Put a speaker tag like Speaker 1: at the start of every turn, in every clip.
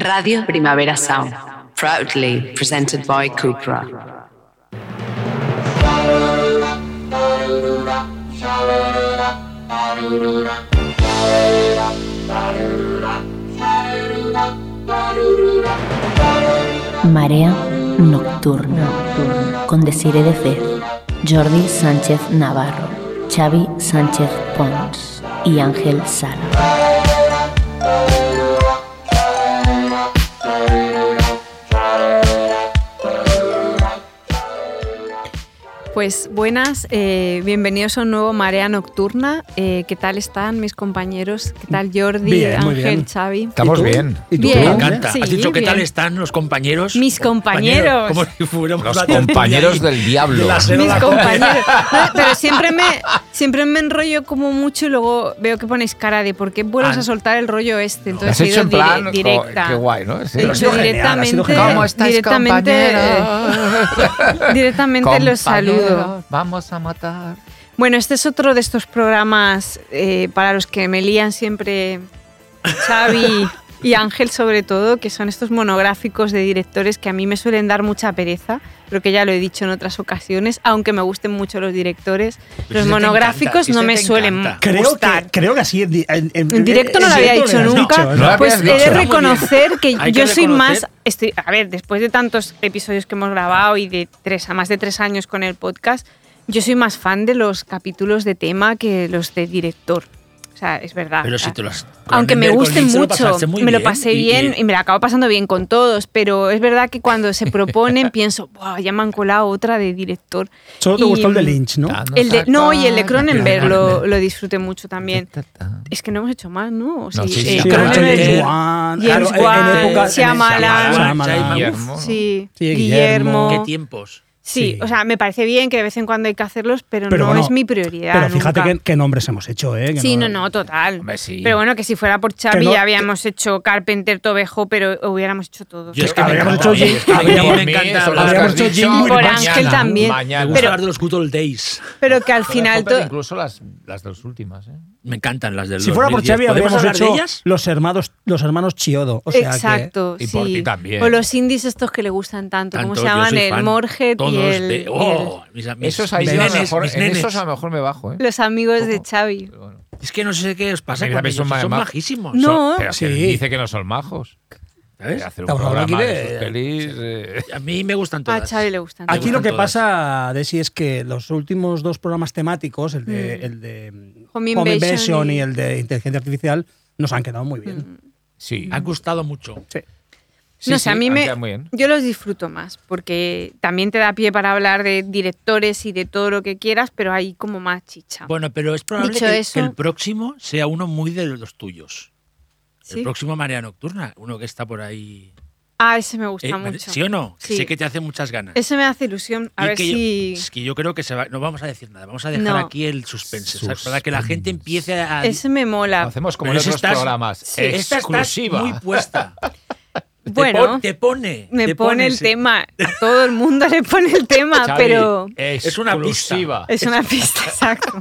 Speaker 1: Radio Primavera Sound, proudly presented by Cupra.
Speaker 2: Marea Nocturna. Con Desire de Fe. Jordi Sánchez Navarro. Xavi Sánchez Pons. Y Ángel Sala.
Speaker 3: Pues buenas, eh, bienvenidos a un nuevo Marea Nocturna. Eh, ¿Qué tal están mis compañeros? ¿Qué tal Jordi,
Speaker 4: Bien,
Speaker 3: Ángel,
Speaker 4: muy bien.
Speaker 3: Xavi?
Speaker 5: Estamos
Speaker 4: tú?
Speaker 5: bien.
Speaker 4: ¿Y tú?
Speaker 3: Bien.
Speaker 4: ¿Tú?
Speaker 5: Me encanta.
Speaker 4: ¿Eh? Bien.
Speaker 6: Me encanta.
Speaker 3: Sí,
Speaker 6: Has dicho qué
Speaker 3: bien.
Speaker 6: tal están los compañeros.
Speaker 3: Mis compañeros.
Speaker 6: Como si fuéramos
Speaker 5: Los
Speaker 6: la tertulia ahí.
Speaker 5: compañeros del diablo.
Speaker 6: De la selva.
Speaker 3: Mis compañeros. No, pero siempre me, siempre me enrollo como mucho y luego veo que pones cara de por qué vuelves
Speaker 6: Ah.
Speaker 3: a soltar el rollo este.
Speaker 5: Lo
Speaker 3: Entonces
Speaker 5: has
Speaker 3: he
Speaker 5: hecho
Speaker 3: ido
Speaker 5: en
Speaker 3: dire-
Speaker 5: plan. co-
Speaker 3: directa.
Speaker 5: Qué guay, ¿no? Sí.
Speaker 3: He
Speaker 4: Pero ha
Speaker 3: ido
Speaker 4: sido genial, ha sido
Speaker 3: directamente,
Speaker 4: genial. ¿Cómo
Speaker 3: directamente, eh, directamente los saludo.
Speaker 5: Vamos a matar.
Speaker 3: Bueno, este es otro de estos programas eh, para los que me lían siempre Xavi y Ángel sobre todo, que son estos monográficos de directores que a mí me suelen dar mucha pereza, creo que ya lo he dicho en otras ocasiones, aunque me gusten mucho los directores,
Speaker 6: Pero
Speaker 3: los
Speaker 6: eso te
Speaker 3: monográficos
Speaker 6: encanta,
Speaker 3: no
Speaker 6: eso
Speaker 3: me
Speaker 6: te
Speaker 3: suelen
Speaker 6: encanta.
Speaker 4: Creo
Speaker 3: gustar.
Speaker 4: que, creo que así. En,
Speaker 3: En directo no lo había
Speaker 4: Eh, directo
Speaker 3: dicho
Speaker 4: le has
Speaker 3: nunca.
Speaker 4: dicho,
Speaker 5: No lo
Speaker 4: ¿no?
Speaker 3: pues
Speaker 5: habías
Speaker 3: he de
Speaker 5: dicho.
Speaker 3: reconocer que
Speaker 6: Hay que
Speaker 3: yo soy más.
Speaker 6: reconocer.
Speaker 3: Estoy, a ver, después de tantos episodios que hemos grabado y de tres a más de tres años con el podcast, yo soy más fan de los capítulos de tema que los de director. O sea, es verdad.
Speaker 6: Pero
Speaker 3: O sea,
Speaker 6: si te los- con
Speaker 3: aunque me
Speaker 6: Amber
Speaker 3: gusten
Speaker 6: Golding se lo
Speaker 3: mucho,
Speaker 6: pasaste muy
Speaker 3: me lo
Speaker 6: bien,
Speaker 3: pasé
Speaker 6: y- y-
Speaker 3: bien y me la acabo pasando bien con todos, pero es verdad que cuando se proponen pienso, "Buah, ya me han colado otra de director.
Speaker 4: Solo te
Speaker 3: Y,
Speaker 4: gustó el de
Speaker 3: mm,
Speaker 4: Lynch, ¿no?
Speaker 5: Ah,
Speaker 3: El de, no, y el de
Speaker 5: saca-
Speaker 3: Cronenberg lo, lo disfruté mucho también.
Speaker 5: Ta, ta, ta.
Speaker 3: Es que no hemos hecho más, ¿no? O
Speaker 5: No, sí, sí,
Speaker 3: eh,
Speaker 5: sí,
Speaker 4: hemos
Speaker 3: Cronenberg-
Speaker 4: hecho
Speaker 6: Cronenberg,
Speaker 4: James Wan,
Speaker 3: James
Speaker 4: claro, en-
Speaker 3: Wan,
Speaker 4: en época-
Speaker 3: Shyamalan.
Speaker 4: Shyamalan.
Speaker 5: Guillermo.
Speaker 3: Sí,
Speaker 4: Sí,
Speaker 3: Guillermo.
Speaker 4: Guillermo.
Speaker 6: Qué tiempos.
Speaker 3: Sí,
Speaker 4: Sí.
Speaker 3: o sea, me parece bien que de vez en cuando hay que hacerlos, pero, no
Speaker 4: Pero bueno,
Speaker 3: es mi prioridad.
Speaker 4: Pero fíjate
Speaker 3: nunca.
Speaker 4: qué, qué nombres hemos hecho, ¿eh? Que
Speaker 3: Sí, no, no, total.
Speaker 5: Hombre, sí.
Speaker 3: Pero bueno, que si fuera por Xavi
Speaker 4: Que no-
Speaker 3: ya habíamos hecho Carpenter, Tobejo, pero hubiéramos hecho todo.
Speaker 6: Yo es que
Speaker 4: habríamos
Speaker 6: me encanta,
Speaker 4: hecho
Speaker 6: oye,
Speaker 4: Jim-
Speaker 6: es que a mí
Speaker 4: habríamos-
Speaker 6: me encanta
Speaker 5: sobre
Speaker 6: hablar-
Speaker 5: los que has
Speaker 4: habríamos hecho
Speaker 5: dicho,
Speaker 4: Jim
Speaker 3: Por
Speaker 5: mañana,
Speaker 3: Ángel también.
Speaker 6: Me
Speaker 5: Mañana.
Speaker 6: gusta
Speaker 3: Pero-
Speaker 6: hablar de los Good Old Days.
Speaker 3: Pero que al
Speaker 5: Pero
Speaker 3: final...
Speaker 5: Cooper,
Speaker 3: to-
Speaker 5: incluso las, las dos últimas, ¿eh?
Speaker 6: Me encantan las del
Speaker 4: Si fuera por
Speaker 6: 2010.
Speaker 4: Xavi,
Speaker 6: ¿Podemos
Speaker 4: habríamos
Speaker 6: hablar de
Speaker 4: hecho
Speaker 6: ellas?
Speaker 4: los hermanos, los hermanos Chiodo. O sea que-
Speaker 3: Exacto,
Speaker 5: y
Speaker 3: sí.
Speaker 5: por ti también.
Speaker 3: O los indies estos que le gustan tanto, ¿cómo
Speaker 6: Tanto,
Speaker 3: se
Speaker 6: yo
Speaker 3: llaman?
Speaker 6: soy
Speaker 3: El
Speaker 6: fan.
Speaker 3: Morget y
Speaker 6: Todos
Speaker 3: el,
Speaker 6: de-
Speaker 3: y
Speaker 6: oh, mis- mis-
Speaker 5: Esos ahí
Speaker 6: mis
Speaker 5: yo a lo
Speaker 6: nenes,
Speaker 5: mejor-
Speaker 6: mis
Speaker 5: en
Speaker 6: nenes.
Speaker 5: esos a lo mejor me bajo, ¿eh?
Speaker 3: el- los amigos de
Speaker 5: Ojo.
Speaker 3: Xavi.
Speaker 5: Pero bueno.
Speaker 6: Es que no sé qué os pasa
Speaker 5: Venga,
Speaker 6: con
Speaker 5: que
Speaker 6: ellos, son,
Speaker 5: son más- más-
Speaker 6: majísimos.
Speaker 3: No.
Speaker 6: son-
Speaker 5: Pero si
Speaker 4: Sí.
Speaker 5: dice que no son majos.
Speaker 6: ¿sabes?
Speaker 5: Hacer un
Speaker 4: Estamos hablando
Speaker 5: programa
Speaker 4: aquí
Speaker 5: de
Speaker 4: de-
Speaker 5: sus pelis, eh,
Speaker 6: A mí me gustan
Speaker 3: A
Speaker 6: todas.
Speaker 3: Xavi le gustan.
Speaker 6: Me
Speaker 4: Aquí lo
Speaker 6: gustan
Speaker 4: que
Speaker 6: todas.
Speaker 4: pasa, Desi, es que los últimos dos programas temáticos, el de,
Speaker 3: Mm.
Speaker 4: el de
Speaker 3: Home Invasion
Speaker 4: y...
Speaker 3: y- Mm.
Speaker 4: el de Inteligencia Artificial, nos han quedado muy bien.
Speaker 5: Sí.
Speaker 6: Han gustado mucho.
Speaker 5: Sí,
Speaker 3: no sé,
Speaker 5: sí,
Speaker 3: a mí
Speaker 5: han
Speaker 3: me,
Speaker 5: quedado muy bien.
Speaker 3: yo los disfruto más, porque también te da pie para hablar de directores y de todo lo que quieras, pero hay como más chicha.
Speaker 6: Bueno, pero es probable
Speaker 3: Dicho
Speaker 6: que,
Speaker 3: eso-
Speaker 6: que el próximo sea uno muy de los tuyos.
Speaker 3: ¿Sí?
Speaker 6: El próximo Marea Nocturna, uno que está por ahí.
Speaker 3: Ah, ese me gusta
Speaker 6: Eh, Mare-
Speaker 3: mucho.
Speaker 6: ¿Sí o no? Que
Speaker 3: Sí.
Speaker 6: Sé que te hace muchas ganas.
Speaker 3: Ese me hace ilusión. A
Speaker 6: Y
Speaker 3: ver
Speaker 6: que yo-
Speaker 3: si...
Speaker 6: es que yo creo que se va, no vamos a decir nada, vamos a dejar
Speaker 3: No.
Speaker 6: aquí el suspense, ¿sabes? para que la gente empiece a...
Speaker 3: Ese me mola.
Speaker 5: Hacemos como
Speaker 6: Pero
Speaker 5: en
Speaker 6: eso
Speaker 5: otros
Speaker 6: estás-
Speaker 5: programas.
Speaker 6: Sí, esta estás
Speaker 5: exclusiva.
Speaker 6: muy puesta. Te
Speaker 3: Bueno,
Speaker 6: pon- te pone.
Speaker 3: me
Speaker 6: te
Speaker 3: pone el
Speaker 6: pones-
Speaker 3: tema. A todo el mundo le pone el tema,
Speaker 5: Xavi,
Speaker 3: Ah, pero...
Speaker 6: Es una pista.
Speaker 5: exclusiva.
Speaker 3: Es una pista, exacto.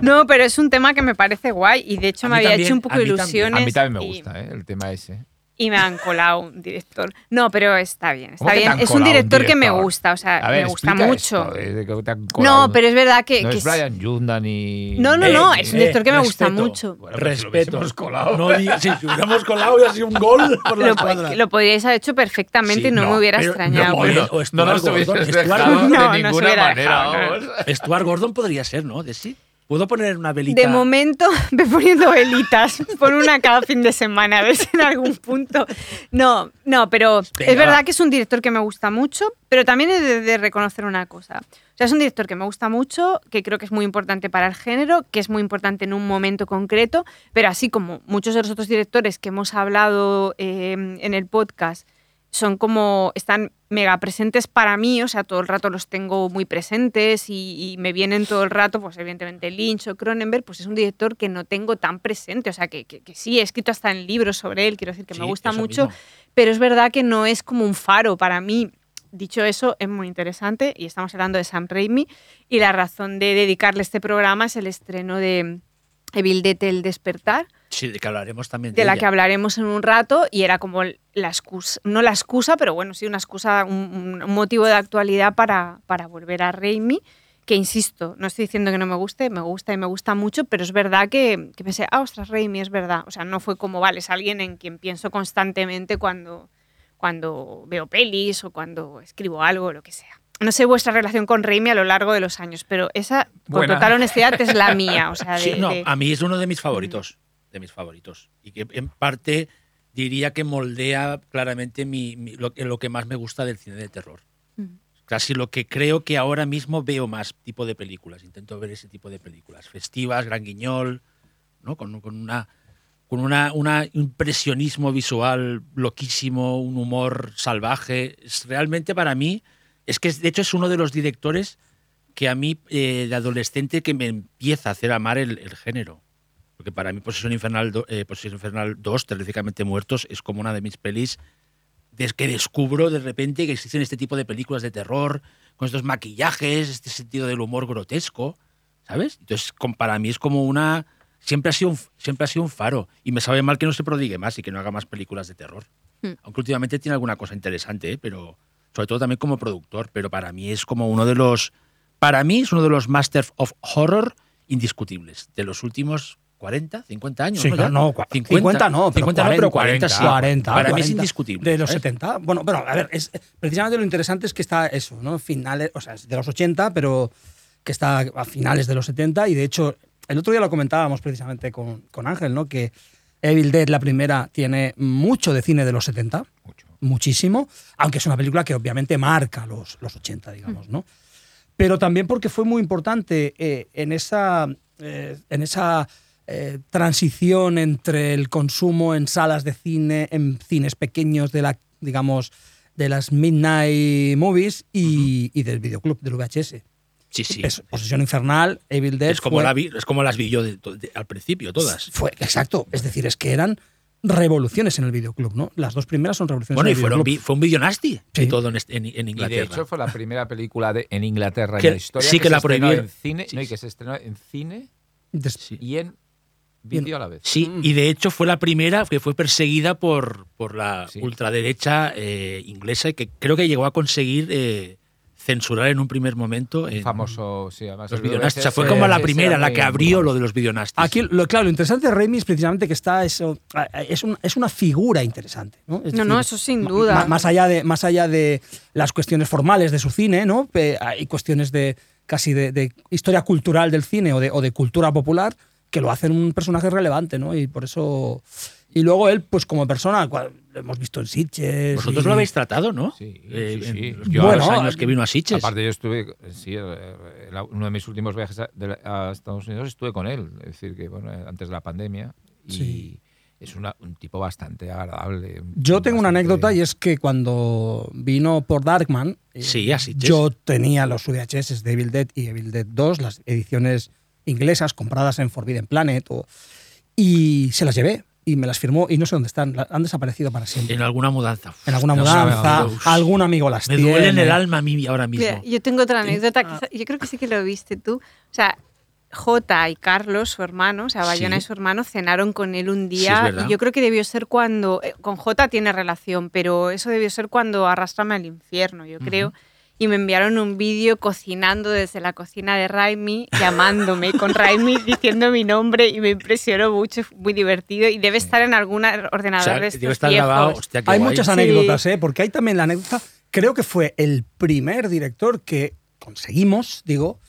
Speaker 3: No, pero es un tema que me parece guay y de hecho
Speaker 6: A
Speaker 3: me
Speaker 6: mí
Speaker 3: había
Speaker 6: también,
Speaker 3: hecho un
Speaker 6: a
Speaker 3: poco
Speaker 6: mí también.
Speaker 3: ilusiones.
Speaker 5: A mí también me
Speaker 3: y-
Speaker 5: gusta, ¿eh? El tema ese.
Speaker 3: Y, me han colado un director. No, pero está bien,
Speaker 5: ¿Cómo
Speaker 3: está
Speaker 5: que te
Speaker 3: bien.
Speaker 5: han
Speaker 3: Es un
Speaker 5: colado
Speaker 3: director, que me
Speaker 5: director?
Speaker 3: gusta, o sea,
Speaker 5: A ver,
Speaker 3: me gusta
Speaker 5: explica
Speaker 3: mucho.
Speaker 5: esto, eh, de que te han colado.
Speaker 3: no, pero es verdad que.
Speaker 5: No
Speaker 3: que
Speaker 5: es Brian Yunda ni.
Speaker 3: No, no,
Speaker 6: Eh,
Speaker 3: no, es un
Speaker 6: eh,
Speaker 3: director que me gusta
Speaker 6: respeto.
Speaker 3: mucho.
Speaker 5: Bueno, pero si lo
Speaker 6: respeto.
Speaker 5: hubiésemos colado.
Speaker 6: No digas- si hubiéramos colado hubiera sido un gol por la
Speaker 4: Ah,
Speaker 3: Lo,
Speaker 6: escuadra.
Speaker 3: lo podríais haber hecho perfectamente
Speaker 6: Sí,
Speaker 3: y no, me
Speaker 6: no,
Speaker 3: hubiera
Speaker 6: pero-
Speaker 3: extrañado.
Speaker 6: no,
Speaker 3: pero-
Speaker 6: no, o
Speaker 5: no
Speaker 6: Stuart
Speaker 5: nos
Speaker 6: Gordon,
Speaker 5: hubieses
Speaker 6: Stuart
Speaker 5: dejado
Speaker 3: Gordon. No, no se
Speaker 5: de ninguna
Speaker 3: hubiera
Speaker 5: manera.
Speaker 3: dejado, no.
Speaker 5: vamos.
Speaker 6: Stuart Gordon podría ser, ¿no? De sí. Puedo poner una velita.
Speaker 3: De momento, ve poniendo velitas, pon una cada fin de semana, a ver si en algún punto. No, no, pero es
Speaker 6: Venga,
Speaker 3: verdad
Speaker 6: va.
Speaker 3: que es un director que me gusta mucho, pero también he de, de reconocer una cosa. O sea, es un director que me gusta mucho, que creo que es muy importante para el género, que es muy importante en un momento concreto, pero así como muchos de los otros directores que hemos hablado eh, en el podcast son como, están mega presentes para mí, o sea, todo el rato los tengo muy presentes y, y me vienen todo el rato, pues evidentemente Lynch o Cronenberg, pues es un director que no tengo tan presente, o sea, que, que- que sí, he escrito hasta en libros sobre él, quiero decir que
Speaker 6: Sí,
Speaker 3: me gusta
Speaker 6: eso
Speaker 3: mucho,
Speaker 6: mismo.
Speaker 3: pero es verdad que no es como un faro para mí. Dicho eso, es muy interesante y estamos hablando de Sam Raimi y la razón de dedicarle este programa es el estreno de Evil Dead, El Despertar,
Speaker 6: Sí, de que hablaremos también.
Speaker 3: de la que
Speaker 6: ella.
Speaker 3: hablaremos en un rato y era como el- la excusa, no la excusa, pero bueno, sí una excusa, un, un motivo de actualidad para, para volver a Raimi, que insisto, no estoy diciendo que no me guste, me gusta y me gusta mucho, pero es verdad que, que pensé, ah, ostras, Raimi, es verdad. O sea, no fue como, vale, es alguien en quien pienso constantemente cuando, cuando veo pelis o cuando escribo algo o lo que sea. No sé vuestra relación con Raimi a lo largo de los años, pero esa, con
Speaker 5: Buena.
Speaker 3: total honestidad, es la mía. O sea, de-
Speaker 6: Sí, no,
Speaker 3: de-
Speaker 6: a mí es uno de mis favoritos, de mis favoritos. Y que en parte diría que moldea claramente mi, mi- lo, que- lo que más me gusta del cine de terror.
Speaker 3: Mm.
Speaker 6: Casi lo que creo que ahora mismo veo más tipo de películas. Intento ver ese tipo de películas. Festivas, Gran Guiñol, ¿no? con, con una con una, una impresionismo visual loquísimo, un humor salvaje. Es realmente para mí, es que es- de hecho es uno de los directores que a mí eh, de adolescente que me empieza a hacer amar el, el género. Porque para mí Posesión Infernal, do- eh, Posesión Infernal 2, Terroríficamente Muertos, es como una de mis pelis desde que descubro de repente que existen este tipo de películas de terror, con estos maquillajes, este sentido del humor grotesco, ¿sabes? Entonces, com- para mí es como una... Siempre ha, sido un, f- siempre ha sido un faro. Y me sabe mal que no se prodigue más y que no haga más películas de terror.
Speaker 3: Hmm.
Speaker 6: Aunque últimamente tiene alguna cosa interesante, ¿eh? pero sobre todo también como productor. Pero para mí es como uno de los... Para mí es uno de los Masters of Horror indiscutibles de los últimos 40, 50 años.
Speaker 4: Sí,
Speaker 6: ¿no? Ya.
Speaker 4: claro, no, cua- 50, no, pero
Speaker 6: 50 no,
Speaker 4: 40,
Speaker 6: pero 40, sí.
Speaker 4: 40,
Speaker 6: Para mí es
Speaker 4: 40.
Speaker 6: indiscutible.
Speaker 4: De los
Speaker 6: ¿sabes?
Speaker 4: 70, bueno, pero a ver, es, precisamente lo interesante es que está eso, ¿no? Finales, o sea, es de los 80, pero que está a finales de los 70 y de hecho, el otro día lo comentábamos precisamente con, con Ángel, ¿no? Que Evil Dead, la primera, tiene mucho de cine de los 70
Speaker 5: Mucho.
Speaker 4: muchísimo, aunque es una película que obviamente marca los, los 80, digamos, ¿no? Pero también porque fue muy importante eh, en esa, eh, en esa eh, transición entre el consumo en salas de cine, en cines pequeños de la, digamos, de las midnight movies y, y del videoclub del VHS.
Speaker 6: Sí, sí.
Speaker 4: Es Posesión Infernal, Evil Dead.
Speaker 6: es como,
Speaker 4: fue-
Speaker 6: la vi- es como las vi yo de- de- al principio, todas.
Speaker 4: Fue, exacto. Es decir, es que eran revoluciones en el videoclub, ¿no? Las dos primeras son revoluciones
Speaker 6: Bueno,
Speaker 4: en
Speaker 6: y
Speaker 4: el
Speaker 6: fueron,
Speaker 4: videoclub.
Speaker 6: vi- fue un video nasty
Speaker 4: Sí.
Speaker 6: y todo en, este- en- en
Speaker 5: Y
Speaker 6: Inglaterra.
Speaker 5: de hecho fue la primera película de, en Inglaterra
Speaker 6: Que-
Speaker 5: en la historia
Speaker 6: sí que
Speaker 5: se
Speaker 6: la
Speaker 5: estrenó
Speaker 6: prohibieron.
Speaker 5: en cine,
Speaker 6: Sí,
Speaker 5: no, y
Speaker 6: sí.
Speaker 5: que se estrenó en cine
Speaker 4: Des-
Speaker 6: sí.
Speaker 5: y en
Speaker 4: Bien.
Speaker 5: vídeo a la vez.
Speaker 6: Sí,
Speaker 4: Mm.
Speaker 6: y de hecho fue la primera que fue perseguida por, por la
Speaker 5: Sí.
Speaker 6: ultraderecha eh, inglesa, que creo que llegó a conseguir eh, censurar en un primer momento en
Speaker 5: Famoso, sí, además.
Speaker 6: los
Speaker 5: el
Speaker 6: videonastis. O sea,
Speaker 5: VHS
Speaker 6: fue como la
Speaker 5: era
Speaker 6: primera la
Speaker 5: muy-
Speaker 6: que abrió lo de los videonastis.
Speaker 4: Aquí, lo, claro, lo interesante de Raimi es precisamente que está eso, a- a- es, un- es una figura interesante. No, Es
Speaker 3: No, no, eso sin
Speaker 4: ma-
Speaker 3: duda.
Speaker 4: ma- Más allá, de, más allá de las cuestiones formales de su cine, ¿no? Pe- hay cuestiones de casi de, de historia cultural del cine o de, o de cultura popular que lo hacen un personaje relevante, ¿no? Y por eso... Y luego él, pues como persona, cua- lo hemos visto en Sitges...
Speaker 6: Vosotros
Speaker 4: y-
Speaker 6: lo habéis tratado, ¿no?
Speaker 5: Sí,
Speaker 6: Eh,
Speaker 5: sí,
Speaker 6: en
Speaker 5: sí.
Speaker 6: los primeros
Speaker 4: Bueno,
Speaker 6: años que vino a Sitges.
Speaker 5: Aparte, yo estuve, sí, eh, la- uno de mis últimos viajes a, de la- a Estados Unidos estuve con él, es decir, que bueno, eh, antes de la pandemia. Y
Speaker 4: Sí.
Speaker 5: es una- un tipo bastante agradable. un-
Speaker 4: Yo tengo una
Speaker 5: bastante-
Speaker 4: anécdota y es que cuando vino por Darkman, eh,
Speaker 6: Sí, a Sitges.
Speaker 4: yo tenía los VHS de Evil Dead y Evil Dead 2, las ediciones inglesas compradas en Forbidden Planet, o- y se las llevé y me las firmó y no sé dónde están, la- han desaparecido para siempre.
Speaker 6: En alguna mudanza.
Speaker 4: En alguna
Speaker 6: Eh, No
Speaker 4: mudanza,
Speaker 6: sabe, uf.
Speaker 4: algún amigo las
Speaker 6: Me
Speaker 4: tiene.
Speaker 6: duele en el alma a mí ahora mismo.
Speaker 3: Mira, yo tengo otra anécdota, quizá- yo creo que sí que lo viste tú. O sea, Jota y Carlos, su hermano, o sea, Bayona
Speaker 6: Sí.
Speaker 3: y su hermano, cenaron con él un
Speaker 6: Sí, es
Speaker 3: día.
Speaker 6: verdad.
Speaker 3: y yo creo que debió ser cuando. eh, Con Jota tiene relación, pero eso debió ser cuando Arrástrame al infierno, yo creo. Y me enviaron un vídeo cocinando desde la cocina de Raimi, llamándome con Raimi diciendo mi nombre y me impresionó mucho, fue muy divertido. Y debe estar en algún
Speaker 6: O
Speaker 3: ordenador
Speaker 6: sea,
Speaker 3: de
Speaker 6: debe
Speaker 3: estos
Speaker 6: estar
Speaker 3: viejos.
Speaker 6: grabado. Hostia, qué
Speaker 4: Hay
Speaker 6: guay.
Speaker 4: muchas
Speaker 3: Sí.
Speaker 4: anécdotas, ¿eh? porque hay también la anécdota, creo que fue el primer director que conseguimos, digo,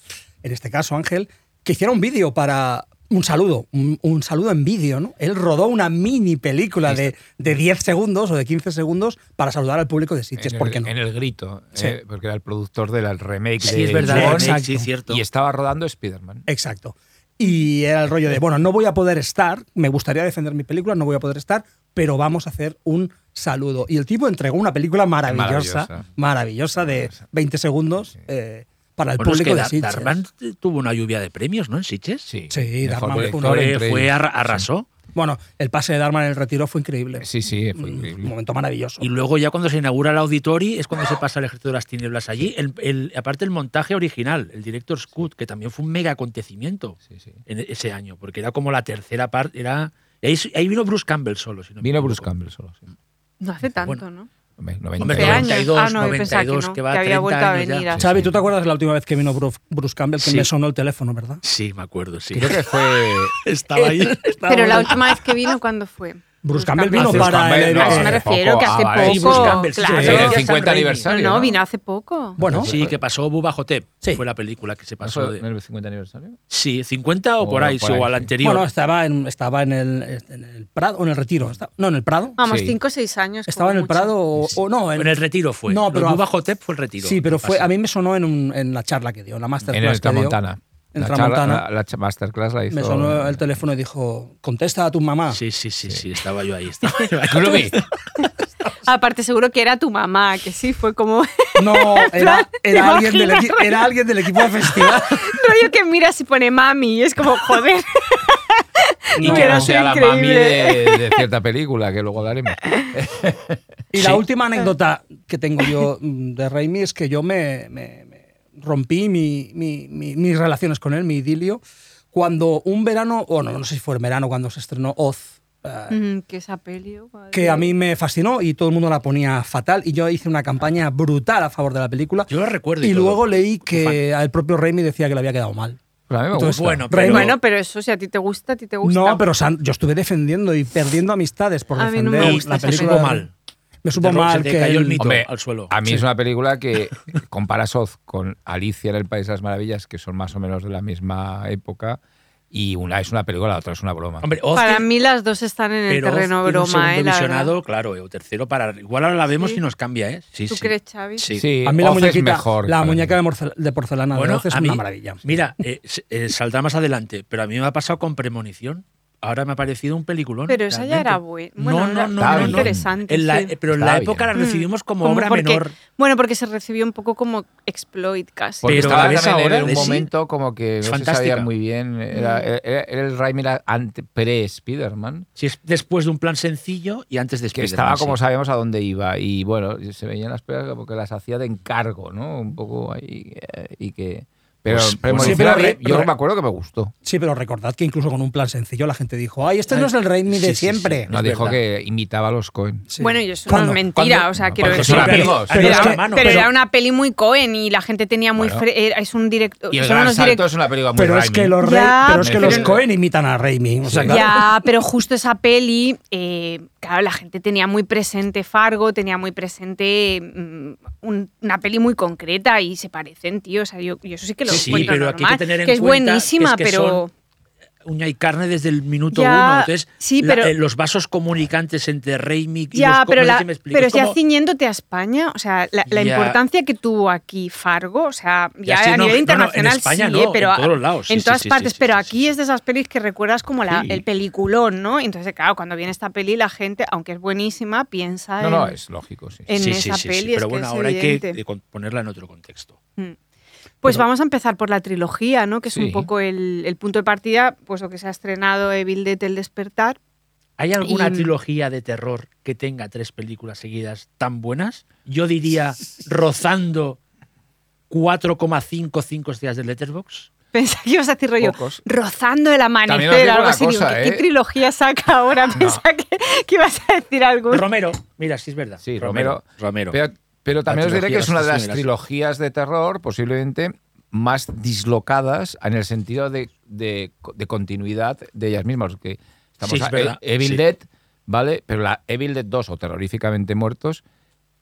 Speaker 4: en este caso Ángel, que hiciera un vídeo para un saludo, un, un saludo en vídeo, ¿no? Él rodó una mini película de, de 10 segundos o de 15 segundos para saludar al público de Sitges,
Speaker 5: en,
Speaker 4: ¿por
Speaker 5: el,
Speaker 4: qué no?
Speaker 5: en el grito,
Speaker 4: Sí.
Speaker 5: eh, porque era el productor del remake
Speaker 6: Sí,
Speaker 5: de
Speaker 6: es verdad.
Speaker 4: Sí,
Speaker 5: Bond,
Speaker 6: Alex,
Speaker 4: exacto. Eh,
Speaker 6: sí, cierto.
Speaker 5: y estaba rodando Spider-Man.
Speaker 4: Exacto. Y era el rollo de, bueno, no voy a poder estar, me gustaría defender mi película, no voy a poder estar, pero vamos a hacer un saludo. Y el tipo entregó una película maravillosa, maravillosa,
Speaker 5: Maravillosa.
Speaker 4: de 20 segundos eh, para el
Speaker 6: Bueno, es
Speaker 4: público
Speaker 6: que
Speaker 4: de
Speaker 6: Dar-
Speaker 4: Sitges.
Speaker 6: Darman tuvo una lluvia de premios, ¿no? En Sitges.
Speaker 5: Sí,
Speaker 4: Sí,
Speaker 5: mejor
Speaker 4: Darman
Speaker 5: director,
Speaker 4: Fuller.
Speaker 5: entre
Speaker 6: Fue, fue
Speaker 5: ellos.
Speaker 6: arra- arrasó.
Speaker 4: Bueno, el pase de Darman en el retiro fue increíble.
Speaker 5: Sí, sí, fue
Speaker 4: un
Speaker 5: increíble.
Speaker 4: momento maravilloso.
Speaker 6: Y luego ya cuando se inaugura el Auditori es cuando se pasa el Ejército de las Tinieblas allí. El- el- aparte el montaje original, el director Scoot, que también fue un mega acontecimiento
Speaker 5: Sí, sí.
Speaker 6: en e- ese año, porque era como la tercera parte, era Y ahí, ahí vino Bruce Campbell solo. si no me
Speaker 5: Vino
Speaker 6: equivoco.
Speaker 5: Bruce Campbell solo. Sí.
Speaker 3: No hace tanto,
Speaker 6: Bueno.
Speaker 3: ¿no?
Speaker 5: Hombre,
Speaker 6: Hombre,
Speaker 5: 90
Speaker 3: Hace
Speaker 5: años.
Speaker 3: años.
Speaker 6: 92,
Speaker 3: ah, no, yo pensaba que,
Speaker 6: 92,
Speaker 3: no,
Speaker 6: que va a
Speaker 3: había
Speaker 6: 30
Speaker 3: vuelto a
Speaker 6: años ya.
Speaker 3: venir. a-
Speaker 5: Sí.
Speaker 4: Xavi, ¿tú te acuerdas de la última vez que vino Bru- Bruce Campbell? Que
Speaker 6: Sí.
Speaker 4: me sonó el teléfono, ¿verdad?
Speaker 6: Sí, me acuerdo, sí.
Speaker 5: Creo que fue.
Speaker 6: Estaba ahí.
Speaker 3: Pero la última vez que vino, ¿cuándo fue?
Speaker 4: Bruce Campbell vino
Speaker 5: Bruce
Speaker 4: para
Speaker 5: Campbell,
Speaker 4: el-
Speaker 5: no,
Speaker 3: A eso
Speaker 5: hace
Speaker 3: Ah, me refiero,
Speaker 5: poco.
Speaker 3: que hace
Speaker 5: Ah, vale, sí,
Speaker 3: poco.
Speaker 6: Bruce Campbell, sí,
Speaker 3: claro.
Speaker 5: sí, el
Speaker 6: Sam
Speaker 5: 50
Speaker 6: Raimi.
Speaker 3: No,
Speaker 5: aniversario.
Speaker 3: no, vino hace poco.
Speaker 4: Bueno,
Speaker 6: Sí, que pasó Buba Jotep.
Speaker 4: Sí.
Speaker 6: Fue la película que se
Speaker 5: ¿No
Speaker 6: pasó.
Speaker 5: fue
Speaker 6: de-
Speaker 5: en el 50 aniversario?
Speaker 6: Sí, 50 o
Speaker 5: O
Speaker 6: por ahí,
Speaker 5: por
Speaker 6: sí, o
Speaker 5: ahí,
Speaker 6: al
Speaker 5: sí.
Speaker 6: anterior.
Speaker 4: bueno estaba, en, estaba en, el, en el Prado, o en el Retiro. Estaba- no, en el Prado.
Speaker 3: Vamos,
Speaker 5: Sí.
Speaker 3: 5 o 6 años.
Speaker 4: Estaba
Speaker 3: como
Speaker 4: en el
Speaker 3: mucho.
Speaker 4: Prado o, o no.
Speaker 6: en el retiro fue.
Speaker 4: No,
Speaker 6: No,
Speaker 4: pero
Speaker 6: pero
Speaker 4: a-
Speaker 6: Buba Jotep fue el retiro.
Speaker 4: Sí, pero fue,
Speaker 6: Pasa.
Speaker 4: a mí me sonó en, un- en la charla que dio, en la
Speaker 5: En
Speaker 4: masterclass.
Speaker 5: el
Speaker 4: que dio.
Speaker 5: Tramontana.
Speaker 4: En
Speaker 5: La
Speaker 4: Tramontana.
Speaker 5: charla- La, la cha- masterclass la hizo.
Speaker 4: Me sonó el teléfono y dijo, contesta a tu mamá.
Speaker 6: Sí, sí, sí, sí, estaba yo ahí. Estaba yo ahí.
Speaker 5: Yo lo vi.
Speaker 3: Aparte, seguro que era tu mamá, que sí, fue como.
Speaker 4: No, era,
Speaker 3: ¿Te
Speaker 4: era, alguien del
Speaker 3: imaginas?
Speaker 4: equi- era alguien del equipo de festival.
Speaker 3: rollo que miras y pone mami, y es como, joder.
Speaker 5: Y que
Speaker 3: Hubiera
Speaker 5: no
Speaker 3: sido
Speaker 5: sea la mami
Speaker 3: increíble.
Speaker 5: de, de cierta película, que luego hablaremos.
Speaker 4: Y la
Speaker 5: Sí.
Speaker 4: última anécdota que tengo yo mm, de Raimi es que yo me, me- me rompí mi- mi- mi- mis relaciones con él, mi idilio, cuando un verano, o no, no sé si fue en verano cuando se estrenó Oz, eh,
Speaker 3: Mm, que esa peli, oh, madre.
Speaker 4: que a mí me fascinó y todo el mundo la ponía fatal y yo hice una campaña brutal a favor de la película.
Speaker 6: Yo lo recuerdo.
Speaker 4: Y
Speaker 6: todo.
Speaker 4: luego leí
Speaker 6: Fan.
Speaker 4: que el propio Raimi decía que le había quedado mal.
Speaker 5: Pues a mí me
Speaker 4: Entonces,
Speaker 5: gusta.
Speaker 6: bueno,
Speaker 4: Raimi-
Speaker 6: pero-
Speaker 3: Bueno, pero eso, si a ti te gusta, a ti te gusta.
Speaker 4: No, pero San- yo estuve defendiendo y perdiendo amistades por
Speaker 3: A mí no me
Speaker 4: defender
Speaker 3: gusta
Speaker 4: la
Speaker 3: esa
Speaker 4: película.
Speaker 6: película. mal.
Speaker 4: Me supo
Speaker 6: Se te
Speaker 4: mal
Speaker 6: cayó
Speaker 4: que
Speaker 6: el
Speaker 4: él-
Speaker 6: mito.
Speaker 5: Hombre,
Speaker 6: al suelo.
Speaker 5: A mí
Speaker 6: Sí.
Speaker 5: es una película que compara Soz con Alicia en el País de las Maravillas, que son más o menos de la misma época, y una es una película, la otra es una broma.
Speaker 6: Hombre, Oz
Speaker 3: Para
Speaker 6: tiene-
Speaker 3: mí las dos están en el
Speaker 6: pero Oz
Speaker 3: terreno
Speaker 6: tiene un
Speaker 3: broma,
Speaker 6: segundo
Speaker 3: eh, la
Speaker 6: visionado,
Speaker 3: verdad.
Speaker 6: claro, eh, o tercero para. Igual ahora la vemos
Speaker 3: Sí.
Speaker 6: y nos cambia, ¿eh? Sí,
Speaker 3: ¿Tú
Speaker 6: sí.
Speaker 3: crees, Xavi?
Speaker 6: Sí.
Speaker 5: Sí,
Speaker 4: A mí la
Speaker 5: Oz es
Speaker 4: muñequita,
Speaker 5: mejor
Speaker 4: la
Speaker 5: para
Speaker 4: muñeca
Speaker 5: mí.
Speaker 4: de, morcel- de porcelana de Oz es
Speaker 6: a
Speaker 4: una
Speaker 6: mí-
Speaker 4: maravilla.
Speaker 6: Mira, eh, s- eh, saldrá más adelante, pero a mí me ha pasado con Premonición. Ahora me ha parecido un peliculón.
Speaker 3: Pero esa ya
Speaker 6: realmente.
Speaker 3: era buena. Bueno,
Speaker 6: no, no, no,
Speaker 5: Está
Speaker 6: no, no.
Speaker 5: bien.
Speaker 3: interesante.
Speaker 6: En la-
Speaker 3: sí.
Speaker 6: eh, Pero en
Speaker 5: Está
Speaker 6: la época
Speaker 5: bien.
Speaker 6: la recibimos como
Speaker 3: Mm. Como
Speaker 6: obra
Speaker 3: porque-
Speaker 6: menor.
Speaker 3: Bueno, porque se recibió un poco como exploit casi.
Speaker 5: Porque
Speaker 6: Pero
Speaker 5: estaba
Speaker 6: la ves
Speaker 5: también
Speaker 6: ahora
Speaker 5: en
Speaker 6: de
Speaker 5: un
Speaker 6: sí,
Speaker 5: momento como que no
Speaker 6: fantástica.
Speaker 5: se sabía muy bien. Era,
Speaker 4: Mm.
Speaker 5: era- era el Raimi era ante- pre-Spiderman,
Speaker 6: Si es después de un plan sencillo y antes de
Speaker 5: que
Speaker 6: Spider-Man,
Speaker 5: estaba como
Speaker 6: sí.
Speaker 5: sabíamos a dónde iba. Y bueno, se veían las pegas como que las hacía de encargo, ¿no? Un poco ahí. eh, Y que. Pero
Speaker 6: Pues- pues
Speaker 5: Premonición
Speaker 4: sí, pero
Speaker 5: a mí-
Speaker 4: re-
Speaker 5: yo
Speaker 4: re-
Speaker 5: me acuerdo que me gustó.
Speaker 4: Sí, pero recordad que incluso con un plan sencillo la gente dijo, ay, este
Speaker 6: Ay,
Speaker 4: no es el Raimi
Speaker 6: sí,
Speaker 4: de
Speaker 6: sí, sí.
Speaker 4: siempre.
Speaker 5: No
Speaker 6: Es
Speaker 5: dijo
Speaker 6: verdad.
Speaker 5: que imitaba a los Cohen.
Speaker 4: Sí.
Speaker 3: Bueno, y eso
Speaker 4: ¿Cuándo?
Speaker 3: no es mentira,
Speaker 5: ¿Cuándo?
Speaker 3: o sea,
Speaker 5: No,
Speaker 3: quiero
Speaker 5: porque
Speaker 3: decir.
Speaker 5: son amigos.
Speaker 3: Pero,
Speaker 4: Pero
Speaker 3: era,
Speaker 4: es que-
Speaker 3: una-
Speaker 6: mano,
Speaker 3: pero
Speaker 6: pero-
Speaker 3: era una peli muy Cohen y la gente tenía muy.
Speaker 5: Bueno.
Speaker 3: fre- era- es un director.
Speaker 5: Y el
Speaker 3: son
Speaker 5: gran
Speaker 3: unos
Speaker 5: salto
Speaker 3: direc-
Speaker 5: es una película muy
Speaker 4: Pero es
Speaker 5: Raimi.
Speaker 4: que los,
Speaker 3: Ya,
Speaker 4: Ra- pero es que
Speaker 5: pero-
Speaker 4: los Cohen imitan a Raimi. O sea,
Speaker 5: Sí.
Speaker 4: claro.
Speaker 3: Ya, pero justo esa peli, eh, claro, la gente tenía muy presente Fargo, tenía muy presente mm, un- una peli muy concreta y se parecen, tío. O sea, yo, yo eso sí que lo
Speaker 6: Sí, sí,
Speaker 3: encuentro
Speaker 6: pero aquí hay que
Speaker 3: normal,
Speaker 6: tener en
Speaker 3: es
Speaker 6: cuenta que es
Speaker 3: buenísima,
Speaker 6: que
Speaker 3: pero.
Speaker 6: son- Uña y carne desde el minuto
Speaker 3: Ya,
Speaker 6: uno. Entonces,
Speaker 3: sí,
Speaker 6: la-
Speaker 3: pero-
Speaker 6: eh, los vasos comunicantes entre Raimi y los
Speaker 3: Ya,
Speaker 6: co-
Speaker 3: pero,
Speaker 6: no sé
Speaker 3: la,
Speaker 6: si me explico,
Speaker 3: pero
Speaker 6: es
Speaker 3: ya
Speaker 6: como-
Speaker 3: ciñéndote a España, o sea, la, la
Speaker 6: Ya.
Speaker 3: importancia que tuvo aquí Fargo, o sea,
Speaker 6: Ya,
Speaker 3: ya
Speaker 6: sí,
Speaker 3: a nivel
Speaker 6: no, no, no, en
Speaker 3: internacional
Speaker 6: España
Speaker 3: sí,
Speaker 6: no,
Speaker 3: eh, pero
Speaker 6: en
Speaker 3: a-
Speaker 6: todos los lados, sí,
Speaker 3: en
Speaker 6: sí,
Speaker 3: todas
Speaker 6: sí, sí,
Speaker 3: partes,
Speaker 6: sí,
Speaker 3: pero
Speaker 6: sí,
Speaker 3: aquí
Speaker 6: sí.
Speaker 3: es de esas pelis que recuerdas como la,
Speaker 6: Sí.
Speaker 3: el peliculón, ¿no? Entonces, claro, cuando viene esta peli, la gente, aunque es buenísima, piensa
Speaker 5: No, no,
Speaker 3: en-
Speaker 5: es lógico, sí.
Speaker 3: en
Speaker 6: Sí, sí,
Speaker 3: esa
Speaker 6: sí, sí,
Speaker 3: peli. es
Speaker 6: pero
Speaker 3: que
Speaker 6: bueno,
Speaker 3: es
Speaker 6: ahora hay que
Speaker 3: evidente.
Speaker 6: eh, con- ponerla en otro contexto.
Speaker 3: Pues
Speaker 6: Pero-
Speaker 3: vamos a empezar por la trilogía, ¿no? Que es un
Speaker 5: Sí.
Speaker 3: poco el, el punto de partida, puesto que se ha estrenado Evil Dead El Despertar.
Speaker 6: ¿Hay alguna
Speaker 3: Y- mm,
Speaker 6: trilogía de terror que tenga tres películas seguidas tan buenas? Yo diría rozando 4,55 estrellas de Letterbox.
Speaker 3: Pensé que ibas a decir rollo,
Speaker 5: Pocos.
Speaker 3: rozando el
Speaker 5: También os
Speaker 3: amanecer,
Speaker 5: digo
Speaker 3: algo
Speaker 5: una
Speaker 3: así. Digo,
Speaker 5: cosa,
Speaker 3: ¿qué, qué
Speaker 5: ¿eh?
Speaker 3: trilogía saca ahora? Pensaba que, que ibas a decir algo.
Speaker 6: Romero, mira, sí es verdad.
Speaker 5: Sí, Romero.
Speaker 6: Romero.
Speaker 5: Pero, pero también os diré
Speaker 6: trilogía
Speaker 5: que es una de las
Speaker 6: asesina, sí.
Speaker 5: trilogías de terror posiblemente más dislocadas en el sentido de, de- de continuidad de ellas mismas. Que estamos
Speaker 6: Sí, es
Speaker 5: a-
Speaker 6: verdad,
Speaker 5: E- Evil
Speaker 6: sí.
Speaker 5: Dead, ¿vale? Pero la Evil Dead 2 o Terroríficamente Muertos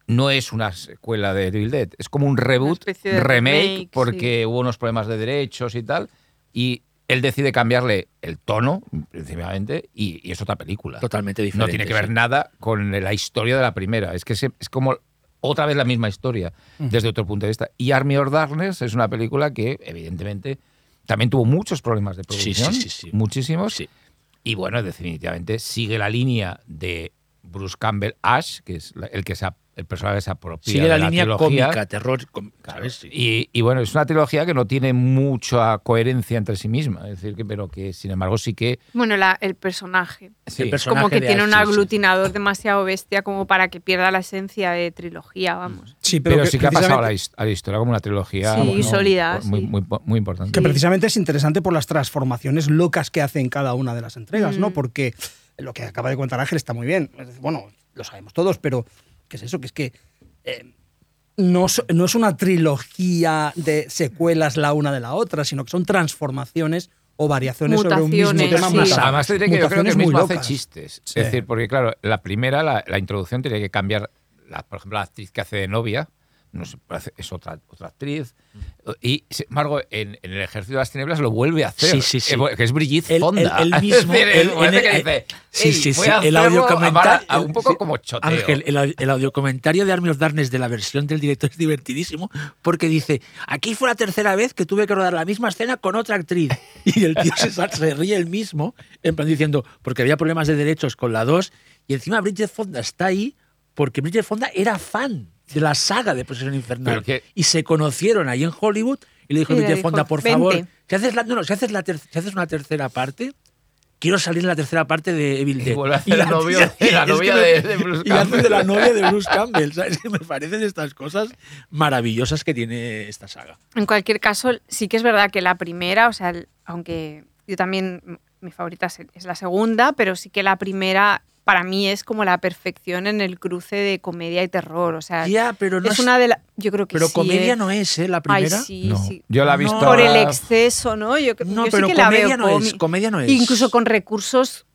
Speaker 5: no es una secuela de Evil Dead, es como un reboot,
Speaker 3: especie de
Speaker 5: remake,
Speaker 3: remake, sí.
Speaker 5: porque hubo unos problemas de derechos y tal, y él decide cambiarle el tono, principalmente, y, y es otra película.
Speaker 6: Totalmente
Speaker 5: No
Speaker 6: diferente.
Speaker 5: tiene que ver
Speaker 6: sí.
Speaker 5: nada con la historia de la primera. Es que se- es como otra vez la misma historia desde otro punto de vista. Y Army of Darkness es una película que, evidentemente, también tuvo muchos problemas de
Speaker 6: Sí, sí,
Speaker 5: producción.
Speaker 6: sí, sí.
Speaker 5: Muchísimos.
Speaker 6: Sí.
Speaker 5: Y bueno, definitivamente sigue la línea de Bruce Campbell Ash, que es la- el que se ap- el personaje se apropia
Speaker 6: Sigue
Speaker 5: de
Speaker 6: la,
Speaker 5: la,
Speaker 6: línea
Speaker 5: trilogía.
Speaker 6: cómica, terror, com- ¿sabes? Sí.
Speaker 5: Y, y bueno, es una trilogía que no tiene mucha coherencia entre sí misma, es decir, que, pero que sin embargo sí que...
Speaker 3: Bueno, la- el personaje.
Speaker 5: sí.
Speaker 6: perso-
Speaker 3: Como
Speaker 6: Personaje
Speaker 3: que
Speaker 6: de
Speaker 3: tiene
Speaker 6: Ash,
Speaker 3: un
Speaker 6: sí, sí.
Speaker 3: aglutinador demasiado bestia como para que pierda la esencia de trilogía, vamos.
Speaker 4: Sí,
Speaker 5: Pero, sí que ha pasado a la,
Speaker 4: precisamente-
Speaker 5: his- a la historia como una trilogía
Speaker 3: Sí,
Speaker 5: bueno,
Speaker 3: sólida,
Speaker 5: muy,
Speaker 3: sí.
Speaker 5: muy, muy importante.
Speaker 3: Mm.
Speaker 4: Que precisamente es interesante por las transformaciones locas que hacen cada una de las entregas, ¿no? Porque lo que acaba de contar Ángel está muy bien. Es decir, Bueno, lo sabemos todos, pero ¿qué es eso? Que es que eh, no, es- no es una trilogía de secuelas la una de la otra, sino que son transformaciones o variaciones sobre un mismo
Speaker 3: Mutaciones,
Speaker 4: tema.
Speaker 3: sí.
Speaker 4: mutaciones.
Speaker 5: Además, te diré que yo creo que
Speaker 4: Mutaciones
Speaker 5: el
Speaker 4: muy
Speaker 5: mismo hace
Speaker 4: locas.
Speaker 5: chistes.
Speaker 4: Sí.
Speaker 5: Es decir, porque claro, la primera, la, la introducción, tiene que cambiar. la- por ejemplo, la actriz que hace de novia no sé, parece- es otra, otra actriz. Y, sin embargo, en, en El Ejército de las Tinieblas lo vuelve a hacer.
Speaker 6: Sí, sí, sí.
Speaker 5: Eh, bueno, Que es Brigitte
Speaker 6: El-
Speaker 5: Fonda.
Speaker 6: el- el
Speaker 5: Es
Speaker 6: mismo-
Speaker 5: decir,
Speaker 6: el-
Speaker 5: parece
Speaker 6: en
Speaker 5: que
Speaker 6: el- eh,
Speaker 5: dice,
Speaker 6: sí,
Speaker 5: "Ey,
Speaker 6: sí,
Speaker 5: voy
Speaker 6: sí,
Speaker 5: a
Speaker 6: el
Speaker 5: hacerlo a
Speaker 6: audiocomentario-
Speaker 5: mala- a un poco como choteo.
Speaker 6: Ángel, el, au- el audiocomentario de Armios Darnes de la versión del director es divertidísimo porque dice, aquí fue la tercera vez que tuve que rodar la misma escena con otra actriz. Y el tío se, sal- se ríe el mismo, en plan diciendo, porque había problemas de derechos con la 2 y encima Bridget Fonda está ahí porque Bridget Fonda era fan de la saga de Posesión Infernal.
Speaker 5: Pero que-
Speaker 6: Y se conocieron ahí en Hollywood y le dijo
Speaker 3: Y le
Speaker 6: Bridget
Speaker 3: dijo,
Speaker 6: Fonda, por
Speaker 3: "Vente".
Speaker 6: favor, si haces, la- no, no, si haces, la ter- si haces una tercera parte, quiero salir en la tercera parte de Evil Dead.
Speaker 5: vuelve a hacer el novio-
Speaker 6: este. y
Speaker 5: la
Speaker 6: es que
Speaker 5: novia
Speaker 6: me-
Speaker 5: de- de Bruce
Speaker 6: y hace de la
Speaker 5: Campbell.
Speaker 6: novia de Bruce Campbell. ¿sabes? Que me parecen estas cosas maravillosas que tiene esta saga.
Speaker 3: En cualquier caso, sí que es verdad que la primera, o sea, el- aunque yo también, m- mi favorita es, es la segunda, pero sí que la primera para mí es como la perfección en el cruce de comedia y terror. O sea,
Speaker 6: Ya, pero no
Speaker 3: es
Speaker 6: es,
Speaker 3: una de las. Yo creo que
Speaker 6: pero
Speaker 3: sí,
Speaker 6: comedia
Speaker 3: ¿eh?
Speaker 6: no es, ¿eh? La
Speaker 3: Ay,
Speaker 6: primera.
Speaker 3: sí,
Speaker 5: No.
Speaker 3: sí.
Speaker 5: Yo la he
Speaker 6: No.
Speaker 5: visto.
Speaker 3: Por el
Speaker 5: ahora-
Speaker 3: exceso, ¿no? Yo, cre-
Speaker 6: No,
Speaker 3: yo
Speaker 6: pero
Speaker 3: sí que la
Speaker 6: comedia
Speaker 3: veo
Speaker 6: no es.
Speaker 3: cómic-
Speaker 6: Comedia no es.
Speaker 3: Incluso con recursos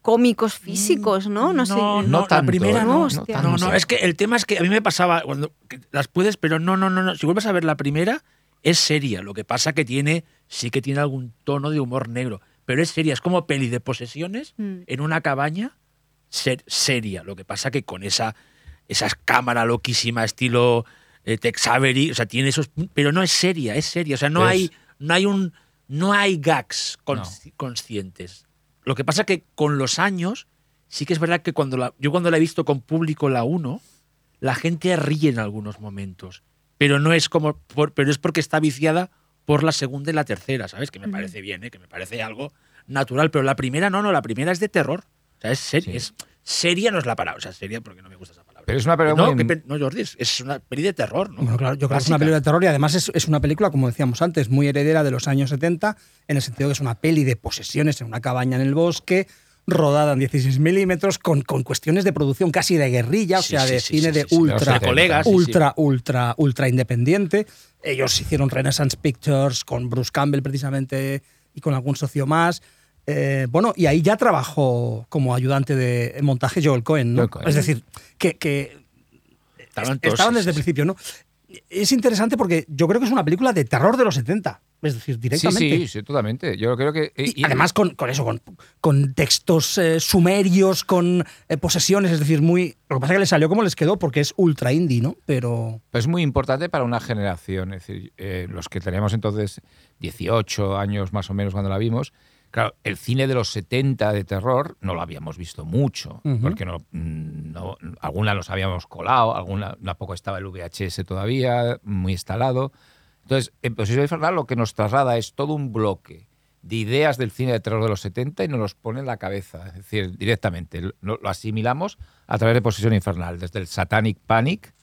Speaker 3: cómicos físicos, ¿no? No, sé.
Speaker 6: No,
Speaker 5: No
Speaker 6: la
Speaker 5: tanto,
Speaker 6: primera
Speaker 5: ¿eh?
Speaker 6: no.
Speaker 3: No, hostia.
Speaker 6: No,
Speaker 5: tanto.
Speaker 6: no, es que el tema es que a mí me pasaba cuando que las puedes, pero no, no, no, no. Si vuelves a ver la primera, es seria. Lo que pasa que tiene, sí que tiene algún tono de humor negro, pero es seria. Es como peli de posesiones
Speaker 3: Mm.
Speaker 6: en una cabaña ser, seria. Lo que pasa que con esa, esa cámara loquísima estilo eh, Tex Avery, o sea, tiene esos, pero no es seria, es seria. O sea, no
Speaker 5: Es-
Speaker 6: hay, no hay un, no hay gags consci- conscientes. Lo que pasa que con los años, sí que es verdad que cuando la, yo cuando la he visto con público la 1, la gente ríe en algunos momentos. Pero no es como. por- pero es porque está viciada por la segunda y la tercera, ¿sabes? Que me
Speaker 3: Ujú.
Speaker 6: parece bien, ¿eh? que me parece algo natural. Pero la primera no, no, la primera es de terror. O sea, es, ser-
Speaker 5: Sí.
Speaker 6: es- seria, no es la palabra. O sea, seria porque no me gusta esa palabra.
Speaker 5: Pero es una película
Speaker 6: no,
Speaker 5: muy-
Speaker 6: que pe- no, Jordi, es- es una peli de terror, ¿no?
Speaker 4: Bueno, claro, yo creo que es una
Speaker 6: Básica.
Speaker 4: película de terror y además es, es una película, como decíamos antes, muy heredera de los años 70, en el sentido que es una peli de posesiones en una cabaña en el bosque, rodada en 16 milímetros, con, con cuestiones de producción casi de guerrilla,
Speaker 6: Sí,
Speaker 4: o sea,
Speaker 6: sí,
Speaker 4: de
Speaker 6: sí,
Speaker 4: cine
Speaker 6: sí,
Speaker 4: de
Speaker 6: sí, sí, de los
Speaker 4: ultra,
Speaker 6: colegas, sí, sí.
Speaker 4: ultra, ultra, ultra independiente. Ellos hicieron Renaissance Pictures con Bruce Campbell precisamente y con algún socio más. Eh, bueno, y ahí ya trabajó como ayudante de montaje Joel Cohen, ¿no?
Speaker 5: Joel Cohen.
Speaker 4: Es decir, que- que
Speaker 6: Estaban
Speaker 4: es-
Speaker 6: todos-
Speaker 4: estaban
Speaker 6: sí,
Speaker 4: desde el
Speaker 6: sí, sí.
Speaker 4: principio, ¿no? Es interesante porque yo creo que es una película de terror de los 70, es decir,
Speaker 5: Sí,
Speaker 4: directamente.
Speaker 5: sí, sí, totalmente. Yo creo que.
Speaker 4: Y, además con, con eso, con, con textos eh, sumerios, con eh, posesiones, es decir, muy... Lo que pasa es que le salió como les quedó porque es ultra indie, ¿no? Pero...
Speaker 5: Es muy importante para una generación, es decir, eh, los que teníamos entonces 18 años más o menos cuando la vimos, claro, el cine de los 70 de terror no lo habíamos visto mucho,
Speaker 4: Ujú.
Speaker 5: porque no, mm, no- alguna nos habíamos colado, alguna tampoco estaba el VHS todavía, muy instalado. Entonces, eh, pues en Posición Infernal lo que nos traslada es todo un bloque de ideas del cine de terror de los 70 y nos los pone en la cabeza, es decir, directamente. Lo, lo asimilamos a través de Posesión Infernal, desde el Satanic Panic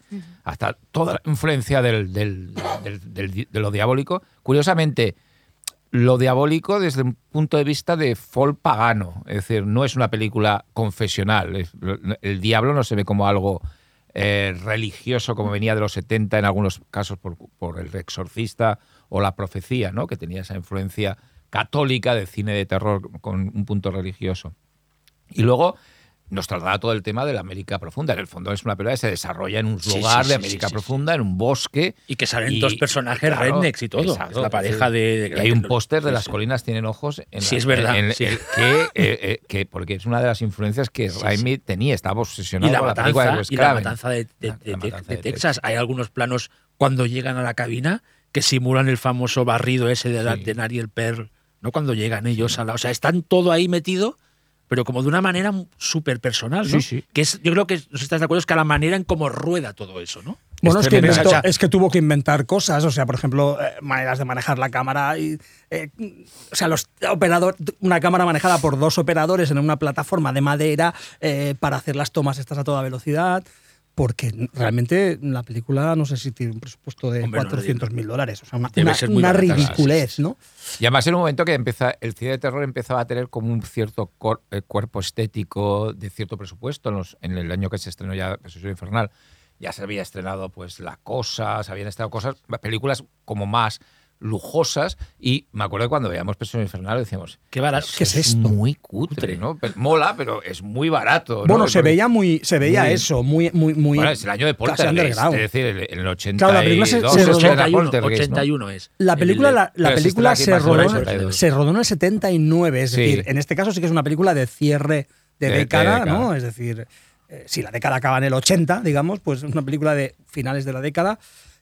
Speaker 5: hasta toda la influencia del- del- del- del di- de lo diabólico. Curiosamente, lo diabólico desde un punto de vista de folk pagano. Es decir, no es una película confesional. Es- el diablo no se ve como algo eh, religioso como venía de los 70 en algunos casos por, por el exorcista o la profecía, ¿no? que tenía esa influencia católica de cine de terror con un punto religioso. Y luego nos traslada todo el tema de la América Profunda. En el fondo es una película que se desarrolla en un
Speaker 6: Sí, sí,
Speaker 5: lugar
Speaker 6: sí,
Speaker 5: de
Speaker 6: sí,
Speaker 5: América
Speaker 6: sí, sí.
Speaker 5: Profunda, en un bosque,
Speaker 6: Y que salen
Speaker 5: y-
Speaker 6: dos personajes
Speaker 5: claro,
Speaker 6: rednecks y todo.
Speaker 5: exacto,
Speaker 6: Es la pareja
Speaker 5: sí.
Speaker 6: de.
Speaker 5: Y hay un póster de
Speaker 6: Sí,
Speaker 5: las
Speaker 6: sí.
Speaker 5: colinas tienen ojos. En
Speaker 6: Sí,
Speaker 5: la-
Speaker 6: es verdad,
Speaker 5: en- en-
Speaker 6: sí.
Speaker 5: en- que, eh, eh, que- porque es una de las influencias que
Speaker 6: Sí,
Speaker 5: Raimi tenía, estaba obsesionado
Speaker 6: y la
Speaker 5: con la película de
Speaker 6: matanza,
Speaker 5: Wes
Speaker 6: y la
Speaker 5: Craven.
Speaker 6: matanza de, de-
Speaker 5: La-
Speaker 6: de-
Speaker 5: la
Speaker 6: de-
Speaker 5: matanza
Speaker 6: de
Speaker 5: de
Speaker 6: Texas. Hay algunos planos cuando llegan a la cabina que simulan el famoso barrido ese de, la-
Speaker 5: Sí.
Speaker 6: de Nariel Pearl, ¿no? Cuando llegan ellos a la. O sea, están todo ahí metido, pero como de una manera súper personal, ¿no?
Speaker 5: Sí, sí.
Speaker 6: Que es, yo creo que, no sé si estás de acuerdo, es que la manera en cómo rueda todo eso, ¿no?
Speaker 5: Este
Speaker 4: Bueno, es, que
Speaker 5: tremendo.
Speaker 4: inventó-
Speaker 6: O sea,
Speaker 4: es que tuvo que inventar cosas, o sea, por ejemplo, eh, maneras de manejar la cámara. y, eh, o sea, los operador, una cámara manejada por dos operadores en una plataforma de madera eh, para hacer las tomas estas a toda velocidad. porque realmente la película, no sé si tiene un presupuesto de
Speaker 6: Hombre, no,
Speaker 4: 400 mil dólares, o sea, una,
Speaker 6: Debe
Speaker 4: una-
Speaker 6: ser muy
Speaker 4: una
Speaker 6: barata,
Speaker 4: ridiculez, ¿no?
Speaker 5: Y además en un momento que empieza, el cine de terror empezaba a tener como un cierto cor- eh, cuerpo estético de cierto presupuesto en, los- en el año que se estrenó ya Presidio Infernal. Ya se había estrenado pues La Cosa, se habían estrenado cosas, películas como más lujosas y me acuerdo que cuando veíamos Presidio Infernal decíamos,
Speaker 6: Qué barato.
Speaker 4: ¿Qué es esto?
Speaker 5: muy cutre, ¿no? Pe- Mola, pero es muy barato. ¿no?
Speaker 4: Bueno, se
Speaker 5: Porque-
Speaker 4: veía muy, se veía
Speaker 5: muy-
Speaker 4: eso, muy, muy, muy.
Speaker 5: Bueno, es el año de Poltergeist, es
Speaker 4: underground.
Speaker 5: decir, el, el
Speaker 4: Claro, la película
Speaker 5: 82,
Speaker 4: se-
Speaker 6: Es
Speaker 4: se
Speaker 6: 81,
Speaker 5: 81, ¿no?
Speaker 6: 81 es.
Speaker 4: La
Speaker 6: El
Speaker 4: película,
Speaker 6: de-
Speaker 4: la,
Speaker 5: pero
Speaker 4: la
Speaker 5: se
Speaker 4: película
Speaker 5: estrena aquí más
Speaker 4: se rodó,
Speaker 5: por ahí, por ahí.
Speaker 4: se rodó en el 79, es
Speaker 5: Sí.
Speaker 4: decir, en este caso sí que es una película de cierre de,
Speaker 5: De- de
Speaker 4: década,
Speaker 5: década.
Speaker 4: ¿no? Es decir, eh, si la década acaba en el 80, digamos, pues es una película de finales de la década.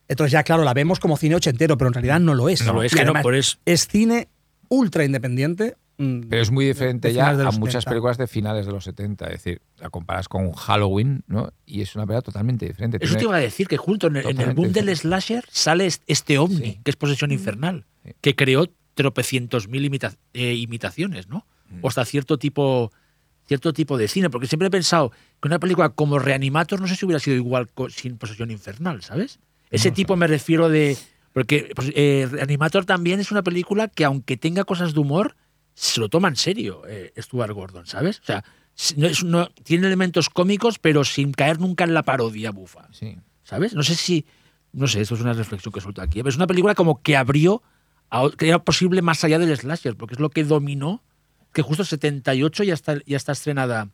Speaker 4: Entonces ya, claro, la vemos como cine ochentero, pero en realidad no lo es.
Speaker 6: No lo es,
Speaker 4: Y
Speaker 6: que no,
Speaker 4: además,
Speaker 6: por eso.
Speaker 4: Es cine ultra independiente. mm,
Speaker 5: Pero es muy diferente
Speaker 4: de
Speaker 5: ya a
Speaker 4: finales de los
Speaker 5: muchas
Speaker 4: 70.
Speaker 5: películas de finales de los 70. Es decir, la comparas con Halloween, ¿no? Y es una película totalmente diferente.
Speaker 6: Eso
Speaker 5: Tiene-
Speaker 6: te iba a decir, que junto en el, en el
Speaker 5: Totalmente
Speaker 6: boom del
Speaker 5: diferente.
Speaker 6: slasher sale est- este ovni,
Speaker 5: Sí.
Speaker 6: que es Posesión Infernal,
Speaker 5: Sí.
Speaker 6: que creó tropecientos mil imita- eh, imitaciones, ¿no?
Speaker 5: Mm.
Speaker 6: O hasta cierto tipo, cierto tipo de cine, porque siempre he pensado que una película como Reanimator no sé si hubiera sido igual co- sin Posesión Infernal, ¿sabes? Ese tipo me refiero de... Porque pues, eh, Reanimator también es una película que aunque tenga cosas de humor, se lo toma en serio eh, Stuart Gordon, ¿sabes? O sea, si- no es- no- tiene elementos cómicos, pero sin caer nunca en la parodia bufa.
Speaker 5: Sí.
Speaker 6: ¿Sabes? No sé si. No sé, esto es una reflexión que suelto aquí. pero Es una película como que abrió, a o- que era posible más allá del slasher, porque es lo que dominó, que justo 78 ya está, ya está estrenada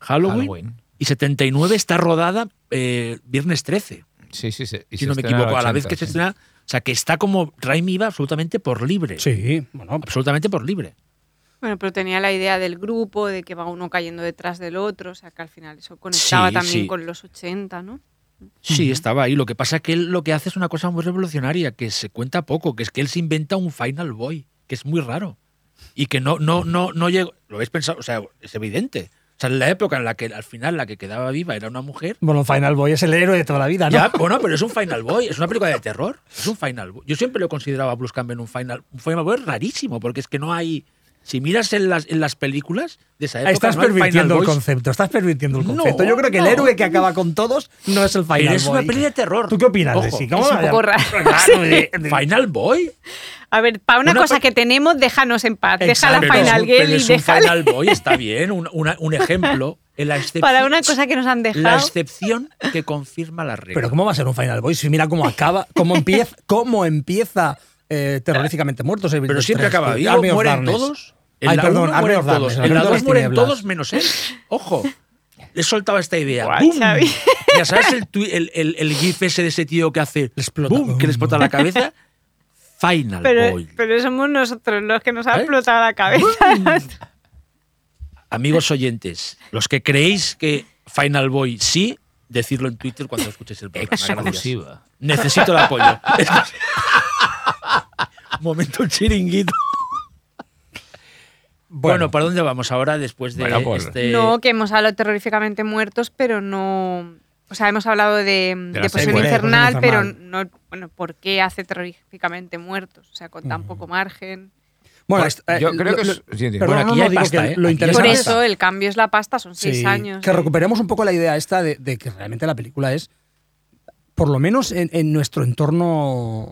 Speaker 6: Halloween,
Speaker 5: Halloween.
Speaker 6: y 79 está rodada eh, Viernes 13,
Speaker 5: Sí, sí, sí. Y
Speaker 6: si
Speaker 5: se
Speaker 6: no me
Speaker 5: estrena en
Speaker 6: equivoco, a la
Speaker 5: 80,
Speaker 6: vez que se
Speaker 5: sí.
Speaker 6: estrena. O sea, que está como Raimi iba absolutamente por libre.
Speaker 4: Sí, bueno, pues,
Speaker 6: Absolutamente por libre.
Speaker 3: Bueno, pero tenía la idea del grupo, de que va uno cayendo detrás del otro, o sea que al final eso conectaba
Speaker 6: Sí,
Speaker 3: también
Speaker 6: sí.
Speaker 3: con los 80, ¿no?
Speaker 6: Sí, estaba ahí. Lo que pasa es que él lo que hace es una cosa muy revolucionaria, que se cuenta poco, que es que él se inventa un Final Boy, que es muy raro. Y que no, no, no, no llegó. Lo habéis pensado, o sea, es evidente. O sea, en la época en la que al final la que quedaba viva era una mujer.
Speaker 4: bueno, Final Boy es el héroe de toda la vida, Ah, ¿no?
Speaker 6: Ya, bueno, pero es un Final Boy, es una película de terror. Es un Final Boy. Yo siempre lo consideraba a Bruce Campbell un Final, un Final Boy rarísimo, porque es que no hay. Si miras en las, en las películas de esa época.
Speaker 4: Ah, Estás
Speaker 6: no hay Final
Speaker 4: pervirtiendo el
Speaker 6: Boys.
Speaker 4: concepto, estás pervirtiendo el
Speaker 6: No,
Speaker 4: concepto. Yo creo que
Speaker 6: no.
Speaker 4: el héroe que acaba con todos no es el Final
Speaker 6: Pero es una
Speaker 4: Boy.
Speaker 6: peli de terror.
Speaker 4: ¿Tú qué opinas de
Speaker 6: Ojo,
Speaker 4: sí? ¿Cómo
Speaker 3: es
Speaker 4: la
Speaker 3: un poco
Speaker 4: llamas?
Speaker 3: raro.
Speaker 4: Claro, eh, de- de-
Speaker 6: ¿Final Boy?
Speaker 3: A ver, para una,
Speaker 6: Una
Speaker 3: cosa
Speaker 6: pe-
Speaker 3: que tenemos, déjanos en paz. Deja la
Speaker 6: Exacto.
Speaker 3: Final
Speaker 6: Pero
Speaker 3: Girl y
Speaker 6: es un Final
Speaker 3: déjala.
Speaker 6: Boy está bien, un, una- un ejemplo. En la excepción-
Speaker 3: Para una cosa que nos han
Speaker 6: La
Speaker 3: dejado.
Speaker 6: excepción que confirma la regla.
Speaker 4: Pero ¿cómo va a ser un Final Boy? Si mira cómo acaba, cómo empieza, cómo empieza eh, terroríficamente muertos. el
Speaker 6: Pero
Speaker 4: 23,
Speaker 6: siempre acaba
Speaker 4: tío.
Speaker 6: bien.
Speaker 4: Army of
Speaker 6: Mueren
Speaker 4: Darkness.
Speaker 6: todos.
Speaker 4: Ay,
Speaker 6: la
Speaker 4: perdón,
Speaker 6: uno
Speaker 4: Army
Speaker 6: mueren
Speaker 4: of Darkness,
Speaker 6: todos.
Speaker 4: la
Speaker 6: En la
Speaker 4: Red de
Speaker 6: dos
Speaker 4: las
Speaker 6: mueren
Speaker 4: Tinieblas.
Speaker 6: todos menos él. Ojo. Le he soltado esta idea.
Speaker 3: Guau,
Speaker 6: ¡Bum!
Speaker 3: Xavi.
Speaker 6: Ya sabes el, tui- el, el- el gif ese de ese tío que hace
Speaker 4: Le explota.
Speaker 6: ¡bum! que le explota la cabeza. Final
Speaker 3: Pero,
Speaker 6: Boy.
Speaker 3: pero somos nosotros los que nos ha
Speaker 6: ¿Eh?
Speaker 3: explotado la cabeza.
Speaker 6: Amigos oyentes, los que creéis que Final Boy sí, decirlo en Twitter cuando escuchéis el programa. Gracias.
Speaker 5: Exclusiva.
Speaker 6: Necesito el apoyo. Momento chiringuito. Bueno,
Speaker 4: Bueno,
Speaker 6: ¿para dónde vamos ahora después de
Speaker 5: Bueno, pues-
Speaker 6: este?
Speaker 3: No, que hemos hablado de terroríficamente muertos, pero no. O sea, hemos hablado de, de,
Speaker 5: la
Speaker 3: posesión
Speaker 5: secuela.
Speaker 3: infernal,
Speaker 4: De
Speaker 3: pero
Speaker 4: posesión
Speaker 3: no. Bueno, ¿por qué hace terroríficamente muertos? O sea, con tan poco margen.
Speaker 4: bueno,
Speaker 6: pues,
Speaker 4: est- eh,
Speaker 5: Yo creo que
Speaker 4: lo-
Speaker 5: es- sí, sí.
Speaker 4: perdón,
Speaker 6: Bueno, aquí
Speaker 4: no,
Speaker 6: ya
Speaker 4: no,
Speaker 6: hay
Speaker 4: digo
Speaker 6: pasta,
Speaker 4: que
Speaker 6: ¿eh? Aquí
Speaker 4: lo
Speaker 6: ya
Speaker 4: interesante
Speaker 3: Por
Speaker 6: Interesante.
Speaker 3: eso el cambio es la pasta, son seis
Speaker 4: Sí,
Speaker 3: años.
Speaker 4: Que
Speaker 3: de-
Speaker 4: recuperemos un poco la idea esta de, de que realmente la película es, por lo menos en, en nuestro entorno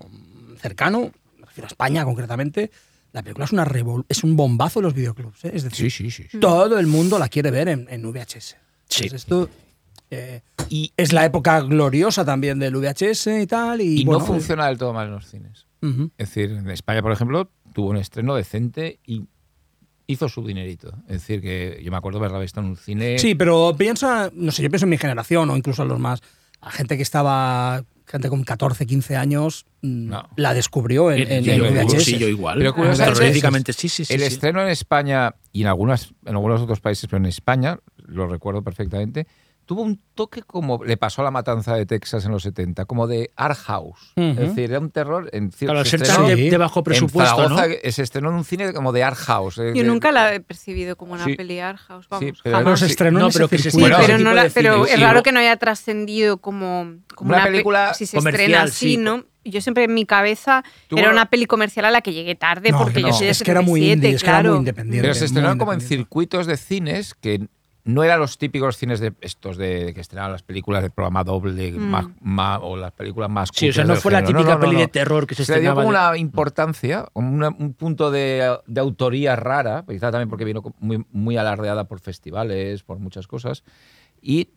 Speaker 4: cercano, me refiero a España concretamente, la película es, una revol- es un bombazo de los videoclubs. ¿eh? Es decir,
Speaker 5: Sí, sí, sí. sí.
Speaker 4: todo el mundo la quiere ver en, en VHS.
Speaker 6: Sí.
Speaker 4: Entonces esto eh, es la época gloriosa también del VHS y tal. Y,
Speaker 5: Y,
Speaker 4: bueno, eh,
Speaker 5: no funciona del todo mal en los cines.
Speaker 4: ujú.
Speaker 5: Es decir, en España, por ejemplo, tuvo un estreno decente y hizo su dinerito. Es decir, que yo me acuerdo haberla visto en un cine.
Speaker 4: Sí, pero piensa, no sé, yo pienso en mi generación o incluso en los más. A gente que estaba, gente con 14, 15 años, mm,
Speaker 5: No.
Speaker 4: la descubrió en, en-
Speaker 6: Sí,
Speaker 4: en
Speaker 5: yo-
Speaker 4: VHS.
Speaker 6: sí, yo igual.
Speaker 5: Pero curiosamente,
Speaker 6: Terroríficamente, sí, sí, sí.
Speaker 5: el
Speaker 6: sí.
Speaker 5: estreno en España y en, algunas, en algunos otros países, pero en España, lo recuerdo perfectamente, tuvo un toque como le pasó a la matanza de Texas en los 70, como de art house.
Speaker 4: Ujú.
Speaker 5: Es decir, era un terror en
Speaker 6: Claro,
Speaker 5: cierto
Speaker 6: al ser tan de,
Speaker 4: Sí.
Speaker 6: de bajo presupuesto,
Speaker 5: en
Speaker 6: ¿no?
Speaker 5: Zaragoza se estrenó en un cine como de art house. eh,
Speaker 3: Yo
Speaker 5: de-
Speaker 3: nunca la he percibido como una
Speaker 5: Sí.
Speaker 3: peli art house, vamos.
Speaker 5: Sí, pero
Speaker 4: No,
Speaker 3: jamás.
Speaker 4: se
Speaker 5: Sí,
Speaker 4: estrenó
Speaker 6: no,
Speaker 4: en ese
Speaker 6: pero que se
Speaker 3: Ah, Sí,
Speaker 4: circuito.
Speaker 5: Bueno,
Speaker 3: pero,
Speaker 6: ese
Speaker 3: no
Speaker 6: tipo
Speaker 3: la-
Speaker 6: de
Speaker 3: pero
Speaker 6: cine,
Speaker 3: es
Speaker 6: sí,
Speaker 3: raro
Speaker 6: o-
Speaker 3: que no haya trascendido como, como
Speaker 5: Una
Speaker 3: pe-
Speaker 5: película
Speaker 3: si se
Speaker 6: comercial,
Speaker 3: estrena así,
Speaker 6: sí.
Speaker 3: ¿no? Yo siempre en mi cabeza
Speaker 5: Tuvo-
Speaker 3: era una peli comercial a la que llegué tarde
Speaker 4: No,
Speaker 3: porque
Speaker 4: no,
Speaker 3: yo soy de
Speaker 4: es que era muy
Speaker 3: 77,
Speaker 4: indie, es que era
Speaker 3: claro.
Speaker 4: muy independiente.
Speaker 5: Pero se
Speaker 4: muy
Speaker 5: estrenaron como en
Speaker 4: independiente.
Speaker 5: circuitos de cines que no eran los típicos cines de estos de que estrenaban las películas de programa doble
Speaker 3: Mm.
Speaker 5: más- más- o las películas más
Speaker 6: Sí, o sea,
Speaker 5: cutres
Speaker 6: no
Speaker 5: del
Speaker 6: fue la
Speaker 5: género.
Speaker 6: típica
Speaker 5: No, no, no,
Speaker 6: peli
Speaker 5: no.
Speaker 6: de terror que se,
Speaker 5: Se le dio
Speaker 6: estrenaba.
Speaker 5: como
Speaker 6: de-
Speaker 5: una importancia, como una- un punto de, de autoría rara, pues quizá también porque vino co- muy, muy alardeada por festivales, por muchas cosas, y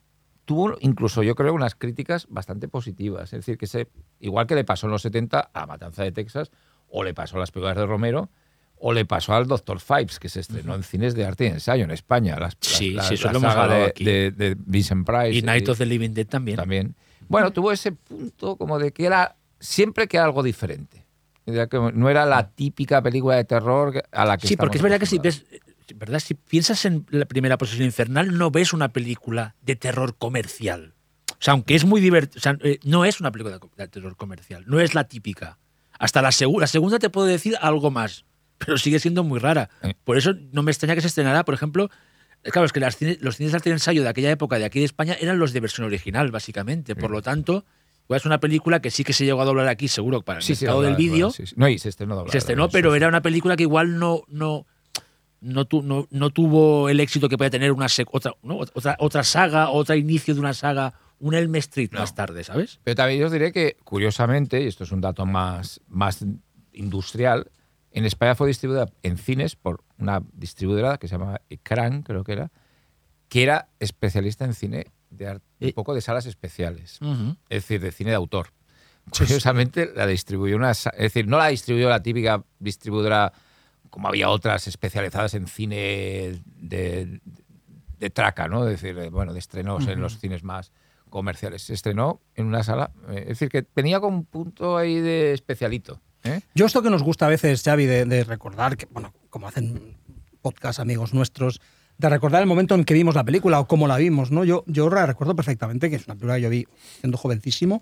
Speaker 5: tuvo incluso, yo creo, unas críticas bastante positivas. Es decir, que se, igual que le pasó en los 70 a Matanza de Texas, o le pasó a las películas de Romero, o le pasó al Doctor Fives, que se estrenó en cines de arte y ensayo en España. Las,
Speaker 6: Sí,
Speaker 5: la-
Speaker 6: sí, eso
Speaker 5: la
Speaker 6: lo hemos
Speaker 5: saga
Speaker 6: hablado
Speaker 5: de,
Speaker 6: aquí.
Speaker 5: de- de Vincent Price.
Speaker 6: Y Night
Speaker 5: y-
Speaker 6: of the Living Dead también.
Speaker 5: también. Bueno, tuvo ese punto como de que era siempre que era algo diferente. Era como- No era la típica película de terror a la que
Speaker 6: Sí, porque es
Speaker 5: estamos
Speaker 6: verdad que si
Speaker 5: acostumbrados.
Speaker 6: ves, verdad, si piensas en la primera posesión infernal, no ves una película de terror comercial. O sea, aunque es muy divertido, no es una película de co- de terror comercial, no es la típica. Hasta la segunda, la segunda te puedo decir algo más, pero sigue siendo muy rara.
Speaker 5: Eh.
Speaker 6: Por eso no me extraña que se estrenara, por ejemplo, eh, claro, es que las cine- los cines de arte y ensayo de aquella época, de aquí de España, eran los de versión original, básicamente. Por lo tanto, igual es una película que sí que se llegó a doblar aquí, seguro, para el
Speaker 5: Sí, sí,
Speaker 6: mercado
Speaker 5: doblada,
Speaker 6: del vídeo.
Speaker 5: doblada, sí, sí. No, y se estrenó doblada,
Speaker 6: Se estrenó,
Speaker 5: doblada,
Speaker 6: pero
Speaker 5: sí,
Speaker 6: era una película que igual no, no, no, tu- no, no tuvo el éxito que podía tener una sec- otra, ¿no? otra, otra saga, otro inicio de una saga, un Elm Street más tarde, ¿sabes?
Speaker 5: sí. Pero también yo os diré que, curiosamente, y esto es un dato más, más industrial, en España fue distribuida en cines por una distribuidora que se llama Ecran, creo que era, que era especialista en cine de arte, un
Speaker 6: Eh.
Speaker 5: poco de salas especiales. es decir, de cine de autor. Curiosamente, la distribuyó una. sa- Es decir, no la distribuyó la típica distribuidora como había otras especializadas en cine de, de traca, ¿no? Es decir, eh, bueno, de estrenos en los cines más comerciales. Se estrenó en una sala. eh, Es decir, que tenía como un punto ahí de especialito. ¿eh?
Speaker 4: Yo esto que nos gusta a veces, Xavi, de, de recordar, que bueno, como hacen podcast amigos nuestros, de recordar el momento en que vimos la película o cómo la vimos, ¿no? Yo, yo la recuerdo perfectamente que es una película que yo vi siendo jovencísimo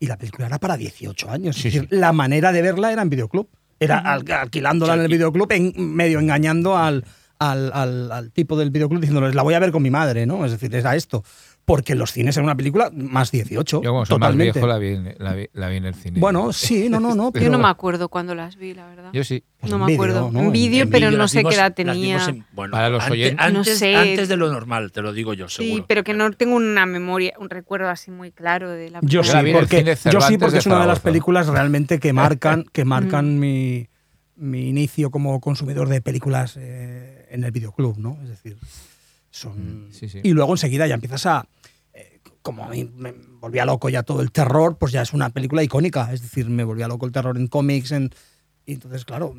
Speaker 4: y la película era para 18 años. es decir, La manera de verla era en videoclub. Era al- alquilándola en el videoclub, en- medio engañando al, al, al- al tipo del videoclub diciéndole, la voy a ver con mi madre, ¿no? Es decir, era esto. Porque en los cines era una película más 18.
Speaker 5: Yo, como soy más
Speaker 4: Oh, totalmente.
Speaker 5: viejo, la vi, en- la vi- la vi en el cine.
Speaker 4: Bueno, sí, no, no, no.
Speaker 3: Yo no
Speaker 4: pero-
Speaker 3: me acuerdo cuando las vi, la verdad.
Speaker 5: yo sí.
Speaker 4: pues
Speaker 3: no
Speaker 4: en
Speaker 3: me
Speaker 4: vídeo,
Speaker 3: acuerdo.
Speaker 4: ¿no?
Speaker 3: En vídeo,
Speaker 6: En
Speaker 3: pero
Speaker 6: vídeo
Speaker 3: no
Speaker 6: las
Speaker 3: sé
Speaker 6: vimos-
Speaker 3: qué edad
Speaker 6: las
Speaker 3: tenía.
Speaker 6: vimos en- bueno,
Speaker 5: Para los
Speaker 6: ante-
Speaker 5: oyentes.
Speaker 6: Antes,
Speaker 3: No sé.
Speaker 6: antes de lo normal, te lo digo yo, seguro.
Speaker 3: Sí, pero que no tengo una memoria, un recuerdo así muy claro de la
Speaker 4: Yo
Speaker 3: primera
Speaker 4: sí,
Speaker 5: la vi en el
Speaker 4: porque,
Speaker 5: cine
Speaker 4: yo sí
Speaker 5: Cervantes
Speaker 4: porque
Speaker 5: de
Speaker 4: es una de las
Speaker 5: Zaragoza.
Speaker 4: películas realmente que marcan, que
Speaker 3: Mm.
Speaker 4: marcan mi, mi inicio como consumidor de películas eh, en el videoclub, ¿no? Es decir, son...
Speaker 5: Mm, sí, sí.
Speaker 4: Y luego enseguida ya empiezas a... eh, Como a mí me volvía loco ya todo el terror, pues ya es una película icónica. Es decir, me volvía loco el terror en cómics, en... Y entonces, claro,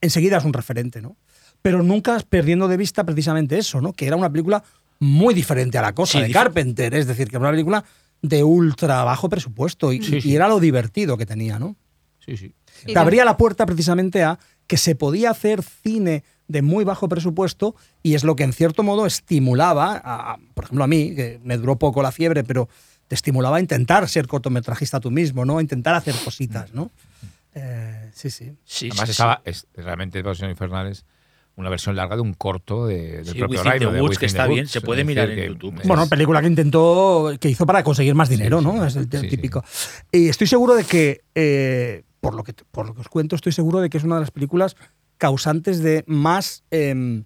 Speaker 4: enseguida es un referente, ¿no? Pero nunca perdiendo de vista precisamente eso, ¿no? Que era una película muy diferente a la cosa
Speaker 6: Sí,
Speaker 4: de
Speaker 6: dif-
Speaker 4: Carpenter, es decir, que era una película de ultra bajo presupuesto y,
Speaker 5: Sí,
Speaker 4: y
Speaker 5: sí.
Speaker 4: era lo divertido que tenía, ¿no?
Speaker 5: Sí, sí.
Speaker 3: Y
Speaker 4: Te abría la puerta precisamente a que se podía hacer cine de muy bajo presupuesto y es lo que en cierto modo estimulaba, a- por ejemplo a mí, que me duró poco la fiebre, pero te estimulaba a intentar ser cortometrajista tú mismo, ¿no? A intentar hacer cositas, ¿no?
Speaker 5: Mm.
Speaker 4: Eh, sí, sí.
Speaker 6: Sí,
Speaker 5: Además,
Speaker 6: sí,
Speaker 5: estaba es, realmente Pasión Infernal es una versión larga de un corto de, del
Speaker 6: Sí,
Speaker 5: propio
Speaker 6: Within the
Speaker 5: Raimo. de
Speaker 6: Woods, que
Speaker 5: Within
Speaker 6: está
Speaker 5: the
Speaker 6: bien,
Speaker 5: Woods.
Speaker 6: se puede
Speaker 5: Es
Speaker 6: mirar
Speaker 5: decir,
Speaker 6: en
Speaker 5: que
Speaker 6: YouTube.
Speaker 5: es-
Speaker 4: Bueno, película que intentó, que hizo para conseguir más dinero,
Speaker 5: Sí, sí.
Speaker 4: ¿no? Es el, el
Speaker 5: Sí, sí.
Speaker 4: típico. Y estoy seguro de que, eh, por, lo que, por lo que os cuento, estoy seguro de que es una de las películas causantes de más em,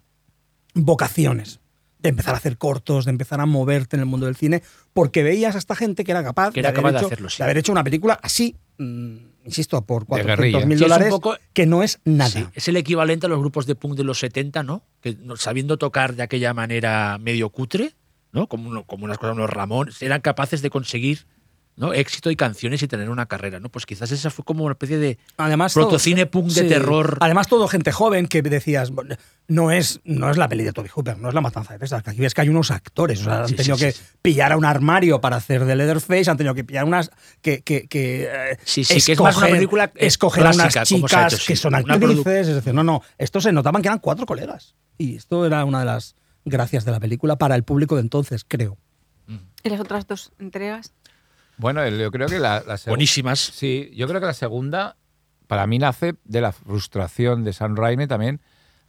Speaker 4: vocaciones. De empezar a hacer cortos, de empezar a moverte en el mundo del cine, porque veías a esta gente que era capaz,
Speaker 6: Que era capaz de
Speaker 4: hecho,
Speaker 6: hacerlo, sí.
Speaker 4: de haber hecho una película así, mm, insisto, por
Speaker 5: guerrilla.
Speaker 4: 400 mil
Speaker 6: Sí, es un
Speaker 4: dólares,
Speaker 6: poco-
Speaker 4: que no es nada.
Speaker 6: Sí, es el equivalente a los grupos de punk de los 70, ¿no? Que no- sabiendo tocar de aquella manera medio cutre, ¿no? Como, uno- como unas cosas, unos Ramones, eran capaces de conseguir ¿no? éxito y canciones y tener una carrera, ¿no? Pues quizás esa fue como una especie de
Speaker 4: Además,
Speaker 6: protocine punk de
Speaker 4: Sí.
Speaker 6: terror.
Speaker 4: Además, todo gente joven que decías, "Bueno, no es, no es la peli de Toby Hooper, no es la matanza de Texas, que aquí ves que hay unos actores, o sea, han
Speaker 6: Sí, sí,
Speaker 4: tenido
Speaker 6: sí,
Speaker 4: que
Speaker 6: sí.
Speaker 4: pillar a un armario para hacer de Leatherface, han tenido que pillar unas que, que, que eh,
Speaker 6: Sí, sí, que es más una película, eh,
Speaker 4: escoger a unas
Speaker 6: clásica, como se ha
Speaker 4: chicas
Speaker 6: hecho, sí.
Speaker 4: que son
Speaker 6: Una produ-
Speaker 4: actrices, es decir, no, no, esto se notaban que eran cuatro colegas y esto era una de las gracias de la película para el público de entonces, creo.
Speaker 3: ¿Y las otras dos entregas?
Speaker 5: Bueno, el- yo creo que la, la segu-
Speaker 6: Buenísimas.
Speaker 5: Sí, yo creo que la segunda, para mí, nace de la frustración de San Raimi también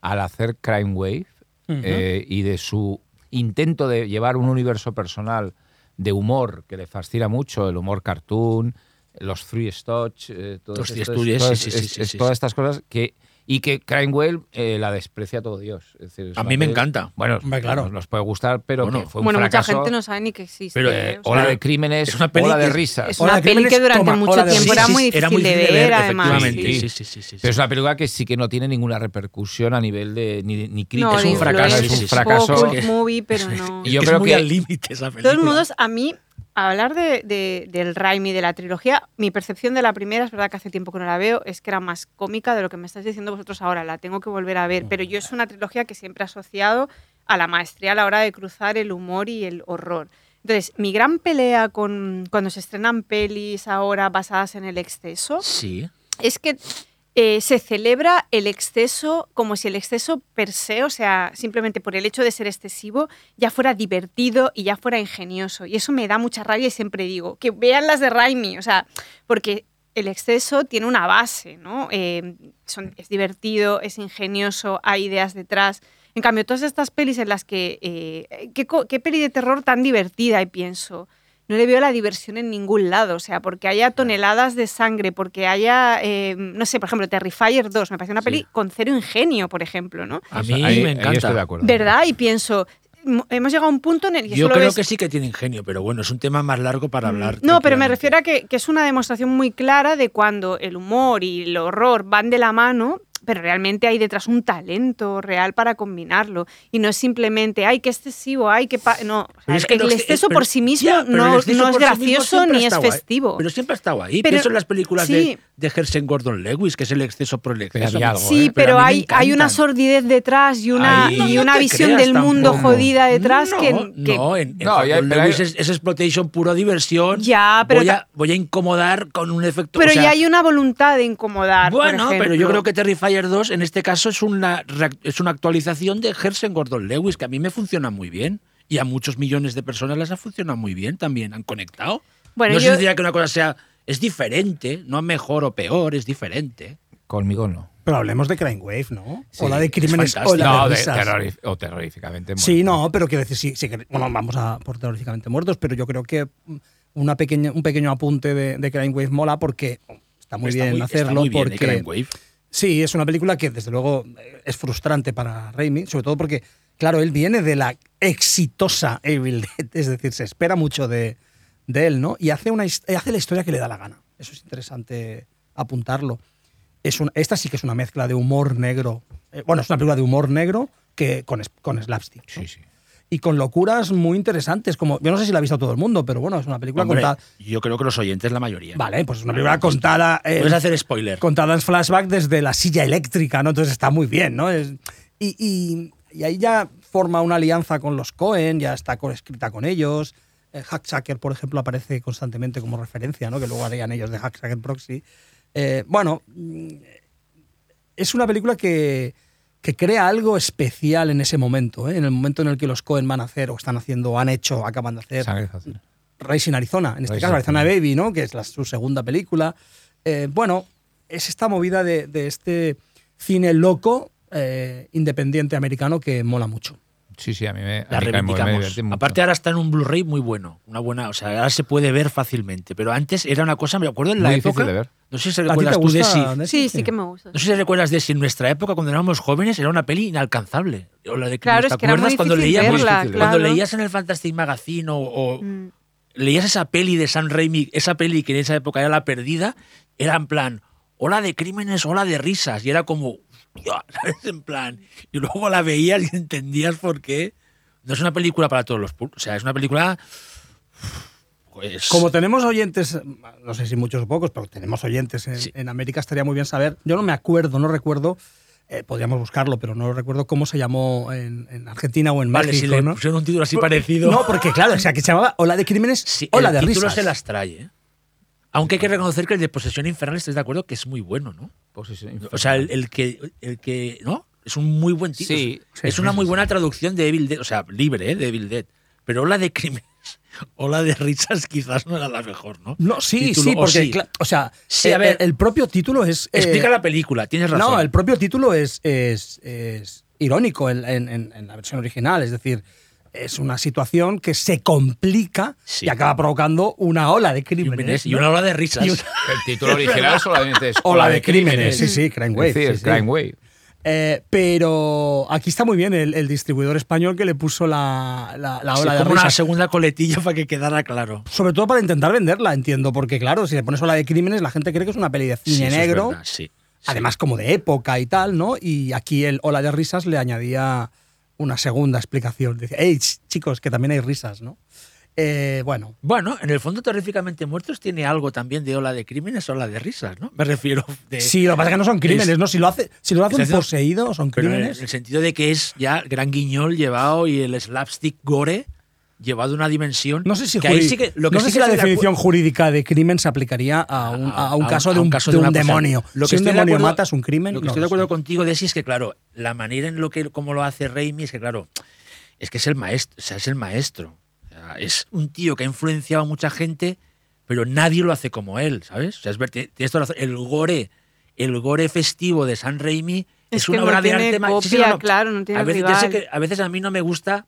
Speaker 5: al hacer Crime Wave eh, y de su intento de llevar un universo personal de humor que le fascina mucho, el humor cartoon, los Three Stooges, eh, todos
Speaker 6: Los Three
Speaker 5: estos-
Speaker 6: Stooges, sí,
Speaker 5: todas-
Speaker 6: sí, sí, sí, sí,
Speaker 5: todas
Speaker 6: sí.
Speaker 5: estas cosas que y que Cranwell eh, la desprecia a todo Dios. Es decir, es
Speaker 6: A
Speaker 5: una
Speaker 6: mí me
Speaker 5: peli-
Speaker 6: encanta.
Speaker 5: Bueno,
Speaker 4: Hombre, claro.
Speaker 5: nos, nos puede gustar, pero
Speaker 6: Bueno.
Speaker 5: que fue un
Speaker 3: Bueno, mucha
Speaker 5: fracaso.
Speaker 3: gente no sabe ni que existe.
Speaker 6: Pero,
Speaker 3: ¿eh?
Speaker 6: eh,
Speaker 3: O sea,
Speaker 5: Ola
Speaker 6: sabe.
Speaker 5: de crímenes,
Speaker 6: Es una peli
Speaker 5: ola de
Speaker 6: que es-
Speaker 5: risas.
Speaker 3: es
Speaker 4: Ola
Speaker 3: una
Speaker 4: de
Speaker 3: peli que
Speaker 4: Crímenes,
Speaker 3: durante
Speaker 4: toma,
Speaker 3: mucho
Speaker 4: Ola de
Speaker 3: tiempo
Speaker 4: Risas.
Speaker 3: era
Speaker 4: Sí,
Speaker 3: muy difícil, de, ver, además.
Speaker 6: efectivamente.
Speaker 3: sí.
Speaker 5: sí.
Speaker 6: Sí, sí, sí, sí, sí.
Speaker 5: Pero es una película que sí que no tiene ninguna repercusión a nivel de ni, ni crítica.
Speaker 3: No,
Speaker 6: Es un
Speaker 3: de
Speaker 6: fracaso,
Speaker 3: influencers,
Speaker 5: es
Speaker 6: sí,
Speaker 5: un
Speaker 6: sí.
Speaker 5: fracaso.
Speaker 3: poco, cult movie, pero no.
Speaker 5: Y yo
Speaker 6: Es
Speaker 5: creo
Speaker 6: muy
Speaker 5: que-
Speaker 6: al límite esa
Speaker 3: De
Speaker 6: película.
Speaker 3: todos modos, a mí, a hablar de, de- del Raimi, de la trilogía, mi percepción de la primera, es verdad que hace tiempo que no la veo, es que era más cómica de lo que me estáis diciendo vosotros ahora, la tengo que volver a ver, pero yo es una trilogía que siempre he asociado a la maestría a la hora de cruzar el humor y el horror. Entonces, mi gran pelea con cuando se estrenan pelis ahora basadas en el exceso
Speaker 6: Sí.
Speaker 3: es que eh, se celebra el exceso como si el exceso per se, o sea, simplemente por el hecho de ser excesivo, ya fuera divertido y ya fuera ingenioso. Y eso me da mucha rabia y siempre digo, que vean las de Raimi, o sea, porque el exceso tiene una base, ¿no? Eh, son- es divertido, es ingenioso, hay ideas detrás. En cambio, todas estas pelis en las que... eh, ¿qué, co- ¿Qué peli de terror tan divertida? Y pienso, no le veo la diversión en ningún lado. O sea, porque haya toneladas de sangre, porque haya, eh, no sé, por ejemplo, Terrifier 2, me parece una peli con cero ingenio, por ejemplo, ¿no?
Speaker 6: A
Speaker 5: O
Speaker 6: mí
Speaker 5: sea, ahí-
Speaker 6: me
Speaker 5: ahí
Speaker 6: encanta.
Speaker 5: estoy de acuerdo.
Speaker 3: ¿Verdad? Y pienso, mo- hemos llegado a un punto en el que
Speaker 6: Yo
Speaker 3: solo
Speaker 6: creo
Speaker 3: ves- Mm.
Speaker 6: que sí que tiene ingenio, pero bueno, es un tema más largo para hablar.
Speaker 3: No, pero me
Speaker 6: tranquilamente.
Speaker 3: refiero a que, que es una demostración muy clara de cuando el humor y el horror van de la mano, pero realmente hay detrás un talento real para combinarlo. Y no es simplemente, ay, qué excesivo, ay, qué... pa-". No, o sea,
Speaker 6: Pero es que
Speaker 3: el
Speaker 6: no sé,
Speaker 3: exceso
Speaker 6: pero-
Speaker 3: por sí mismo
Speaker 6: ya, pero el
Speaker 3: no, no
Speaker 6: exceso
Speaker 3: es
Speaker 6: por sí mismo
Speaker 3: gracioso
Speaker 6: siempre ha
Speaker 3: ni es
Speaker 6: estado ahí.
Speaker 3: festivo.
Speaker 6: pero siempre ha estado ahí.
Speaker 3: Pero-
Speaker 6: Pienso en las películas
Speaker 3: sí.
Speaker 6: de, de Hersen Gordon Lewis, que es el exceso por el
Speaker 5: Pero
Speaker 6: exceso.
Speaker 5: había algo,
Speaker 3: Sí,
Speaker 5: ¿eh?
Speaker 6: Pero
Speaker 3: pero
Speaker 6: a mí me
Speaker 3: hay, hay una
Speaker 6: encantan.
Speaker 3: sordidez detrás y una,
Speaker 6: Ahí- No,
Speaker 3: y
Speaker 6: no
Speaker 3: una
Speaker 6: te
Speaker 3: visión
Speaker 6: creas
Speaker 3: del mundo
Speaker 6: tampoco.
Speaker 3: jodida detrás
Speaker 6: no,
Speaker 3: que, que-
Speaker 6: No, en, en
Speaker 5: No, ya,
Speaker 6: Gordon
Speaker 5: pero
Speaker 6: Lewis
Speaker 5: hay-
Speaker 6: es, es exploitation puro diversión.
Speaker 3: Ya, pero
Speaker 6: Voy
Speaker 3: ta-
Speaker 6: a, voy a incomodar con un efecto.
Speaker 3: Pero
Speaker 6: o sea,
Speaker 3: ya hay una voluntad de incomodar. por
Speaker 6: Bueno, pero yo
Speaker 3: ejemplo.
Speaker 6: creo que Terrifier 2 en este caso es una, reac- es una actualización de Hersen Gordon Lewis, que a mí me funciona muy bien. Y a muchos millones de personas les ha funcionado muy bien también, han conectado.
Speaker 3: Bueno,
Speaker 6: no
Speaker 3: yo-
Speaker 6: significa que una cosa sea. Es diferente, no mejor o peor, es diferente.
Speaker 5: Conmigo no.
Speaker 4: Pero hablemos de Crime Wave, ¿no?
Speaker 5: Sí,
Speaker 4: o la de
Speaker 5: es
Speaker 4: crímenes o
Speaker 6: fantástico.
Speaker 4: la
Speaker 5: No,
Speaker 4: de
Speaker 5: de
Speaker 4: risas.
Speaker 5: terrori- o terroríficamente.
Speaker 4: Sí,
Speaker 5: muerto.
Speaker 4: no, pero quiero decir, sí, sí que- bueno, vamos a por terroríficamente muertos, pero yo creo que una pequeña, un pequeño apunte de, de Crime Wave mola porque oh, está muy
Speaker 6: Está
Speaker 4: bien
Speaker 6: está
Speaker 4: hacerlo.
Speaker 6: muy bien, ¿eh?
Speaker 4: porque,
Speaker 6: Crime Wave.
Speaker 4: Sí, es una película que desde luego eh, es frustrante para Raimi, sobre todo porque, claro, él viene de la exitosa Evil Dead, es decir, se espera mucho de, de él, ¿no? Y hace, una, his- eh, hace la historia que le da la gana. Eso es interesante apuntarlo. Es un- esta sí que es una mezcla de humor negro. eh, bueno, es una película de humor negro que con, es- con slapstick. ¿no?
Speaker 5: Sí, sí.
Speaker 4: Y con locuras muy interesantes, como yo no sé si la ha visto todo el mundo, pero bueno, es una película
Speaker 6: Hombre,
Speaker 4: contada.
Speaker 6: yo creo que los oyentes, la mayoría.
Speaker 4: Vale, pues es una película contada. eh,
Speaker 6: Puedes hacer spoiler.
Speaker 4: contadas flashback desde la silla eléctrica, ¿no? Entonces está muy bien, ¿no? Es- y, y- y ahí ya forma una alianza con los Cohen, ya está co- escrita con ellos. Eh, Hacksacker, por ejemplo, aparece constantemente como referencia, ¿no? Que luego harían ellos de Hacksacker Proxy. Eh, bueno, mm, es una película que, que crea algo especial en ese momento, ¿eh? en el momento en el que los Cohen van a hacer, o están haciendo, o han hecho, o acaban de hacer
Speaker 5: Sangre fácil.
Speaker 4: Racing Arizona, en este
Speaker 5: Raising
Speaker 4: caso Arizona
Speaker 5: Arizona.
Speaker 4: Baby, ¿no? que es la- su segunda película. Eh, bueno, es esta movida de, de este cine loco eh, independiente americano que mola mucho.
Speaker 5: Sí, sí, a mí me, a
Speaker 6: La
Speaker 5: mí Crime Wave me
Speaker 6: reivindicamos.
Speaker 5: divierte mucho.
Speaker 6: Aparte ahora está en un Blu-ray muy bueno, una buena, o sea, ahora se puede ver fácilmente, pero antes era una cosa, me acuerdo en la
Speaker 5: Muy difícil
Speaker 6: época,
Speaker 5: de ver.
Speaker 6: no sé si
Speaker 4: ¿A ti te
Speaker 6: recuerdas tú de si,
Speaker 4: gusta?
Speaker 6: no
Speaker 4: Nessie?
Speaker 3: Sí, sí que me gusta.
Speaker 6: sé si recuerdas de si en nuestra época cuando éramos jóvenes era una peli inalcanzable. O la de
Speaker 3: Claro,
Speaker 6: ¿te
Speaker 3: es que era
Speaker 6: acuerdas
Speaker 3: muy
Speaker 6: cuando
Speaker 3: difícil
Speaker 6: leíamos-
Speaker 3: verla,
Speaker 6: cuando
Speaker 3: claro.
Speaker 6: leías en el Fantastic Magazine o, o
Speaker 3: Mm.
Speaker 6: leías esa peli de San Raimi, esa peli que en esa época era la perdida, era en plan, ola de crímenes, ola de risas, y era como, hostia, ¿sabes? En plan, y luego la veías y entendías por qué. No es una película para todos los públicos, o sea, es una película... Pues,
Speaker 4: Como tenemos oyentes, no sé si muchos o pocos, pero tenemos oyentes en,
Speaker 6: Sí.
Speaker 4: en América, estaría muy bien saber. Yo no me acuerdo, no recuerdo, eh, podríamos buscarlo, pero no recuerdo cómo se llamó en, en Argentina o en
Speaker 6: vale,
Speaker 4: México.
Speaker 6: si le
Speaker 4: ¿no?
Speaker 6: pusieron un título así parecido...
Speaker 4: No, porque claro, o sea, que se llamaba Ola de Crímenes,
Speaker 6: Sí,
Speaker 4: Ola
Speaker 6: el
Speaker 4: de
Speaker 6: título
Speaker 4: Risas.
Speaker 6: se las trae, ¿eh? Aunque hay que reconocer que el de Posesión Infernal, estáis de acuerdo, que es muy bueno, ¿no?
Speaker 5: Posesión
Speaker 6: O sea, el,
Speaker 5: Pues infernal.
Speaker 6: el que, el que. ¿No? Es un muy buen título.
Speaker 5: Sí,
Speaker 6: es,
Speaker 5: sí,
Speaker 6: es
Speaker 5: sí,
Speaker 6: una
Speaker 5: sí,
Speaker 6: muy
Speaker 5: sí.
Speaker 6: buena traducción de Evil Dead. O sea, libre, ¿eh? De Evil Dead. Pero la de crímenes o la de risas quizás no era la mejor, ¿no?
Speaker 4: No, sí,
Speaker 6: Título,
Speaker 4: sí,
Speaker 6: o
Speaker 4: porque,
Speaker 6: sí.
Speaker 4: cla- o sea,
Speaker 6: Sí,
Speaker 4: eh,
Speaker 6: a ver.
Speaker 4: el, propio título es... eh,
Speaker 6: Explica la película, tienes razón.
Speaker 4: No, el propio título es, es- es irónico en, en- en- en la versión original, es decir, es una situación que se complica
Speaker 6: Sí.
Speaker 4: y acaba provocando una ola de
Speaker 6: y, un
Speaker 4: crímenes.
Speaker 6: Menés- y
Speaker 4: ¿no?
Speaker 6: una ola de risas.
Speaker 4: Y
Speaker 5: El título original solamente es
Speaker 4: Ola de crímenes, sí, sí, Crime Wave.
Speaker 5: Es decir,
Speaker 4: sí, sí.
Speaker 5: Crime Wave.
Speaker 4: Eh, pero aquí está muy bien el, el distribuidor español que le puso la, la, la
Speaker 6: Sí,
Speaker 4: ola de
Speaker 6: como una
Speaker 4: risas.
Speaker 6: segunda coletilla para que quedara claro.
Speaker 4: Sobre todo para intentar venderla, entiendo, porque claro, si le pones ola de crímenes, la gente cree que es una peli de
Speaker 6: Sí,
Speaker 4: cine
Speaker 6: eso es
Speaker 4: negro,
Speaker 6: verdad, sí, sí.
Speaker 4: además como de época y tal, ¿no? Y aquí el ola de risas le añadía una segunda explicación. Dice, hey, ch- chicos, que también hay risas, ¿no? Eh, bueno,
Speaker 6: Bueno, en el fondo, Terríficamente Muertos tiene algo también de ola de crímenes, ola de risas, ¿no? Me refiero. De,
Speaker 4: sí, lo que pasa es que no son crímenes,
Speaker 6: es-
Speaker 4: ¿no? Si lo hace, si lo hace un
Speaker 6: Exacto.
Speaker 4: poseído, son
Speaker 6: Pero en el
Speaker 4: crímenes.
Speaker 6: sentido de que es ya el gran guiñol llevado y el slapstick gore llevado a una dimensión.
Speaker 4: No sé si,
Speaker 6: que ahí
Speaker 4: juri-
Speaker 6: sí que- lo que
Speaker 4: no
Speaker 6: sí
Speaker 4: sé
Speaker 6: que
Speaker 4: si la
Speaker 6: estoy de Ah, acu-
Speaker 4: definición jurídica de crimen se aplicaría a un, a un caso de un, de
Speaker 6: una
Speaker 4: un
Speaker 6: cosa.
Speaker 4: demonio.
Speaker 6: Lo que
Speaker 4: si
Speaker 6: estoy
Speaker 4: un
Speaker 6: de
Speaker 4: demonio
Speaker 6: acuerdo-
Speaker 4: mata es un crimen.
Speaker 6: Lo que
Speaker 4: no
Speaker 6: estoy de
Speaker 4: lo
Speaker 6: acuerdo
Speaker 4: sé.
Speaker 6: contigo, Desi, es que, claro, la manera en lo que como lo hace Raimi es que, claro, es que es el maestro. O sea, es el maestro. O sea, es un tío que ha influenciado a mucha gente, pero nadie lo hace como él, ¿sabes? O sea, es ver- tienes toda la razón. El gore, el gore festivo de San Raimi es,
Speaker 3: Es que
Speaker 6: una
Speaker 3: no
Speaker 6: obra de
Speaker 3: tiene
Speaker 6: arte ma- Sí, sí,
Speaker 3: copia, claro, no tiene
Speaker 6: a veces, ya sé
Speaker 3: rival.
Speaker 6: que a veces a mí no me gusta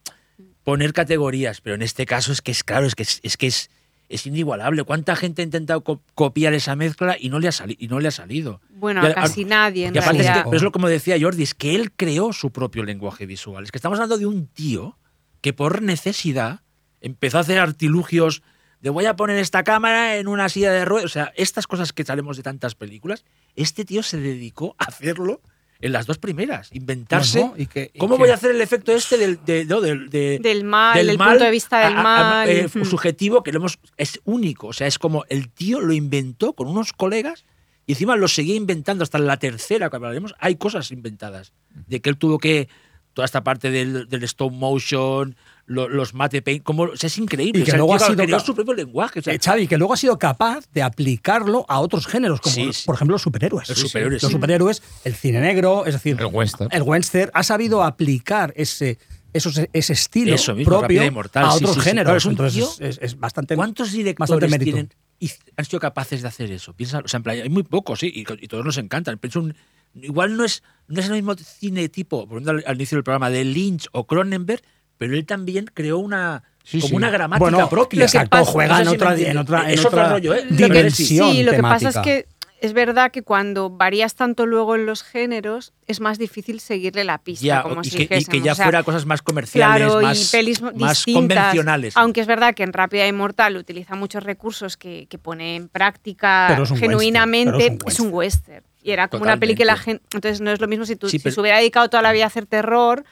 Speaker 6: poner categorías, pero en este caso es que es claro, es que es, es que es, es inigualable. ¿Cuánta gente ha intentado co- copiar esa mezcla y no le ha, sali- y no le ha salido?
Speaker 3: Bueno,
Speaker 6: Y
Speaker 3: a
Speaker 6: a-
Speaker 3: casi nadie en
Speaker 6: Y aparte es, que-
Speaker 3: realidad.
Speaker 6: pero es lo como decía Jordi, es que él creó su propio lenguaje visual. Es que estamos hablando de un tío que por necesidad empezó a hacer artilugios de voy a poner esta cámara en una silla de ruedas. O sea, estas cosas que sabemos de tantas películas, este tío se dedicó a hacerlo en las dos primeras, inventarse.
Speaker 4: Bueno, y que- y
Speaker 6: ¿Cómo
Speaker 4: que-
Speaker 6: voy a hacer el efecto este del, de- no, del- de-
Speaker 3: Del mal, del punto de vista del mal,
Speaker 6: eh,
Speaker 3: ujú.
Speaker 6: subjetivo que lo hemos, es único. O sea, es como el tío lo inventó con unos colegas y encima lo seguía inventando hasta la tercera que hablaremos. Hay cosas inventadas. De que él tuvo que. Toda esta parte del, del stop motion, lo- los mate paint. Como, o sea, es increíble.
Speaker 4: Y
Speaker 6: O
Speaker 4: que
Speaker 6: sea, el
Speaker 4: luego ha
Speaker 6: tío
Speaker 4: sido
Speaker 6: creó
Speaker 4: ca-
Speaker 6: su propio lenguaje. O sea,
Speaker 4: Eh, Xavi, que luego ha sido capaz de aplicarlo a otros géneros, como
Speaker 6: Sí, sí.
Speaker 4: por ejemplo los superhéroes.
Speaker 6: Los superhéroes,
Speaker 4: Los
Speaker 6: sí.
Speaker 4: superhéroes, el cine negro, es decir,
Speaker 5: El western.
Speaker 4: el western, ha sabido aplicar ese, esos- ese estilo
Speaker 6: Eso mismo,
Speaker 4: propio
Speaker 6: Rápida y Mortal,
Speaker 4: a
Speaker 6: sí,
Speaker 4: otros
Speaker 6: sí, sí. Claro,
Speaker 4: géneros.
Speaker 6: es un
Speaker 4: Entonces
Speaker 6: tío-
Speaker 4: es, es bastante.
Speaker 6: ¿Cuántos
Speaker 4: bastante
Speaker 6: directores
Speaker 4: mérito.
Speaker 6: tienen, y han sido capaces de hacer eso? Piensa, o sea, en plan, hay muy pocos, sí, y, y todos nos encantan. Pienso un- igual no es, no es el mismo cine tipo, volviendo al, al inicio del programa, de Lynch o Cronenberg, pero él también creó una,
Speaker 5: Sí,
Speaker 6: como
Speaker 5: sí.
Speaker 6: una gramática
Speaker 4: Bueno,
Speaker 6: propia.
Speaker 4: lo que Exacto, pasa- juega en
Speaker 6: me
Speaker 4: otra-
Speaker 6: entiendes.
Speaker 4: en otra- en
Speaker 6: es otro
Speaker 4: otra
Speaker 6: rollo, ¿eh?
Speaker 4: Lo que- dimensión.
Speaker 3: Sí, lo que pasa es
Speaker 4: temática.
Speaker 3: que es verdad que cuando varías tanto luego en los géneros es más difícil seguirle la pista,
Speaker 6: Ya,
Speaker 3: como
Speaker 6: y,
Speaker 3: si
Speaker 6: que, y que
Speaker 3: dijésemos.
Speaker 6: ya
Speaker 3: O sea,
Speaker 6: fuera cosas más comerciales,
Speaker 3: Claro,
Speaker 6: más,
Speaker 3: y pelis mo-
Speaker 6: más
Speaker 3: distintas.
Speaker 6: convencionales.
Speaker 3: Aunque es verdad que en Rápida y Mortal utiliza muchos recursos que, que pone en práctica
Speaker 4: Pero es un
Speaker 3: genuinamente.
Speaker 4: western, pero
Speaker 3: es un western. Y era como una peli que la gente. Entonces no es lo mismo si, tú,
Speaker 6: Sí,
Speaker 3: si
Speaker 6: pero-
Speaker 3: se hubiera dedicado toda la vida a hacer terror.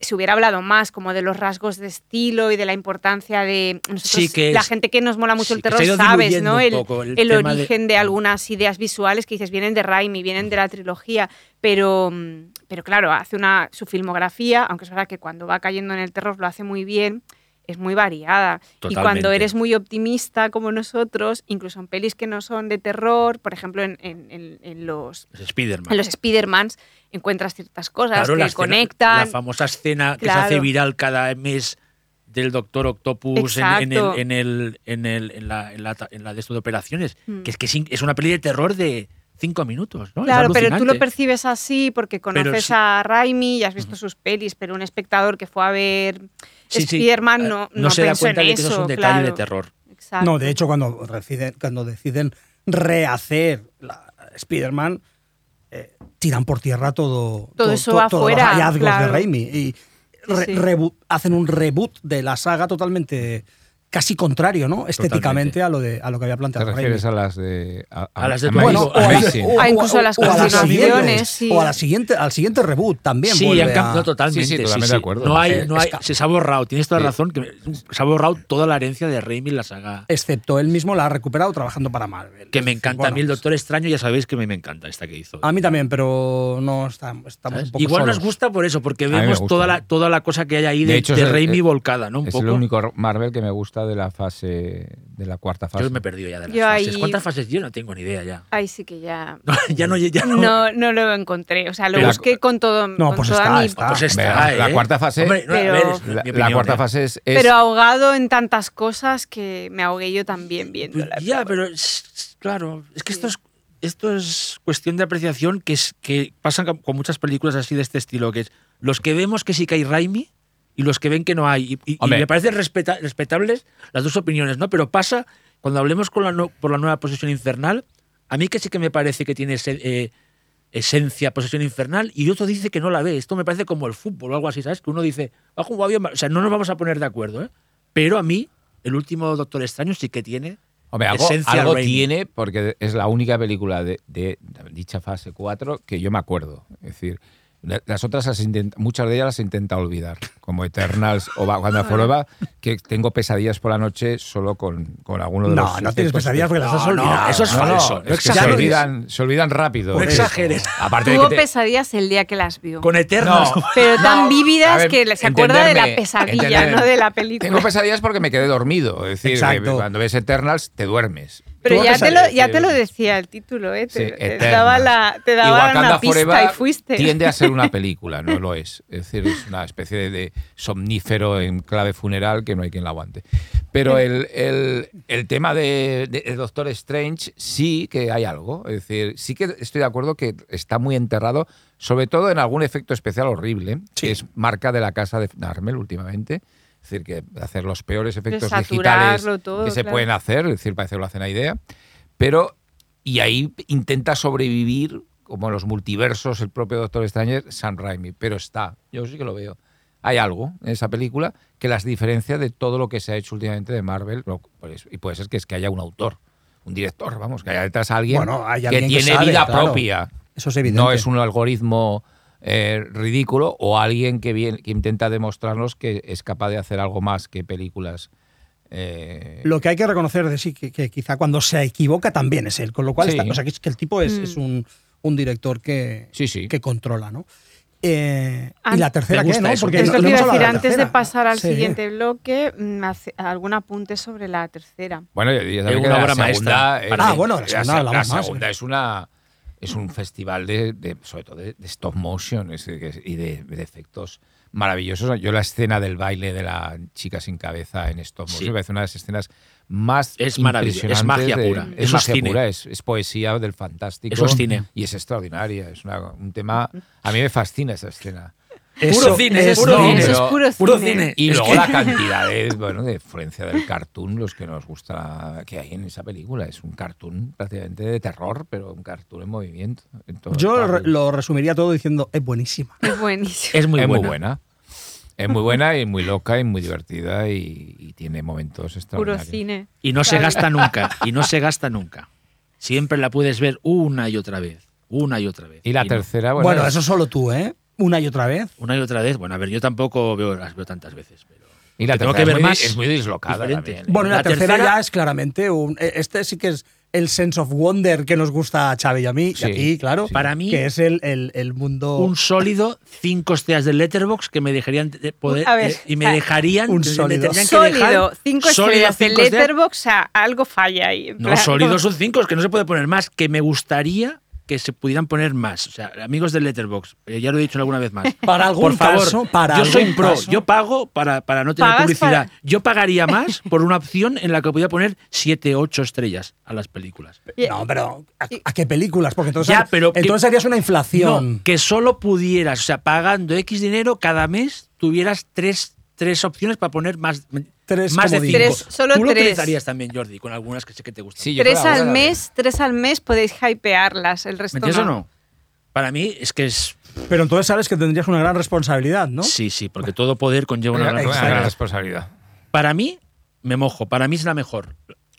Speaker 3: Se hubiera hablado más como de los rasgos de estilo y de la importancia de nosotros,
Speaker 6: Sí, que
Speaker 3: la
Speaker 6: es-
Speaker 3: gente que nos mola mucho
Speaker 6: sí,
Speaker 3: el
Speaker 6: que se ha
Speaker 3: terror,
Speaker 6: ido
Speaker 3: sabes,
Speaker 6: diluyendo
Speaker 3: ¿no?
Speaker 6: un
Speaker 3: El,
Speaker 6: poco el
Speaker 3: el
Speaker 6: tema de-
Speaker 3: origen de algunas ideas visuales que dices vienen de Raimi, vienen de la trilogía, pero, mm, pero claro, hace una su filmografía, aunque es verdad que cuando va cayendo en el terror lo hace muy bien, es muy variada. Y cuando
Speaker 6: Totalmente.
Speaker 3: eres muy optimista como nosotros, incluso en pelis que no son de terror, por ejemplo en, en- en- en los
Speaker 6: Spiderman.
Speaker 3: en los Spidermans encuentras ciertas cosas
Speaker 6: Claro,
Speaker 3: que
Speaker 6: la escena-
Speaker 3: conectan.
Speaker 6: La famosa escena que se hace
Speaker 3: Claro.
Speaker 6: viral cada mes del Doctor Octopus en, en el,
Speaker 3: Exacto.
Speaker 6: en, el, en, el- en la, en, la, en la de esto de operaciones.
Speaker 3: Mm.
Speaker 6: Que es que es, in- es una peli de terror de cinco minutos, ¿no? Es
Speaker 3: Claro, pero tú lo
Speaker 6: alucinante.
Speaker 3: percibes así porque conoces
Speaker 6: sí.
Speaker 3: a Raimi y has visto sus pelis, pero un espectador que fue a ver
Speaker 6: Sí, sí.
Speaker 3: Spiderman
Speaker 6: Eh,
Speaker 3: no,
Speaker 6: no, se da
Speaker 3: pensó
Speaker 6: cuenta
Speaker 3: en
Speaker 6: de que eso es un detalle
Speaker 3: claro.
Speaker 6: de terror.
Speaker 3: Exacto.
Speaker 4: No, de hecho, cuando deciden, cuando deciden rehacer la Spider-Man, eh, tiran por tierra todo,
Speaker 3: Todo eso
Speaker 4: todos
Speaker 3: afuera,
Speaker 4: los hallazgos de
Speaker 3: claro.
Speaker 4: Raimi. Y re-
Speaker 3: sí.
Speaker 4: reboot- hacen un reboot de la saga totalmente casi contrario, ¿no? Estéticamente a lo, de, a lo que había
Speaker 5: ¿Te
Speaker 4: planteado Raimi.
Speaker 5: refieres a las de. A,
Speaker 6: A las de tu
Speaker 5: Amazing-
Speaker 6: amigo.
Speaker 4: o a la-
Speaker 5: Amazing.
Speaker 4: o-
Speaker 3: Ah,
Speaker 4: o-
Speaker 3: incluso a las
Speaker 4: o a las
Speaker 3: continuaciones,
Speaker 4: siguientes,
Speaker 3: sí.
Speaker 4: O a la siguiente, al siguiente reboot también.
Speaker 6: Sí,
Speaker 4: vuelve
Speaker 6: han
Speaker 4: a-
Speaker 6: cambiado totalmente.
Speaker 5: Sí, sí, totalmente de acuerdo.
Speaker 6: No hay,
Speaker 5: Eh,
Speaker 6: no hay,
Speaker 4: esca-
Speaker 6: se ha borrado, tienes toda la
Speaker 5: Sí.
Speaker 6: razón, que se ha borrado toda la herencia de Raimi en la saga.
Speaker 4: Excepto él mismo la ha recuperado trabajando para Marvel.
Speaker 6: Que me
Speaker 4: Es decir,
Speaker 6: encanta a
Speaker 4: bueno,
Speaker 6: mí el Doctor Extraño, ya sabéis que a mí me encanta esta que hizo.
Speaker 4: A mí también, pero no está- estamos
Speaker 6: ¿sabes?
Speaker 4: un poco
Speaker 6: Igual
Speaker 4: solos.
Speaker 6: nos gusta por eso, porque
Speaker 5: A mí me
Speaker 6: vemos
Speaker 5: gusta.
Speaker 6: toda la, toda la cosa que hay ahí de,
Speaker 5: De hecho,
Speaker 6: de
Speaker 5: es el-
Speaker 6: Raimi
Speaker 5: es-
Speaker 6: volcada, ¿no? Un
Speaker 5: es
Speaker 6: poco.
Speaker 5: el único Marvel que me gusta de la fase. de la cuarta fase.
Speaker 6: Yo me he perdido ya de las
Speaker 3: Yo
Speaker 6: fases.
Speaker 3: ahí-
Speaker 6: ¿Cuántas fases? Yo no tengo ni idea ya.
Speaker 3: Ahí sí que ya
Speaker 6: No, ya no. Ya no.
Speaker 3: no, no lo encontré. O sea, lo
Speaker 5: Pero-
Speaker 3: busqué con todo
Speaker 4: No,
Speaker 3: con
Speaker 4: pues
Speaker 3: toda
Speaker 4: está,
Speaker 3: mi-
Speaker 4: está.
Speaker 6: Pues está,
Speaker 5: Vea, Ah, la
Speaker 6: ¿eh?
Speaker 5: cuarta fase-
Speaker 6: Hombre, no, a
Speaker 3: Pero-
Speaker 6: ver, es mi
Speaker 5: La, la
Speaker 6: opinión,
Speaker 5: cuarta
Speaker 6: ¿eh?
Speaker 5: fase es. es-
Speaker 3: Pero ahogado en tantas cosas que me ahogué yo también viéndola.
Speaker 6: Pues Ya, pero es- es- claro, es que esto es, esto es cuestión de apreciación que, es, que pasa con con muchas películas así de este estilo, que es los que vemos que sí que hay Raimi y los que ven que no hay. Y, y- y
Speaker 5: Hombre.
Speaker 6: me parecen respeta- respetables las dos opiniones, ¿no? Pero pasa cuando hablemos con la no- por la nueva posesión infernal, a mí que sí que me parece que tiene ese, eh, esencia, posesión infernal, y otro dice que no la ve. Esto me parece como el fútbol o algo así, ¿sabes? Que uno dice, bajo un avión, o sea, no nos vamos a poner de acuerdo, ¿eh? Pero a mí, el último Doctor Extraño sí que tiene
Speaker 5: Hombre, algo,
Speaker 6: esencia
Speaker 5: algo
Speaker 6: Raimi.
Speaker 5: tiene, porque es la única película de, de dicha fase 4 que yo me acuerdo. Es decir, la- las otras, las intenta- muchas de ellas las intenta olvidar, como Eternals o Va- Wakanda Forever, que tengo pesadillas por la noche solo con, con alguno de
Speaker 4: No,
Speaker 5: los.
Speaker 4: no tienes
Speaker 5: estos-
Speaker 4: pesadillas porque las has
Speaker 6: No, no,
Speaker 4: olvidado.
Speaker 6: eso es
Speaker 5: No, no,
Speaker 6: falso.
Speaker 5: es
Speaker 6: No
Speaker 5: que se,
Speaker 6: exageres.
Speaker 5: olvidan, se olvidan rápido.
Speaker 6: No
Speaker 5: de eso.
Speaker 6: exageres.
Speaker 5: Aparte de
Speaker 3: Tuvo
Speaker 5: que te-
Speaker 3: pesadillas el día que las vio.
Speaker 6: Con Eternos.
Speaker 5: No.
Speaker 3: pero tan
Speaker 5: a
Speaker 3: vívidas
Speaker 5: ver,
Speaker 3: que se acuerda de la
Speaker 5: entenderme,
Speaker 3: pesadilla,
Speaker 5: entenderme.
Speaker 3: no de la película.
Speaker 5: Tengo pesadillas porque me quedé dormido. Es decir, que
Speaker 4: Exacto.
Speaker 5: cuando ves Eternals te duermes.
Speaker 3: Pero
Speaker 4: Tuvo
Speaker 3: ya te, lo,
Speaker 5: pesadillas,
Speaker 3: ya
Speaker 5: sí.
Speaker 3: te lo decía el título, ¿eh? Te,
Speaker 5: Sí,
Speaker 3: te
Speaker 5: Eterna.
Speaker 3: daba, la, te
Speaker 5: Y
Speaker 3: daba
Speaker 5: Wakanda
Speaker 3: una pista y
Speaker 5: Forever
Speaker 3: fuiste.
Speaker 5: Tiende a ser una película, no lo es. Es decir, es una especie de, de somnífero en clave funeral que no hay quien la aguante. Pero el, el- el tema de, de- de Doctor Strange sí que hay algo. Es decir, sí que estoy de acuerdo que está muy enterrado, sobre todo en algún efecto especial horrible,
Speaker 4: Sí.
Speaker 5: que es marca de la casa de Narmel últimamente. Es decir, que hacer los peores efectos
Speaker 3: saturarlo
Speaker 5: digitales
Speaker 3: todo,
Speaker 5: que se
Speaker 3: claro.
Speaker 5: pueden hacer, es decir, parece que lo hacen a idea. Pero y ahí intenta sobrevivir, como en los multiversos, el propio Doctor Stranger, Sam Raimi. Pero está, yo sí que lo veo. Hay algo en esa película que las diferencia de todo lo que se ha hecho últimamente de Marvel. lo- pues, y puede ser que es que haya un autor, un director, vamos, que haya detrás alguien
Speaker 4: Bueno, hay
Speaker 5: que
Speaker 4: alguien que
Speaker 5: tiene
Speaker 4: sabe,
Speaker 5: vida
Speaker 4: claro.
Speaker 5: propia.
Speaker 4: Eso es evidente.
Speaker 5: No es un algoritmo eh, ridículo o alguien que, viene- que intenta demostrarnos que es capaz de hacer algo más que películas. eh,
Speaker 4: Lo que hay que reconocer es decir, que, que quizá cuando se equivoca también es él, con lo cual,
Speaker 5: Sí.
Speaker 4: está- o sea, que, es que el tipo es,
Speaker 3: Mm.
Speaker 4: es un, un director que,
Speaker 5: Sí, sí.
Speaker 4: que controla, ¿no? Eh,
Speaker 3: Ah,
Speaker 4: y la tercera
Speaker 6: me
Speaker 4: que
Speaker 6: gusta
Speaker 4: no,
Speaker 6: eso.
Speaker 4: porque
Speaker 3: Es
Speaker 6: Esto
Speaker 4: no-
Speaker 3: lo
Speaker 4: no
Speaker 3: que iba
Speaker 4: hemos
Speaker 3: a
Speaker 4: hablado
Speaker 3: decir
Speaker 4: de la
Speaker 3: antes de
Speaker 4: tercera.
Speaker 3: pasar al
Speaker 4: Sí.
Speaker 3: siguiente bloque, mm, hace- algún apunte sobre la tercera.
Speaker 5: Bueno, yo diría también
Speaker 6: Es
Speaker 5: que
Speaker 6: una
Speaker 5: la
Speaker 6: obra
Speaker 5: segunda,
Speaker 6: maestra.
Speaker 5: eh,
Speaker 4: Ah, bueno, la segunda
Speaker 5: se-
Speaker 4: hablamos más,
Speaker 5: segunda es una es un festival de, de- sobre todo de, de stop motion es decir, que- y de, de efectos maravillosos. Yo la escena del baile de la chica sin cabeza en stop motion
Speaker 6: Sí.
Speaker 5: me parece una de las escenas más
Speaker 6: Es maravilloso, es magia pura,
Speaker 5: impresionantes de-
Speaker 6: eso
Speaker 5: es
Speaker 6: es
Speaker 5: magia
Speaker 6: cine.
Speaker 5: pura, es, es poesía del fantástico.
Speaker 6: Eso es cine.
Speaker 5: Y es extraordinaria, es una- un tema a mí me fascina esa escena.
Speaker 6: Puro cine,
Speaker 4: es
Speaker 6: puro
Speaker 4: no,
Speaker 5: cine.
Speaker 3: eso
Speaker 5: pero-
Speaker 3: es puro cine.
Speaker 6: Puro cine.
Speaker 5: Y
Speaker 6: Es
Speaker 5: luego
Speaker 6: que-
Speaker 5: la cantidad de, bueno, de influencia del cartoon, los que nos gusta que hay en esa película. Es un cartoon prácticamente de terror, pero un cartoon en movimiento. en todo-
Speaker 4: Yo
Speaker 5: toda
Speaker 4: lo,
Speaker 5: la película.
Speaker 4: lo resumiría todo diciendo, es buenísima.
Speaker 3: Es buenísimo.
Speaker 6: Es muy
Speaker 5: es
Speaker 6: buena.
Speaker 5: muy buena. Es muy buena y muy loca y muy divertida y, y tiene momentos
Speaker 3: Puro
Speaker 5: extraordinarios.
Speaker 3: cine.
Speaker 6: Y no se
Speaker 3: Vale.
Speaker 6: gasta nunca. Y no se gasta nunca. Siempre la puedes ver una y otra vez. Una y otra vez.
Speaker 5: Y la
Speaker 6: no-
Speaker 5: tercera, bueno,
Speaker 4: Bueno, eso solo tú, ¿eh? Una y otra vez.
Speaker 6: Una y otra vez. Bueno, a ver, yo tampoco veo, las veo tantas veces. Pero
Speaker 5: y la
Speaker 6: tengo
Speaker 5: tercera
Speaker 6: que ver
Speaker 5: es, muy,
Speaker 6: más
Speaker 5: es muy dislocada
Speaker 6: diferente.
Speaker 5: también, ¿eh?
Speaker 4: Bueno, la,
Speaker 6: La
Speaker 4: tercera,
Speaker 6: tercera-
Speaker 4: ya es claramente un. e- Este sí que es el sense of wonder que nos gusta a Xavi y a mí,
Speaker 5: Sí,
Speaker 4: y a ti, claro.
Speaker 5: sí.
Speaker 6: Para mí-
Speaker 4: Que es el, el- el mundo.
Speaker 6: un sólido cinco estrellas de Letterbox que me dejarían de poder
Speaker 3: A ver, ah,
Speaker 6: eh, y me dejarían
Speaker 4: un
Speaker 6: me
Speaker 4: sólido.
Speaker 6: tendrían que dejar
Speaker 3: Sólido, cinco
Speaker 6: sólido
Speaker 3: estrellas de
Speaker 6: cinco
Speaker 3: Letterboxd, o sea, algo falla ahí. en
Speaker 6: No,
Speaker 3: plan,
Speaker 6: sólidos son cinco, es que no se puede poner más, que me gustaría que se pudieran poner más. O sea, amigos de Letterbox, ya lo he dicho alguna vez más.
Speaker 4: Para
Speaker 6: por
Speaker 4: algún
Speaker 6: favor,
Speaker 4: caso, para
Speaker 6: yo
Speaker 4: algún
Speaker 6: soy pro,
Speaker 4: caso.
Speaker 6: yo pago para, para no tener
Speaker 3: Pagas
Speaker 6: publicidad.
Speaker 3: para-
Speaker 6: Yo pagaría más por una opción en la que podía poner siete, ocho estrellas a las películas.
Speaker 3: Y-
Speaker 4: No, pero ¿a, a qué películas? Porque entonces,
Speaker 6: Ya, pero que-
Speaker 4: entonces harías una inflación.
Speaker 6: No, que solo pudieras, o sea, pagando X dinero cada mes, tuvieras tres, tres opciones para poner más,
Speaker 4: Tres
Speaker 6: más de cinco.
Speaker 4: comodines.
Speaker 3: Tres, solo
Speaker 6: Tú lo
Speaker 3: tres.
Speaker 6: utilizarías también, Jordi, con algunas que sé que te gustan.
Speaker 5: Sí, yo
Speaker 3: Tres
Speaker 5: creo que
Speaker 3: al
Speaker 5: ahora-
Speaker 3: mes, tres al mes podéis hypearlas, el resto
Speaker 6: ¿Me entiendes o
Speaker 3: no.
Speaker 6: no? Para mí es que es
Speaker 4: Pero entonces sabes que tendrías una gran responsabilidad, ¿no?
Speaker 6: Sí, sí, porque todo poder conlleva una
Speaker 5: Una,
Speaker 6: gran
Speaker 5: una gran
Speaker 6: responsabilidad.
Speaker 5: responsabilidad.
Speaker 6: Para mí, me mojo, para mí es la mejor,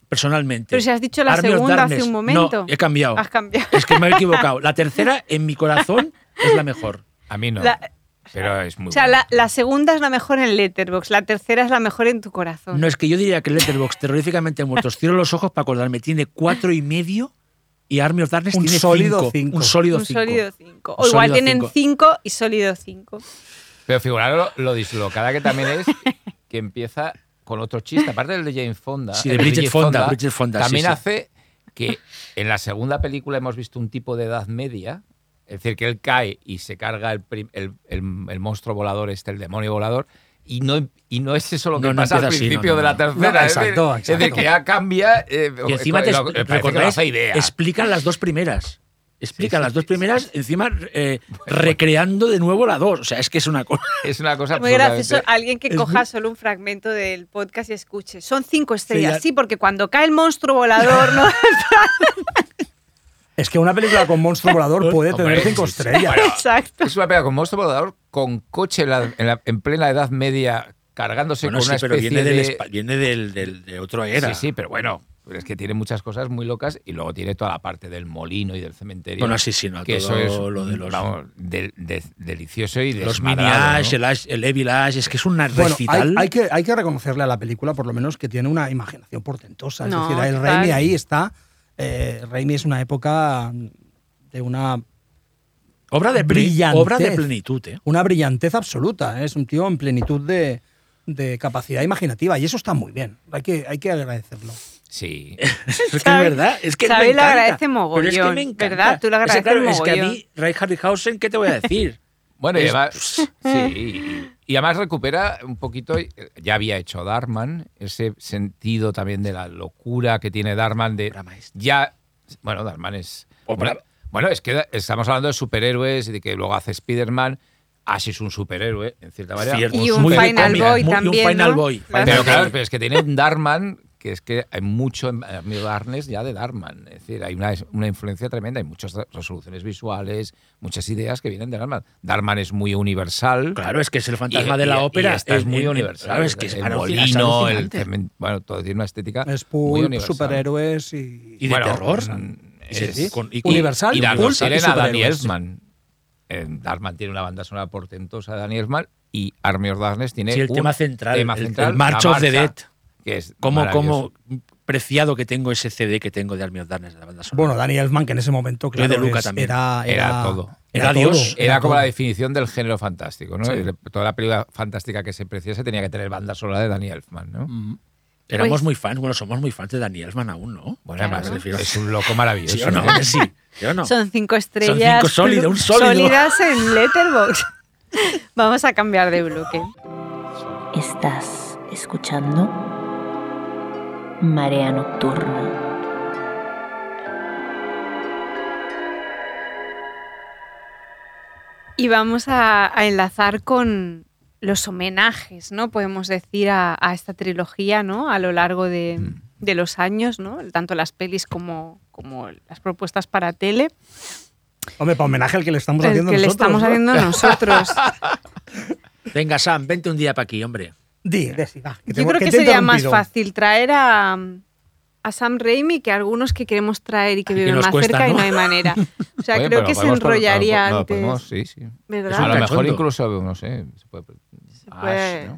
Speaker 6: personalmente.
Speaker 3: Pero si has dicho la
Speaker 6: Army of
Speaker 3: segunda
Speaker 6: Darkness,
Speaker 3: hace un momento.
Speaker 6: No, he cambiado.
Speaker 3: Has cambiado.
Speaker 6: Es que me he equivocado. La tercera, en mi corazón, es la mejor.
Speaker 5: A mí no.
Speaker 3: La-
Speaker 5: pero es muy
Speaker 3: o sea,
Speaker 5: buena.
Speaker 3: la, la segunda es la mejor en Letterboxd, la tercera es la mejor en tu corazón.
Speaker 6: No, es que yo diría que Letterboxd, terroríficamente muertos, cierro los ojos para acordarme, tiene cuatro y medio y Army of Darkness
Speaker 4: Un
Speaker 6: tiene
Speaker 4: sólido
Speaker 6: cinco,
Speaker 4: cinco.
Speaker 6: Un sólido
Speaker 3: un
Speaker 6: cinco.
Speaker 3: sólido 5. O
Speaker 6: Un
Speaker 3: igual
Speaker 6: sólido
Speaker 3: tienen
Speaker 6: cinco.
Speaker 3: 5 y sólido 5.
Speaker 5: Pero figuraros lo, lo dislocada que también es que empieza con otro chiste, aparte del de Jane Fonda.
Speaker 6: Sí, de
Speaker 5: el
Speaker 6: Bridget Fonda, Bridget Fonda, sí,
Speaker 5: También
Speaker 6: sí.
Speaker 5: hace que en la segunda película hemos visto un tipo de edad media, es decir, que él cae y se carga el, prim- el, el- el monstruo volador, este, el demonio volador, y no, y no es eso lo que
Speaker 6: No, no
Speaker 5: pasa al
Speaker 6: empieza así, no,
Speaker 5: principio
Speaker 6: no,
Speaker 5: de
Speaker 6: no.
Speaker 5: la tercera.
Speaker 4: No,
Speaker 5: es, decir-
Speaker 4: exacto,
Speaker 5: es decir,
Speaker 4: exacto.
Speaker 5: que ya cambia. eh,
Speaker 6: Y encima te
Speaker 5: lo-
Speaker 6: expl-
Speaker 5: parece que no
Speaker 6: recordáis,
Speaker 5: hace idea.
Speaker 6: explican las dos primeras. Explican
Speaker 5: Sí, sí,
Speaker 6: las dos primeras, encima eh, recreando de nuevo la dos. O sea, es que es una cosa.
Speaker 5: Es una cosa
Speaker 3: Muy gracioso
Speaker 5: absolutamente-
Speaker 3: alguien que
Speaker 6: es
Speaker 3: coja
Speaker 6: muy-
Speaker 3: solo un fragmento del podcast y escuche. Son 5 estrellas,
Speaker 6: ya-
Speaker 3: sí, porque cuando cae el monstruo volador, ¿no?
Speaker 4: Es que una película con monstruo volador puede tener
Speaker 5: Hombre,
Speaker 4: cinco
Speaker 5: sí, sí.
Speaker 4: estrellas.
Speaker 5: Bueno,
Speaker 3: Exacto.
Speaker 5: Es una película con monstruo volador, con coche en, la- en la- en plena Edad Media, cargándose
Speaker 6: Bueno,
Speaker 5: con
Speaker 6: sí,
Speaker 5: una
Speaker 6: pero
Speaker 5: especie
Speaker 6: viene, del,
Speaker 5: de...
Speaker 6: espa- viene del, del- de otra era.
Speaker 5: Sí, sí, pero bueno, pero es que tiene muchas cosas muy locas y luego tiene toda la parte del molino y del cementerio.
Speaker 6: Bueno, sí, sí, no,
Speaker 5: que
Speaker 6: todo
Speaker 5: eso es
Speaker 6: lo de los,
Speaker 5: vamos, del- de- delicioso y
Speaker 6: los mini
Speaker 5: desmadrado,
Speaker 6: Ash,
Speaker 5: ¿no?
Speaker 6: el, Ash- el Evil Ash, es que es una
Speaker 4: Bueno, hay,
Speaker 6: recital.
Speaker 4: hay que, hay que reconocerle a la película, por lo menos, que tiene una imaginación portentosa. Es
Speaker 3: No,
Speaker 4: decir, el
Speaker 3: total.
Speaker 4: Raimi ahí está. eh, Raimi es una época de una,
Speaker 6: obra, de pli-
Speaker 4: brillantez.
Speaker 6: obra de plenitud, ¿eh?
Speaker 4: una brillantez absoluta. ¿eh? Es un tío en plenitud de, de capacidad imaginativa y eso está muy bien. Hay que, hay que agradecerlo.
Speaker 5: Sí.
Speaker 6: Es que es
Speaker 3: Xavi-
Speaker 6: verdad, es que me
Speaker 3: Xavi le
Speaker 6: encanta.
Speaker 3: agradece
Speaker 6: Pero es que
Speaker 3: mogollón,
Speaker 6: me encanta.
Speaker 3: ¿verdad? Tú le
Speaker 6: O sea,
Speaker 3: agradeces
Speaker 6: claro, es que a
Speaker 3: mogollón.
Speaker 6: mí, Ray Harryhausen, ¿qué te voy a decir?
Speaker 5: Bueno, y
Speaker 6: Es-
Speaker 5: además, sí, y- y además recupera un poquito, ya había hecho Darman, ese sentido también de la locura que tiene Darman de
Speaker 6: Obra maestra.
Speaker 5: ya, bueno, Darman es
Speaker 6: Obra-
Speaker 5: bueno, bueno, es que da- estamos hablando de superhéroes y de que luego hace Spider-Man, Ash es un superhéroe en cierta manera,
Speaker 6: Cierto.
Speaker 3: Y un
Speaker 5: Muy
Speaker 6: Muy
Speaker 3: Final
Speaker 6: cómica,
Speaker 3: Boy
Speaker 6: muy- y un
Speaker 3: también.
Speaker 6: Final
Speaker 3: ¿no?
Speaker 6: Boy.
Speaker 3: Claro.
Speaker 5: Pero claro, pero es que tiene Darman, que es que hay mucho en en Amigo Darkness ya de Darman. Es decir, hay una, una influencia tremenda, hay muchas resoluciones visuales, muchas ideas que vienen de Darman. Darman es muy universal.
Speaker 6: Claro, es que es el fantasma
Speaker 5: Y-
Speaker 6: de
Speaker 5: y-
Speaker 6: la
Speaker 5: y
Speaker 6: ópera.
Speaker 5: esta es muy
Speaker 6: eh, eh,
Speaker 5: universal.
Speaker 6: Claro, es que es
Speaker 5: el
Speaker 6: alucin-
Speaker 5: molino, el
Speaker 6: alucinante.
Speaker 5: cemen- bueno, todo tiene una estética
Speaker 4: Es
Speaker 5: muy
Speaker 4: pulp,
Speaker 5: universal.
Speaker 4: superhéroes y.
Speaker 6: Y de
Speaker 5: Bueno,
Speaker 6: terror.
Speaker 5: mm,
Speaker 6: Y se-
Speaker 5: es-
Speaker 6: con- y-
Speaker 4: Universal,
Speaker 5: y la
Speaker 4: pulp
Speaker 5: Rosalén a Danny
Speaker 4: superhéroes.
Speaker 5: Elfman. Eh, Darman tiene una banda sonora portentosa de Danny Elfman y Army of Darkness tiene
Speaker 6: Sí, el
Speaker 5: un
Speaker 6: tema central,
Speaker 5: tema
Speaker 6: el- el
Speaker 5: central,
Speaker 6: March
Speaker 5: la
Speaker 6: of the
Speaker 5: marcha,
Speaker 6: Dead.
Speaker 5: que es
Speaker 6: Como,
Speaker 5: maravilloso.
Speaker 6: como preciado que tengo ese CD que tengo de Army of Darkness de la banda sonora.
Speaker 4: Bueno, Danny Elfman, que en ese momento,
Speaker 6: Yo de
Speaker 4: claro,
Speaker 6: Luca
Speaker 4: es-
Speaker 6: también.
Speaker 4: Era, era,
Speaker 5: Era todo.
Speaker 6: Era Dios.
Speaker 4: todo,
Speaker 5: Era como
Speaker 4: todo.
Speaker 5: la definición del género fantástico, ¿no?
Speaker 6: Sí.
Speaker 5: El- Toda la película fantástica que se preciase tenía que tener banda sonora de Danny Elfman, ¿no?
Speaker 6: Éramos
Speaker 3: Pues-
Speaker 6: muy fans, bueno, somos muy fans de Daniel Elfman aún, ¿no?
Speaker 5: Bueno,
Speaker 3: Claro.
Speaker 5: además, es un loco maravilloso.
Speaker 6: Sí o no,
Speaker 5: ¿eh?
Speaker 6: sí, sí o no.
Speaker 3: Son cinco estrellas.
Speaker 6: cinco sólidas, un sólido.
Speaker 3: Sólidas en Letterboxd. Vamos a cambiar de bloque.
Speaker 2: Estás escuchando Marea Nocturna.
Speaker 3: Y vamos a, a enlazar con los homenajes, ¿no? Podemos decir a, a esta trilogía, ¿no? A lo largo de,
Speaker 6: Mm.
Speaker 3: de los años, ¿no? Tanto las pelis como, como las propuestas para tele.
Speaker 4: Hombre, para homenaje al que le estamos
Speaker 3: el
Speaker 4: haciendo
Speaker 3: que le
Speaker 4: nosotros.
Speaker 3: estamos
Speaker 4: ¿no?
Speaker 3: haciendo nosotros.
Speaker 6: Venga, Sam, vente un día para aquí, hombre.
Speaker 4: Di, di, va, que te-
Speaker 3: Yo creo que
Speaker 4: te he
Speaker 3: sería más
Speaker 4: interrumpido.
Speaker 3: fácil traer a, a Sam Raimi que a algunos que queremos traer y que
Speaker 6: Y que
Speaker 3: viven
Speaker 6: nos
Speaker 3: más
Speaker 6: cuesta,
Speaker 3: cerca y
Speaker 6: ¿no?
Speaker 3: no hay manera. O sea,
Speaker 5: Oye,
Speaker 3: creo
Speaker 5: pero
Speaker 3: que se
Speaker 5: podemos col-
Speaker 3: enrollaría
Speaker 5: no,
Speaker 3: antes.
Speaker 5: podemos- sí, sí.
Speaker 3: ¿Verdad?
Speaker 5: A lo mejor
Speaker 6: cachondo.
Speaker 5: incluso, no sé, se puede...
Speaker 3: puede.
Speaker 5: Ash, ¿no?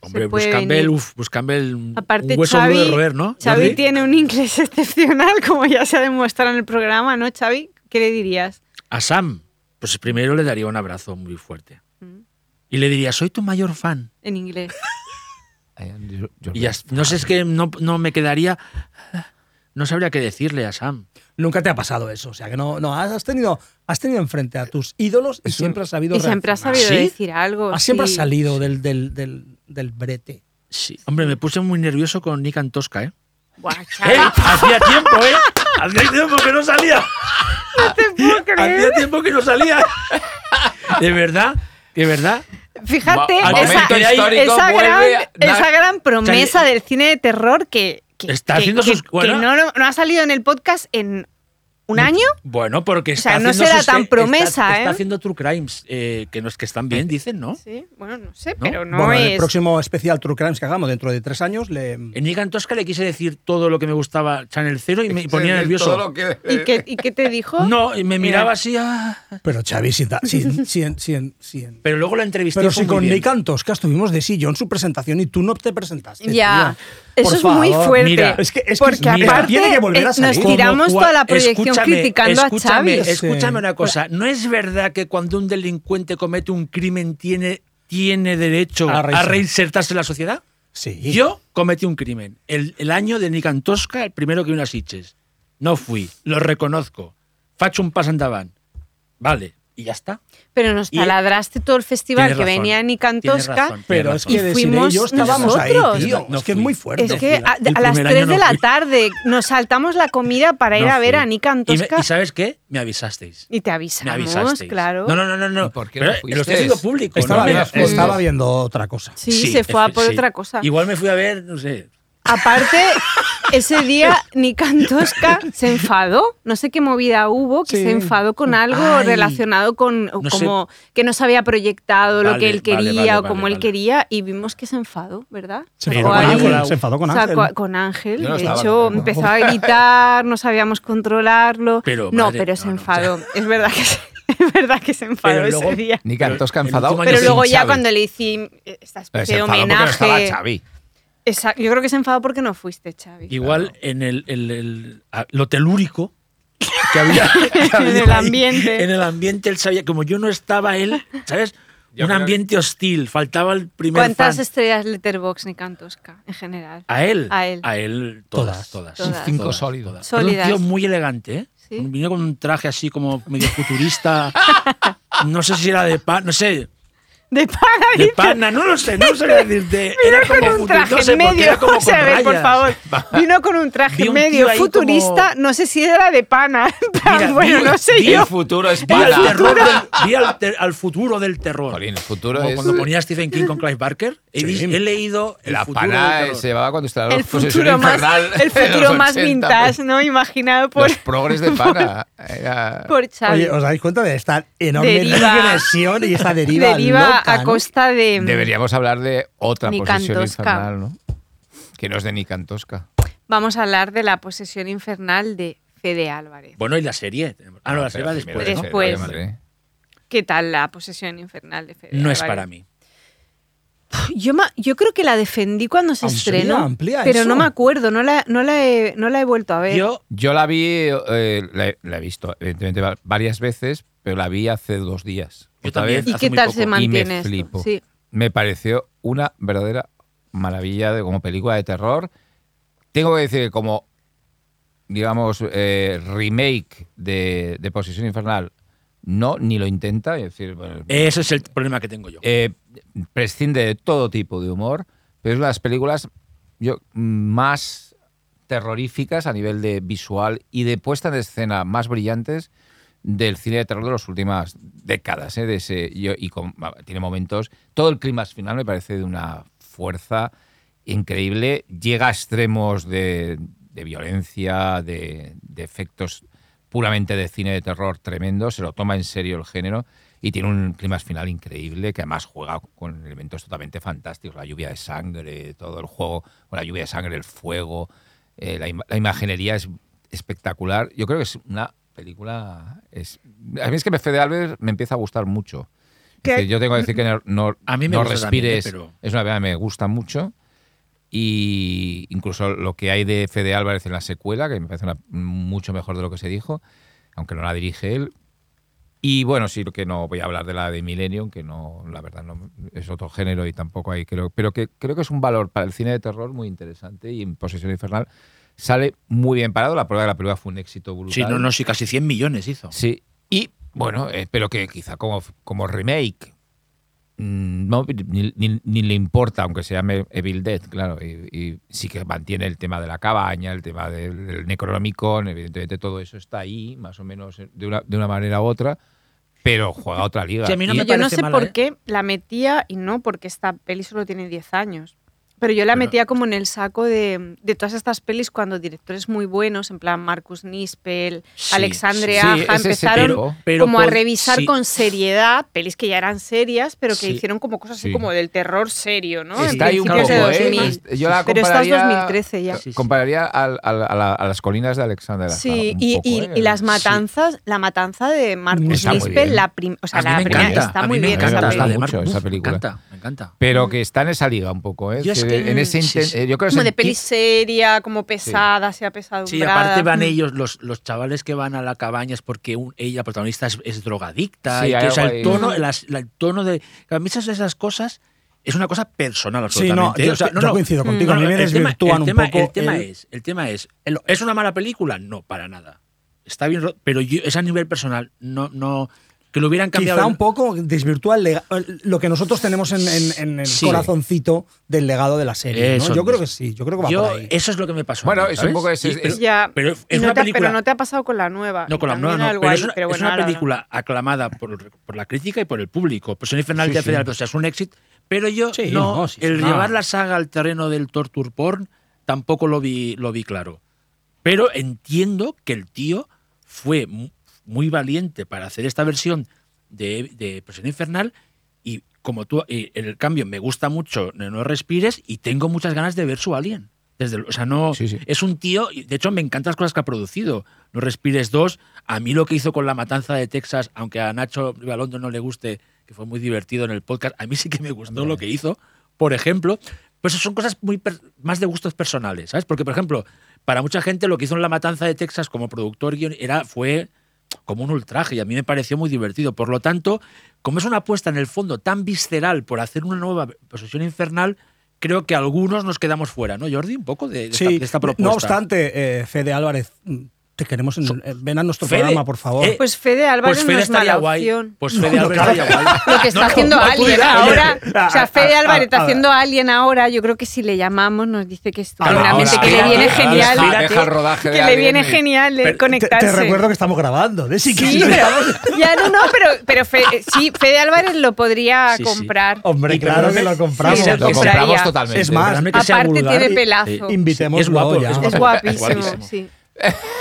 Speaker 6: Hombre,
Speaker 3: Se puede
Speaker 6: Bruce Campbell,
Speaker 3: venir.
Speaker 6: uf, Bruce Campbell, un,
Speaker 3: Aparte,
Speaker 6: un hueso duro
Speaker 3: Xavi,
Speaker 6: de roer, ¿no?
Speaker 3: Xavi
Speaker 6: Jordi?
Speaker 3: tiene un inglés excepcional, como ya se ha demostrado en el programa, ¿no, Xavi? ¿Qué le dirías?
Speaker 6: A Sam, pues primero le daría un abrazo muy fuerte.
Speaker 3: Mm.
Speaker 6: Y le diría, soy tu mayor fan.
Speaker 3: En inglés.
Speaker 5: I am your- your
Speaker 6: Y ya, no sé, es que no, no me quedaría... No sabría qué decirle a Sam.
Speaker 4: Nunca te ha pasado eso. O sea, que no, no has has tenido, has tenido enfrente a tus ídolos y siempre has sabido.
Speaker 3: Y siempre has
Speaker 4: reaccionar.
Speaker 3: sabido
Speaker 6: ¿Sí?
Speaker 3: decir algo.
Speaker 4: Ah, siempre
Speaker 3: sí.
Speaker 4: has salido del, del, del, del brete.
Speaker 6: Sí. Hombre, me puse muy nervioso con Nick Antosca, ¿eh?
Speaker 3: Buah, Xavi,
Speaker 6: ¡Eh! Hacía tiempo, ¿eh? Hacía tiempo que no salía.
Speaker 3: te puedo creer.
Speaker 6: Hacía tiempo que no salía. De verdad, de verdad.
Speaker 3: Fíjate,
Speaker 5: Mo-
Speaker 3: esa,
Speaker 5: momento histórico,
Speaker 3: esa
Speaker 5: vuelve
Speaker 3: gran,
Speaker 5: a- Nah.
Speaker 3: esa gran promesa del cine de terror que, que-
Speaker 6: Está
Speaker 3: que-
Speaker 6: haciendo
Speaker 3: que-
Speaker 6: sus-
Speaker 3: que
Speaker 6: bueno.
Speaker 3: no, no ha salido en el podcast en un año.
Speaker 6: Bueno, porque está
Speaker 3: sea, no
Speaker 6: haciendo
Speaker 3: será
Speaker 6: sus-
Speaker 3: tan
Speaker 6: está-
Speaker 3: promesa,
Speaker 6: está,
Speaker 3: ¿eh?
Speaker 6: haciendo True Crimes, eh, que no es que están bien, dicen, ¿no?
Speaker 3: Sí, bueno, no sé,
Speaker 6: No,
Speaker 3: pero no
Speaker 4: bueno, en el
Speaker 3: es.
Speaker 4: próximo especial True Crimes que hagamos dentro de tres años le.
Speaker 6: En Nick Antosca le quise decir todo lo que me gustaba Channel Cero y me ponía
Speaker 5: Todo
Speaker 6: nervioso.
Speaker 5: lo que-
Speaker 3: ¿Y qué, y qué te dijo?
Speaker 6: No, y me miraba así. ah.
Speaker 4: Pero Xavi, si, da- si, si, en- si, en- si en-
Speaker 6: Pero luego la entrevisté.
Speaker 4: Pero
Speaker 6: y fue
Speaker 4: si
Speaker 6: muy
Speaker 4: con
Speaker 6: bien.
Speaker 4: Nick Antosca estuvimos de sillón su presentación y tú no te presentaste.
Speaker 3: Ya.
Speaker 4: tía.
Speaker 3: Eso
Speaker 4: Por
Speaker 3: es muy
Speaker 4: favor.
Speaker 3: fuerte.
Speaker 6: mira,
Speaker 4: es que- es que
Speaker 3: porque
Speaker 4: mira,
Speaker 3: aparte
Speaker 4: tiene que volver a
Speaker 3: eh, nos
Speaker 4: salir.
Speaker 3: tiramos
Speaker 6: Como
Speaker 3: toda la
Speaker 6: cua-
Speaker 3: proyección
Speaker 6: escúchame,
Speaker 3: criticando
Speaker 6: escúchame,
Speaker 3: a Xavi.
Speaker 6: Escúchame una cosa, ¿no es verdad que cuando un delincuente comete un crimen tiene, tiene derecho
Speaker 4: A
Speaker 6: a,
Speaker 4: reinsertar.
Speaker 6: reinsertarse en la sociedad?
Speaker 4: Sí.
Speaker 6: Yo cometí un crimen. El, el año de Nicantosca, el primero que unas hiches. No fui, lo reconozco. Facho un pas andaban. Vale, y ya está.
Speaker 3: Pero nos
Speaker 6: Y-
Speaker 3: taladraste todo el festival
Speaker 6: Tienes
Speaker 3: que
Speaker 6: razón,
Speaker 3: venía ni
Speaker 6: tienes
Speaker 3: Cantosca.
Speaker 6: razón,
Speaker 4: Pero
Speaker 6: tienes
Speaker 4: es
Speaker 6: razón.
Speaker 4: que
Speaker 3: Y
Speaker 4: decir
Speaker 3: fuimos
Speaker 4: ellos estábamos
Speaker 3: nosotros.
Speaker 4: ahí, tío.
Speaker 6: No
Speaker 4: es que es
Speaker 6: fui.
Speaker 4: muy fuerte.
Speaker 3: Es que a,
Speaker 6: El
Speaker 3: a las 3
Speaker 6: primer
Speaker 3: de
Speaker 6: año no
Speaker 3: la
Speaker 6: fui.
Speaker 3: tarde nos saltamos la comida para ir
Speaker 6: No
Speaker 3: a ver
Speaker 6: fui.
Speaker 3: a Nick
Speaker 6: Y me-
Speaker 3: Antosca
Speaker 6: ¿Y sabes qué? Me avisasteis.
Speaker 3: y, te
Speaker 6: Me
Speaker 3: avisamos,
Speaker 6: avisasteis.
Speaker 3: claro.
Speaker 6: No, no, no, no. no.
Speaker 5: ¿Y por qué
Speaker 6: Pero,
Speaker 5: no
Speaker 6: eh, lo estoy
Speaker 5: fuisteis?
Speaker 6: haciendo público.
Speaker 4: Estaba,
Speaker 6: no me
Speaker 4: vi-
Speaker 5: fuiste.
Speaker 6: hagáis-
Speaker 4: estaba viendo otra cosa.
Speaker 3: Sí, se fue a por
Speaker 6: este, sí.
Speaker 3: otra cosa.
Speaker 6: Igual me fui a ver, no sé,
Speaker 3: Aparte, ese día Nikan Tosca se enfadó. No sé qué movida hubo, que
Speaker 4: Sí.
Speaker 3: se enfadó con algo
Speaker 6: Ay.
Speaker 3: relacionado con
Speaker 6: No sé.
Speaker 3: como que no se había proyectado lo
Speaker 6: Vale,
Speaker 3: que él
Speaker 6: vale,
Speaker 3: quería
Speaker 6: vale,
Speaker 3: o como
Speaker 6: vale,
Speaker 3: él
Speaker 6: vale.
Speaker 3: quería y vimos que se enfadó, ¿verdad?
Speaker 4: Se
Speaker 3: Sacó
Speaker 4: enfadó con
Speaker 3: ahí-
Speaker 4: Ángel. Se enfadó con
Speaker 3: sacó
Speaker 4: Ángel.
Speaker 3: a- con Ángel.
Speaker 5: Yo no
Speaker 3: de
Speaker 5: estaba,
Speaker 3: hecho,
Speaker 5: no.
Speaker 3: empezó a gritar, no sabíamos controlarlo.
Speaker 6: Pero,
Speaker 3: no,
Speaker 6: madre,
Speaker 3: pero se
Speaker 6: no, no,
Speaker 3: enfadó. Es verdad que se, es verdad que se enfadó
Speaker 6: Pero luego-
Speaker 3: ese día.
Speaker 5: Ni Cantosca
Speaker 6: El
Speaker 5: enfadado.
Speaker 6: último año
Speaker 3: Pero
Speaker 6: sin
Speaker 3: luego ya
Speaker 6: Xavi.
Speaker 3: cuando le hice esta
Speaker 5: Eh,
Speaker 3: especie
Speaker 5: Se
Speaker 3: de
Speaker 5: enfadó porque no
Speaker 3: homenaje.
Speaker 5: estaba Xavi.
Speaker 3: Esa- yo creo que se enfadó porque no fuiste, Xavi.
Speaker 6: Igual en el, el- el- a- lo telúrico que había, que había
Speaker 3: En el
Speaker 6: ahí,
Speaker 3: ambiente.
Speaker 6: En el ambiente él sabía, como yo no estaba él, ¿sabes?
Speaker 5: Yo
Speaker 6: Un
Speaker 5: creo-
Speaker 6: ambiente hostil, faltaba el primer
Speaker 3: ¿Cuántas
Speaker 6: fan.
Speaker 3: estrellas Letterbox ni Cantosca en general?
Speaker 6: ¿A él?
Speaker 3: A él.
Speaker 6: todas, todas.
Speaker 4: Todas.
Speaker 3: Todas.
Speaker 5: Cinco
Speaker 6: todas,
Speaker 5: sólidos.
Speaker 6: todas. Era Un tío
Speaker 3: Sólidas.
Speaker 6: muy elegante, ¿eh?
Speaker 3: Sí.
Speaker 6: Vino con un traje así como medio futurista. no sé si era de pan, no sé,
Speaker 3: De pana,
Speaker 6: de
Speaker 3: dice.
Speaker 6: pana, no lo sé, no lo sé decirte. Era
Speaker 3: Con
Speaker 6: como
Speaker 3: un
Speaker 6: futurista,
Speaker 3: traje
Speaker 6: no sé,
Speaker 3: medio,
Speaker 6: porque era como
Speaker 3: o sea, a
Speaker 6: con
Speaker 3: ver, por
Speaker 6: rayas.
Speaker 3: favor. Vino con un traje
Speaker 6: Vi un tío
Speaker 3: medio
Speaker 6: ahí
Speaker 3: futurista, no sé si era de pana. en plan,
Speaker 6: Mira,
Speaker 3: bueno,
Speaker 6: vi-
Speaker 3: no sé
Speaker 6: vi
Speaker 5: Y
Speaker 3: yo.
Speaker 5: el futuro es
Speaker 6: Vi al,
Speaker 5: para.
Speaker 6: terror del- vi al ter- al futuro del terror.
Speaker 5: Jolín, el futuro
Speaker 6: Como
Speaker 5: es.
Speaker 6: cuando ponía a Stephen King con Clive Barker, he, vis- he leído el
Speaker 5: la
Speaker 6: futuro del
Speaker 5: pana
Speaker 6: terror.
Speaker 5: se llevaba cuando estaba
Speaker 3: El
Speaker 6: Pues
Speaker 5: Posesión
Speaker 3: futuro más,
Speaker 5: Infernal
Speaker 3: el
Speaker 5: de los
Speaker 3: futuro más
Speaker 5: 80,
Speaker 3: vintage, ¿no? Imaginado por,
Speaker 5: Los progres de pana. Era-
Speaker 3: por Xavi.
Speaker 4: Oye, ¿os dais cuenta de esta enorme
Speaker 3: Deriva.
Speaker 4: digresión y esta deriva
Speaker 3: Deriva
Speaker 4: loca,
Speaker 3: a
Speaker 4: ¿no?
Speaker 3: costa de... mm,
Speaker 5: Deberíamos hablar de otra
Speaker 3: Ni
Speaker 5: posesión
Speaker 3: Cantosca.
Speaker 5: infernal, ¿no? Que no es de Nicantosca.
Speaker 3: Vamos a hablar de la posesión infernal de Fede Álvarez.
Speaker 6: Bueno, y la serie. Ah, no, la serie va después. ¿no?
Speaker 3: Después. ¿Qué tal la posesión infernal de Fede
Speaker 6: No es
Speaker 3: Álvarez?
Speaker 6: para mí.
Speaker 3: Yo, ma- yo creo que la defendí cuando se
Speaker 4: Amplía,
Speaker 3: estrenó,
Speaker 4: amplía
Speaker 3: pero
Speaker 4: eso.
Speaker 3: no me acuerdo, no la, no, la he, no la he vuelto a ver.
Speaker 6: Yo,
Speaker 5: Yo la vi, eh, la, he- la he visto, evidentemente, va- varias veces, pero la vi hace dos días.
Speaker 6: Yo
Speaker 5: Otra
Speaker 6: también.
Speaker 5: vez,
Speaker 3: ¿Y
Speaker 5: hace
Speaker 3: qué
Speaker 5: muy
Speaker 3: tal
Speaker 5: poco,
Speaker 3: se mantiene
Speaker 5: y me
Speaker 3: esto?
Speaker 5: flipo.
Speaker 3: Sí.
Speaker 5: Me pareció una verdadera maravilla de, como película de terror. Tengo que decir que como, digamos, eh, remake de, de Posesión Infernal, no, ni lo intenta. Es decir, bueno,
Speaker 6: ese es el problema que tengo yo.
Speaker 5: eh, prescinde de todo tipo de humor, pero es una de las películas yo, más terroríficas a nivel de visual y de puesta en escena más brillantes del cine de terror de las últimas décadas. ¿eh? De ese, yo- y con- tiene momentos. Todo el clima final me parece de una fuerza increíble. Llega a extremos de, de violencia, de, de efectos puramente de cine de terror tremendo. Se lo toma en serio el género y tiene un clima final increíble que además juega con elementos totalmente fantásticos. La lluvia de sangre, todo el juego con la lluvia de sangre, el fuego. eh, la, im- la imaginería es espectacular. Yo creo que es una película... Es, a mí es que me- Fede Álvarez me empieza a gustar mucho. Es
Speaker 3: ¿Qué?
Speaker 5: decir, yo tengo que decir que no, no-
Speaker 6: A mí me
Speaker 5: no
Speaker 6: gusta
Speaker 5: respires.
Speaker 6: también, ¿eh?
Speaker 5: Es una película que me gusta mucho. Y incluso lo que hay de Fede Álvarez en la secuela, que me parece una- mucho mejor de lo que se dijo, aunque no la dirige él. Y bueno, sí que no voy a hablar de la de Millennium, que no, la verdad, no es otro género y tampoco hay, creo, pero que creo que es un valor para el cine de terror muy interesante y en Posesión Infernal sale muy bien parado. La prueba de la película fue un éxito brutal.
Speaker 6: Sí, no, no, sí, casi 100 millones hizo.
Speaker 5: Sí, y bueno, eh, pero que quizá como, como remake mm, no, ni, ni- ni le importa, aunque se llame Evil Dead, claro, y, y sí que mantiene el tema de la cabaña, el tema del, del Necronomicon, evidentemente todo eso está ahí, más o menos eh, de una, de una manera u otra, pero juega a otra liga.
Speaker 6: Sí, a mí no
Speaker 5: Y-
Speaker 6: me
Speaker 3: Y yo no
Speaker 6: parece
Speaker 3: sé
Speaker 6: mala,
Speaker 3: por
Speaker 6: ¿eh?
Speaker 3: qué la metía, y no porque esta peli solo tiene 10 años, pero yo la
Speaker 6: Pero-
Speaker 3: metía como en el saco de, de todas estas pelis cuando directores muy buenos, en plan Marcus Nispel,
Speaker 6: Sí,
Speaker 3: Alexandre
Speaker 5: sí,
Speaker 3: Aja,
Speaker 5: es ese
Speaker 3: empezaron
Speaker 5: tipo.
Speaker 6: Pero
Speaker 3: como a
Speaker 6: pod-
Speaker 3: revisar
Speaker 6: sí.
Speaker 3: con seriedad pelis que ya eran serias, pero que
Speaker 6: Sí.
Speaker 3: hicieron como cosas así
Speaker 5: Sí.
Speaker 3: como del terror serio, ¿no? En
Speaker 5: Está ahí un
Speaker 3: principios
Speaker 5: poco,
Speaker 3: de
Speaker 5: ¿eh?
Speaker 3: 2000.
Speaker 5: Est- Yo la
Speaker 3: Pero esta es
Speaker 5: compararía-
Speaker 3: 2013 ya.
Speaker 6: Sí, sí.
Speaker 5: Compararía al- al- a, la- a las colinas de Alexander. Aja
Speaker 3: Sí,
Speaker 5: un
Speaker 3: y,
Speaker 5: poco,
Speaker 3: y-
Speaker 5: ¿eh?
Speaker 3: y las matanzas, la matanza de Marcus
Speaker 5: Está muy
Speaker 3: Nispel,
Speaker 5: bien.
Speaker 3: la prim- o sea,
Speaker 6: a mí
Speaker 3: la
Speaker 6: me
Speaker 3: primera-
Speaker 6: encanta.
Speaker 3: está
Speaker 6: a
Speaker 3: muy
Speaker 6: mí me
Speaker 3: bien
Speaker 5: esa
Speaker 6: encanta
Speaker 3: esa
Speaker 5: película.
Speaker 6: la
Speaker 3: peli.
Speaker 6: de Mark
Speaker 5: Mucho
Speaker 6: Ruffalo,
Speaker 5: esa
Speaker 6: Me
Speaker 5: película.
Speaker 6: encanta, me encanta.
Speaker 5: Pero que está en esa liga un poco, ¿eh?
Speaker 6: Mm. Yo es
Speaker 5: Sí,
Speaker 6: que-
Speaker 5: en ese
Speaker 6: sí,
Speaker 5: inten-
Speaker 6: sí.
Speaker 5: eh, Yo creo que
Speaker 3: Como
Speaker 5: se
Speaker 3: de
Speaker 5: enti-
Speaker 3: peli seria, como pesada, sea pesadumbrada.
Speaker 6: Sí, aparte van ellos, los, los chavales que van a la cabaña es porque un- ella, protagonista, es, es drogadicta.
Speaker 5: Sí,
Speaker 6: y
Speaker 5: hay
Speaker 6: que, o sea,
Speaker 5: algo
Speaker 6: el
Speaker 5: ahí.
Speaker 6: tono, las- la- el tono de. A mí esas, esas cosas es una cosa personal,
Speaker 4: Sí, no,
Speaker 6: absolutamente. ¿eh?
Speaker 4: yo,
Speaker 6: O sea,
Speaker 4: yo coincido contigo. a mí me
Speaker 6: Mm. el tema-
Speaker 4: desvirtúan
Speaker 6: el
Speaker 4: un
Speaker 6: tema-
Speaker 4: poco. eh,
Speaker 6: El tema
Speaker 4: el-
Speaker 6: es, el tema es, el- ¿es una mala película? No, para nada. Está bien, ro- pero yo, es a nivel personal. No, no, que lo hubieran cambiado.
Speaker 4: Quizá
Speaker 6: el-
Speaker 4: un poco desvirtúa el lega- el- lo que nosotros tenemos en, en- en el
Speaker 6: Sí.
Speaker 4: corazoncito del legado de la serie. ¿no?
Speaker 6: Eso
Speaker 4: Yo creo
Speaker 6: mismo.
Speaker 4: que sí, yo creo que va
Speaker 6: Yo-
Speaker 4: por ahí.
Speaker 6: Eso es lo que me pasó. a
Speaker 5: Bueno,
Speaker 6: mí,
Speaker 5: es un
Speaker 6: ¿sabes?
Speaker 5: poco ese-
Speaker 6: Y- pero-
Speaker 3: Ya,
Speaker 6: pero es
Speaker 3: y no
Speaker 6: una
Speaker 3: te ha-
Speaker 6: película-
Speaker 3: pero no te ha pasado con la nueva.
Speaker 6: No,
Speaker 3: Y
Speaker 6: con la
Speaker 3: también
Speaker 6: nueva no,
Speaker 3: algo
Speaker 6: pero
Speaker 3: ahí,
Speaker 6: es una,
Speaker 3: pero
Speaker 6: es
Speaker 3: bueno,
Speaker 6: una
Speaker 3: ahora hablamos.
Speaker 6: película aclamada por, por la crítica y por el público. Persona Infernal
Speaker 5: Sí,
Speaker 6: de
Speaker 5: sí.
Speaker 6: Federal, o sea, es un pues, éxito. Pero yo
Speaker 4: Sí,
Speaker 6: no,
Speaker 4: no, sí, sí,
Speaker 6: el
Speaker 4: no.
Speaker 6: llevar la saga al terreno del torture porn tampoco lo vi, lo vi claro. Pero entiendo que el tío fue mu- muy valiente para hacer esta versión de, de Presión Infernal y como tú, y el cambio me gusta mucho, No No Respires, y tengo muchas ganas de ver su Alien. Desde, lo- o sea, no,
Speaker 5: Sí, sí.
Speaker 6: es un tío, y de hecho me encantan las cosas que ha producido. No Respires 2, a mí lo que hizo con La Matanza de Texas, aunque a Nacho Balondo no le guste, que fue muy divertido en el podcast, a mí sí que me gustó lo que hizo, por ejemplo. Pues son cosas muy per- más de gustos personales, ¿sabes? Porque, por ejemplo, para mucha gente lo que hizo en La Matanza de Texas como productor guion- era, fue como un ultraje y a mí me pareció muy divertido. Por lo tanto, como es una apuesta en el fondo tan visceral por hacer una nueva posesión infernal, creo que algunos nos quedamos fuera, ¿no, Jordi? Un poco de, de esta, de esta propuesta.
Speaker 4: No obstante, eh, Fede Álvarez, mm, te queremos. en- eh, ven a nuestro
Speaker 6: Fede,
Speaker 4: programa, por favor.
Speaker 6: eh,
Speaker 3: Pues Fede Álvarez
Speaker 6: pues Fede
Speaker 3: no es
Speaker 6: estaría
Speaker 3: mala
Speaker 6: guay.
Speaker 3: opción.
Speaker 6: Pues Fede Álvarez estaría guay.
Speaker 3: Lo que está haciendo
Speaker 4: no, tú
Speaker 3: Alien
Speaker 4: dirás,
Speaker 3: ahora.
Speaker 4: oye, a-
Speaker 3: o sea,
Speaker 4: a-
Speaker 3: Fede
Speaker 6: Ah,
Speaker 4: a-
Speaker 3: Álvarez está
Speaker 4: a-
Speaker 3: haciendo Alien ahora. Yo creo que si le llamamos nos dice que
Speaker 4: Ahora,
Speaker 3: estupendamente,
Speaker 4: ahora,
Speaker 3: que le
Speaker 4: ahora,
Speaker 3: viene
Speaker 4: ahora,
Speaker 3: genial. ¿eh?
Speaker 5: deja- deja el rodaje de
Speaker 3: que le
Speaker 5: Alien
Speaker 3: viene
Speaker 5: y-
Speaker 3: genial eh,
Speaker 4: Pero te-
Speaker 3: conectarse.
Speaker 4: Te, recuerdo que estamos grabando. ¿eh? Sí, que
Speaker 3: Sí,
Speaker 4: sí.
Speaker 3: pero, ya no, no, pero, pero Fe- eh, sí, Fede Álvarez lo podría
Speaker 6: Sí, sí.
Speaker 3: comprar.
Speaker 4: Hombre,
Speaker 6: Y
Speaker 4: claro que
Speaker 6: perdóname,
Speaker 4: lo compramos.
Speaker 3: sí,
Speaker 5: Lo
Speaker 3: que
Speaker 5: compramos
Speaker 3: sería-
Speaker 5: totalmente.
Speaker 4: Es más,
Speaker 6: Perdóname que sea
Speaker 3: Aparte
Speaker 6: vulgar.
Speaker 3: tiene
Speaker 6: Sí.
Speaker 3: pelazo.
Speaker 4: Invitemos
Speaker 6: Es guapo,
Speaker 4: ya.
Speaker 6: es
Speaker 3: Es
Speaker 6: guapísimo.
Speaker 3: guapísimo, sí.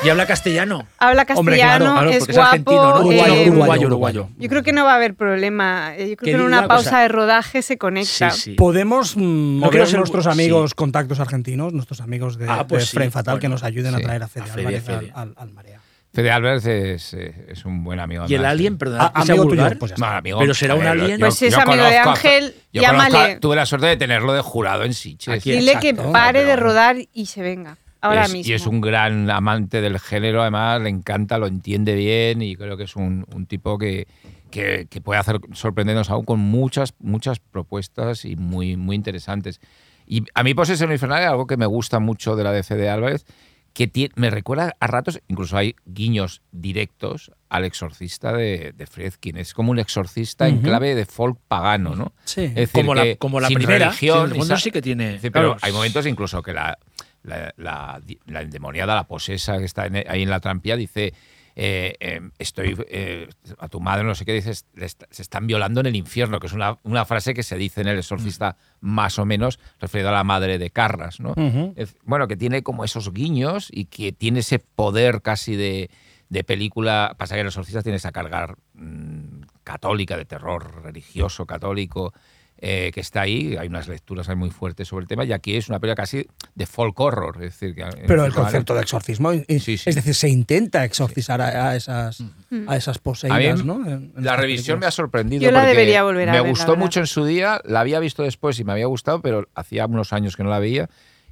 Speaker 6: Y habla castellano.
Speaker 3: Habla
Speaker 4: Hombre,
Speaker 3: castellano,
Speaker 6: Claro,
Speaker 3: es
Speaker 6: porque es
Speaker 3: guapo.
Speaker 6: argentino, ¿no?
Speaker 4: Uruguayo,
Speaker 3: eh,
Speaker 4: uruguayo,
Speaker 6: uruguayo,
Speaker 4: uruguayo.
Speaker 6: uruguayo.
Speaker 3: Yo creo que no va a haber problema. Eh, Yo
Speaker 6: Que
Speaker 3: creo que en
Speaker 6: digo
Speaker 3: una
Speaker 6: una cosa.
Speaker 3: pausa de rodaje se conecta.
Speaker 6: sí.
Speaker 4: Podemos mm, mover
Speaker 6: quiero
Speaker 4: a
Speaker 6: ser-
Speaker 4: nuestros
Speaker 6: sí.
Speaker 4: amigos contactos argentinos, nuestros amigos de,
Speaker 6: Ah, pues
Speaker 4: de
Speaker 6: sí,
Speaker 4: Fren Fatal,
Speaker 6: bueno,
Speaker 4: que nos ayuden a
Speaker 5: sí,
Speaker 4: traer a Fede,
Speaker 6: a Fede,
Speaker 4: Álvarez
Speaker 6: Fede.
Speaker 4: Al, al- al Marea.
Speaker 5: Fede Álvarez es, eh, es un buen amigo.
Speaker 6: Y el
Speaker 5: además,
Speaker 6: alien,
Speaker 5: eh.
Speaker 6: perdón,
Speaker 4: Ah,
Speaker 6: que sea
Speaker 4: amigo tuyo,
Speaker 6: vulgar.
Speaker 4: pues ya está.
Speaker 5: Bueno, amigo, eh,
Speaker 6: Pero será
Speaker 5: a
Speaker 6: un
Speaker 5: ver,
Speaker 6: alien.
Speaker 3: Pues si es amigo de
Speaker 5: conozco a-
Speaker 3: Ángel,
Speaker 5: yo conozco a-
Speaker 3: llámale.
Speaker 5: tuve la suerte de tenerlo de jurado en Sitges.
Speaker 6: Aquí,
Speaker 3: Dile
Speaker 6: Exacto.
Speaker 3: que pare de
Speaker 5: Pero-
Speaker 3: rodar y se venga. Ahora
Speaker 5: Es-
Speaker 3: mismo.
Speaker 5: Y es un gran amante del género, además le encanta, lo entiende bien y creo que es un, un tipo que, que- que puede hacer sorprendernos aún con muchas, muchas propuestas y muy, muy interesantes. Y a mí Posesión Infernal es algo que me gusta mucho de la DC de Álvarez, que tie- me recuerda a ratos, incluso hay guiños directos al exorcista de, de Friedkin. Es como un exorcista en
Speaker 4: Ujú.
Speaker 5: clave de folk pagano, ¿no?
Speaker 4: Sí.
Speaker 5: Es decir,
Speaker 6: Como la,
Speaker 5: que
Speaker 6: como la
Speaker 5: sin
Speaker 6: primera.
Speaker 5: religión,
Speaker 6: sí, en el fondo
Speaker 5: esa-
Speaker 6: sí que tiene.
Speaker 5: Sí, pero
Speaker 6: claro,
Speaker 5: hay momentos incluso que la, la, la- la endemoniada, la posesa que está en- e, ahí en la trampía dice, eh, eh, estoy eh, a tu madre, no sé qué, dices, le est- se están violando en el infierno, que es una, una frase que se dice en el exorcista más o menos referido a la madre de Carras, ¿no?
Speaker 4: Ujú.
Speaker 5: Es- Bueno, que tiene como esos guiños y que tiene ese poder casi de, de película. Pasa que Los Exorcistas tiene esa carga mm, católica, de terror religioso católico, eh, que está ahí. Hay unas lecturas ahí muy fuertes sobre el tema y aquí es una película casi de folk horror. Es decir, que,
Speaker 4: Pero el concepto de exorcismo, eh,
Speaker 5: Sí, sí.
Speaker 4: es decir, se intenta exorcizar a, a esas, a esas
Speaker 5: A mí
Speaker 4: poseídas, ¿no? En- en
Speaker 5: la
Speaker 4: estas
Speaker 5: revisión me ha
Speaker 4: películas.
Speaker 5: sorprendido.
Speaker 3: Yo la
Speaker 5: porque
Speaker 3: debería volver a
Speaker 5: Me
Speaker 3: ver, la
Speaker 5: gustó
Speaker 3: verdad.
Speaker 5: mucho en su día, la había visto después y me había gustado, pero hacía unos años que no la veía.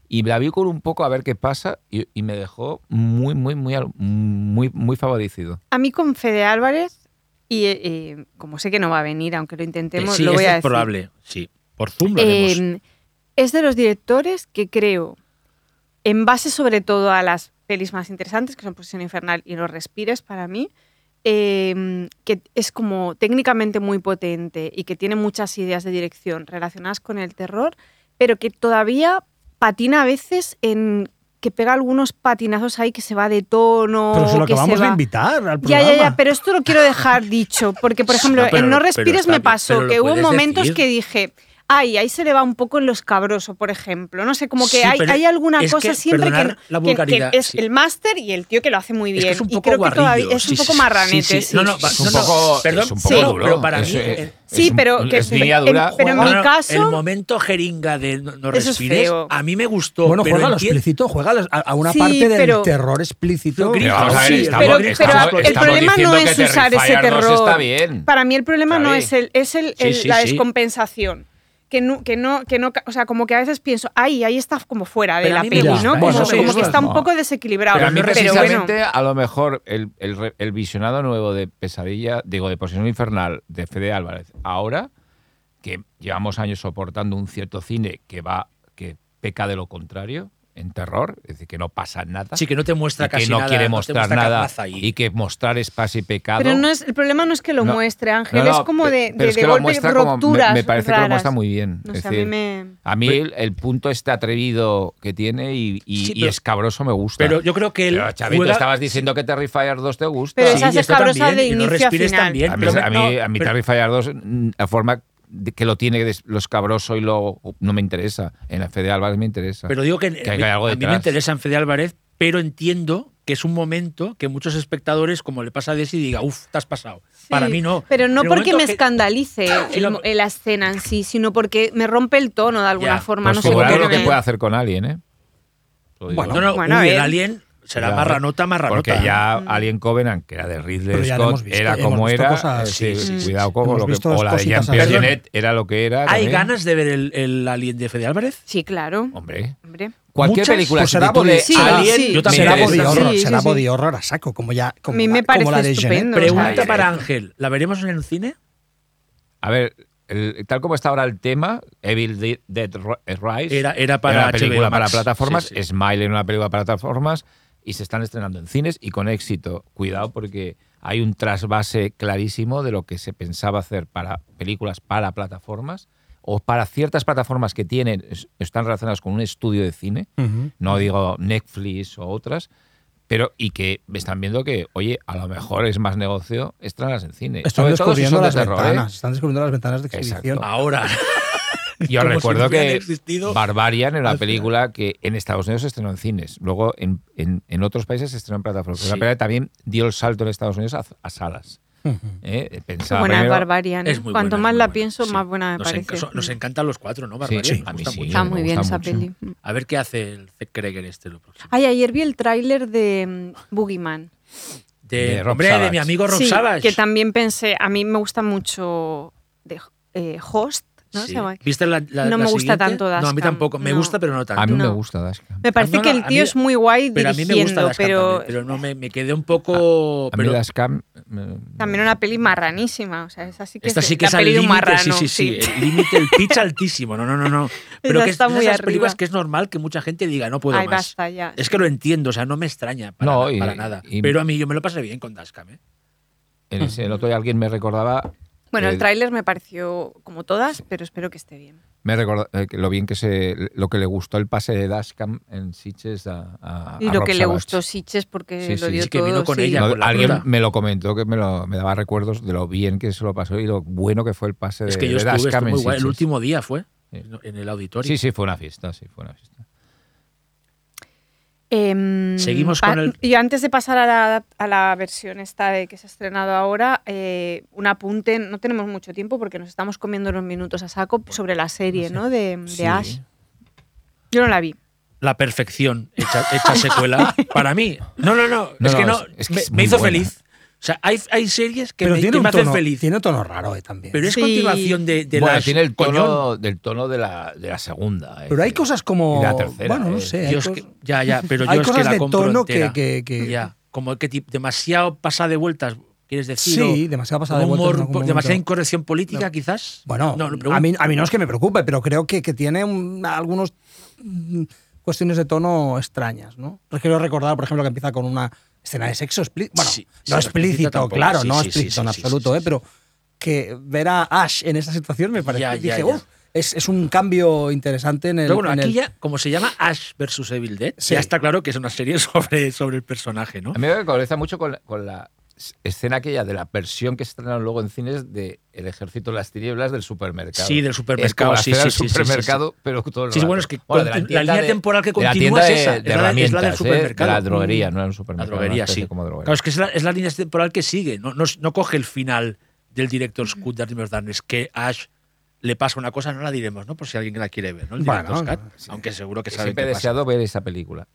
Speaker 5: Y la vi con un poco a ver qué pasa y, y me dejó muy, muy, muy, al- muy, muy favorecido.
Speaker 3: A mí con Fede Álvarez, y eh, eh, como sé que no va a venir, aunque lo
Speaker 6: que
Speaker 3: intentemos,
Speaker 6: sí,
Speaker 3: lo voy
Speaker 6: eso
Speaker 3: a
Speaker 6: es
Speaker 3: decir.
Speaker 6: probable. Sí. Por Zoom lo haremos.
Speaker 3: Eh, es de los directores que creo, en base sobre todo a las pelis más interesantes, que son Posición Infernal y Los Respires para mí, eh, que es como técnicamente muy potente y que tiene muchas ideas de dirección relacionadas con el terror, pero que todavía patina a veces en que pega algunos patinazos ahí que se va de tono.
Speaker 4: Pero se lo
Speaker 3: Oh, que se
Speaker 4: acabamos de
Speaker 3: va-
Speaker 4: invitar al
Speaker 3: ya,
Speaker 4: programa.
Speaker 3: ya, ya, pero esto lo quiero dejar dicho, porque por ejemplo,
Speaker 6: No, pero-
Speaker 3: en No
Speaker 6: pero
Speaker 3: Respires
Speaker 6: está
Speaker 3: me
Speaker 6: bien,
Speaker 3: pasó
Speaker 6: pero lo
Speaker 3: que hubo
Speaker 6: puedes
Speaker 3: momentos
Speaker 6: decir.
Speaker 3: que dije, ay, ahí se le va un poco en lo escabroso, por ejemplo. No sé, como que
Speaker 6: Sí,
Speaker 3: hay,
Speaker 6: pero
Speaker 3: hay alguna
Speaker 6: es que
Speaker 3: cosa siempre que,
Speaker 6: perdonar la
Speaker 3: que- que
Speaker 6: vulgaridad,
Speaker 3: es
Speaker 6: sí.
Speaker 3: el máster y el tío que lo hace muy
Speaker 6: Es
Speaker 3: bien.
Speaker 6: que es un
Speaker 3: y
Speaker 6: poco
Speaker 3: creo que
Speaker 6: guarrillo.
Speaker 3: todavía es
Speaker 6: sí,
Speaker 3: un poco
Speaker 6: sí, sí,
Speaker 3: marranete.
Speaker 6: sí,
Speaker 3: sí.
Speaker 6: No, no, va-
Speaker 5: Es un
Speaker 6: no, no,
Speaker 5: poco,
Speaker 6: perdón,
Speaker 5: es un
Speaker 3: sí,
Speaker 5: poco duro.
Speaker 6: pero para
Speaker 5: Es-
Speaker 6: mí,
Speaker 5: es-
Speaker 6: eh,
Speaker 3: Sí,
Speaker 5: es un-
Speaker 3: pero que-
Speaker 5: es línea
Speaker 3: en-
Speaker 5: dura.
Speaker 3: pero en mi
Speaker 6: No, no,
Speaker 3: caso-
Speaker 6: El momento jeringa de no, no
Speaker 3: Eso es
Speaker 6: respires,
Speaker 3: feo.
Speaker 6: a mí me gustó.
Speaker 4: bueno,
Speaker 6: pero
Speaker 4: juega a lo
Speaker 6: enti-
Speaker 4: explícito, juega a, a- a una
Speaker 3: Sí,
Speaker 4: parte del
Speaker 3: pero-
Speaker 4: terror explícito.
Speaker 6: Pero
Speaker 5: Pero vamos a ver,
Speaker 3: Sí,
Speaker 5: estamos-
Speaker 3: pero,
Speaker 5: estamos-
Speaker 3: pero el
Speaker 5: estamos
Speaker 3: problema no
Speaker 5: diciendo que
Speaker 3: es usar ese
Speaker 5: Terrifier 2
Speaker 3: terror.
Speaker 5: Está bien.
Speaker 3: Para mí el problema no
Speaker 5: Xavi.
Speaker 3: es el, es el, el-
Speaker 6: Sí, sí,
Speaker 3: la
Speaker 6: sí.
Speaker 3: descompensación. Que no, que no, que no, ca- o sea, como que a veces pienso, ay, ahí está como fuera de
Speaker 6: Pero a
Speaker 3: la
Speaker 6: mí me
Speaker 3: peli,
Speaker 4: gusta,
Speaker 3: ¿no?
Speaker 4: ¿eh?
Speaker 3: Como,
Speaker 4: Eso sí,
Speaker 3: como
Speaker 4: eso
Speaker 3: que
Speaker 4: es
Speaker 3: está un
Speaker 5: no.
Speaker 3: poco desequilibrado.
Speaker 5: Pero a mí
Speaker 3: Pero
Speaker 5: precisamente,
Speaker 3: bueno.
Speaker 5: a lo mejor, el, el re- el visionado nuevo de Pesadilla, digo, de Posesión Infernal, de Fede Álvarez, ahora, que llevamos años soportando un cierto cine que va, que peca de lo contrario en terror, es decir, que no pasa nada,
Speaker 6: Sí, que no te muestra
Speaker 5: y que
Speaker 6: casi
Speaker 5: no
Speaker 6: nada.
Speaker 5: quiere
Speaker 6: te
Speaker 5: mostrar
Speaker 6: muestra
Speaker 5: nada,
Speaker 6: carnaza ahí.
Speaker 5: y que mostrar es casi pecado.
Speaker 3: Pero no es, el problema no es que lo
Speaker 5: No,
Speaker 3: muestre, Ángel,
Speaker 5: No, no,
Speaker 3: es como
Speaker 5: pe-
Speaker 3: de,
Speaker 5: pero
Speaker 3: de,
Speaker 5: es que
Speaker 3: de
Speaker 5: lo
Speaker 3: golpe
Speaker 5: muestra como- me-
Speaker 3: rupturas.
Speaker 5: me, parece que lo
Speaker 3: raras.
Speaker 5: muestra muy bien.
Speaker 3: No
Speaker 5: es
Speaker 3: sé, a mí
Speaker 5: decir,
Speaker 3: me- Pues
Speaker 5: a mí el, el punto este atrevido que tiene y, y,
Speaker 6: Sí,
Speaker 5: y
Speaker 6: pero-
Speaker 5: escabroso me gusta.
Speaker 6: Pero yo creo que él.
Speaker 5: Pero, Xavi, tú
Speaker 6: juega-
Speaker 5: estabas diciendo que Terrifier 2 te gusta.
Speaker 3: Pero
Speaker 6: Sí,
Speaker 3: esa
Speaker 6: y esto
Speaker 3: escabrosa
Speaker 6: también,
Speaker 3: de
Speaker 6: y no
Speaker 3: inicio a
Speaker 6: respires
Speaker 3: final.
Speaker 6: también,
Speaker 5: a mí,
Speaker 6: pero me-
Speaker 5: a mí,
Speaker 6: no,
Speaker 5: a mí
Speaker 6: pero-
Speaker 5: Terrifier 2, mm, la forma de- que lo tiene des- lo escabroso y lo no me interesa. En la Fede Álvarez me interesa.
Speaker 6: Pero digo que,
Speaker 5: Que
Speaker 6: a
Speaker 5: hay
Speaker 6: mí-
Speaker 5: algo
Speaker 6: a mí me
Speaker 5: detrás.
Speaker 6: interesa en Fede Álvarez, pero entiendo que es un momento que muchos espectadores, como le pasa a Desi, diga, uff, te has pasado. Para
Speaker 3: Sí,
Speaker 6: mí no.
Speaker 3: Pero no
Speaker 6: En el
Speaker 3: porque
Speaker 6: momento
Speaker 3: me
Speaker 6: que-
Speaker 3: escandalice
Speaker 6: Sí,
Speaker 3: el-
Speaker 6: lo-
Speaker 3: el- la escena en sí, sino porque me rompe el tono de alguna
Speaker 6: Ya,
Speaker 3: forma.
Speaker 5: pues
Speaker 3: no sé
Speaker 5: figurar
Speaker 3: cómo
Speaker 5: lo que
Speaker 3: me-
Speaker 5: puede hacer con alguien, ¿eh? Lo digo.
Speaker 6: No, no,
Speaker 3: Bueno,
Speaker 6: uy,
Speaker 3: a ver.
Speaker 6: el alien será
Speaker 5: Ya,
Speaker 6: marranota, marranota.
Speaker 5: Porque ya Alien Covenant, que era de
Speaker 4: Pero
Speaker 5: Ridley
Speaker 4: ya lo hemos
Speaker 5: Scott,
Speaker 4: visto,
Speaker 5: era
Speaker 4: hemos
Speaker 5: como
Speaker 4: visto
Speaker 5: era.
Speaker 4: cosas,
Speaker 5: eh,
Speaker 6: sí,
Speaker 5: sí,
Speaker 3: sí,
Speaker 5: cuidado cómo
Speaker 4: Hemos
Speaker 5: lo que-
Speaker 4: visto
Speaker 5: o la de
Speaker 4: cositas
Speaker 5: Jean-Pierre
Speaker 4: así.
Speaker 5: Jeunet era lo que era.
Speaker 6: ¿Hay
Speaker 5: también.
Speaker 6: ganas de ver el, el alien de Fede Álvarez?
Speaker 3: Sí, claro.
Speaker 5: Hombre.
Speaker 3: Hombre.
Speaker 5: Cualquier
Speaker 4: Muchas,
Speaker 5: película
Speaker 4: pues
Speaker 5: que se
Speaker 4: será
Speaker 5: titule
Speaker 4: body-
Speaker 3: Sí,
Speaker 5: Alien,
Speaker 3: sí.
Speaker 5: yo también
Speaker 4: será
Speaker 5: me
Speaker 4: body
Speaker 5: interesa.
Speaker 4: horror,
Speaker 3: Sí, sí,
Speaker 4: será
Speaker 3: sí.
Speaker 4: body horror a saco, como ya como
Speaker 3: A mí me
Speaker 4: la, como
Speaker 3: parece
Speaker 4: la de
Speaker 3: estupendo.
Speaker 4: Genet.
Speaker 3: Ay,
Speaker 6: Pregunta
Speaker 5: ay,
Speaker 6: para
Speaker 5: ay.
Speaker 6: Ángel. ¿La veremos en el cine?
Speaker 5: A ver, el- tal como está ahora el tema, Evil De- Dead Ro- eh, Rise
Speaker 6: Era- era para
Speaker 5: una película
Speaker 6: HBO Max.
Speaker 5: para plataformas,
Speaker 6: Sí, sí.
Speaker 5: Smile era una película para plataformas y se están estrenando en cines y con éxito. Cuidado porque hay un trasvase clarísimo de lo que se pensaba hacer para películas para plataformas o para ciertas plataformas que tienen es- están relacionadas con un estudio de cine,
Speaker 4: Ujú.
Speaker 5: no digo Netflix o otras, pero y que están viendo que, oye, a lo mejor es más negocio estrenarlas en cine.
Speaker 4: Están
Speaker 5: Sobre todo si
Speaker 4: descubriendo
Speaker 5: son de
Speaker 4: las
Speaker 5: terror, ¿eh?
Speaker 4: ventanas, están descubriendo las ventanas de exhibición.
Speaker 5: Exacto. Ah.
Speaker 6: Ahora.
Speaker 5: Yo
Speaker 6: Como si
Speaker 5: recuerdo
Speaker 6: no hubieran
Speaker 5: que
Speaker 6: existido.
Speaker 5: Barbarian era
Speaker 6: Al
Speaker 5: una
Speaker 6: final.
Speaker 5: película que en Estados Unidos se estrenó en cines. Luego en, en- en otros países se estrenó en plataformas. Pero
Speaker 6: Sí.
Speaker 5: La película también dio el salto en Estados Unidos a, a salas.
Speaker 4: Ujú.
Speaker 5: ¿eh?
Speaker 3: Qué
Speaker 5: Pensaba
Speaker 3: buena es
Speaker 5: primero-
Speaker 3: Barbarian.
Speaker 6: Es muy
Speaker 3: Cuanto
Speaker 6: buena, es
Speaker 3: más
Speaker 6: muy
Speaker 3: la
Speaker 6: buena,
Speaker 3: pienso,
Speaker 6: sí.
Speaker 3: más buena me
Speaker 6: nos,
Speaker 3: parece.
Speaker 6: enca- nos
Speaker 3: Mm.
Speaker 6: encantan los cuatro, ¿no?
Speaker 5: Sí,
Speaker 6: Barbarian.
Speaker 5: sí,
Speaker 6: Me
Speaker 5: a mí
Speaker 6: gusta
Speaker 5: sí,
Speaker 6: mucho.
Speaker 3: Está
Speaker 5: me
Speaker 3: muy bien
Speaker 5: gusta
Speaker 3: esa
Speaker 5: mucho.
Speaker 3: peli.
Speaker 6: A ver qué hace el Kreger este lo próximo.
Speaker 3: Ay, ayer vi el tráiler de mm, Boogeyman.
Speaker 6: de,
Speaker 5: de Rob
Speaker 6: hombre, de
Speaker 5: Savage.
Speaker 6: mi amigo Rob
Speaker 3: Sí,
Speaker 6: Savage.
Speaker 3: que también pensé, a mí me gusta mucho de, eh, Host, ¿no?
Speaker 6: Sí.
Speaker 3: Se llama.
Speaker 6: ¿Viste la, la-
Speaker 3: No
Speaker 6: la
Speaker 3: me gusta
Speaker 6: siguiente?
Speaker 3: tanto
Speaker 6: No, a mí
Speaker 3: Dashcam,
Speaker 6: tampoco. Me
Speaker 3: no.
Speaker 6: gusta, pero no tanto.
Speaker 5: A mí me
Speaker 3: No.
Speaker 5: gusta Dashcam.
Speaker 3: Me parece
Speaker 6: no,
Speaker 3: que
Speaker 6: a
Speaker 3: el tío
Speaker 6: mí-
Speaker 3: es muy guay
Speaker 6: pero a mí me gusta
Speaker 3: dirigiendo,
Speaker 6: Dashcam
Speaker 3: pero,
Speaker 6: también, pero no me, me quedé un poco...
Speaker 5: A mí
Speaker 6: pero
Speaker 5: Dashcam, eh,
Speaker 3: también una peli marranísima. O sea, es así que
Speaker 6: esta
Speaker 3: es
Speaker 6: sí que
Speaker 3: la
Speaker 6: es al
Speaker 3: peli de un
Speaker 6: límite,
Speaker 3: marrano.
Speaker 6: sí, sí, sí. eh, El límite, el pitch altísimo. No, no, no, no. Pero
Speaker 3: Esa
Speaker 6: que es
Speaker 3: está
Speaker 6: de
Speaker 3: muy
Speaker 6: esas
Speaker 3: arriba.
Speaker 6: películas que es normal que mucha gente diga, no puedo
Speaker 3: Ay,
Speaker 6: más.
Speaker 3: basta ya.
Speaker 6: Es que lo entiendo, o sea, no me extraña para,
Speaker 5: No,
Speaker 6: na-
Speaker 5: y-
Speaker 6: para nada.
Speaker 5: y-
Speaker 6: Pero a mí yo me lo pasé bien con Dashcam, ¿eh?
Speaker 5: en ese- el otro día alguien me recordaba
Speaker 3: Bueno, el
Speaker 5: eh,
Speaker 3: tráiler me pareció como todas, pero espero que esté bien.
Speaker 5: me recorda- eh, que lo bien que se lo que le gustó el pase de Dashcam en Sitges a, a-
Speaker 3: Y
Speaker 5: a
Speaker 3: lo
Speaker 5: Rob
Speaker 3: que le
Speaker 5: Savage.
Speaker 3: gustó Siches porque
Speaker 5: Sí,
Speaker 3: lo
Speaker 5: sí,
Speaker 3: dio
Speaker 5: sí,
Speaker 6: que vino
Speaker 3: todo,
Speaker 6: con
Speaker 3: sí.
Speaker 6: ella.
Speaker 5: No,
Speaker 6: con la
Speaker 5: alguien
Speaker 6: ruta.
Speaker 5: me lo comentó que me, lo- me daba recuerdos de lo bien que se lo pasó y lo bueno que fue el pase
Speaker 6: Es
Speaker 5: Eh, de,
Speaker 6: que yo
Speaker 5: de
Speaker 6: estuve, estuve
Speaker 5: Dashcam en
Speaker 6: muy guay. El
Speaker 5: Sitges.
Speaker 6: último día fue
Speaker 5: Sí.
Speaker 6: en el auditorio.
Speaker 5: Sí, sí, fue una fiesta, sí, fue una fiesta.
Speaker 3: Em,
Speaker 6: Seguimos
Speaker 3: pa-
Speaker 6: con el-
Speaker 3: Y antes de pasar a la, a la versión esta de que se ha estrenado ahora, eh, un apunte, no tenemos mucho tiempo porque nos estamos comiendo los minutos a saco sobre la serie ¿no? de, de
Speaker 5: Sí.
Speaker 3: Ash. Yo no la vi.
Speaker 6: la perfección hecha, hecha secuela para mí. No, no, no.
Speaker 5: No,
Speaker 6: es que no.
Speaker 5: no, es- es que
Speaker 6: me,
Speaker 5: es
Speaker 6: me
Speaker 5: muy
Speaker 6: hizo
Speaker 5: buena.
Speaker 6: feliz. O sea, hay, hay series que
Speaker 4: Pero
Speaker 6: me,
Speaker 4: tiene
Speaker 6: que
Speaker 4: un
Speaker 6: me hacen
Speaker 4: tono,
Speaker 6: feliz.
Speaker 4: tiene un tono raro eh, también.
Speaker 6: Pero es
Speaker 3: Sí.
Speaker 6: continuación de, de
Speaker 5: bueno,
Speaker 6: las-
Speaker 5: tiene el
Speaker 6: coño,
Speaker 5: tono del tono de la, de la segunda. eh,
Speaker 4: Pero hay
Speaker 5: que-
Speaker 4: cosas como.
Speaker 5: Y la tercera,
Speaker 4: bueno, no
Speaker 5: eh.
Speaker 4: sé. hay
Speaker 6: yo es
Speaker 4: cos-
Speaker 6: que- ya, ya, pero yo
Speaker 4: hay
Speaker 6: es que
Speaker 4: cosas
Speaker 6: la
Speaker 4: de
Speaker 6: compro
Speaker 4: tono que-
Speaker 6: entera.
Speaker 4: que- que-
Speaker 6: Ya, como que ti- demasiado pasa de vueltas, ¿quieres decir?
Speaker 4: Sí,
Speaker 6: O
Speaker 4: demasiado pasada de
Speaker 6: humor,
Speaker 4: vueltas en algún
Speaker 6: po-
Speaker 4: momento.
Speaker 6: demasiada incorrección política, quizás.
Speaker 4: Bueno,
Speaker 6: No, no, pero
Speaker 4: a,
Speaker 6: un-
Speaker 4: mí, a mí no es que me preocupe, pero creo que, que tiene un- algunos mm, cuestiones de tono extrañas, ¿no? Pues Quiero recordar, por ejemplo, que empieza con una escena de sexo explícito. Bueno,
Speaker 6: Sí,
Speaker 4: no
Speaker 6: sí, explícito
Speaker 4: explícito,
Speaker 6: tampoco,
Speaker 4: claro,
Speaker 6: sí,
Speaker 4: no
Speaker 6: sí,
Speaker 4: explícito
Speaker 6: sí,
Speaker 4: en
Speaker 6: sí,
Speaker 4: absoluto,
Speaker 6: sí,
Speaker 4: ¿eh?
Speaker 6: sí.
Speaker 4: Pero que ver a Ash en esa situación me parece.
Speaker 6: Ya, ya,
Speaker 4: dije,
Speaker 6: ya.
Speaker 4: "Uf, es, es un cambio interesante en el.
Speaker 6: Pero bueno,
Speaker 4: en
Speaker 6: aquí
Speaker 4: el-
Speaker 6: ya, como se llama Ash versus Evil Dead,
Speaker 4: Sí.
Speaker 6: ya está claro que es una serie sobre, sobre el personaje, ¿no?
Speaker 5: A mí me conecta mucho con la, con la s- escena aquella de la versión que se estrenaron luego en cines de El Ejército de las Tinieblas del supermercado.
Speaker 6: Sí, del
Speaker 5: Es
Speaker 6: supermercado,
Speaker 5: como la
Speaker 6: sí,
Speaker 5: escena
Speaker 6: sí,
Speaker 5: del
Speaker 6: sí, sí, sí,
Speaker 5: supermercado, pero todo el
Speaker 6: Sí,
Speaker 5: rato.
Speaker 6: bueno, es que
Speaker 5: Bueno, de
Speaker 6: con- la
Speaker 5: tienda
Speaker 6: línea temporal que
Speaker 5: de la
Speaker 6: continúa
Speaker 5: tienda
Speaker 6: es esa,
Speaker 5: de,
Speaker 6: es
Speaker 5: de
Speaker 6: la de- es la del
Speaker 5: herramientas, ¿eh?
Speaker 6: supermercado.
Speaker 5: de la droguería, no era un
Speaker 6: La
Speaker 5: supermercado. una
Speaker 6: droguería,
Speaker 5: especie
Speaker 6: sí.
Speaker 5: Como droguería.
Speaker 6: Claro, es que es la, es la línea temporal que sigue. No, no, no coge el final del director Scott de Artemis Darkness, que a Ash le pasa una cosa, no la diremos, ¿no? Por si alguien la quiere ver, ¿no? El
Speaker 4: Bueno,
Speaker 6: director Scott,
Speaker 4: no, sí.
Speaker 6: aunque seguro que sabe
Speaker 5: Siempre he
Speaker 6: qué pasa.
Speaker 5: deseado ver esa película.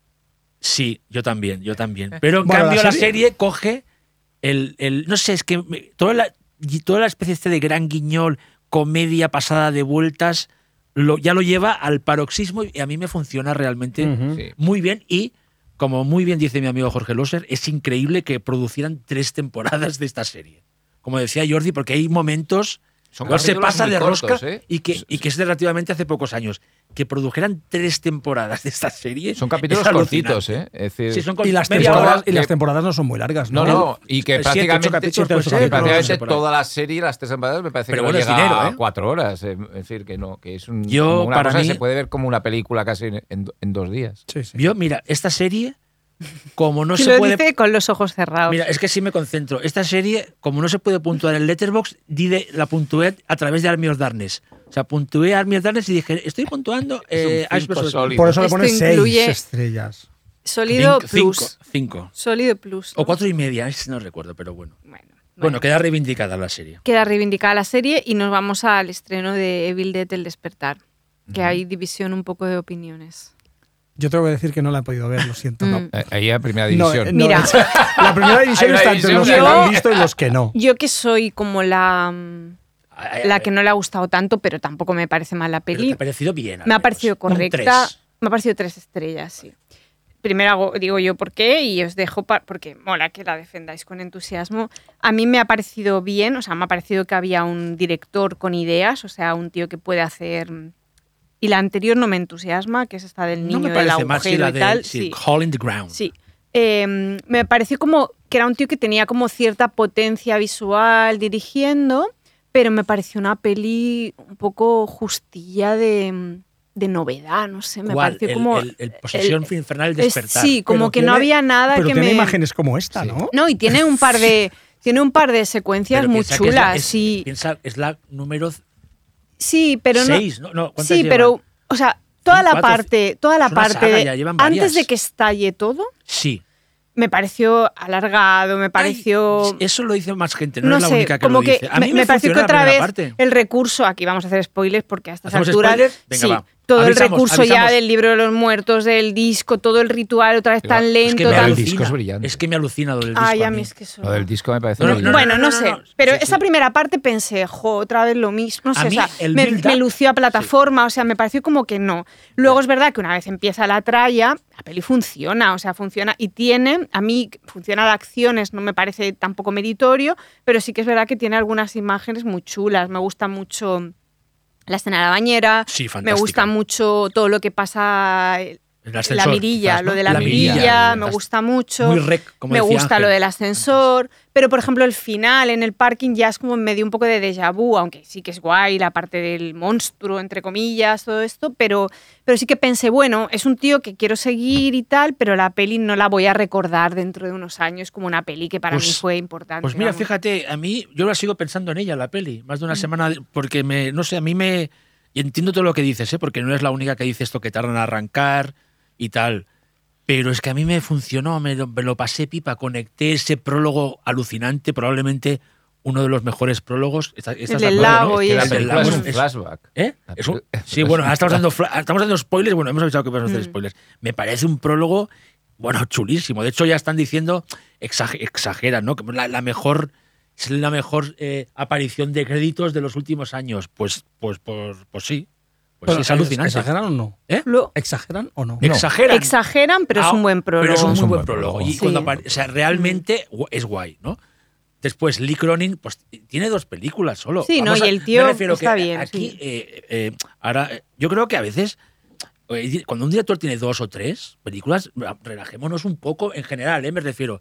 Speaker 6: Sí, yo también, yo también. Pero en
Speaker 4: Bueno,
Speaker 6: cambio
Speaker 4: la
Speaker 6: la
Speaker 4: serie-
Speaker 6: serie coge el, el- no sé, es que me- toda la y toda la especie este de gran guiñol, comedia pasada de vueltas, lo, ya lo lleva al paroxismo y a mí me funciona realmente
Speaker 4: Ujú.
Speaker 5: Sí.
Speaker 6: muy bien y como muy bien dice mi amigo Jorge Loser, es increíble que producieran tres temporadas de esta serie. Como decía Jordi, porque hay momentos
Speaker 5: Son
Speaker 6: igual se
Speaker 5: capítulos
Speaker 6: pasa
Speaker 5: muy
Speaker 6: de
Speaker 5: cortos,
Speaker 6: rosca
Speaker 5: ¿eh?
Speaker 6: y, que, y que es de relativamente hace pocos años. Que produjeran tres temporadas de esta serie.
Speaker 5: Son
Speaker 6: es
Speaker 5: capítulos
Speaker 6: alucinante.
Speaker 5: cortitos, ¿eh? Es decir,
Speaker 6: Sí, son
Speaker 4: Y las,
Speaker 6: media
Speaker 4: temporadas,
Speaker 6: hora.
Speaker 4: y las
Speaker 5: que-
Speaker 4: temporadas no son muy largas,
Speaker 5: No,
Speaker 4: ¿no?
Speaker 5: no, y que
Speaker 6: Siete, ocho
Speaker 5: prácticamente,
Speaker 6: capítulos, eh,
Speaker 5: que
Speaker 4: pues, sí,
Speaker 5: prácticamente
Speaker 4: pero no
Speaker 6: sé por ahí.
Speaker 5: toda la serie, las tres temporadas, me parece
Speaker 6: Pero
Speaker 5: que
Speaker 6: bueno,
Speaker 5: no
Speaker 6: es
Speaker 5: llega
Speaker 6: dinero,
Speaker 5: a
Speaker 6: ¿eh?
Speaker 5: cuatro horas. eh, Es decir, que no, que es un,
Speaker 6: Yo,
Speaker 5: como una
Speaker 6: para
Speaker 5: cosa
Speaker 6: mí-
Speaker 5: que se puede ver como una película casi en, en do- en dos días.
Speaker 4: Sí, sí.
Speaker 6: Yo, mira, esta serie como no
Speaker 3: Y
Speaker 6: se
Speaker 3: lo
Speaker 6: puede
Speaker 3: dice con los ojos cerrados.
Speaker 6: Mira, es que sí me concentro. Esta serie, como no se puede puntuar en Letterboxd, di de- la puntué a través de Army of Darkness. O sea, puntué Army of Darkness y dije, estoy puntuando eh,
Speaker 5: un
Speaker 6: Ash
Speaker 5: cinco
Speaker 6: vs.
Speaker 5: sólido.
Speaker 4: Por eso le
Speaker 3: Esto
Speaker 4: pones
Speaker 3: incluye-
Speaker 4: 6 estrellas.
Speaker 3: Sólido
Speaker 6: Cinco-
Speaker 3: plus.
Speaker 6: Cinco.
Speaker 3: Sólido plus.
Speaker 6: O
Speaker 3: ¿no?
Speaker 6: cuatro y media, es- no recuerdo, pero bueno.
Speaker 3: Bueno, bueno.
Speaker 6: Bueno, queda reivindicada la serie.
Speaker 3: queda reivindicada la serie y nos vamos al estreno de Evil Dead El Despertar, que hay división un poco de opiniones.
Speaker 7: Yo tengo que decir que no la he podido ver, lo siento.
Speaker 3: Mm.
Speaker 5: Eh, Ahí a primera
Speaker 4: No,
Speaker 5: división.
Speaker 4: no,
Speaker 3: Mira.
Speaker 4: es- la primera división
Speaker 5: Hay una
Speaker 4: está entre los que
Speaker 5: división.
Speaker 4: la
Speaker 3: Yo-
Speaker 4: han visto y los que no.
Speaker 3: Yo que soy como la, mm,
Speaker 6: Ay, ay,
Speaker 3: la
Speaker 6: ay,
Speaker 3: que no le ha gustado tanto, pero tampoco me parece mal la
Speaker 6: Eh, pero
Speaker 3: peli.
Speaker 6: te ha parecido bien. al
Speaker 3: Me ha
Speaker 6: menos.
Speaker 3: parecido
Speaker 6: pues. Un
Speaker 3: correcta.
Speaker 6: tres.
Speaker 3: Me ha parecido tres estrellas, sí. Primero hago- digo yo por qué y os dejo pa- porque mola que la defendáis con entusiasmo. A mí me ha parecido bien, o sea, me ha parecido que había un director con ideas, o sea, un tío que puede hacer. Y la anterior no me entusiasma, que es esta del niño
Speaker 6: No me
Speaker 3: del
Speaker 6: parece más si
Speaker 3: agujero
Speaker 6: la
Speaker 3: y tal.
Speaker 6: de sí,
Speaker 3: sí.
Speaker 6: Hall in the Ground.
Speaker 3: Sí. Eh, me pareció como que era un tío que tenía como cierta potencia visual dirigiendo, pero me pareció una peli un poco justilla de, de novedad, no sé. Me
Speaker 6: ¿Cuál?
Speaker 3: pareció
Speaker 6: el,
Speaker 3: como.
Speaker 6: el- el posesión
Speaker 3: el-
Speaker 6: infernal
Speaker 3: es-
Speaker 6: despertar.
Speaker 3: sí, como
Speaker 4: Pero
Speaker 3: que no
Speaker 4: tiene-
Speaker 3: había nada
Speaker 4: Pero
Speaker 3: que
Speaker 4: tiene
Speaker 3: me.
Speaker 4: imágenes como esta,
Speaker 5: Sí.
Speaker 4: ¿no?
Speaker 3: No, pues y tiene un par de. Tiene un par de secuencias
Speaker 6: Pero
Speaker 3: muy
Speaker 6: piensa que es la-
Speaker 3: chulas.
Speaker 6: es-
Speaker 3: sí,
Speaker 6: Piensa, es la número
Speaker 3: sí, pero no.
Speaker 6: 6, ¿no? no ¿cuántas
Speaker 3: Sí,
Speaker 6: llevan?
Speaker 3: pero. O sea, toda la
Speaker 6: Cuatro,
Speaker 3: parte. Toda la
Speaker 6: es una
Speaker 3: parte.
Speaker 6: saga
Speaker 3: de-
Speaker 6: ya, llevan
Speaker 3: antes
Speaker 6: varias.
Speaker 3: de que estalle todo,
Speaker 6: Sí.
Speaker 3: me pareció alargado, me pareció.
Speaker 6: Ay, eso lo dice más gente, Este no,
Speaker 3: no
Speaker 6: es la
Speaker 3: sé,
Speaker 6: única que
Speaker 3: como
Speaker 6: lo
Speaker 3: que
Speaker 6: dice. A
Speaker 3: me,
Speaker 6: mí
Speaker 3: me pareció que
Speaker 6: funcionó la
Speaker 3: otra vez
Speaker 6: primera parte.
Speaker 3: el recurso, aquí vamos a hacer spoilers porque a estas
Speaker 6: ¿Hacemos
Speaker 3: alturas,
Speaker 6: spoilers? Venga,
Speaker 3: sí,
Speaker 6: va.
Speaker 3: todo el
Speaker 6: Avisamos,
Speaker 3: recurso ya
Speaker 6: avisamos.
Speaker 3: del libro de los muertos, del disco, todo el ritual otra vez
Speaker 5: Pero
Speaker 3: tan
Speaker 5: es
Speaker 6: Es
Speaker 3: lento,
Speaker 6: que me
Speaker 5: total-
Speaker 3: tan...
Speaker 5: El disco
Speaker 6: alucina.
Speaker 5: es brillante.
Speaker 6: Es que me alucina lo del disco.
Speaker 3: Ay, a
Speaker 6: mí.
Speaker 3: mí es que eso...
Speaker 5: Lo del disco me parece
Speaker 6: eh, No, no,
Speaker 5: brillante.
Speaker 3: bueno, no,
Speaker 6: no, no,
Speaker 3: sé,
Speaker 6: no, no.
Speaker 3: pero
Speaker 6: Sí, sí.
Speaker 3: esa primera parte pensé, jo, otra vez lo mismo, no
Speaker 6: A
Speaker 3: sé, o
Speaker 6: mí
Speaker 3: sea,
Speaker 6: el
Speaker 3: me,
Speaker 6: build
Speaker 3: me
Speaker 6: up-
Speaker 3: lució a plataforma, o sea, me pareció como que no. Luego es verdad que una vez empieza la tralla, la peli funciona, o sea, funciona y tiene, a mí funciona de acciones, no me parece tampoco meritorio, pero sí que es verdad que tiene algunas imágenes muy chulas, me gusta mucho la escena de la bañera,
Speaker 6: Sí,
Speaker 3: me
Speaker 6: fantástica.
Speaker 3: gusta mucho todo lo que pasa, eh,
Speaker 6: El
Speaker 3: la
Speaker 6: ascensor,
Speaker 3: mirilla,
Speaker 6: quizás, ¿no?
Speaker 3: lo de la, mirilla, me
Speaker 6: fantástica.
Speaker 3: gusta mucho
Speaker 6: Muy rec, como
Speaker 3: me
Speaker 6: decía
Speaker 3: gusta
Speaker 6: Ángel.
Speaker 3: lo del ascensor, pero por ejemplo el final en el parking ya es como me dio un poco de déjà vu, aunque sí que es guay la parte del monstruo, entre comillas, todo esto, pero, pero sí que pensé, bueno, es un tío que quiero seguir y tal, pero la peli no la voy a recordar dentro de unos años como una peli que para
Speaker 6: Pues-
Speaker 3: mí fue importante.
Speaker 6: Pues mira,
Speaker 3: vamos.
Speaker 6: fíjate, a mí yo la sigo pensando en ella, la peli, más de
Speaker 3: Mm.
Speaker 6: una semana, de- porque me, no sé, a mí me... y entiendo todo lo que dices, ¿eh? porque no es la única que dice esto que tardan en arrancar y tal, pero es que a mí me funcionó, me lo, me lo pasé pipa, conecté ese prólogo alucinante, probablemente uno de los mejores prólogos. Esta-
Speaker 3: El
Speaker 6: estás de
Speaker 3: del
Speaker 6: acuerdo, ¿no?
Speaker 3: lago
Speaker 5: Es
Speaker 3: y
Speaker 5: que
Speaker 3: eso.
Speaker 5: la
Speaker 6: El
Speaker 5: película es
Speaker 6: lago
Speaker 5: un
Speaker 6: es-
Speaker 5: flashback.
Speaker 6: ¿Eh?
Speaker 5: La
Speaker 6: Es un-
Speaker 5: peli- es
Speaker 6: sí,
Speaker 5: un
Speaker 6: bueno, ahora estamos
Speaker 5: flashback.
Speaker 6: dando, fla- estamos dando spoilers. Bueno, hemos avisado que vamos a hacer
Speaker 3: Mm.
Speaker 6: spoilers. Me parece un prólogo, bueno, chulísimo. De hecho, ya están diciendo, exag- exageran, ¿no? Que La, la mejor, es la mejor eh, aparición de créditos de los últimos años. Pues, pues, pues, pues sí. Pues
Speaker 7: Pero,
Speaker 6: sí, es alucinante.
Speaker 7: ¿Exageran o no?
Speaker 3: Lo-
Speaker 7: ¿Exageran o no?
Speaker 5: No.
Speaker 6: Exageran.
Speaker 3: Exageran, pero es
Speaker 6: Ah,
Speaker 3: un buen prólogo.
Speaker 6: Pero es un muy
Speaker 5: un
Speaker 6: buen
Speaker 5: buen
Speaker 6: prólogo.
Speaker 5: prólogo.
Speaker 6: Y cuando
Speaker 3: Sí.
Speaker 6: apare- o sea, realmente gu- es guay, ¿no? Después, Lee Cronin, pues t- tiene dos películas solo.
Speaker 3: Sí, ¿no?
Speaker 6: Vamos
Speaker 3: Y
Speaker 6: a-
Speaker 3: el tío
Speaker 6: me refiero
Speaker 3: está
Speaker 6: que
Speaker 3: bien,
Speaker 6: Aquí,
Speaker 3: sí.
Speaker 6: eh, eh, ahora, eh, yo creo que a veces, eh, cuando un director tiene dos o tres películas, relajémonos un poco en general, ¿eh? Me refiero.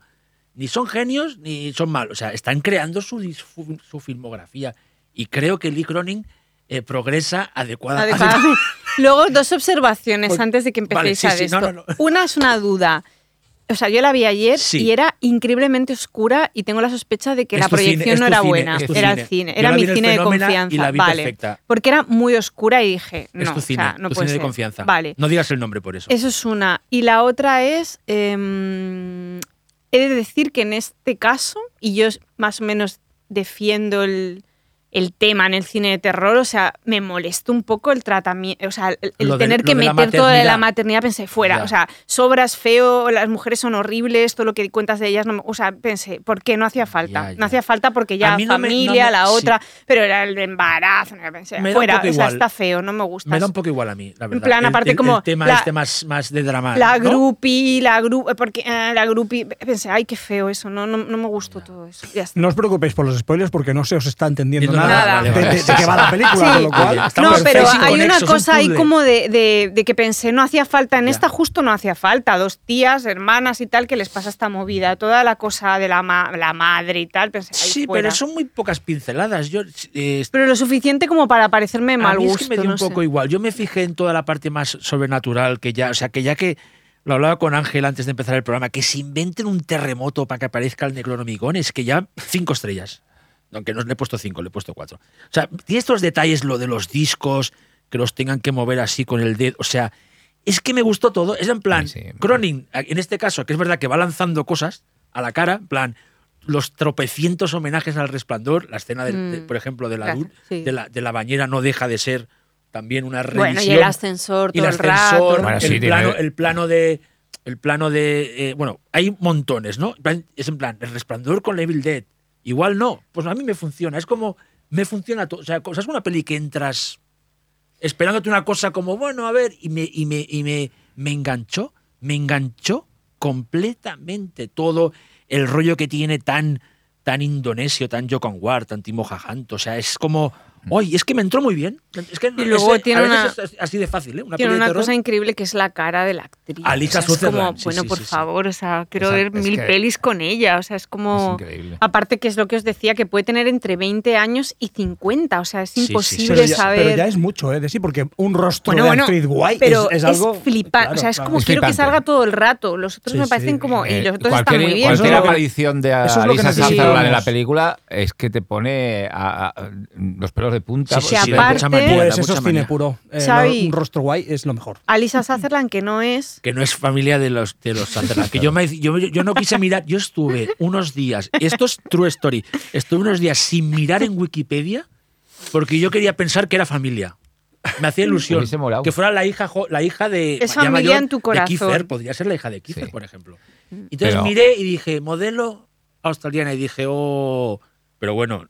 Speaker 6: Ni son genios ni son malos. O sea, están creando su, dis- fu- su filmografía. Y creo que Lee Cronin eh, progresa adecuada,
Speaker 3: Adecuada. Luego, dos observaciones
Speaker 6: Pues,
Speaker 3: antes de que
Speaker 6: vale,
Speaker 3: empecéis
Speaker 6: sí,
Speaker 3: a
Speaker 6: sí,
Speaker 3: esto.
Speaker 6: no, no, no.
Speaker 3: Una es una duda. O sea, yo la vi ayer
Speaker 6: Sí.
Speaker 3: y era increíblemente oscura y tengo la sospecha de que
Speaker 6: Es
Speaker 3: la
Speaker 6: tu cine,
Speaker 3: proyección
Speaker 6: es
Speaker 3: no
Speaker 6: tu
Speaker 3: era
Speaker 6: cine,
Speaker 3: buena.
Speaker 6: es tu
Speaker 3: Era el
Speaker 6: cine.
Speaker 3: cine.
Speaker 6: Yo
Speaker 3: Era
Speaker 6: la vi
Speaker 3: mi
Speaker 6: en el
Speaker 3: cine de
Speaker 6: Fenómena y la
Speaker 3: confianza.
Speaker 6: vi
Speaker 3: vale.
Speaker 6: perfecta.
Speaker 3: Porque era muy oscura y dije, no,
Speaker 6: es tu cine,
Speaker 3: o sea, no
Speaker 6: tu
Speaker 3: puede
Speaker 6: cine de
Speaker 3: ser.
Speaker 6: confianza.
Speaker 3: Vale.
Speaker 6: No digas el nombre por eso.
Speaker 3: Eso es una. Y la otra es, em, he de decir que en este caso, y yo más o menos defiendo el, el tema en el cine de terror, o sea, me molestó un poco el tratamiento, o sea, el, el
Speaker 6: Lo de-
Speaker 3: tener
Speaker 6: lo
Speaker 3: que
Speaker 6: de la
Speaker 3: meter todo de la
Speaker 6: maternidad.
Speaker 3: maternidad, pensé, fuera,
Speaker 6: Ya.
Speaker 3: o sea, sobras feo, las mujeres son horribles, todo lo que cuentas de ellas, no me- o sea, pensé, ¿por qué no hacía falta?
Speaker 6: Ya, ya.
Speaker 3: No hacía falta porque
Speaker 6: A
Speaker 3: ya
Speaker 6: mí no me- no
Speaker 3: familia,
Speaker 6: me-
Speaker 3: la
Speaker 6: sí.
Speaker 3: otra, pero era el embarazo, no, pensé,
Speaker 6: Me da un
Speaker 3: fuera,
Speaker 6: poco
Speaker 3: o sea,
Speaker 6: igual.
Speaker 3: está feo, no me gusta.
Speaker 6: Me da un poco igual a mí, la verdad.
Speaker 3: plan,
Speaker 6: El
Speaker 3: aparte
Speaker 6: te-
Speaker 3: como
Speaker 6: El tema
Speaker 3: la-
Speaker 6: este más, más de drama.
Speaker 3: La
Speaker 6: ¿no?
Speaker 3: grupi, la grupi, porque eh, la grupi, pensé, ay, qué feo eso, no, no, no me gustó todo eso. Ya está.
Speaker 4: No os preocupéis por los spoilers porque no se os está entendiendo
Speaker 6: Entiendo
Speaker 4: nada,
Speaker 3: nada, vale,
Speaker 4: de-
Speaker 6: vale.
Speaker 4: de, de qué va la película,
Speaker 3: Sí.
Speaker 4: con lo cual.
Speaker 6: Oye, está
Speaker 3: No,
Speaker 6: perfecto,
Speaker 3: pero
Speaker 6: es
Speaker 3: hay una
Speaker 6: inconexo, es un
Speaker 3: cosa ahí
Speaker 6: puzzle.
Speaker 3: como de, de- de que pensé, no hacía falta, en
Speaker 6: Ya.
Speaker 3: esta justo no hacía falta, dos tías, hermanas y tal, que les pasa esta movida, toda la cosa de la, ma- la madre y tal, pensé, ay,
Speaker 6: Sí,
Speaker 3: fuera.
Speaker 6: pero son muy pocas pinceladas. Yo, eh,
Speaker 3: Pero lo suficiente como para parecerme mal
Speaker 6: a mí
Speaker 3: gusto,
Speaker 6: es que me dio
Speaker 3: no
Speaker 6: un
Speaker 3: sé.
Speaker 6: poco igual. Yo me fijé en toda la parte más sobrenatural que ya, o sea, que ya que Lo hablaba con Ángel antes de empezar el programa, que se inventen un terremoto para que aparezca el Necronomicon, es que ya cinco estrellas. Aunque no le he puesto cinco, le he puesto cuatro. O sea, tiene estos detalles, lo de los discos, que los tengan que mover así con el dedo. O sea, es que me gustó todo. Es en plan,
Speaker 5: Sí, sí.
Speaker 6: Cronin, en este caso, que es verdad que va lanzando cosas a la cara, en plan, los tropecientos homenajes al resplandor, la escena, del-
Speaker 3: Mm.
Speaker 6: de- por ejemplo, de la,
Speaker 3: Claro,
Speaker 6: dun-
Speaker 3: sí.
Speaker 6: de la de la bañera no deja de ser también una revisión
Speaker 3: Bueno, y el ascensor
Speaker 6: y
Speaker 3: todo
Speaker 6: el
Speaker 3: el,
Speaker 6: ascensor,
Speaker 3: rato.
Speaker 5: Bueno,
Speaker 6: el,
Speaker 5: sí, tiene-
Speaker 6: plano, el plano de. El plano de. eh, bueno, hay montones, ¿no? En plan- Es en plan, el resplandor con la Evil Dead. Igual no. Pues a mí me funciona. Es como. Me funciona todo. O sea, co- ¿sabes una peli que entras esperándote una cosa como, bueno, a ver, y me, y me, y me, me enganchó? Me enganchó completamente todo el rollo que tiene tan tan indonesio, tan Jokon War, tan Timo Jajanto, o sea, es como,
Speaker 5: Mm.
Speaker 6: oye, es que me entró muy bien, es que
Speaker 3: Y luego
Speaker 6: es-
Speaker 3: tiene
Speaker 6: a veces
Speaker 3: una-
Speaker 6: es así de fácil, ¿eh? Una
Speaker 3: Tiene
Speaker 6: peli de
Speaker 3: una
Speaker 6: terror.
Speaker 3: cosa increíble que es la cara de la actriz.
Speaker 6: Alicia
Speaker 3: O sea, es como,
Speaker 6: Sutherland, sí,
Speaker 3: bueno,
Speaker 6: sí,
Speaker 3: por
Speaker 6: sí, sí.
Speaker 3: favor, o sea, quiero
Speaker 5: Esa-
Speaker 3: ver
Speaker 5: es
Speaker 3: mil
Speaker 5: que-
Speaker 3: pelis con ella. O sea, es
Speaker 5: Es
Speaker 3: como.
Speaker 5: increíble.
Speaker 3: Aparte, que es lo que os decía, que puede tener entre 20 años y 50. O sea, es
Speaker 6: Sí, sí,
Speaker 3: imposible
Speaker 6: sí.
Speaker 4: Pero ya,
Speaker 3: saber.
Speaker 4: pero ya es mucho, ¿eh? De sí, porque un rostro
Speaker 3: Bueno,
Speaker 4: de
Speaker 3: bueno,
Speaker 4: actriz guay
Speaker 3: pero
Speaker 4: es, es algo.
Speaker 3: flipante.
Speaker 4: claro,
Speaker 3: o sea, es
Speaker 4: claro.
Speaker 3: como
Speaker 5: Es
Speaker 3: quiero que
Speaker 5: flipante.
Speaker 3: salga todo el rato. Los otros
Speaker 4: Sí,
Speaker 3: me parecen
Speaker 4: sí.
Speaker 3: como.
Speaker 5: Eh,
Speaker 3: y los otros
Speaker 5: cualquier
Speaker 3: están muy bien.
Speaker 5: cualquier
Speaker 4: Eso es lo que-
Speaker 5: aparición de
Speaker 4: eso es lo que
Speaker 5: Alisa
Speaker 3: necesitamos.
Speaker 5: Sutherland en la película es que te pone a- a- los pelos de punta.
Speaker 6: Sí,
Speaker 3: Que
Speaker 6: sí, sí,
Speaker 5: porque-
Speaker 6: da
Speaker 3: aparte-
Speaker 6: mucha manía,
Speaker 4: Pues
Speaker 6: da
Speaker 4: eso
Speaker 6: mucha
Speaker 4: es cine
Speaker 6: manía.
Speaker 4: puro. Eh,
Speaker 3: Xavi.
Speaker 4: lo- un rostro guy es lo mejor.
Speaker 3: Alisa Sutherland, que no es.
Speaker 6: que no es familia de los de los Sutherland, que yo, me, yo, yo no quise mirar, yo estuve unos días, esto es true story, estuve unos días sin mirar en Wikipedia porque yo quería pensar que era familia. Me hacía ilusión
Speaker 5: Hubiese molado.
Speaker 6: que fuera la hija jo- la hija de
Speaker 3: Es
Speaker 6: ya
Speaker 3: familia
Speaker 6: mayor,
Speaker 3: en tu
Speaker 6: de
Speaker 3: corazón.
Speaker 6: Kiefer, podría ser la hija de Kiefer,
Speaker 5: Sí.
Speaker 6: por ejemplo. Entonces
Speaker 5: Pero-
Speaker 6: miré y dije, modelo australiana y dije, "Oh, pero bueno,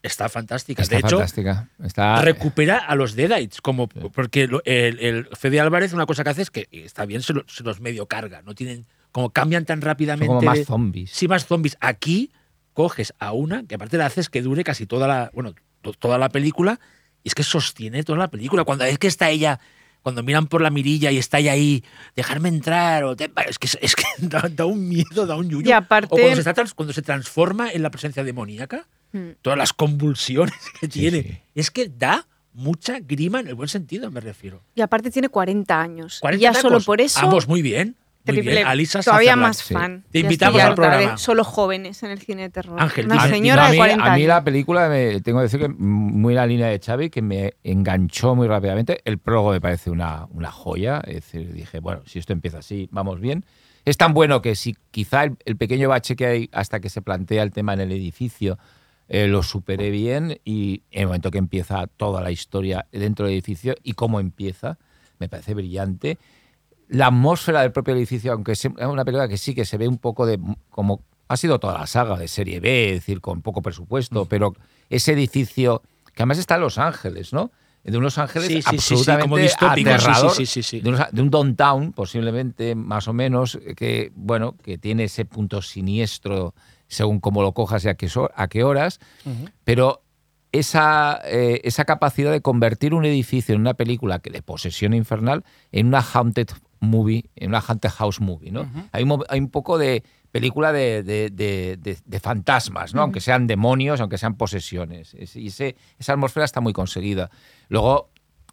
Speaker 6: está fantástica."
Speaker 5: Está
Speaker 6: de hecho,
Speaker 5: fantástica. Está,
Speaker 6: recupera a los Deadites, como porque lo- el, el Fede Álvarez una cosa que hace es que y está bien se, lo- se los medio carga, no tienen como cambian tan
Speaker 5: son
Speaker 6: rápidamente.
Speaker 5: como más
Speaker 6: de-
Speaker 5: zombies.
Speaker 6: sí, más zombies. Aquí coges a una que aparte la haces que dure casi toda la, bueno, to- toda la película y es que sostiene toda la película cuando es que está ella cuando miran por la mirilla y está ella ahí, dejarme entrar, o te- es que, es que da, da un miedo, da un yuyu.
Speaker 3: Y
Speaker 6: O
Speaker 3: aparte.
Speaker 6: cuando se, está trans- cuando se transforma en la presencia demoníaca,
Speaker 3: Mm.
Speaker 6: todas las convulsiones que
Speaker 5: Sí,
Speaker 6: tiene.
Speaker 5: sí.
Speaker 6: Es que da mucha grima en el buen sentido, me refiero.
Speaker 3: Y aparte tiene 40 años.
Speaker 6: 40
Speaker 3: y ya solo
Speaker 6: tacos.
Speaker 3: por eso.
Speaker 6: Ambos muy bien. Muy
Speaker 3: triple, E.
Speaker 6: bien. Alisa
Speaker 3: todavía
Speaker 6: Sutherland.
Speaker 3: más
Speaker 5: sí.
Speaker 3: fan.
Speaker 6: Te
Speaker 3: Ya
Speaker 6: invitamos
Speaker 3: estoy
Speaker 6: al
Speaker 3: harta de
Speaker 6: programa.
Speaker 3: Solo jóvenes en el cine de terror.
Speaker 6: Ángel,
Speaker 3: Una
Speaker 6: dime,
Speaker 3: señora
Speaker 5: a
Speaker 3: de
Speaker 5: mí,
Speaker 3: 40
Speaker 5: a mí
Speaker 3: años.
Speaker 5: la película, me- tengo que decir que muy la línea de Xavi, que me enganchó muy rápidamente. El prólogo me parece una, una joya. Es decir, dije, bueno, si esto empieza así, vamos bien. Es tan bueno que si quizá el, el pequeño bache que hay hasta que se plantea el tema en el edificio eh, lo superé bien y en el momento que empieza toda la historia dentro del edificio y cómo empieza, me parece brillante la atmósfera del propio edificio, aunque sea una película que sí que se ve un poco de como ha sido toda la saga de serie B, es decir, con poco presupuesto, pero ese edificio que además está en Los Ángeles, ¿no? De unos Ángeles
Speaker 6: Sí, sí, sí, sí,
Speaker 5: absolutamente
Speaker 6: como distópico, sí,
Speaker 5: aterrador,
Speaker 6: sí, sí, sí, sí.
Speaker 5: De, unos- de un downtown posiblemente más o menos que bueno que tiene ese punto siniestro según cómo lo cojas y a qué, so- a qué horas, pero esa, eh, esa capacidad de convertir un edificio en una película que de posesión infernal en una haunted movie, en una haunted house movie, ¿no? hay, un, mo- hay un poco de película de, de- de- de- de fantasmas, ¿no? Aunque sean demonios, aunque sean posesiones. Es- Y ese- esa atmósfera está muy conseguida. Luego,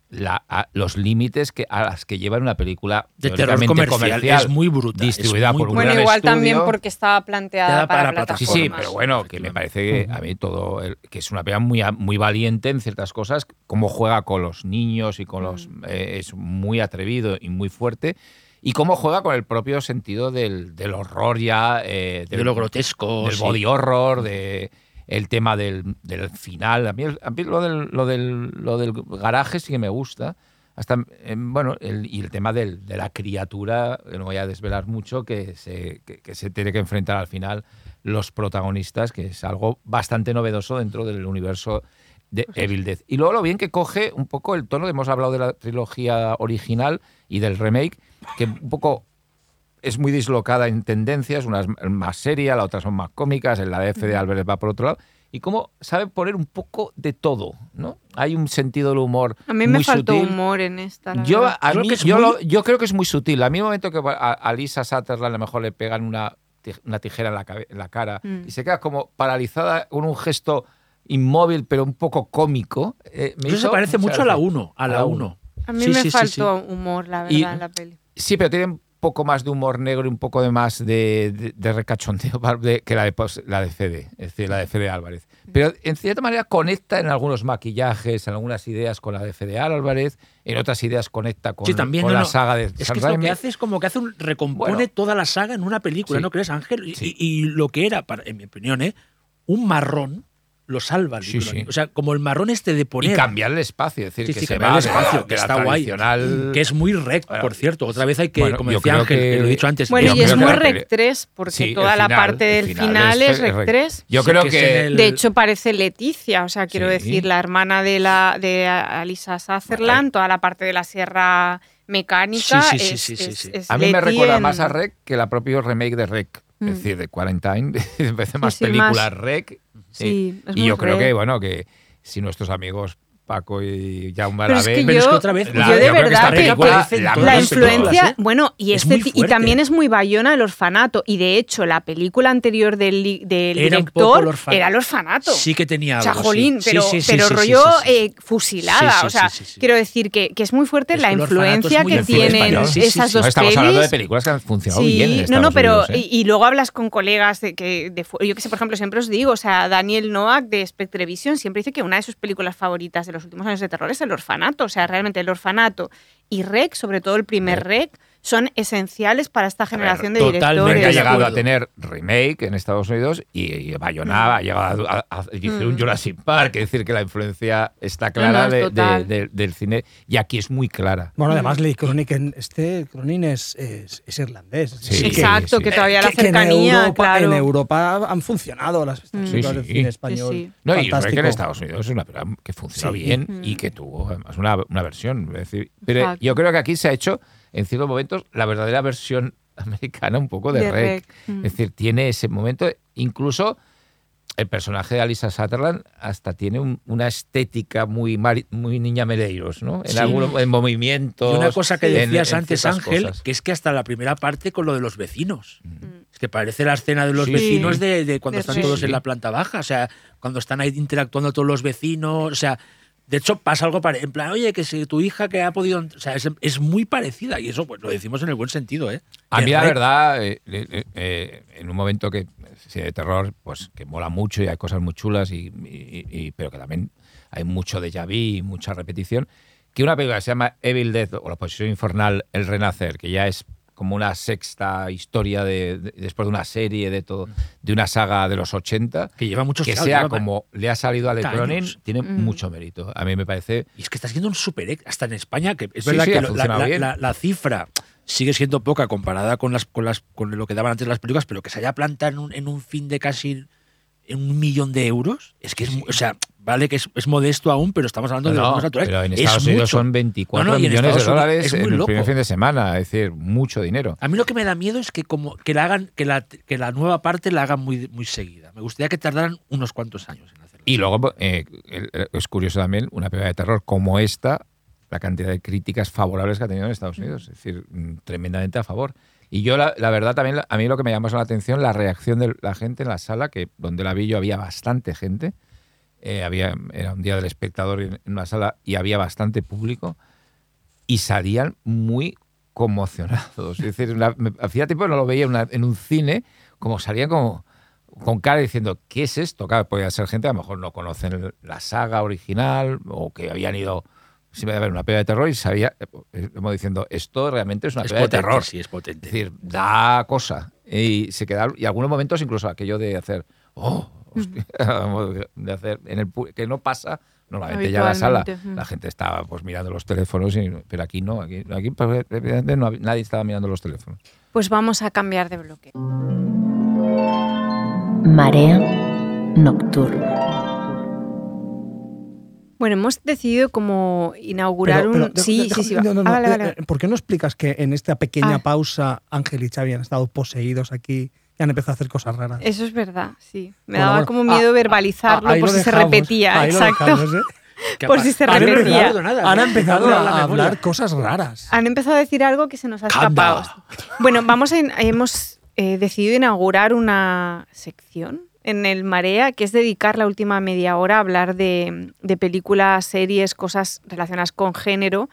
Speaker 5: la- a- los límites que, a las que llevan una película
Speaker 6: De terror
Speaker 5: teóricamente
Speaker 6: comercial, es muy bruta, es
Speaker 5: Distribuida
Speaker 6: muy
Speaker 5: por un
Speaker 6: bruta.
Speaker 3: Bueno,
Speaker 5: gran
Speaker 3: igual
Speaker 5: estudio.
Speaker 3: también porque estaba planteada para,
Speaker 6: Queda para
Speaker 5: Sí,
Speaker 3: plataformas.
Speaker 5: sí,
Speaker 6: plataformas.
Speaker 5: pero bueno, que me parece que a mí todo, el- que es una pelea muy, a- muy valiente en ciertas cosas, cómo juega con los niños y con los... eh, es muy atrevido y muy fuerte, y cómo juega con el propio sentido del, del horror ya, eh,
Speaker 6: De
Speaker 5: del-
Speaker 6: lo grotesco.
Speaker 5: del
Speaker 6: sí.
Speaker 5: body horror, de el tema del, del final. A mí, el- a mí lo, del, lo, del, lo del garaje sí que me gusta. Hasta, eh, bueno, el- y el tema del- de la criatura, que no voy a desvelar mucho, que se, que, que se tiene que enfrentar al final los protagonistas, que es algo bastante novedoso dentro del universo de Evil Dead. Y luego lo bien que coge un poco el tono, hemos hablado de la trilogía original y del remake, que un poco es muy dislocada en tendencias, una es más seria, la otra son más cómicas, en la de F de Álvarez va por otro lado, y cómo sabe poner un poco de todo, ¿no? Hay un sentido del humor
Speaker 3: A mí me
Speaker 5: muy
Speaker 3: faltó
Speaker 5: sutil.
Speaker 3: humor en esta. la
Speaker 5: Yo,
Speaker 3: verdad.
Speaker 5: a
Speaker 6: Creo
Speaker 5: mí-
Speaker 6: que es
Speaker 5: yo
Speaker 6: muy-
Speaker 5: lo- yo creo que es muy sutil. A mí, el momento que a, a Lisa Sutherland a lo mejor le pegan una, tij- una tijera en la, cabe- en la cara
Speaker 3: Mm.
Speaker 5: y se queda como paralizada con un gesto inmóvil, pero un poco cómico. eh,
Speaker 6: Eso
Speaker 5: me
Speaker 6: se
Speaker 5: hizo
Speaker 6: parece
Speaker 5: mucha
Speaker 6: mucho a la
Speaker 5: gracia.
Speaker 6: 1. A
Speaker 5: A la
Speaker 6: la 1.
Speaker 3: A mí
Speaker 6: Sí,
Speaker 3: me
Speaker 6: sí, sí, sí.
Speaker 3: faltó humor, la verdad,
Speaker 5: Y-
Speaker 3: en la peli.
Speaker 5: Sí, pero tienen poco más de humor negro y un poco de más de, de- de recachondeo par- de- que la de, Pos- la de Fede, es decir, la de Fede Álvarez. Pero en cierta manera conecta en algunos maquillajes, en algunas ideas con la de Fede Álvarez, en otras ideas conecta con,
Speaker 6: Sí, también,
Speaker 5: con
Speaker 6: no,
Speaker 5: la
Speaker 6: no.
Speaker 5: saga de
Speaker 6: Es
Speaker 5: San
Speaker 6: que es lo
Speaker 5: Raimi.
Speaker 6: que hace es como que hace un, recompone
Speaker 5: Bueno.
Speaker 6: toda la saga en una película,
Speaker 5: Sí.
Speaker 6: ¿no crees, Ángel? Y,
Speaker 5: Sí.
Speaker 6: y- y lo que era, para- en mi opinión, ¿eh? un marrón lo salva. el
Speaker 5: Sí,
Speaker 6: libro.
Speaker 5: sí.
Speaker 6: O sea, como el marrón este de
Speaker 5: Y
Speaker 6: poner.
Speaker 5: cambiar el espacio, es decir,
Speaker 6: Sí,
Speaker 5: que
Speaker 6: sí,
Speaker 5: se
Speaker 6: cambiar
Speaker 5: va
Speaker 6: el
Speaker 5: de la-
Speaker 6: espacio,
Speaker 5: de
Speaker 6: que
Speaker 5: la
Speaker 6: está guay.
Speaker 5: tradicional-
Speaker 6: Que es muy rec,
Speaker 5: Bueno,
Speaker 6: por cierto. Otra vez hay que,
Speaker 5: bueno,
Speaker 6: como
Speaker 5: yo
Speaker 6: decía
Speaker 5: creo
Speaker 6: Ángel,
Speaker 5: que-
Speaker 6: que lo he dicho antes.
Speaker 5: Yo
Speaker 3: Bueno, y
Speaker 5: creo
Speaker 3: es
Speaker 5: que
Speaker 3: muy
Speaker 5: la peli-
Speaker 3: Rec 3, porque
Speaker 5: Sí, el
Speaker 3: toda la
Speaker 5: final,
Speaker 3: parte del
Speaker 5: el
Speaker 3: final, es Rec 3.
Speaker 5: Yo
Speaker 6: Sí,
Speaker 5: creo
Speaker 6: que
Speaker 5: que,
Speaker 6: es en el-
Speaker 3: De hecho, parece Leticia, o sea, quiero
Speaker 5: Sí.
Speaker 3: decir, la hermana de la de Alisa Sutherland,
Speaker 5: Vale.
Speaker 3: toda la parte de la sierra mecánica.
Speaker 6: Sí, sí, sí,
Speaker 3: es-
Speaker 6: sí, sí,
Speaker 3: es-
Speaker 6: sí.
Speaker 3: es
Speaker 5: a mí me
Speaker 3: Leti
Speaker 5: recuerda
Speaker 3: en-
Speaker 5: más a Rec que la propio remake de Rec,
Speaker 3: Mm.
Speaker 5: es decir, de Quarantine, me parece más
Speaker 3: sí,
Speaker 5: película
Speaker 3: más-
Speaker 5: Rec.
Speaker 3: Sí, es
Speaker 5: y
Speaker 3: muy
Speaker 5: yo creo
Speaker 3: Rec.
Speaker 5: que, bueno, que si nuestros amigos Paco y Jaume
Speaker 3: Pero
Speaker 5: la
Speaker 3: es que
Speaker 5: ven,
Speaker 6: Pero es
Speaker 3: yo-
Speaker 6: que otra vez.
Speaker 5: La-
Speaker 3: yo de
Speaker 5: yo creo que
Speaker 3: verdad
Speaker 5: esta
Speaker 3: que-
Speaker 5: película
Speaker 3: que
Speaker 5: aparece en
Speaker 6: la
Speaker 5: todas
Speaker 3: la
Speaker 5: las películas,
Speaker 3: influencia,
Speaker 6: ¿eh?
Speaker 3: bueno, y
Speaker 6: Es
Speaker 3: este
Speaker 6: muy
Speaker 3: ti- y
Speaker 6: fuerte.
Speaker 3: también es muy bayona el orfanato. Y de hecho, la película anterior del, li- del
Speaker 6: Era un poco
Speaker 3: director
Speaker 6: el orfa-
Speaker 3: era el orfanato.
Speaker 6: Sí que
Speaker 3: O
Speaker 6: tenía algo.
Speaker 3: sea,
Speaker 6: sí.
Speaker 3: jolín,
Speaker 6: Sí,
Speaker 3: pero,
Speaker 6: sí, sí,
Speaker 3: pero
Speaker 6: sí, sí,
Speaker 3: rollo
Speaker 6: sí, sí.
Speaker 3: eh, fusilada.
Speaker 6: Sí, sí,
Speaker 3: o sea,
Speaker 6: sí, sí, sí.
Speaker 3: quiero decir que, que es muy fuerte
Speaker 6: Es
Speaker 3: la
Speaker 6: que el orfanato es
Speaker 3: influencia
Speaker 6: muy
Speaker 3: que
Speaker 5: del cine
Speaker 3: tienen
Speaker 5: español. Sí,
Speaker 6: sí,
Speaker 3: esas
Speaker 6: sí.
Speaker 3: dos
Speaker 5: No, estamos hablando de
Speaker 3: pelis.
Speaker 5: películas que han funcionado
Speaker 3: Sí,
Speaker 5: bien. en
Speaker 3: no, no,
Speaker 5: Estados
Speaker 3: pero
Speaker 5: Unidos, ¿eh?
Speaker 3: y, y luego hablas con colegas de que de fu- yo que sé, por ejemplo, siempre os digo, o sea, Daniel Noack de Spectrevision siempre dice que una de sus películas favoritas de los últimos años de terror es El orfanato, o sea, realmente El orfanato y Rec, sobre todo el primer Rec, son esenciales para esta
Speaker 5: A ver,
Speaker 3: generación de
Speaker 6: totalmente
Speaker 5: Porque ha
Speaker 6: de
Speaker 3: directores.
Speaker 5: llegado
Speaker 6: acuerdo.
Speaker 5: a tener remake en Estados Unidos y, y Bayona ha llegado a, a- a dirigir un
Speaker 3: Mm.
Speaker 5: Jurassic Park. Es decir, que la influencia está clara
Speaker 3: es
Speaker 5: de- de-
Speaker 3: total.
Speaker 5: de- del cine y aquí es muy clara.
Speaker 7: Bueno, además, Lee Cronin, este Cronin es, es, es irlandés. es
Speaker 5: Sí,
Speaker 7: decir, que-
Speaker 3: Exacto,
Speaker 5: sí.
Speaker 3: que todavía la
Speaker 7: que- que
Speaker 3: cercanía,
Speaker 7: en, Europa,
Speaker 3: claro.
Speaker 7: en Europa han funcionado las
Speaker 3: Mm.
Speaker 7: películas
Speaker 5: Sí,
Speaker 7: del
Speaker 5: sí.
Speaker 7: cine español.
Speaker 3: Sí, sí.
Speaker 5: No, y Rec
Speaker 7: fantástico.
Speaker 5: en Estados Unidos es una película que funcionó
Speaker 7: Sí.
Speaker 5: bien
Speaker 3: Mm.
Speaker 5: y que tuvo además una, una versión. es decir, pero
Speaker 3: Exacto.
Speaker 5: yo creo que aquí se ha hecho, en ciertos momentos, la verdadera versión americana un poco de,
Speaker 3: De
Speaker 5: Rec.
Speaker 3: Rec, mm.
Speaker 5: Es decir, tiene ese momento, incluso el personaje de Alisa Sutherland hasta tiene un- una estética muy, mari- muy niña Meleiros, ¿no? En
Speaker 6: Sí.
Speaker 5: algunos en movimientos.
Speaker 6: Y una cosa que
Speaker 5: en- en
Speaker 6: decías antes,
Speaker 5: ciertas
Speaker 6: Ángel,
Speaker 5: cosas.
Speaker 6: que es que hasta la primera parte con lo de los vecinos.
Speaker 3: Mm.
Speaker 6: Es que parece la escena de los
Speaker 5: Sí.
Speaker 6: vecinos de, de cuando
Speaker 3: De
Speaker 6: están
Speaker 3: Rec.
Speaker 6: todos
Speaker 5: Sí.
Speaker 6: en la planta baja. O sea, cuando están ahí interactuando todos los vecinos. O sea, de hecho pasa algo para. En plan, oye, que si tu hija que ha podido. ent- O sea, es, es muy parecida. Y eso, pues lo decimos en el buen sentido, ¿eh?
Speaker 5: A
Speaker 6: Que
Speaker 5: mí, la
Speaker 6: Rec-
Speaker 5: verdad, eh, eh, eh, eh, en un momento que sí, de terror, pues que mola mucho y hay cosas muy chulas, y, y- y- pero que también hay mucho de vu y mucha repetición, que una película que se llama Evil Death o La Posición Infernal, El Renacer, que ya es como una sexta historia de, de- después de una serie de todo, de una saga de los 80,
Speaker 6: Que lleva muchos
Speaker 5: que
Speaker 6: claro,
Speaker 5: sea
Speaker 6: lleva-
Speaker 5: como le ha salido a Le
Speaker 6: años.
Speaker 5: Cronin, tiene
Speaker 3: Mm.
Speaker 5: mucho mérito. A mí me parece
Speaker 6: Y es que está siendo un super ex, hasta en España, que es
Speaker 5: Sí,
Speaker 6: verdad
Speaker 5: sí,
Speaker 6: que
Speaker 5: ha
Speaker 6: lo- la,
Speaker 5: funcionado
Speaker 6: la-
Speaker 5: bien.
Speaker 6: la- la cifra sigue siendo poca comparada con las con las con lo que daban antes las películas, pero que se haya plantado en un, en un fin de casi en un millón de euros, es que es, mu- o sea, vale que es, es modesto aún, pero estamos hablando de
Speaker 5: No,
Speaker 6: los números
Speaker 5: no,
Speaker 6: naturales.
Speaker 5: Pero en
Speaker 6: Es
Speaker 5: Estados Unidos
Speaker 6: mucho.
Speaker 5: son 24
Speaker 6: No, no, y en
Speaker 5: millones de
Speaker 6: Estados Unidos
Speaker 5: dólares
Speaker 6: es muy
Speaker 5: en el primer
Speaker 6: loco.
Speaker 5: fin de semana, es decir, mucho dinero.
Speaker 6: A mí lo que me da miedo es que como que la hagan que la, que la nueva parte la hagan muy muy seguida. Me gustaría que tardaran unos cuantos años en hacerlo.
Speaker 5: Y luego eh, el- el- es curioso también una película de terror como esta, la cantidad de críticas favorables que ha tenido en Estados Unidos, es decir, mm, tremendamente a favor. Y yo la, la verdad también la- a mí lo que me llamó la atención la reacción de la gente en la sala, que donde la vi yo había bastante gente, eh, había era un día del espectador en, en una sala y había bastante público y salían muy conmocionados. Es decir, la- me- hacía tiempo que no lo veía en una- en un cine, como salían como con cara diciendo, ¿qué es esto? Claro, podía ser gente que a lo mejor no conocen el- la saga original o que habían ido simplemente a ver una película de terror y sabía, eh, como diciendo, esto realmente es una
Speaker 6: es
Speaker 5: película de terror.
Speaker 6: sí, es potente.
Speaker 5: Es decir, da cosa. Y se quedaron, y algunos momentos incluso aquello de hacer, oh, hostia", de hacer en el pu- que no pasa normalmente ya en la sala.
Speaker 3: Habitualmente, ujú.
Speaker 5: La gente estaba pues mirando los teléfonos, y- pero aquí no, aquí, aquí pues, evidentemente, no hab- nadie estaba mirando los teléfonos.
Speaker 3: Pues vamos a cambiar de bloque.
Speaker 2: Marea nocturna.
Speaker 3: Bueno, hemos decidido como inaugurar
Speaker 7: Pero- pero
Speaker 3: un
Speaker 7: de-
Speaker 3: sí,
Speaker 7: de-
Speaker 3: sí, sí, va.
Speaker 7: no, no, no,
Speaker 3: Ah, vale,
Speaker 7: eh,
Speaker 3: vale,
Speaker 7: eh, ¿Por qué no explicas que en esta pequeña
Speaker 3: Ah.
Speaker 7: pausa Ángel y Xavi han estado poseídos aquí y han empezado a hacer cosas raras?
Speaker 3: Eso es verdad, sí. Me
Speaker 7: Bueno,
Speaker 3: daba
Speaker 7: bueno.
Speaker 3: como
Speaker 7: Ah,
Speaker 3: miedo
Speaker 7: ah,
Speaker 3: verbalizarlo
Speaker 7: ah, ahí
Speaker 3: por
Speaker 7: lo
Speaker 3: si se
Speaker 7: dejamos,
Speaker 3: repetía.
Speaker 7: ahí lo
Speaker 3: Exacto.
Speaker 7: dejamos, ¿eh?
Speaker 6: Que
Speaker 3: por
Speaker 6: apa-
Speaker 3: si se
Speaker 6: Ah, no he
Speaker 3: repetía.
Speaker 6: recordado nada,
Speaker 7: Han
Speaker 6: no he
Speaker 7: empezado
Speaker 6: recordado la
Speaker 7: a
Speaker 6: memoria.
Speaker 7: hablar cosas raras.
Speaker 3: Han empezado a decir algo que se nos ha
Speaker 6: Canda.
Speaker 3: escapado. Bueno, vamos a in- hemos eh, decidido inaugurar una sección en el Marea, que es dedicar la última media hora a hablar de, de películas, series, cosas relacionadas con género,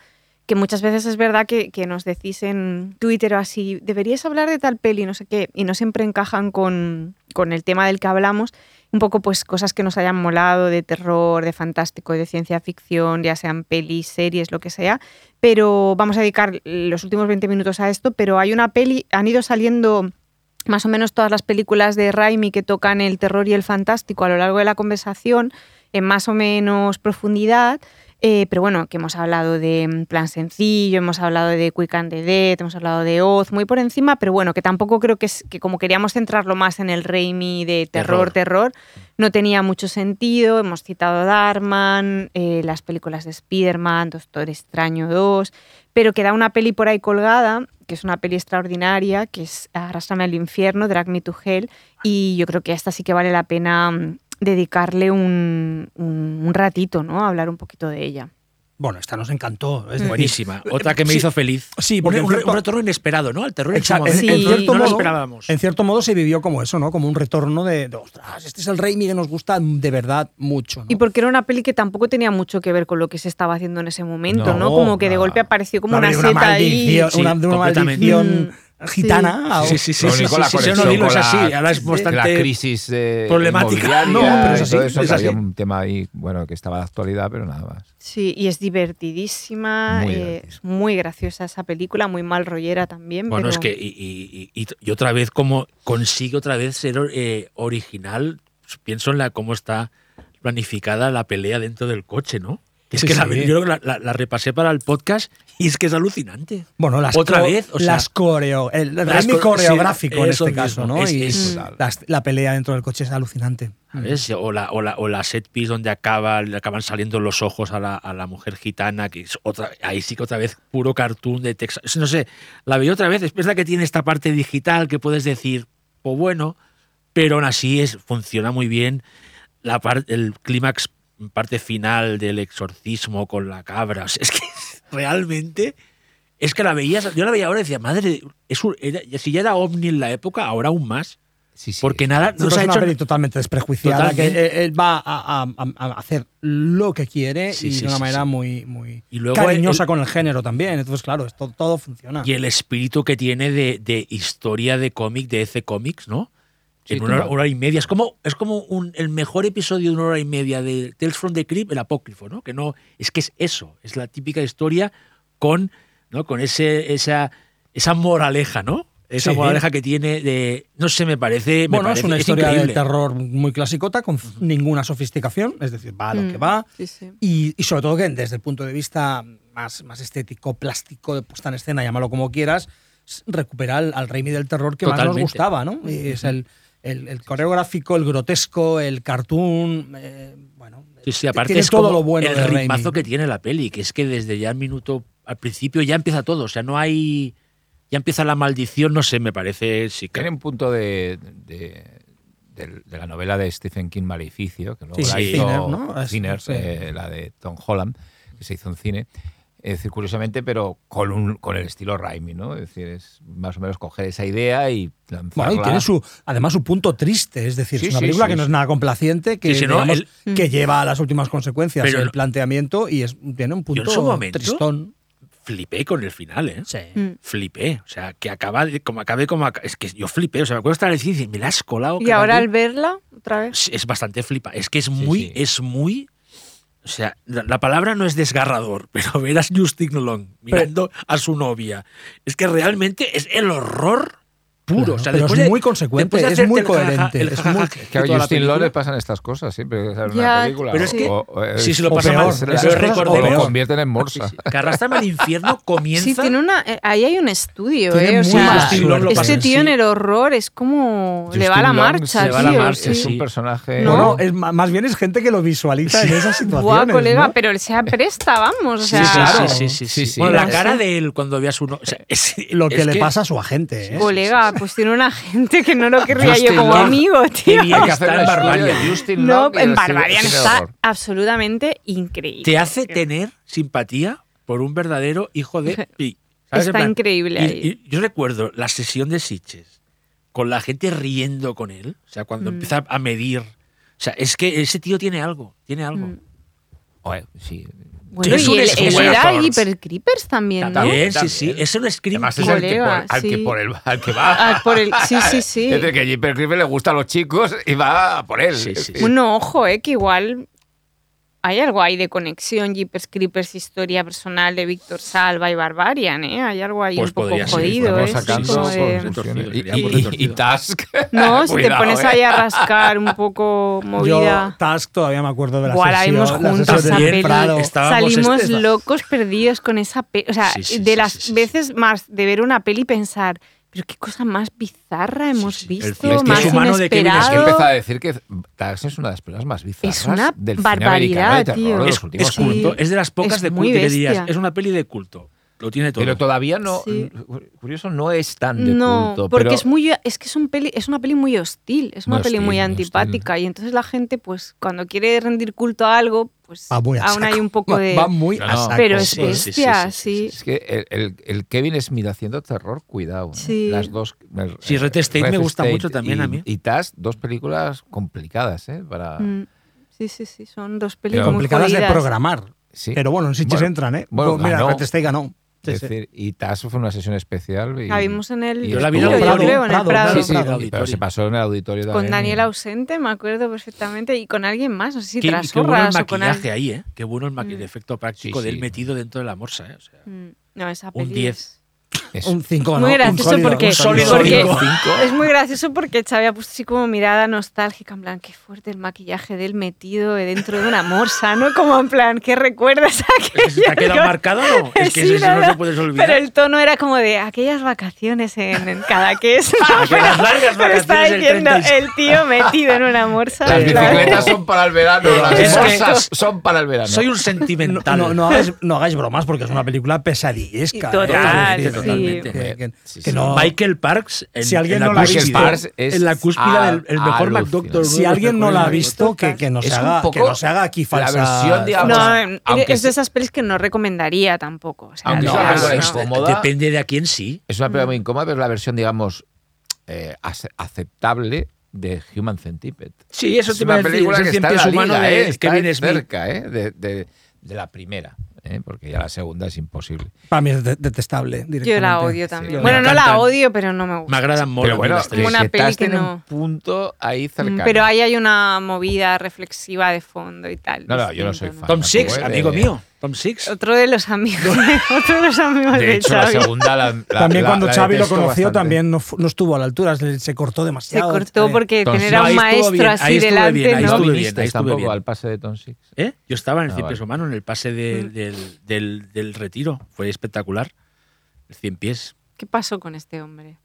Speaker 3: que muchas veces es verdad que, que nos decís en Twitter o así, deberíais hablar de tal peli, no sé qué, y no siempre encajan con, con el tema del que hablamos, un poco pues cosas que nos hayan molado de terror, de fantástico, de ciencia ficción, ya sean pelis, series, lo que sea, pero vamos a dedicar los últimos 20 minutos a esto, pero hay una peli, han ido saliendo más o menos todas las películas de Raimi que tocan el terror y el fantástico a lo largo de la conversación, en más o menos profundidad. eh, pero bueno, que hemos hablado de mm, Plan Sencillo, hemos hablado de Quick and the Dead, hemos hablado de Oz, muy por encima, pero bueno, que tampoco creo que, es, que como queríamos centrarlo más en el Raimi de terror, terror, no tenía mucho sentido. Hemos citado Darman, eh, las películas de Spider-Man, Doctor Extraño 2, pero queda una peli por ahí colgada, que es una peli extraordinaria, que es Arrastrame al infierno, Drag Me to Hell, y yo creo que a esta sí que vale la pena mm, dedicarle un, un- un ratito, ¿no? A hablar un poquito de ella.
Speaker 4: Bueno, esta nos encantó.
Speaker 3: Mm.
Speaker 4: Es decir,
Speaker 6: Buenísima. Otra que me
Speaker 4: Mm. sí,
Speaker 6: hizo feliz.
Speaker 4: sí,
Speaker 6: un,
Speaker 4: porque en
Speaker 6: un-
Speaker 4: cierto-
Speaker 6: un retorno inesperado, ¿no? Al terror en su
Speaker 4: Exacto, en-
Speaker 6: momento.
Speaker 4: en
Speaker 3: Sí.
Speaker 4: cierto
Speaker 6: no lo
Speaker 4: modo-
Speaker 6: esperábamos.
Speaker 4: En cierto modo se vivió como eso, ¿no? Como un retorno de, de, ostras, este es el Raimi que nos gusta de verdad mucho. ¿no?
Speaker 3: Y porque era una peli que tampoco tenía mucho que ver con lo que se estaba haciendo en ese momento, ¿no?
Speaker 5: No,
Speaker 3: Como que de
Speaker 5: nada.
Speaker 3: golpe apareció como
Speaker 4: No
Speaker 3: una
Speaker 4: habría
Speaker 3: seta ahí. Mm,
Speaker 4: maldición,
Speaker 6: Sí,
Speaker 4: una, de una
Speaker 6: completamente.
Speaker 4: maldición gitana.
Speaker 6: Sí, sí, sí.
Speaker 5: Lo
Speaker 6: sí,
Speaker 5: único,
Speaker 6: sí,
Speaker 5: la
Speaker 6: sí, sí, yo no
Speaker 5: conexión
Speaker 6: digo,
Speaker 5: con
Speaker 6: es
Speaker 5: la-
Speaker 6: así. Ahora es bastante.
Speaker 5: la crisis eh,
Speaker 6: problemática.
Speaker 5: inmobiliaria
Speaker 4: No, pero es
Speaker 5: y
Speaker 4: así,
Speaker 5: todo eso,
Speaker 4: es
Speaker 5: que había
Speaker 4: así.
Speaker 5: un tema ahí, bueno, que estaba de actualidad, pero nada más.
Speaker 3: Sí, y es divertidísima,
Speaker 5: Muy
Speaker 3: eh,
Speaker 5: divertida.
Speaker 3: es muy graciosa esa película, muy mal rollera también.
Speaker 6: Bueno,
Speaker 3: pero-
Speaker 6: es que. Y, y- y- y- y otra vez, como consigue otra vez ser eh, original, pienso en la cómo está planificada la pelea dentro del coche, ¿no? Es
Speaker 4: Sí,
Speaker 6: que la,
Speaker 4: sí.
Speaker 6: yo creo que la, la- la repasé para el podcast y es que es alucinante.
Speaker 4: Bueno, las
Speaker 6: Otra
Speaker 4: co-
Speaker 6: vez, o sea,
Speaker 4: las coreo, el, el
Speaker 6: las
Speaker 4: Raimi
Speaker 6: core- sí,
Speaker 4: coreográfico en
Speaker 6: eso
Speaker 4: este
Speaker 6: mismo,
Speaker 4: caso, ¿no?
Speaker 6: es-
Speaker 4: y
Speaker 6: es-
Speaker 4: las- la, pelea dentro del coche es alucinante. Mm.
Speaker 6: ¿sabes? O, la, o, la, o la set piece donde acaba, le acaban saliendo los ojos a la, a la mujer gitana, que es otra, ahí sí que otra vez puro cartoon de Texas. No sé, la veía otra vez, es verdad que tiene esta parte digital que puedes decir, pues bueno, pero aún así es, funciona muy bien la par- el clímax, parte final del exorcismo con la cabra. O sea, es que realmente... Es que la veías, yo la veía ahora y decía, madre, es un- era- si ya era ovni en la época, ahora aún más.
Speaker 5: Sí, sí,
Speaker 6: Porque
Speaker 5: es-
Speaker 6: nada,
Speaker 4: No
Speaker 6: nos ha
Speaker 4: es una
Speaker 6: hecho,
Speaker 4: peli totalmente desprejuiciada,
Speaker 6: Totalmente.
Speaker 4: que él, él va a, a- a hacer lo que quiere
Speaker 6: Sí,
Speaker 4: y
Speaker 6: sí,
Speaker 4: de una
Speaker 6: sí,
Speaker 4: manera
Speaker 6: sí.
Speaker 4: muy, muy
Speaker 6: Y luego
Speaker 4: cariñosa
Speaker 6: el-
Speaker 4: con el género también. Entonces, claro, esto, todo funciona.
Speaker 6: Y el espíritu que tiene de, de historia de cómic, de EC Comics, ¿no?
Speaker 5: Sí,
Speaker 6: en una hora,
Speaker 5: total.
Speaker 6: hora y media. Es como, es como un- el mejor episodio de una hora y media de Tales from the Crypt, el apócrifo, ¿no? Que no, es que es eso, es la típica historia con, ¿no? con ese, esa, esa moraleja, ¿no? Esa
Speaker 4: Sí.
Speaker 6: moraleja que tiene de. No sé, me parece. me
Speaker 4: bueno, es
Speaker 6: parece-
Speaker 4: una historia de
Speaker 6: increíble.
Speaker 4: terror muy clasicota, con ninguna sofisticación, es decir, va a lo que
Speaker 3: Mm,
Speaker 4: va.
Speaker 3: sí, sí.
Speaker 4: Y, y sobre todo que desde el punto de vista más, más estético, plástico, de puesta en escena, llámalo como quieras, s- recupera al, al Raimi del terror que más nos
Speaker 6: Totalmente.
Speaker 4: gustaba, ¿no? Y es el, el, el coreográfico, el grotesco, el cartoon, eh, bueno,
Speaker 6: Sí, sí, aparte
Speaker 4: tiene
Speaker 6: es
Speaker 4: todo
Speaker 6: como
Speaker 4: lo bueno de
Speaker 6: el
Speaker 4: Raimi.
Speaker 6: ritmazo que tiene la peli, que es que desde ya el minuto al principio ya empieza todo, o sea, no hay ya empieza la maldición, no sé, me parece sí que-
Speaker 5: Tiene un punto de, de, del- de la novela de Stephen King Maleficio, que luego
Speaker 4: Sí,
Speaker 5: la
Speaker 4: sí.
Speaker 5: hizo
Speaker 4: Thinner, ¿no? Es-
Speaker 5: Thinner,
Speaker 4: sí.
Speaker 5: eh, la de Tom Holland, que se hizo en cine. Es decir, curiosamente, pero con, un, con el estilo Raimi, ¿no? Es decir, es más o menos coger esa idea y lanzarla.
Speaker 4: Bueno, y tiene su, además su punto triste, es decir,
Speaker 5: Sí,
Speaker 4: es una
Speaker 5: sí,
Speaker 4: película
Speaker 5: sí,
Speaker 4: que no
Speaker 5: sí.
Speaker 4: es nada complaciente, que,
Speaker 6: Sí, sí, no,
Speaker 4: digamos,
Speaker 3: el-
Speaker 4: que lleva a las últimas consecuencias
Speaker 6: Pero
Speaker 4: el
Speaker 6: no-
Speaker 4: planteamiento y es, tiene un punto
Speaker 6: su momento-
Speaker 4: tristón.
Speaker 6: flipé con el final, ¿eh?
Speaker 3: Mm.
Speaker 6: Flipé, o sea, que acaba de- como acabe como aca- es que yo flipé, o sea, me acuerdo estar en el cine y decir, me la has colado.
Speaker 3: Y
Speaker 6: cara,
Speaker 3: ahora
Speaker 6: tú".
Speaker 3: al verla otra vez.
Speaker 6: es, es bastante flipa, es que es muy
Speaker 5: sí.
Speaker 6: es muy o sea, la, la palabra no es desgarrador, pero verás New Long mirando a su novia. Es que realmente es el horror puro.
Speaker 4: Claro,
Speaker 6: o sea,
Speaker 4: pero
Speaker 6: después
Speaker 4: es
Speaker 6: de-
Speaker 4: muy consecuente,
Speaker 6: después de
Speaker 4: es
Speaker 6: hacerte
Speaker 4: muy
Speaker 6: el jaja-
Speaker 4: coherente,
Speaker 6: el
Speaker 4: es
Speaker 6: jajaja
Speaker 4: muy-
Speaker 6: de
Speaker 5: Es que a
Speaker 6: toda la
Speaker 5: Justin Law
Speaker 6: película.
Speaker 5: le pasan estas cosas siempre que sale
Speaker 3: Ya,
Speaker 5: una película.
Speaker 6: pero es que- sí, sí, lo
Speaker 5: o
Speaker 6: pasa mal,
Speaker 5: peor,
Speaker 6: pero
Speaker 5: es-
Speaker 6: es
Speaker 5: o
Speaker 6: que recordemos-
Speaker 5: lo convierten en
Speaker 6: Sí,
Speaker 5: morsa.
Speaker 6: sí. Que arrastrame al infierno comienza.
Speaker 3: Sí, tiene una, eh, ahí hay un estudio,
Speaker 4: Tiene
Speaker 3: ¿eh? O
Speaker 4: muy
Speaker 3: sea,
Speaker 4: mala suerte.
Speaker 3: este tío en
Speaker 6: Sí.
Speaker 3: el horror es como. le va
Speaker 5: Justin
Speaker 3: a la
Speaker 5: Long
Speaker 3: marcha,
Speaker 5: se
Speaker 6: le
Speaker 3: tío.
Speaker 6: va a la marcha,
Speaker 3: sí.
Speaker 5: Es un
Speaker 6: sí.
Speaker 5: personaje.
Speaker 3: No.
Speaker 4: Bueno, es, ma- más bien es gente que lo visualiza en esas situaciones.
Speaker 3: Buah, colega,
Speaker 4: ¿no?
Speaker 3: pero se apresta, vamos. O
Speaker 6: Sí,
Speaker 3: sea,
Speaker 6: sí,
Speaker 4: claro.
Speaker 6: sí, sí, sí,
Speaker 5: Sí,
Speaker 6: sí.
Speaker 5: sí.
Speaker 6: Bueno, la
Speaker 3: Claro,
Speaker 6: cara
Speaker 3: sí.
Speaker 6: de él cuando ve a su no- o sea, es-
Speaker 4: lo que
Speaker 6: es
Speaker 4: le pasa a su agente. ¿eh?
Speaker 3: Colega, pues tiene una gente que no lo querría yo
Speaker 6: Justin
Speaker 3: como
Speaker 6: Long.
Speaker 3: amigo, tío.
Speaker 6: Qué bien
Speaker 5: Hay que hacer
Speaker 6: está
Speaker 5: una
Speaker 6: en
Speaker 5: historia
Speaker 6: Barbarian.
Speaker 5: de Justin
Speaker 3: No,
Speaker 5: Long y
Speaker 3: en
Speaker 5: el cine-
Speaker 3: Barbarian
Speaker 5: cine de
Speaker 3: está
Speaker 5: horror.
Speaker 3: absolutamente increíble.
Speaker 6: Te hace tener simpatía por un verdadero hijo de pi. ¿Sabes? En
Speaker 3: Está
Speaker 6: plan,
Speaker 3: increíble
Speaker 6: y-
Speaker 3: ahí.
Speaker 6: y yo recuerdo la sesión de Sitches con la gente riendo con él, o sea, cuando empieza a medir. O sea, es que ese tío tiene algo, tiene algo.
Speaker 5: Oye, sí,
Speaker 3: Mm, Bueno,
Speaker 6: Es
Speaker 3: y
Speaker 6: un
Speaker 3: el, el
Speaker 6: esfuerzo.
Speaker 3: era Hyper Creepers también, ¿no?
Speaker 5: También.
Speaker 6: Bien, sí, sí. Es un scream
Speaker 5: Además es el que,
Speaker 3: Colega,
Speaker 5: por- al, que
Speaker 3: sí.
Speaker 5: por el, al que va.
Speaker 3: Ah, por el- sí, sí, sí.
Speaker 5: Es decir, que Jipper Creeper le gusta a los chicos y va a por él.
Speaker 6: Sí, sí, sí.
Speaker 3: Bueno, ojo, eh, que igual hay algo ahí de conexión, Jeepers Creepers, historia personal de Víctor Salva y Barbarian, ¿eh? Hay algo ahí
Speaker 6: Pues
Speaker 3: un poco
Speaker 6: podría ser,
Speaker 3: jodido, ¿eh?
Speaker 5: Estamos
Speaker 3: Sí,
Speaker 5: sacando
Speaker 3: como de-
Speaker 5: conclusiones.
Speaker 6: Retorcido,
Speaker 5: Y-
Speaker 6: sería muy
Speaker 5: y- y-
Speaker 6: retorcido.
Speaker 5: Y Task.
Speaker 3: No, si te
Speaker 5: Cuidado,
Speaker 3: pones
Speaker 5: eh.
Speaker 3: ahí a rascar un poco
Speaker 4: Yo,
Speaker 3: movida.
Speaker 4: Task, todavía me acuerdo de la
Speaker 3: Buah, la
Speaker 4: sesión.
Speaker 3: vimos
Speaker 4: la
Speaker 3: juntos
Speaker 4: sesión
Speaker 3: esa
Speaker 4: del
Speaker 3: peli.
Speaker 4: Prado.
Speaker 6: Estábamos
Speaker 3: Salimos
Speaker 6: este-
Speaker 3: locos perdidos con esa peli. O sea,
Speaker 6: Sí, sí,
Speaker 3: de
Speaker 6: sí,
Speaker 3: las
Speaker 6: sí, sí,
Speaker 3: veces más de ver una peli y pensar, pero qué cosa más bizarra hemos
Speaker 6: sí. El
Speaker 3: visto,
Speaker 6: cine
Speaker 3: más
Speaker 6: humano de Kevin
Speaker 5: Es que
Speaker 3: inesperado.
Speaker 5: empieza a decir que Task es una de las películas más bizarras
Speaker 3: Es una
Speaker 5: del cine
Speaker 3: barbaridad,
Speaker 5: americano de terror de
Speaker 3: tío.
Speaker 5: los
Speaker 6: Es,
Speaker 5: últimos
Speaker 6: es
Speaker 5: años.
Speaker 6: culto. Es de las pocas
Speaker 3: Es
Speaker 6: de
Speaker 3: muy
Speaker 6: culto que dirías.
Speaker 3: bestia.
Speaker 6: Es una peli de culto. Lo tiene todo.
Speaker 5: Pero todavía no.
Speaker 3: Sí.
Speaker 5: Curioso, no es tan de
Speaker 3: no,
Speaker 5: culto.
Speaker 3: porque
Speaker 5: pero-
Speaker 3: es muy es que es un peli, es una peli muy hostil, es una
Speaker 5: Muy
Speaker 3: peli
Speaker 5: hostil,
Speaker 3: muy
Speaker 5: muy
Speaker 3: antipática y entonces la gente pues cuando quiere rendir culto a algo, pues
Speaker 4: Va muy a
Speaker 3: aún hay
Speaker 4: Ah, saco.
Speaker 3: un poco de
Speaker 4: Va muy a
Speaker 5: No, no.
Speaker 4: saco.
Speaker 3: pero es
Speaker 6: sí, sí,
Speaker 3: bestia, sí.
Speaker 6: sí, sí,
Speaker 5: Es que el, el- el Kevin Smith haciendo terror, cuidado. ¿eh?
Speaker 3: Sí.
Speaker 5: Las dos. el-
Speaker 6: Sí, Red State me gusta mucho también
Speaker 5: y-
Speaker 6: a mí.
Speaker 5: Y Task, dos películas complicadas, ¿eh? Para,
Speaker 3: Mm, sí, sí, sí, son dos pelis
Speaker 5: Pero
Speaker 3: muy
Speaker 4: Complicadas de
Speaker 3: jodidas.
Speaker 4: programar.
Speaker 5: sí.
Speaker 4: Pero bueno, en Sitges
Speaker 5: Bueno,
Speaker 4: entran, ¿eh?
Speaker 5: bueno,
Speaker 4: Pues mira,
Speaker 5: ganó.
Speaker 4: Red State ganó. Sí,
Speaker 5: Es
Speaker 4: sí.
Speaker 5: decir, y Task fue una sesión especial. y-
Speaker 3: La vimos en el
Speaker 5: y
Speaker 6: Yo la vi en
Speaker 3: Tiro,
Speaker 6: el
Speaker 3: yo
Speaker 6: Prado,
Speaker 3: creo, en el
Speaker 4: Prado,
Speaker 3: Prado.
Speaker 5: Sí, sí,
Speaker 6: Prado.
Speaker 5: pero se pasó en el auditorio también.
Speaker 3: Con Daniel ausente, me acuerdo perfectamente, y con alguien más, no sé si
Speaker 6: Qué, qué bueno el
Speaker 3: Trasorras o con
Speaker 6: maquillaje
Speaker 3: alguien.
Speaker 6: ahí, ¿eh? Qué bueno el, maquillaje,
Speaker 3: Mm.
Speaker 6: el efecto práctico
Speaker 5: Sí, sí.
Speaker 6: de él metido dentro de la morsa, ¿eh? O sea,
Speaker 3: Mm, No, esa
Speaker 6: Un
Speaker 3: peli es-
Speaker 6: 10.
Speaker 5: Eso.
Speaker 4: Un 5,
Speaker 3: Muy gracioso porque- porque-
Speaker 6: Cinco.
Speaker 3: Es muy gracioso porque Xavi ha puesto así como mirada nostálgica, en plan, qué fuerte el maquillaje del metido dentro de una morsa, ¿no? Como en plan, ¿qué recuerdas
Speaker 6: ¿Se te ha
Speaker 3: aquello?
Speaker 6: quedado marcado o no? Es que
Speaker 3: Sí,
Speaker 6: eso sí
Speaker 3: no,
Speaker 6: no,
Speaker 3: no.
Speaker 6: se puede olvidar.
Speaker 3: Pero el tono era como de aquellas vacaciones en, en Cadaqués.
Speaker 6: Aquellas largas
Speaker 3: Pero está eh.
Speaker 6: vacaciones del
Speaker 3: diciendo
Speaker 6: 36.
Speaker 3: el tío metido en una morsa.
Speaker 5: Las
Speaker 3: en plan-
Speaker 5: bicicletas son para el verano, las
Speaker 6: Es que-
Speaker 5: bolsas son para el verano.
Speaker 6: Soy un sentimental.
Speaker 4: No, no hagáis, no hagáis bromas porque es una película pesadillesca. ¿eh?
Speaker 3: Y total,
Speaker 4: Es
Speaker 6: sí.
Speaker 4: Que, que-
Speaker 5: Sí,
Speaker 4: que
Speaker 5: sí.
Speaker 4: no-
Speaker 6: Michael Parks en,
Speaker 4: Si alguien
Speaker 6: en la
Speaker 4: no la ha
Speaker 6: cúspide-
Speaker 4: visto,
Speaker 5: Michael Parks es
Speaker 6: en la cúspida
Speaker 5: al-
Speaker 6: del el mejor
Speaker 5: alucinante.
Speaker 6: McDoctor.
Speaker 4: si alguien no la ha visto, que, que, no, se
Speaker 5: Es un
Speaker 4: haga, que
Speaker 5: poco
Speaker 4: no se haga aquí
Speaker 5: la
Speaker 4: falsa.
Speaker 5: versión de
Speaker 3: No,
Speaker 5: Ahora,
Speaker 3: em,
Speaker 5: aunque
Speaker 3: es de
Speaker 5: se-
Speaker 3: esas pelis que no recomendaría tampoco. o sea,
Speaker 5: Aunque
Speaker 3: no,
Speaker 5: sea
Speaker 3: no,
Speaker 5: algo
Speaker 3: no.
Speaker 5: extra. incómoda.
Speaker 6: Depende de a quién sí.
Speaker 5: Es una
Speaker 3: Mm.
Speaker 5: película muy incómoda, pero es la versión, digamos, eh, ace- aceptable de Human Centipede.
Speaker 6: Sí, eso
Speaker 5: es
Speaker 6: te iba a
Speaker 5: una
Speaker 6: decir.
Speaker 5: película
Speaker 6: es
Speaker 5: que
Speaker 6: el cien
Speaker 5: está en
Speaker 6: pies
Speaker 5: la
Speaker 6: humano
Speaker 5: liga,
Speaker 6: de
Speaker 5: eh, está
Speaker 6: Kevin Smith.
Speaker 5: cerca eh, de, de- de la primera, eh, porque ya la segunda es imposible.
Speaker 4: Para mí es de- detestable.
Speaker 3: Yo la
Speaker 4: directamente.
Speaker 3: odio también.
Speaker 5: Sí.
Speaker 3: bueno,
Speaker 6: Me
Speaker 3: no la
Speaker 6: encantan.
Speaker 3: odio, pero no me gusta.
Speaker 6: Me agradan mucho.
Speaker 5: Pero bueno,
Speaker 6: las tres.
Speaker 3: Una
Speaker 5: que
Speaker 3: peli
Speaker 5: estás
Speaker 3: que
Speaker 5: en
Speaker 3: no- Mm,
Speaker 5: un punto ahí cercano.
Speaker 3: Pero ahí hay una movida reflexiva de fondo y tal.
Speaker 5: No, no, yo no soy
Speaker 3: distinto,
Speaker 5: fan.
Speaker 6: Tom Six,
Speaker 5: Puede.
Speaker 6: amigo mío. Tom Six.
Speaker 3: Otro de los amigos, otro de los amigos de,
Speaker 5: de hecho, la
Speaker 3: Xavi.
Speaker 5: segunda la, la-
Speaker 4: También
Speaker 5: la-
Speaker 4: cuando
Speaker 5: la
Speaker 4: Xavi lo
Speaker 5: detesto
Speaker 4: conoció,
Speaker 5: bastante.
Speaker 4: también no, fu- no estuvo a la altura, se, se cortó
Speaker 3: Se
Speaker 4: demasiado. Eh,
Speaker 3: cortó porque
Speaker 5: Entonces,
Speaker 3: tener a
Speaker 6: no,
Speaker 3: un
Speaker 6: ahí
Speaker 3: maestro
Speaker 6: estuvo bien, ahí
Speaker 3: así
Speaker 6: estuvo
Speaker 3: delante,
Speaker 6: bien, ahí
Speaker 3: ¿no?
Speaker 5: No
Speaker 6: Estuve
Speaker 5: viniste
Speaker 6: bien, ahí estuve
Speaker 5: tampoco
Speaker 6: bien.
Speaker 5: al pase de Tom Six.
Speaker 6: ¿Eh? Yo estaba en el
Speaker 5: Ah,
Speaker 6: 100 pies
Speaker 5: vale.
Speaker 6: humano, en el pase de-
Speaker 4: Mm.
Speaker 6: del, del- del retiro. Fue espectacular. El 100 pies.
Speaker 3: ¿Qué pasó con este hombre?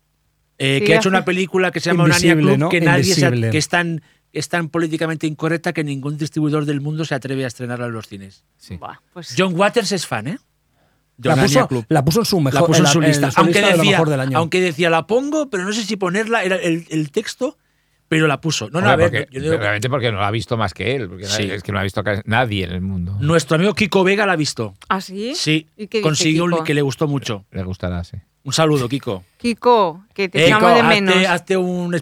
Speaker 6: Eh,
Speaker 3: Sí,
Speaker 6: que ha
Speaker 3: hace-
Speaker 6: hecho una película que se llama Onania
Speaker 4: Invisible,
Speaker 6: Club,
Speaker 4: ¿no?
Speaker 6: que nadie se ha-
Speaker 4: Invisible.
Speaker 6: que es tan, es tan políticamente incorrecta que ningún distribuidor del mundo se atreve a estrenarla en los cines.
Speaker 5: Sí.
Speaker 3: Buah, pues
Speaker 6: John Waters es fan, ¿eh? De
Speaker 4: La
Speaker 6: Onania
Speaker 4: puso, la puso en su mejor
Speaker 6: la puso en
Speaker 4: la-
Speaker 6: su lista.
Speaker 4: su
Speaker 6: Aunque
Speaker 4: de lo
Speaker 6: decía,
Speaker 4: mejor del año.
Speaker 6: aunque decía, la pongo, pero no sé si ponerla, era el, el texto, pero la puso. No, no,
Speaker 5: Hombre,
Speaker 6: a ver,
Speaker 5: Ah, porque-
Speaker 6: yo digo,
Speaker 5: realmente porque no la ha visto más que él. Porque
Speaker 6: Sí.
Speaker 5: nadie- es que no la ha visto casi nadie en el mundo.
Speaker 6: nuestro amigo Kiko Vega la ha visto.
Speaker 3: así.
Speaker 6: Sí,
Speaker 3: ¿Y qué dice
Speaker 6: consiguió un-
Speaker 3: Kiko?
Speaker 6: que le gustó mucho.
Speaker 5: Le gustará, sí.
Speaker 6: Un saludo, Kiko.
Speaker 3: Kiko, que te
Speaker 6: Eh, Kiko,
Speaker 3: echamos de menos.
Speaker 6: hazte, hazte un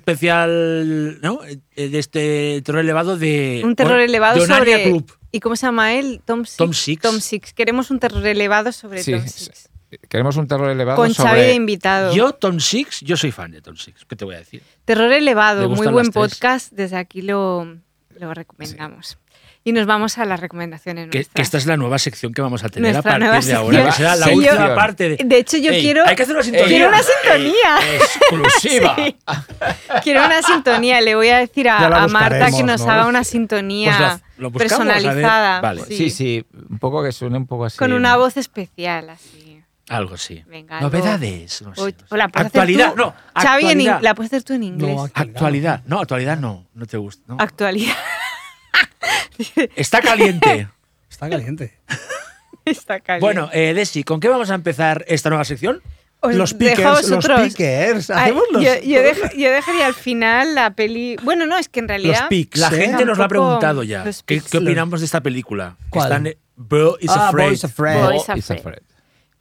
Speaker 6: especial, ¿no? Eh, De este terror elevado de.
Speaker 3: un terror elevado
Speaker 6: de Onaria
Speaker 3: sobre
Speaker 6: Club.
Speaker 3: ¿Y cómo se llama él? Tom Six.
Speaker 6: Tom Six.
Speaker 3: Queremos un terror elevado sobre
Speaker 5: Sí,
Speaker 3: Tom
Speaker 5: sí.
Speaker 3: Six. Con
Speaker 5: Queremos un terror elevado
Speaker 3: Xavi de
Speaker 5: sobre
Speaker 3: invitado.
Speaker 6: Yo, Tom Six, yo soy fan de Tom Six. ¿Qué te voy a decir?
Speaker 3: Terror elevado,
Speaker 6: Me
Speaker 3: muy
Speaker 6: gustan
Speaker 3: buen
Speaker 6: las tres.
Speaker 3: podcast. Desde aquí lo, lo recomendamos. Y nos vamos a las recomendaciones
Speaker 6: Que, que
Speaker 3: nuestras.
Speaker 6: esta es la nueva sección que vamos a tener
Speaker 3: Nuestra
Speaker 6: a
Speaker 3: nueva
Speaker 6: partir de ahora.
Speaker 5: sección.
Speaker 6: que será la
Speaker 5: Sí, yo-
Speaker 6: última parte de.
Speaker 3: De hecho, yo
Speaker 6: Ey,
Speaker 3: quiero,
Speaker 6: Hay que hacer una sintonía.
Speaker 3: quiero una
Speaker 6: Ey,
Speaker 3: sintonía.
Speaker 6: exclusiva. Ah,
Speaker 3: Sí. Quiero una sintonía. Le voy a decir a,
Speaker 4: Ya la
Speaker 3: a Marta que
Speaker 4: buscaremos,
Speaker 3: nos
Speaker 4: ¿no?
Speaker 3: haga una
Speaker 6: Pues
Speaker 3: sintonía
Speaker 6: la- lo buscamos, a ver.
Speaker 3: personalizada.
Speaker 6: Vale.
Speaker 5: Sí, sí, un poco que suene un poco así.
Speaker 3: Con una voz especial, así.
Speaker 6: Algo sí.
Speaker 3: Venga, algo-
Speaker 6: Novedades. No sé,
Speaker 3: O,
Speaker 6: no sé.
Speaker 3: o la puedes
Speaker 6: actualidad,
Speaker 3: hacer tú.
Speaker 6: no.
Speaker 3: Xavi, en in-
Speaker 6: actualidad.
Speaker 3: la puedes hacer tú en inglés.
Speaker 4: No,
Speaker 6: Actualidad. No, actualidad no. No te gusta.
Speaker 3: Ah,
Speaker 6: no.
Speaker 3: Actualidad.
Speaker 6: Está caliente.
Speaker 4: Está caliente.
Speaker 3: Está caliente.
Speaker 6: bueno, eh, Desi, ¿con qué vamos a empezar esta nueva sección?
Speaker 3: Os
Speaker 4: Los
Speaker 3: dejo a
Speaker 4: pickers, los
Speaker 3: vosotros.
Speaker 4: pickers.
Speaker 3: Ay,
Speaker 4: Hacemos los,
Speaker 3: yo, yo dejo- yo dejaría al final la peli. Bueno, no, es que en
Speaker 4: los
Speaker 3: realidad.
Speaker 4: picks.
Speaker 6: La
Speaker 4: ¿eh?
Speaker 6: gente nos lo ha
Speaker 3: Tampoco
Speaker 6: preguntado ya.
Speaker 3: los
Speaker 6: ¿Qué,
Speaker 3: pics,
Speaker 6: qué
Speaker 4: los-
Speaker 6: opinamos de esta película? Que
Speaker 4: ¿Cuál?
Speaker 6: están- eh, Bro is
Speaker 4: Ah,
Speaker 6: afraid.
Speaker 4: Boys Afraid.
Speaker 3: Boys
Speaker 5: It's
Speaker 3: Afraid.
Speaker 5: Afraid.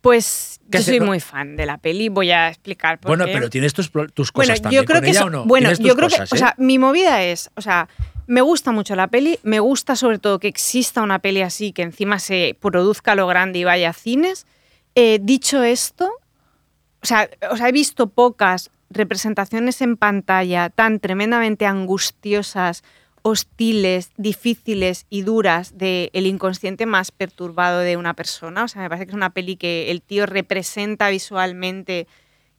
Speaker 3: Pues yo
Speaker 6: ¿Qué hace-
Speaker 3: soy muy fan de la peli, voy a explicar por
Speaker 6: Bueno,
Speaker 3: qué.
Speaker 6: pero tienes tus, pro- tus
Speaker 3: Bueno,
Speaker 6: cosas también.
Speaker 3: yo creo
Speaker 6: con
Speaker 3: que
Speaker 6: ella
Speaker 3: eso-
Speaker 6: o no.
Speaker 3: bueno,
Speaker 6: Tienes tus
Speaker 3: yo creo
Speaker 6: cosas,
Speaker 3: que, o
Speaker 6: ¿eh?
Speaker 3: sea, mi movida es, o sea, Me gusta mucho la peli, me gusta sobre todo que exista una peli así, que encima se produzca a lo grande y vaya a cines. Eh, dicho esto, o sea, o sea, he visto pocas representaciones en pantalla tan tremendamente angustiosas, hostiles, difíciles y duras del inconsciente más perturbado de una persona. O sea, me parece que es una peli que el tío representa visualmente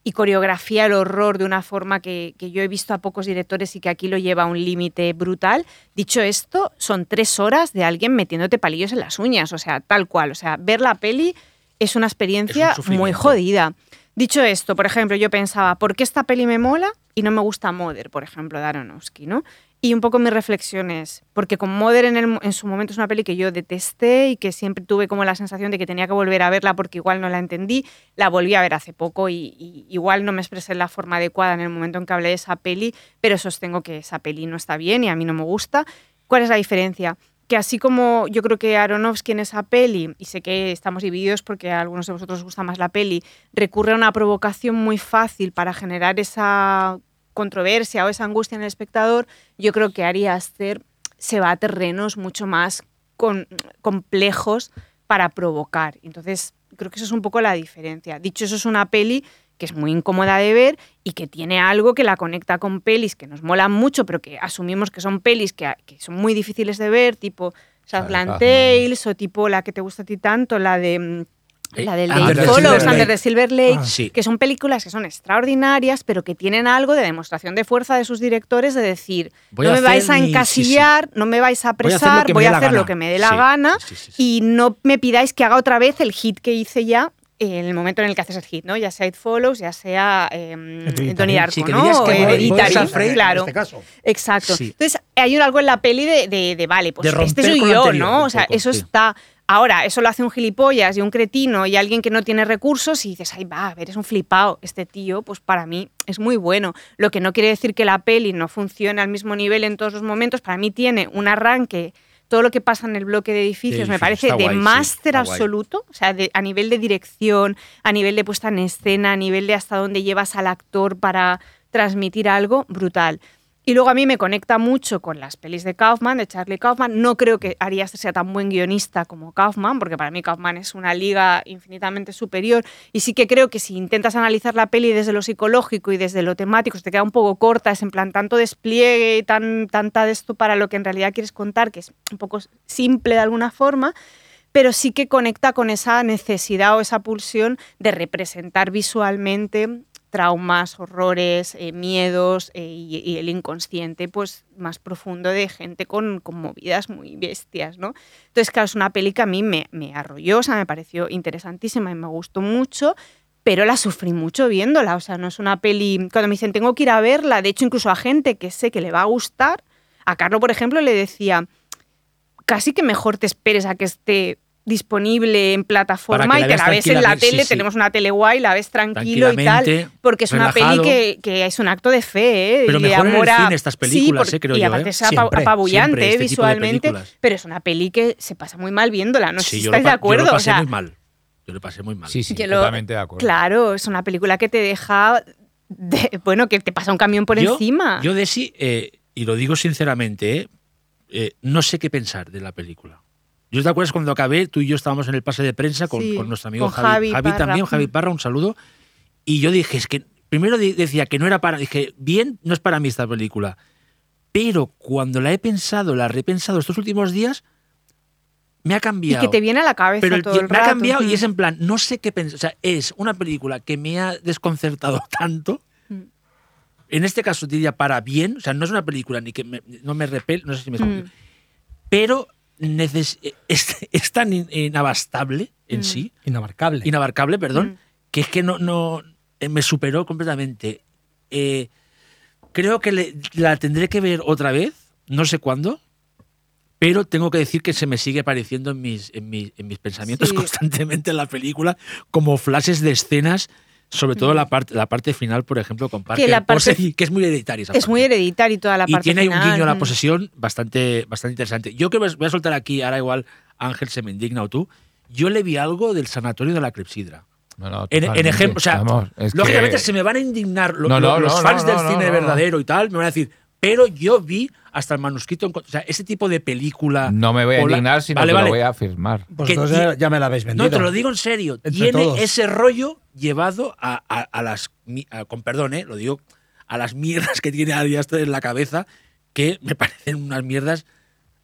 Speaker 3: y coreografía el horror de una forma que, que yo he visto a pocos directores y que aquí lo lleva a un límite brutal. Dicho esto, son tres horas de alguien metiéndote palillos en las uñas, o sea, tal cual. O sea, ver la peli es una experiencia
Speaker 6: Es un
Speaker 3: muy
Speaker 6: sufrimiento.
Speaker 3: jodida. Dicho esto, por ejemplo, yo pensaba, ¿por qué esta peli me mola y no me gusta Mother, por ejemplo, de Aronofsky, ¿no? Y un poco mi reflexión es, porque con Mother en, el mo- en su momento es una peli que yo detesté y que siempre tuve como la sensación de que tenía que volver a verla porque igual no la entendí, la volví a ver hace poco y, y igual no me expresé en la forma adecuada en el momento en que hablé de esa peli, pero sostengo que esa peli no está bien y a mí no me gusta. ¿Cuál es la diferencia? Que así como yo creo que Aronofsky en esa peli, y sé que estamos divididos porque a algunos de vosotros os gusta más la peli, recurre a una provocación muy fácil para generar esa controversia o esa angustia en el espectador, yo creo que Ari Aster se va a terrenos mucho más con- complejos para provocar. Entonces, creo que eso es un poco la diferencia. Dicho eso, es una peli que es muy incómoda de ver y que tiene algo que la conecta con pelis que nos molan mucho, pero que asumimos que son pelis que, a- que son muy difíciles de ver, tipo Southland
Speaker 5: Kaufman.
Speaker 3: Tales o tipo la que te gusta a ti tanto, la de... mm,
Speaker 6: Eh,
Speaker 3: La del de
Speaker 6: Under the
Speaker 3: Follows,
Speaker 6: Silver
Speaker 3: Under
Speaker 6: Lake.
Speaker 3: the Silver Lake,
Speaker 6: Ah, sí.
Speaker 3: que son películas que son extraordinarias, pero que tienen algo de demostración de fuerza de sus directores, de decir,
Speaker 6: Voy
Speaker 3: no
Speaker 6: a
Speaker 3: me vais a
Speaker 6: hacer mi- sí, sí.
Speaker 3: encasillar, no me vais a apresar, voy a hacer lo que me dé la
Speaker 6: Sí,
Speaker 3: gana
Speaker 6: sí, sí, sí.
Speaker 3: y no me pidáis que haga otra vez el hit que hice ya en el momento en el que haces el hit, ¿no? Ya sea It Follows, ya sea eh, Donnie Darko,
Speaker 6: Sí, que
Speaker 3: ¿no?
Speaker 6: dirías
Speaker 3: O
Speaker 6: que voy- voy a
Speaker 3: Hereditary,
Speaker 6: Safrey
Speaker 3: claro.
Speaker 4: En este caso.
Speaker 3: Exacto.
Speaker 6: Sí.
Speaker 3: Entonces, hay un- algo en la peli de, de- de, vale, pues
Speaker 6: De
Speaker 3: este
Speaker 6: romper
Speaker 3: soy
Speaker 6: con lo
Speaker 3: yo,
Speaker 6: anterior,
Speaker 3: ¿no?
Speaker 6: un
Speaker 3: O sea,
Speaker 6: poco,
Speaker 3: eso
Speaker 6: sí.
Speaker 3: está. Ahora, eso lo hace un gilipollas y un cretino y alguien que no tiene recursos y dices, ay, va, a ver, es un flipado. Este tío, pues para mí es muy bueno. Lo que no quiere decir que la peli no funcione al mismo nivel en todos los momentos. Para mí tiene un arranque. Todo lo que pasa en el bloque de edificios, me
Speaker 6: edificios,
Speaker 3: parece
Speaker 6: está
Speaker 3: de
Speaker 6: guay, sí,
Speaker 3: máster
Speaker 6: está guay.
Speaker 3: absoluto absoluto, o sea, de- a nivel de dirección, a nivel de puesta en escena, a nivel de hasta dónde llevas al actor para transmitir algo, brutal. Y luego a mí me conecta mucho con las pelis de Kaufman, de Charlie Kaufman. No creo que Ari Aster sea tan buen guionista como Kaufman, porque para mí Kaufman es una liga infinitamente superior. Y sí que creo que si intentas analizar la peli desde lo psicológico y desde lo temático, se te queda un poco corta, es en plan tanto despliegue y tan, tanta de esto para lo que en realidad quieres contar, que es un poco simple de alguna forma pero sí que conecta con esa necesidad o esa pulsión de representar visualmente traumas, horrores, eh, miedos eh, y, y el inconsciente pues más profundo de gente con, con movidas muy bestias, ¿no? Entonces, claro, es una peli que a mí me, me arrolló, o sea, me pareció interesantísima y me gustó mucho, pero la sufrí mucho viéndola, o sea, no es una peli... Cuando me dicen, tengo que ir a verla, de hecho, incluso a gente que sé que le va a gustar, a Carlos, por ejemplo, le decía, casi que mejor te esperes a que esté disponible en plataforma
Speaker 6: Para
Speaker 3: y
Speaker 6: que la
Speaker 3: te la
Speaker 6: veas
Speaker 3: ves en la
Speaker 6: tranquilamente,
Speaker 3: tele,
Speaker 6: sí, sí.
Speaker 3: tenemos una tele guay, la ves tranquilo y tal,
Speaker 6: Tranquilamente,
Speaker 3: porque es una
Speaker 6: relajado.
Speaker 3: peli que, que es un acto de fe ¿eh?
Speaker 6: Pero
Speaker 3: y de
Speaker 6: mejor en el
Speaker 3: amor a-
Speaker 6: cine estas películas,
Speaker 3: sí,
Speaker 6: eh, creo
Speaker 3: y
Speaker 6: yo,
Speaker 3: aparte
Speaker 6: eh.
Speaker 3: es apa-
Speaker 6: Siempre,
Speaker 3: apabullante
Speaker 6: siempre
Speaker 3: eh,
Speaker 6: este tipo de
Speaker 3: visualmente,
Speaker 6: películas.
Speaker 3: pero es una peli que se pasa muy mal viéndola, no sé
Speaker 6: Sí,
Speaker 3: si
Speaker 6: yo lo
Speaker 3: estáis de
Speaker 6: pa-
Speaker 3: acuerdo,
Speaker 6: Yo lo
Speaker 3: o
Speaker 6: pasé
Speaker 3: sea,
Speaker 6: muy mal. Yo lo pasé muy mal.
Speaker 5: Sí, sí,
Speaker 3: que lo-
Speaker 5: totalmente de acuerdo.
Speaker 3: claro, es una película que te deja, de- bueno, que te pasa un camión por
Speaker 6: Yo-
Speaker 3: encima.
Speaker 6: Yo, de sí, eh, y lo digo sinceramente, eh, eh, no sé qué pensar de la película. Yo te acuerdas cuando acabé, tú y yo estábamos en el pase de prensa con,
Speaker 3: Sí,
Speaker 6: con nuestro amigo
Speaker 3: con Javi
Speaker 6: Javi.
Speaker 3: Parra. Mm.
Speaker 6: también, Javi Parra, un saludo. Y yo dije, es que primero di- decía que no era para. Dije, bien, no es para mí esta película. Pero cuando la he pensado, la he repensado estos últimos días, me ha
Speaker 3: y
Speaker 6: cambiado.
Speaker 3: que te viene a la cabeza
Speaker 6: Pero el
Speaker 3: todo
Speaker 6: tie-
Speaker 3: el
Speaker 6: me
Speaker 3: rato.
Speaker 6: ha cambiado
Speaker 3: Mm.
Speaker 6: y es en plan, no sé qué pensar. O sea, es una película que me ha desconcertado tanto.
Speaker 3: Mm.
Speaker 6: En este caso diría para bien. O sea, no es una película ni que me- no me repel, no sé si me
Speaker 3: Mm.
Speaker 6: Pero neces- e-, es, es tan in- inabastable en
Speaker 3: Mm.
Speaker 6: sí,
Speaker 4: Inabarcable.
Speaker 6: inabarcable, perdón,
Speaker 3: Mm.
Speaker 6: que es que no, no eh, me superó completamente. Eh, creo que le- la tendré que ver otra vez, no sé cuándo. Pero tengo que decir que se me sigue apareciendo en mis, en mis, en mis pensamientos
Speaker 3: Sí.
Speaker 6: constantemente en la película, como flashes de escenas, sobre todo la parte, la parte final, por ejemplo, con Parker
Speaker 3: la parte-
Speaker 6: Posey, que es muy hereditaria. esa
Speaker 3: Es
Speaker 6: parte.
Speaker 3: muy hereditario toda la
Speaker 6: Y
Speaker 3: parte
Speaker 6: tiene ahí un
Speaker 3: final.
Speaker 6: guiño a la
Speaker 3: Mm.
Speaker 6: posesión bastante, bastante interesante. Yo creo que voy a soltar aquí, ahora igual Ángel se me indigna o tú. Yo le vi algo del sanatorio de la clepsidra.
Speaker 5: No, no,
Speaker 6: En, en
Speaker 5: totalmente.
Speaker 6: ejemplo, o sea,
Speaker 5: Vamos, es que-
Speaker 6: lógicamente se me van a indignar lo-
Speaker 5: No,
Speaker 6: lo-
Speaker 5: no,
Speaker 6: los
Speaker 5: no,
Speaker 6: fans
Speaker 5: no,
Speaker 6: del
Speaker 5: no,
Speaker 6: cine
Speaker 5: no, no.
Speaker 6: verdadero y tal, me van a decir, pero yo vi hasta el manuscrito. en co- O sea, ese tipo de película.
Speaker 5: No me voy a
Speaker 6: Hola.
Speaker 5: indignar, sino
Speaker 6: Vale,
Speaker 5: que
Speaker 6: vale.
Speaker 5: lo voy a afirmar.
Speaker 4: Pues
Speaker 6: que
Speaker 4: entonces
Speaker 6: ti-
Speaker 4: ya- ya me la habéis vendido.
Speaker 6: No, te lo digo en serio.
Speaker 4: Entre
Speaker 6: tiene
Speaker 4: todos.
Speaker 6: ese rollo llevado a, a- a las. mi- a- con perdón, ¿eh? Lo digo. A las mierdas que tiene Ari Aster en la cabeza, que me parecen unas mierdas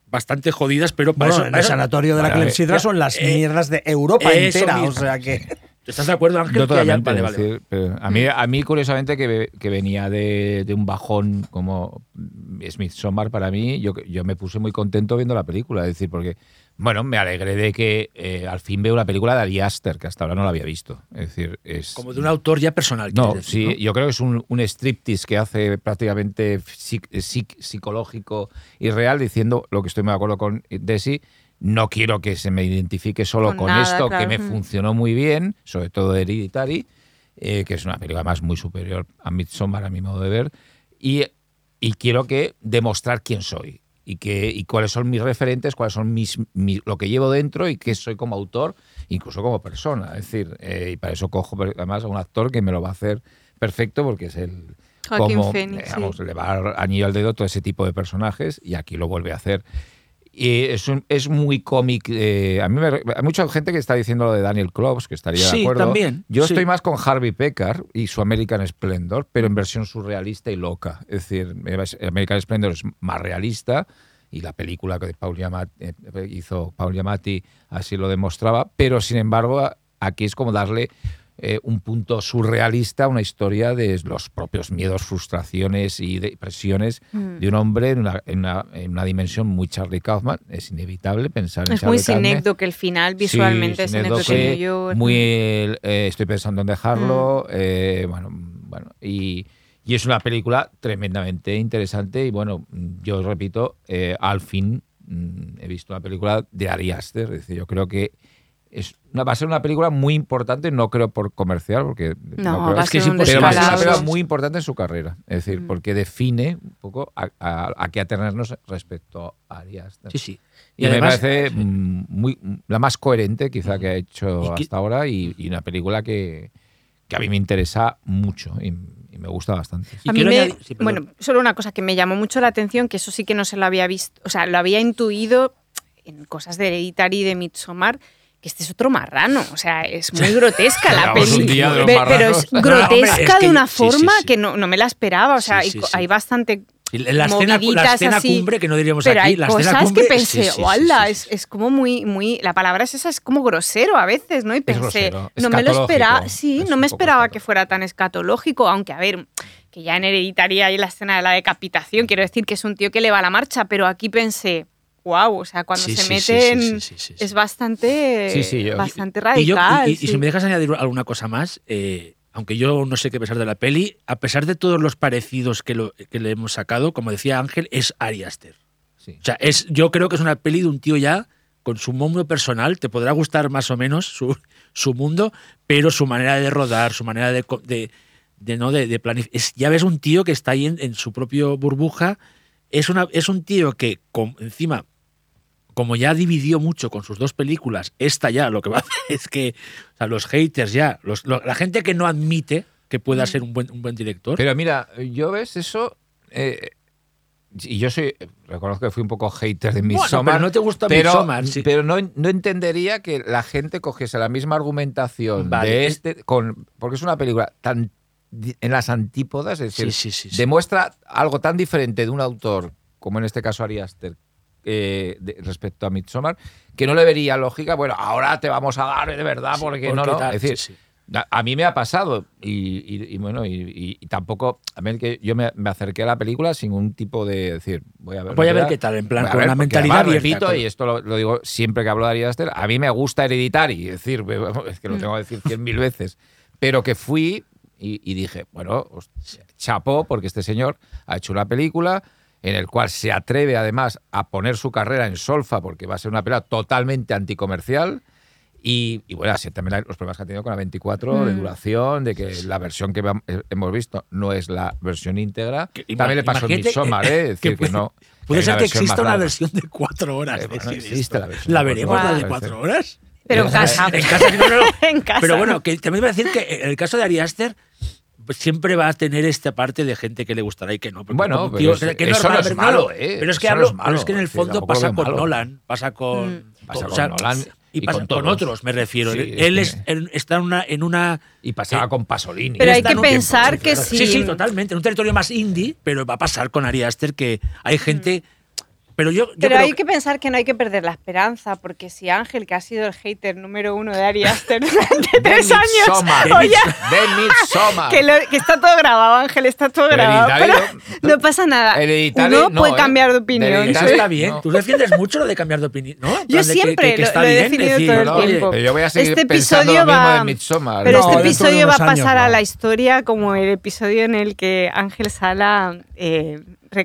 Speaker 6: bastante jodidas, pero para
Speaker 4: Bueno,
Speaker 6: eso.
Speaker 4: en
Speaker 6: para
Speaker 4: el
Speaker 6: eso-
Speaker 4: sanatorio de la
Speaker 5: Vale, vale.
Speaker 4: clepsidra son las
Speaker 6: Eh,
Speaker 4: mierdas de Europa
Speaker 6: eso
Speaker 4: entera. O
Speaker 6: mismo.
Speaker 4: sea que.
Speaker 6: ¿Estás de acuerdo, Ángel?
Speaker 5: Yo
Speaker 6: Que haya-
Speaker 5: totalmente.
Speaker 6: vale,
Speaker 5: es
Speaker 6: vale,
Speaker 5: decir, pero a, mí, a mí, curiosamente, que, ve- que venía de, de un bajón como Smith Somar para mí, yo, yo me puse muy contento viendo la película. Es decir, porque, bueno, me alegré de que eh, al fin veo una película de Ari Aster, que hasta ahora no la había visto. Es decir, es.
Speaker 6: Como de un autor ya personal.
Speaker 5: No,
Speaker 6: quieres
Speaker 5: sí,
Speaker 6: decir, ¿no?
Speaker 5: yo creo que es un, un striptease que hace prácticamente psic- psic- psicológico y real, diciendo lo que estoy muy de acuerdo con Desi. No quiero que se me identifique solo
Speaker 3: Con
Speaker 5: con,
Speaker 3: nada,
Speaker 5: esto,
Speaker 3: claro.
Speaker 5: que me
Speaker 3: Mm.
Speaker 5: funcionó muy bien, sobre todo Hereditary, eh, que es una película más muy superior a Midsommar, a mi modo de ver. Y, y quiero que demostrar quién soy y, que, y cuáles son mis referentes, cuáles son mis, mi- lo que llevo dentro y qué soy como autor, incluso como persona. Es decir, eh, y para eso cojo per- además a un actor que me lo va a hacer perfecto porque es el...
Speaker 3: Joaquín
Speaker 5: como,
Speaker 3: Phoenix,
Speaker 5: eh,
Speaker 3: sí.
Speaker 5: vamos, le va a dar anillo al dedo todo ese tipo de personajes y aquí lo vuelve a hacer. Y es, un- es muy cómic. eh, a mí me- hay mucha gente que está diciendo lo de Daniel Klops, que estaría
Speaker 6: Sí,
Speaker 5: de acuerdo.
Speaker 6: también,
Speaker 5: Yo
Speaker 6: sí.
Speaker 5: estoy más con Harvey Pekar y su American Splendor, pero en versión surrealista y loca. Es decir, American Splendor es más realista y la película que Paul Giamatti, eh, hizo Paul Giamatti así lo demostraba, pero sin embargo a- aquí es como darle eh, un punto surrealista a una historia de los propios miedos, frustraciones y depresiones
Speaker 3: Mm.
Speaker 5: de un hombre en una, en una- en una dimensión muy Charlie Kaufman. Es inevitable pensar en
Speaker 3: Es muy
Speaker 5: Charlie Kaufman.
Speaker 3: sinécdoque el final, visualmente es
Speaker 5: Sí,
Speaker 3: sinécdoque
Speaker 5: sinécdoque,
Speaker 3: New York.
Speaker 5: Muy, el, eh, estoy pensando en dejarlo.
Speaker 3: Mm.
Speaker 5: eh, bueno, bueno y, y es una película tremendamente interesante. Y bueno, yo os repito, eh, al fin mm, he visto una película de Ari Aster. Es decir, yo creo que es una- va a ser una película muy importante, no creo por comercial, porque
Speaker 3: No,
Speaker 5: creo-
Speaker 3: va a
Speaker 6: es
Speaker 3: ser
Speaker 6: que es
Speaker 3: un
Speaker 6: imposible.
Speaker 5: pero va a ser una
Speaker 3: descalabro. Mm.
Speaker 5: película muy importante en su carrera. Es decir, porque define un poco a, a- a qué atenernos respecto a Ari Aster.
Speaker 6: Sí, sí.
Speaker 5: Y,
Speaker 6: además-
Speaker 5: me parece
Speaker 6: sí.
Speaker 5: mm, muy, la más coherente quizá que ha hecho
Speaker 6: Y que-
Speaker 5: hasta ahora y, y una película que, que a mí me interesa mucho y, y me gusta bastante.
Speaker 6: Y
Speaker 3: A mí
Speaker 6: quiero
Speaker 3: me-
Speaker 6: añadir- sí, perdón.
Speaker 3: bueno, solo una cosa que me llamó mucho la atención, que eso sí que no se lo había visto, o sea, lo había intuido en cosas de Hereditary y de Midsommar, que este es otro marrano, o sea, es muy grotesca la
Speaker 5: Hagamos un
Speaker 3: peli,
Speaker 5: día de los
Speaker 3: Pe- pero
Speaker 5: marranos.
Speaker 3: es
Speaker 5: No,
Speaker 6: hombre,
Speaker 3: grotesca
Speaker 6: es que-
Speaker 3: de una
Speaker 6: sí, sí,
Speaker 3: forma
Speaker 6: sí.
Speaker 3: que no, no me la esperaba, o sea,
Speaker 6: Sí,
Speaker 3: y
Speaker 6: sí,
Speaker 3: co-
Speaker 6: sí.
Speaker 3: hay bastante
Speaker 6: La escena, la
Speaker 3: moviditas
Speaker 6: escena
Speaker 3: así,
Speaker 6: cumbre que no diríamos
Speaker 3: pero
Speaker 6: Pues aquí.
Speaker 3: hay
Speaker 6: la
Speaker 3: cosas
Speaker 6: escena
Speaker 3: que
Speaker 6: cumbre, sí,
Speaker 3: pensé,
Speaker 6: sí, sí, sí,
Speaker 3: "Hola,
Speaker 6: sí,
Speaker 3: es,
Speaker 6: sí".
Speaker 3: es como muy, muy, la palabra es esa, es como grosero a veces, ¿no? Y pensé,
Speaker 5: grosero,
Speaker 3: no me lo
Speaker 5: escatológico,
Speaker 3: esperaba, sí,
Speaker 5: es
Speaker 3: no
Speaker 5: un
Speaker 3: me
Speaker 5: poco
Speaker 3: esperaba que
Speaker 5: escatológico.
Speaker 3: fuera tan escatológico, aunque a ver, que ya en Hereditaria hay la escena de la decapitación, quiero decir que es un tío que le va a la marcha, pero aquí pensé, wow, o sea, cuando
Speaker 6: Sí,
Speaker 3: se
Speaker 6: sí, sí,
Speaker 3: meten
Speaker 6: sí, sí, sí, sí.
Speaker 3: es bastante,
Speaker 5: Sí, sí, yo-
Speaker 3: bastante
Speaker 6: Y, yo-
Speaker 3: radical.
Speaker 6: y- y- y
Speaker 3: sí.
Speaker 6: si me dejas añadir alguna cosa más, eh, aunque yo no sé qué pensar de la peli, a pesar de todos los parecidos que, lo- que le hemos sacado, como decía Ángel, es Ari Aster.
Speaker 5: Sí.
Speaker 6: O sea, es, yo creo que es una peli de un tío ya con su mundo personal, te podrá gustar más o menos su, su mundo, pero su manera de rodar, su manera de, co- de, de, ¿no? de, de planif- es- Ya ves un tío que está ahí en, en su propio burbuja, es, una, es un tío que con- encima, como ya dividió mucho con sus dos películas, esta ya lo que va a hacer es que o sea, los haters ya, los- lo- la gente que no admite que pueda ser un buen, un buen director,
Speaker 5: Pero mira, yo ves eso... eh, y yo soy, reconozco que fui un poco hater de
Speaker 6: Bueno,
Speaker 5: Midsommar.
Speaker 6: pero no te gusta
Speaker 5: pero,
Speaker 6: Midsommar, sí.
Speaker 5: pero no, no entendería que la gente cogiese la misma argumentación
Speaker 6: Vale. eh.
Speaker 5: de este, con, porque es una película tan di- en las antípodas, es
Speaker 6: Sí, sí,
Speaker 5: decir,
Speaker 6: sí, sí.
Speaker 5: demuestra algo tan diferente de un autor, como en este caso Ari Aster, eh, de- respecto a Midsommar, que no le vería lógica, bueno, ahora te vamos a dar eh, de verdad,
Speaker 6: Sí,
Speaker 5: porque,
Speaker 6: porque
Speaker 5: no, no.
Speaker 6: tal,
Speaker 5: es decir,
Speaker 6: sí, sí.
Speaker 5: a, a mí me ha pasado y, y- y bueno, y, y- y tampoco, a mí que yo me, me acerqué a la película sin un tipo de decir, voy a ver.
Speaker 6: Voy a ver
Speaker 5: ¿verdad?
Speaker 6: qué tal, en plan,
Speaker 5: Voy a
Speaker 6: con
Speaker 5: ver,
Speaker 6: la
Speaker 5: porque
Speaker 6: mentalidad
Speaker 5: además,
Speaker 6: abierta,
Speaker 5: repito,
Speaker 6: con-
Speaker 5: y esto lo, lo digo siempre que hablo de Ari Aster, a mí me gusta Hereditary, es decir, es
Speaker 6: Mm.
Speaker 5: que lo tengo que decir cien mil veces, pero que fui y, y dije, bueno, hostia, chapó, porque este señor ha hecho una película en el cual se atreve además a poner su carrera en solfa, porque va a ser una película totalmente anticomercial, y, y bueno, así también hay los problemas que ha tenido con la 24 de
Speaker 3: Mm.
Speaker 5: duración, de que la versión que vam- eh, hemos visto no es la versión íntegra.
Speaker 6: Que ima-
Speaker 5: también le pasó en
Speaker 6: imagínate
Speaker 5: Midsommar, ¿eh? Es
Speaker 6: que
Speaker 5: decir, que,
Speaker 6: puede-
Speaker 5: no.
Speaker 6: Puede
Speaker 5: hay
Speaker 6: ser que
Speaker 5: versión más
Speaker 6: exista una
Speaker 5: larga.
Speaker 6: versión de cuatro horas.
Speaker 5: Eh, bueno,
Speaker 6: decir
Speaker 5: existe
Speaker 6: esto.
Speaker 5: la versión
Speaker 6: La
Speaker 5: de cuatro
Speaker 6: veremos la de
Speaker 5: horas,
Speaker 6: cuatro horas. Eh,
Speaker 3: pero en
Speaker 5: Pero-
Speaker 3: casa,
Speaker 6: En casa, sí, no, no, no.
Speaker 3: en casa.
Speaker 6: Pero bueno, que también voy a decir que en el caso de Ari Aster pues, siempre va a tener esta parte de gente que le gustará y que no. porque
Speaker 5: Bueno,
Speaker 6: como un
Speaker 5: pero
Speaker 6: tío-
Speaker 5: es-
Speaker 6: que
Speaker 5: eso no
Speaker 6: normal,
Speaker 5: es
Speaker 6: pero
Speaker 5: malo,
Speaker 6: no,
Speaker 5: ¿eh?
Speaker 6: Pero es que,
Speaker 5: Eso no
Speaker 6: hablo-
Speaker 5: es malo,
Speaker 6: pero es que en el
Speaker 5: sí,
Speaker 6: fondo
Speaker 5: tampoco lo
Speaker 6: pasa
Speaker 5: veo
Speaker 6: con
Speaker 5: malo.
Speaker 6: Nolan, pasa con,
Speaker 5: Pasa
Speaker 6: o sea,
Speaker 5: con Nolan
Speaker 6: y, pasa con,
Speaker 5: todos.
Speaker 6: otros, me refiero.
Speaker 5: Sí,
Speaker 6: Él
Speaker 5: es
Speaker 6: es,
Speaker 5: que-
Speaker 6: en- está en una, en una
Speaker 5: Y pasaba con Pasolini.
Speaker 3: Pero hay
Speaker 5: Está
Speaker 3: que
Speaker 5: en un tiempo,
Speaker 3: pensar
Speaker 5: sí,
Speaker 3: que
Speaker 5: claro.
Speaker 3: sí.
Speaker 6: Sí, sí, totalmente. En un territorio más indie, pero va a pasar con Ari Aster que hay gente. Pero yo, yo
Speaker 3: Mm. Pero
Speaker 6: creo
Speaker 3: hay que pensar que no hay que perder la esperanza, porque si Ángel, que ha sido el hater número uno de Ari Aster durante
Speaker 5: De
Speaker 3: tres años,
Speaker 5: Midsommar.
Speaker 3: oye,
Speaker 5: De Midsommar.
Speaker 3: que, lo- que está todo grabado, Ángel, está todo
Speaker 5: Pero
Speaker 3: grabado.
Speaker 5: Hereditario-
Speaker 3: pero no pasa nada.
Speaker 5: Hereditario,
Speaker 3: Uno puede
Speaker 5: ¿eh?
Speaker 3: cambiar de opinión.
Speaker 5: Hereditario
Speaker 6: Eso está bien.
Speaker 5: No.
Speaker 6: Tú defiendes mucho lo de cambiar de opinión, ¿no?
Speaker 3: Yo
Speaker 6: En plan de que-
Speaker 3: siempre
Speaker 6: que- que
Speaker 3: lo-
Speaker 6: está
Speaker 3: lo he
Speaker 6: bien
Speaker 3: definido
Speaker 6: decir,
Speaker 3: todo el
Speaker 6: oye,
Speaker 3: tiempo.
Speaker 5: Pero yo voy a seguir
Speaker 3: Este
Speaker 5: pensando
Speaker 3: episodio
Speaker 5: lo mismo
Speaker 3: va-
Speaker 5: de Midsommar.
Speaker 3: Pero
Speaker 5: No,
Speaker 3: este
Speaker 4: dentro de
Speaker 3: episodio va
Speaker 4: unos
Speaker 3: a
Speaker 4: años,
Speaker 3: pasar a
Speaker 4: no.
Speaker 3: la historia como el episodio en el que Ángel Sala eh,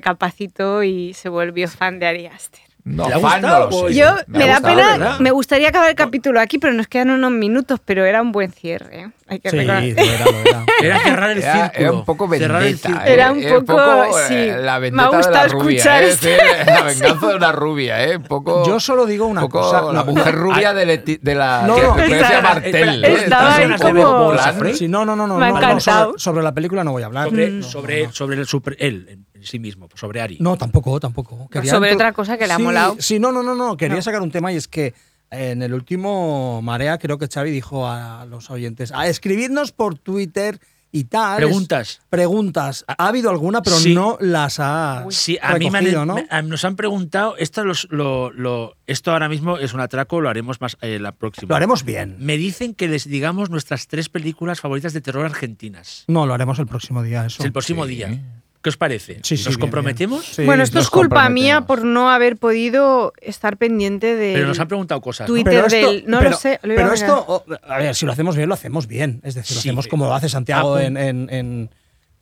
Speaker 3: recapacitó y se volvió fan de Ari Aster.
Speaker 5: No,
Speaker 6: ¿Te ha
Speaker 5: fan no
Speaker 6: gustado,
Speaker 5: lo sé.
Speaker 6: Boy?
Speaker 3: Yo
Speaker 5: ha
Speaker 3: me, da
Speaker 5: gustado,
Speaker 3: pena,
Speaker 5: ¿verdad?
Speaker 3: me gustaría acabar el capítulo aquí, pero nos quedan unos minutos, pero era un buen cierre. ¿eh? Hay que
Speaker 4: Sí, lo
Speaker 3: recordar.
Speaker 4: era, lo era.
Speaker 6: Era cerrar el
Speaker 5: Era,
Speaker 6: círculo.
Speaker 5: era un poco
Speaker 6: cerrar el
Speaker 5: vendetta.
Speaker 6: círculo.
Speaker 5: ¿eh?
Speaker 3: Era un poco, sí.
Speaker 5: eh,
Speaker 3: Me
Speaker 5: La
Speaker 3: ha
Speaker 5: vendetta de la
Speaker 3: gustado
Speaker 5: rubia.
Speaker 3: escuchar
Speaker 5: ¿eh?
Speaker 3: este-
Speaker 5: Sí, la venganza de una rubia. ¿eh? Un poco,
Speaker 4: Yo solo digo una
Speaker 5: un poco
Speaker 4: cosa.
Speaker 5: la
Speaker 4: No,
Speaker 5: mujer rubia de, Leti- de la
Speaker 4: No,
Speaker 5: que
Speaker 4: no.
Speaker 5: pertenece a
Speaker 3: Estaba-
Speaker 5: Martel. ¿eh?
Speaker 3: estaba
Speaker 5: Estás
Speaker 3: ahí
Speaker 5: un poco
Speaker 3: como-
Speaker 5: volando.
Speaker 4: Sí, no, no, no, no.
Speaker 3: Me ha
Speaker 4: no, no,
Speaker 3: encantado.
Speaker 4: sobre, sobre la película no voy a hablar.
Speaker 6: Sobre,
Speaker 4: No,
Speaker 6: sobre,
Speaker 4: no,
Speaker 6: sobre el super, él en- en sí mismo, sobre Ari.
Speaker 4: no. No, tampoco, tampoco.
Speaker 3: sobre
Speaker 4: entro-
Speaker 3: otra cosa que le ha
Speaker 4: Sí,
Speaker 3: molado.
Speaker 4: Sí, no, no, no, no. Quería sacar un tema y es que eh, en el último Marea creo que Xavi dijo a los oyentes a escribirnos por Twitter y tal.
Speaker 6: Preguntas.
Speaker 4: Preguntas. Ha habido alguna, pero
Speaker 6: Sí.
Speaker 4: no las ha
Speaker 6: Sí, a mí me han-
Speaker 4: recogido, ¿no?
Speaker 6: me- a- nos han preguntado, esto, los- lo, lo- esto ahora mismo es un atraco, lo haremos más eh, la próxima.
Speaker 4: Lo haremos bien.
Speaker 6: Me dicen que les digamos nuestras tres películas favoritas de terror argentinas.
Speaker 4: No, lo haremos el próximo día, eso.
Speaker 6: Es el próximo
Speaker 5: Sí.
Speaker 6: día. ¿Qué os parece?
Speaker 4: Sí, sí,
Speaker 6: ¿Nos
Speaker 4: bien,
Speaker 6: comprometemos?
Speaker 4: bien. Sí,
Speaker 3: bueno, esto
Speaker 5: nos
Speaker 3: es culpa
Speaker 5: comprometemos.
Speaker 3: mía por no haber podido estar pendiente de.
Speaker 6: Pero nos han preguntado cosas. ¿no?
Speaker 3: Twitter. del- no lo sé, lo iba a mirar.
Speaker 4: pero esto, o- a ver, si lo hacemos bien, lo hacemos bien. Es decir, lo
Speaker 6: Sí.
Speaker 4: hacemos como lo hace Santiago
Speaker 6: Ah,
Speaker 4: en, en- en-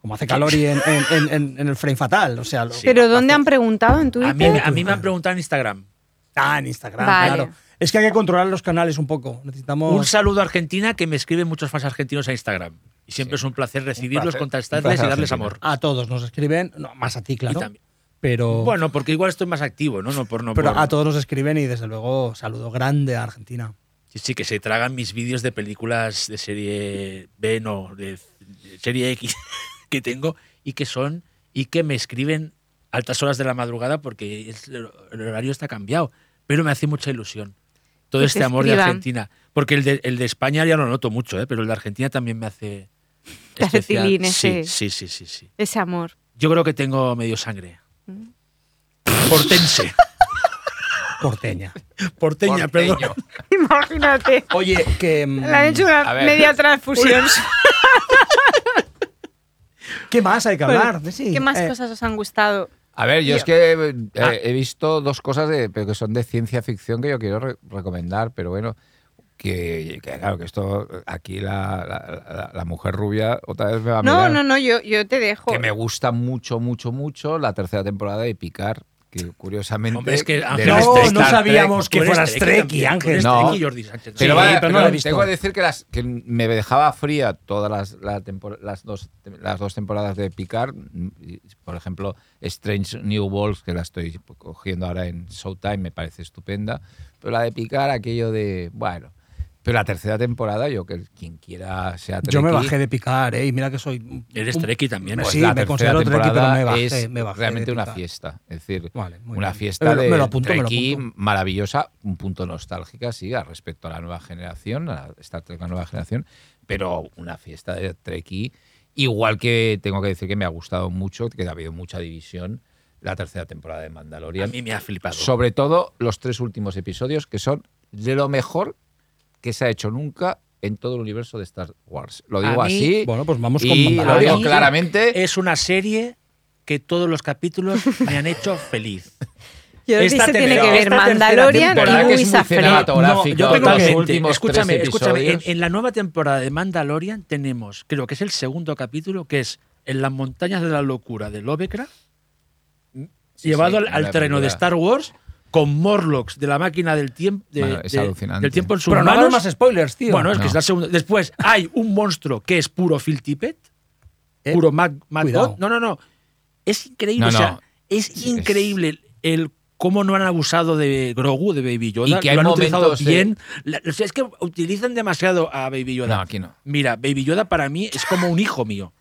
Speaker 4: como hace Calori en, en- en- en- en el frame fatal. O sea, lo-
Speaker 3: Pero ¿dónde han preguntado en Twitter?
Speaker 6: A mí, a mí me han preguntado en Instagram.
Speaker 4: Ah, en Instagram,
Speaker 3: Vale.
Speaker 4: claro. Es que hay que controlar los canales un poco. Necesitamos.
Speaker 6: Un saludo a Argentina que me escriben muchos fans argentinos a Instagram. Y siempre es un placer recibirlos,
Speaker 5: placer.
Speaker 6: contestarles
Speaker 5: Un placer
Speaker 6: y darles
Speaker 5: argentino.
Speaker 6: amor.
Speaker 4: a todos nos escriben, no, más a ti, Ah, claro.
Speaker 6: Y también-
Speaker 4: Pero,
Speaker 6: Bueno, porque igual estoy más activo, ¿no? No por no.
Speaker 4: pero
Speaker 6: por-
Speaker 4: a todos nos escriben y desde luego saludo grande a Argentina.
Speaker 6: Sí, sí, que se tragan mis vídeos de películas de serie B, no, de, de serie X que tengo y que son y que me escriben a altas horas de la madrugada porque es- el horario está cambiado. Pero me hace mucha ilusión todo
Speaker 3: Que te
Speaker 6: este amor de
Speaker 3: escriban.
Speaker 6: Argentina. Porque el de, el de España ya lo noto mucho, ¿eh? pero el de Argentina también me hace.
Speaker 3: Te hace
Speaker 6: especial.
Speaker 3: tilín
Speaker 6: sí,
Speaker 3: ese.
Speaker 6: sí, sí, sí, sí.
Speaker 3: Ese amor.
Speaker 6: Yo creo que tengo medio sangre.
Speaker 3: Mm.
Speaker 6: Portense.
Speaker 4: Porteña.
Speaker 6: Porteña, perdón.
Speaker 5: Porteño.
Speaker 3: Imagínate.
Speaker 4: Oye, que. mm,
Speaker 3: Le han hecho
Speaker 5: A
Speaker 3: una
Speaker 5: ver.
Speaker 3: media transfusión.
Speaker 4: ¿Qué más hay que hablar? Sí,
Speaker 3: ¿Qué más
Speaker 4: eh,
Speaker 3: cosas os han gustado?
Speaker 5: A ver, yo es que eh,
Speaker 6: Ah.
Speaker 5: he visto dos cosas de- pero que son de ciencia ficción que yo quiero re- recomendar, pero bueno, que, que claro, que esto aquí la, la- la- la mujer rubia otra vez me va a
Speaker 3: No,
Speaker 5: mirar.
Speaker 3: no, no, yo, yo te dejo.
Speaker 5: Que me gusta mucho, mucho, mucho la tercera temporada de Picar, que curiosamente...
Speaker 6: Hombre, es que
Speaker 5: de
Speaker 6: Ángel
Speaker 5: la-
Speaker 6: es Trek.
Speaker 5: Star
Speaker 4: No, no
Speaker 5: Trek.
Speaker 4: sabíamos
Speaker 6: Tú
Speaker 4: que
Speaker 6: eres
Speaker 4: fueras
Speaker 6: Treki
Speaker 4: Treki,
Speaker 6: también, tú
Speaker 4: Ángel.
Speaker 6: eres
Speaker 5: No.
Speaker 6: Treki y Jordi Sánchez.
Speaker 5: Pero,
Speaker 4: Sí,
Speaker 5: vaya,
Speaker 4: pero no lo he visto.
Speaker 5: tengo que decir que, las, que me dejaba fría todas las, la tempor- las, dos, las dos temporadas de Picard. Y, Por ejemplo, Strange New Worlds, que la estoy cogiendo ahora en Showtime, me parece estupenda. Pero la de Picard, aquello de. Bueno. Pero la tercera temporada, yo que quien quiera sea
Speaker 4: Yo me
Speaker 5: Trekkie,
Speaker 4: bajé de picar, ¿eh? Y mira que soy. un-
Speaker 6: Eres
Speaker 4: un-
Speaker 6: Treki también.
Speaker 4: Pues
Speaker 5: pues
Speaker 4: sí,
Speaker 5: la tercera
Speaker 4: me considero Trekkie, pero
Speaker 5: temporada
Speaker 4: me bajé-
Speaker 5: es
Speaker 4: me bajé
Speaker 5: realmente
Speaker 4: de
Speaker 5: una
Speaker 4: Picard.
Speaker 5: fiesta. Es decir,
Speaker 4: Vale, muy
Speaker 5: una
Speaker 4: bien.
Speaker 5: fiesta
Speaker 4: Me lo-
Speaker 5: de
Speaker 4: me lo apunto, me lo
Speaker 5: Trekkie
Speaker 4: apunto.
Speaker 5: maravillosa, un punto nostálgica, sí, al respecto a la nueva generación, a la Star Trek, la nueva generación, pero una fiesta de Trekkie. Igual que tengo que decir que me ha gustado mucho, que ha habido mucha división la tercera temporada de
Speaker 6: A
Speaker 5: Mandalorian.
Speaker 6: mí me ha flipado.
Speaker 5: Sobre todo los tres últimos episodios, que son de lo mejor que se ha hecho nunca en todo el universo de Star Wars. Lo digo
Speaker 6: A mí-
Speaker 5: así.
Speaker 4: Bueno, pues vamos con
Speaker 5: y lo
Speaker 4: Mandalorian.
Speaker 5: digo claramente.
Speaker 6: es una serie que todos los capítulos me han hecho feliz.
Speaker 3: Yo creo que
Speaker 6: Esta
Speaker 3: se tiene
Speaker 6: tercera-
Speaker 3: que ver
Speaker 6: esta tercera
Speaker 3: Mandalorian
Speaker 6: temporada,
Speaker 3: y
Speaker 5: que es
Speaker 3: Luis
Speaker 5: muy
Speaker 3: Afré.
Speaker 5: cinematográfico. Fotográfico,
Speaker 6: yo creo
Speaker 4: los
Speaker 6: que-
Speaker 5: últimos
Speaker 6: escúchame,
Speaker 5: tres
Speaker 6: escúchame. En,
Speaker 5: episodios.
Speaker 6: en la nueva temporada de Mandalorian tenemos, creo que es el segundo capítulo, que es En las montañas de la locura de Lovecraft,
Speaker 5: Sí,
Speaker 6: llevado
Speaker 5: sí,
Speaker 6: al,
Speaker 5: en
Speaker 6: al
Speaker 5: la
Speaker 6: terreno de
Speaker 5: película.
Speaker 6: Star Wars con Morlocks de la máquina del tiempo de-
Speaker 5: Bueno, es
Speaker 6: de-
Speaker 5: alucinante.
Speaker 6: del tiempo en sus
Speaker 4: Pero no hagas
Speaker 6: manos.
Speaker 4: más spoilers, tío.
Speaker 6: Bueno, es que
Speaker 5: No.
Speaker 6: es la segunda. Después hay un monstruo que es puro Phil Tippett, puro Mac, Matt
Speaker 4: cuidado.
Speaker 6: Bot. No, no, no. Es increíble.
Speaker 5: Eh, No,
Speaker 6: o sea,
Speaker 5: no.
Speaker 6: es increíble el cómo no han abusado de Grogu, de Baby Yoda.
Speaker 5: Y que
Speaker 6: lo
Speaker 5: hay
Speaker 6: han utilizado
Speaker 5: momentos eh, de-
Speaker 6: bien. La- o sea, es que utilizan demasiado a Baby Yoda.
Speaker 5: No, aquí no.
Speaker 6: Mira, Baby Yoda para mí es como un hijo mío.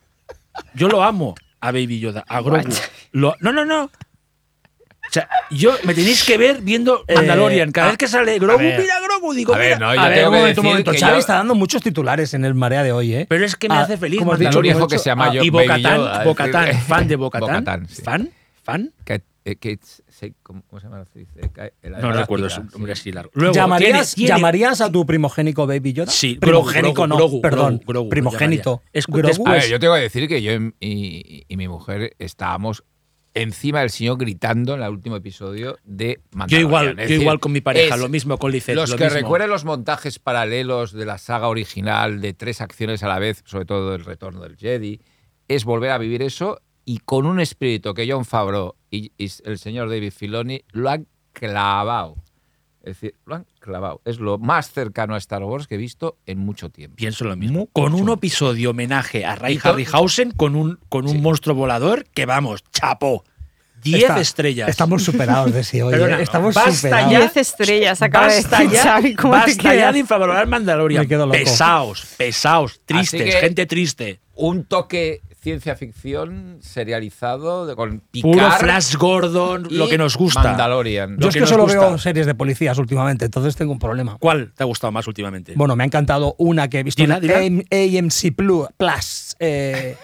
Speaker 6: Yo lo amo a Baby Yoda, a Grogu. Lo- no, no, no. O sea, yo me tenéis que ver viendo Mandalorian. Cada vez que sale Grogu,
Speaker 4: ver.
Speaker 6: mira Grogu, digo,
Speaker 5: A Eh, ver,
Speaker 6: mira.
Speaker 5: no, yo
Speaker 4: A ver,
Speaker 5: tengo
Speaker 4: un
Speaker 5: que
Speaker 4: momento, un
Speaker 5: decir
Speaker 4: momento.
Speaker 5: que
Speaker 4: Xavi
Speaker 5: yo-
Speaker 4: está dando muchos titulares en el Marea de hoy, ¿eh?
Speaker 6: Pero es que me
Speaker 4: Ah,
Speaker 6: hace feliz.
Speaker 4: como has
Speaker 5: Mandalorian
Speaker 6: Mandalorian.
Speaker 5: dijo que se llama
Speaker 6: Ah,
Speaker 5: John
Speaker 6: y
Speaker 5: Baby
Speaker 6: Bocatán,
Speaker 5: Yoda, es
Speaker 6: Bocatán,
Speaker 5: decir,
Speaker 6: fan de Bocatán.
Speaker 5: Bo-Katan, sí.
Speaker 6: Fan, fan.
Speaker 5: Kate- eh, Kate Se- ¿Cómo cómo se llama la actriz? Eh, Ka- eh, la de
Speaker 6: No
Speaker 5: Galáctica,
Speaker 6: recuerdo su nombre
Speaker 5: sí.
Speaker 6: así largo. Luego, tiene-
Speaker 4: ¿Llamarías,
Speaker 6: tiene-
Speaker 4: ¿Llamarías a tu primogénico Baby Yoda?
Speaker 6: Sí, Grogu,
Speaker 4: primogénico
Speaker 6: Grogu,
Speaker 4: no,
Speaker 6: Grogu,
Speaker 4: perdón,
Speaker 6: Grogu, Grogu,
Speaker 4: primogénito.
Speaker 6: llamaría. Es que
Speaker 4: Grogu.
Speaker 5: A
Speaker 6: después-
Speaker 5: ver, yo tengo que decir que yo y, y- y mi mujer estábamos encima del señor gritando en el último episodio de
Speaker 6: Yo
Speaker 5: Mandalorian.
Speaker 6: igual,
Speaker 5: Es
Speaker 6: yo
Speaker 5: decir,
Speaker 6: igual con mi pareja,
Speaker 5: es-
Speaker 6: lo mismo con Licet.
Speaker 5: Los
Speaker 6: lo
Speaker 5: que
Speaker 6: mismo.
Speaker 5: recuerden los montajes paralelos de la saga original de tres acciones a la vez, sobre todo el retorno del Jedi, es volver a vivir eso y con un espíritu que John Favreau y, y el señor David Filoni lo han clavado. Es decir, lo han clavado. Es lo más cercano a Star Wars que he visto en mucho tiempo.
Speaker 6: Pienso lo mismo. Con un episodio homenaje a Ray
Speaker 5: Y to-
Speaker 6: Harryhausen con un, con un
Speaker 5: Sí.
Speaker 6: monstruo volador que vamos, chapo. 10
Speaker 4: Está-
Speaker 6: estrellas.
Speaker 4: Estamos superados de sí hoy. ¿eh?
Speaker 6: Perdona,
Speaker 4: Estamos
Speaker 6: basta
Speaker 4: superados.
Speaker 6: ya.
Speaker 3: 10 estrellas acaba de
Speaker 6: basta
Speaker 3: decir
Speaker 6: ya,
Speaker 3: Xavi, ¿cómo te
Speaker 6: basta ya
Speaker 3: quedas?
Speaker 6: de infravalorar Mandalorian.
Speaker 4: Me quedo loco.
Speaker 6: Pesaos, pesaos, tristes,
Speaker 5: que-
Speaker 6: gente triste.
Speaker 5: Un toque ciencia ficción serializado de- con picar
Speaker 6: Puro Flash Gordon,
Speaker 5: y
Speaker 6: lo que nos gusta.
Speaker 5: Mandalorian.
Speaker 4: Yo
Speaker 6: Lo
Speaker 4: es
Speaker 6: que
Speaker 4: que,
Speaker 6: nos
Speaker 4: solo
Speaker 6: gusta.
Speaker 4: veo series de policías últimamente, entonces tengo un problema.
Speaker 6: ¿Cuál te ha gustado más últimamente?
Speaker 4: Bueno, me ha encantado una que he visto
Speaker 6: Dila,
Speaker 4: en em,
Speaker 6: dila.
Speaker 4: AM- AMC Plus, Plus, eh,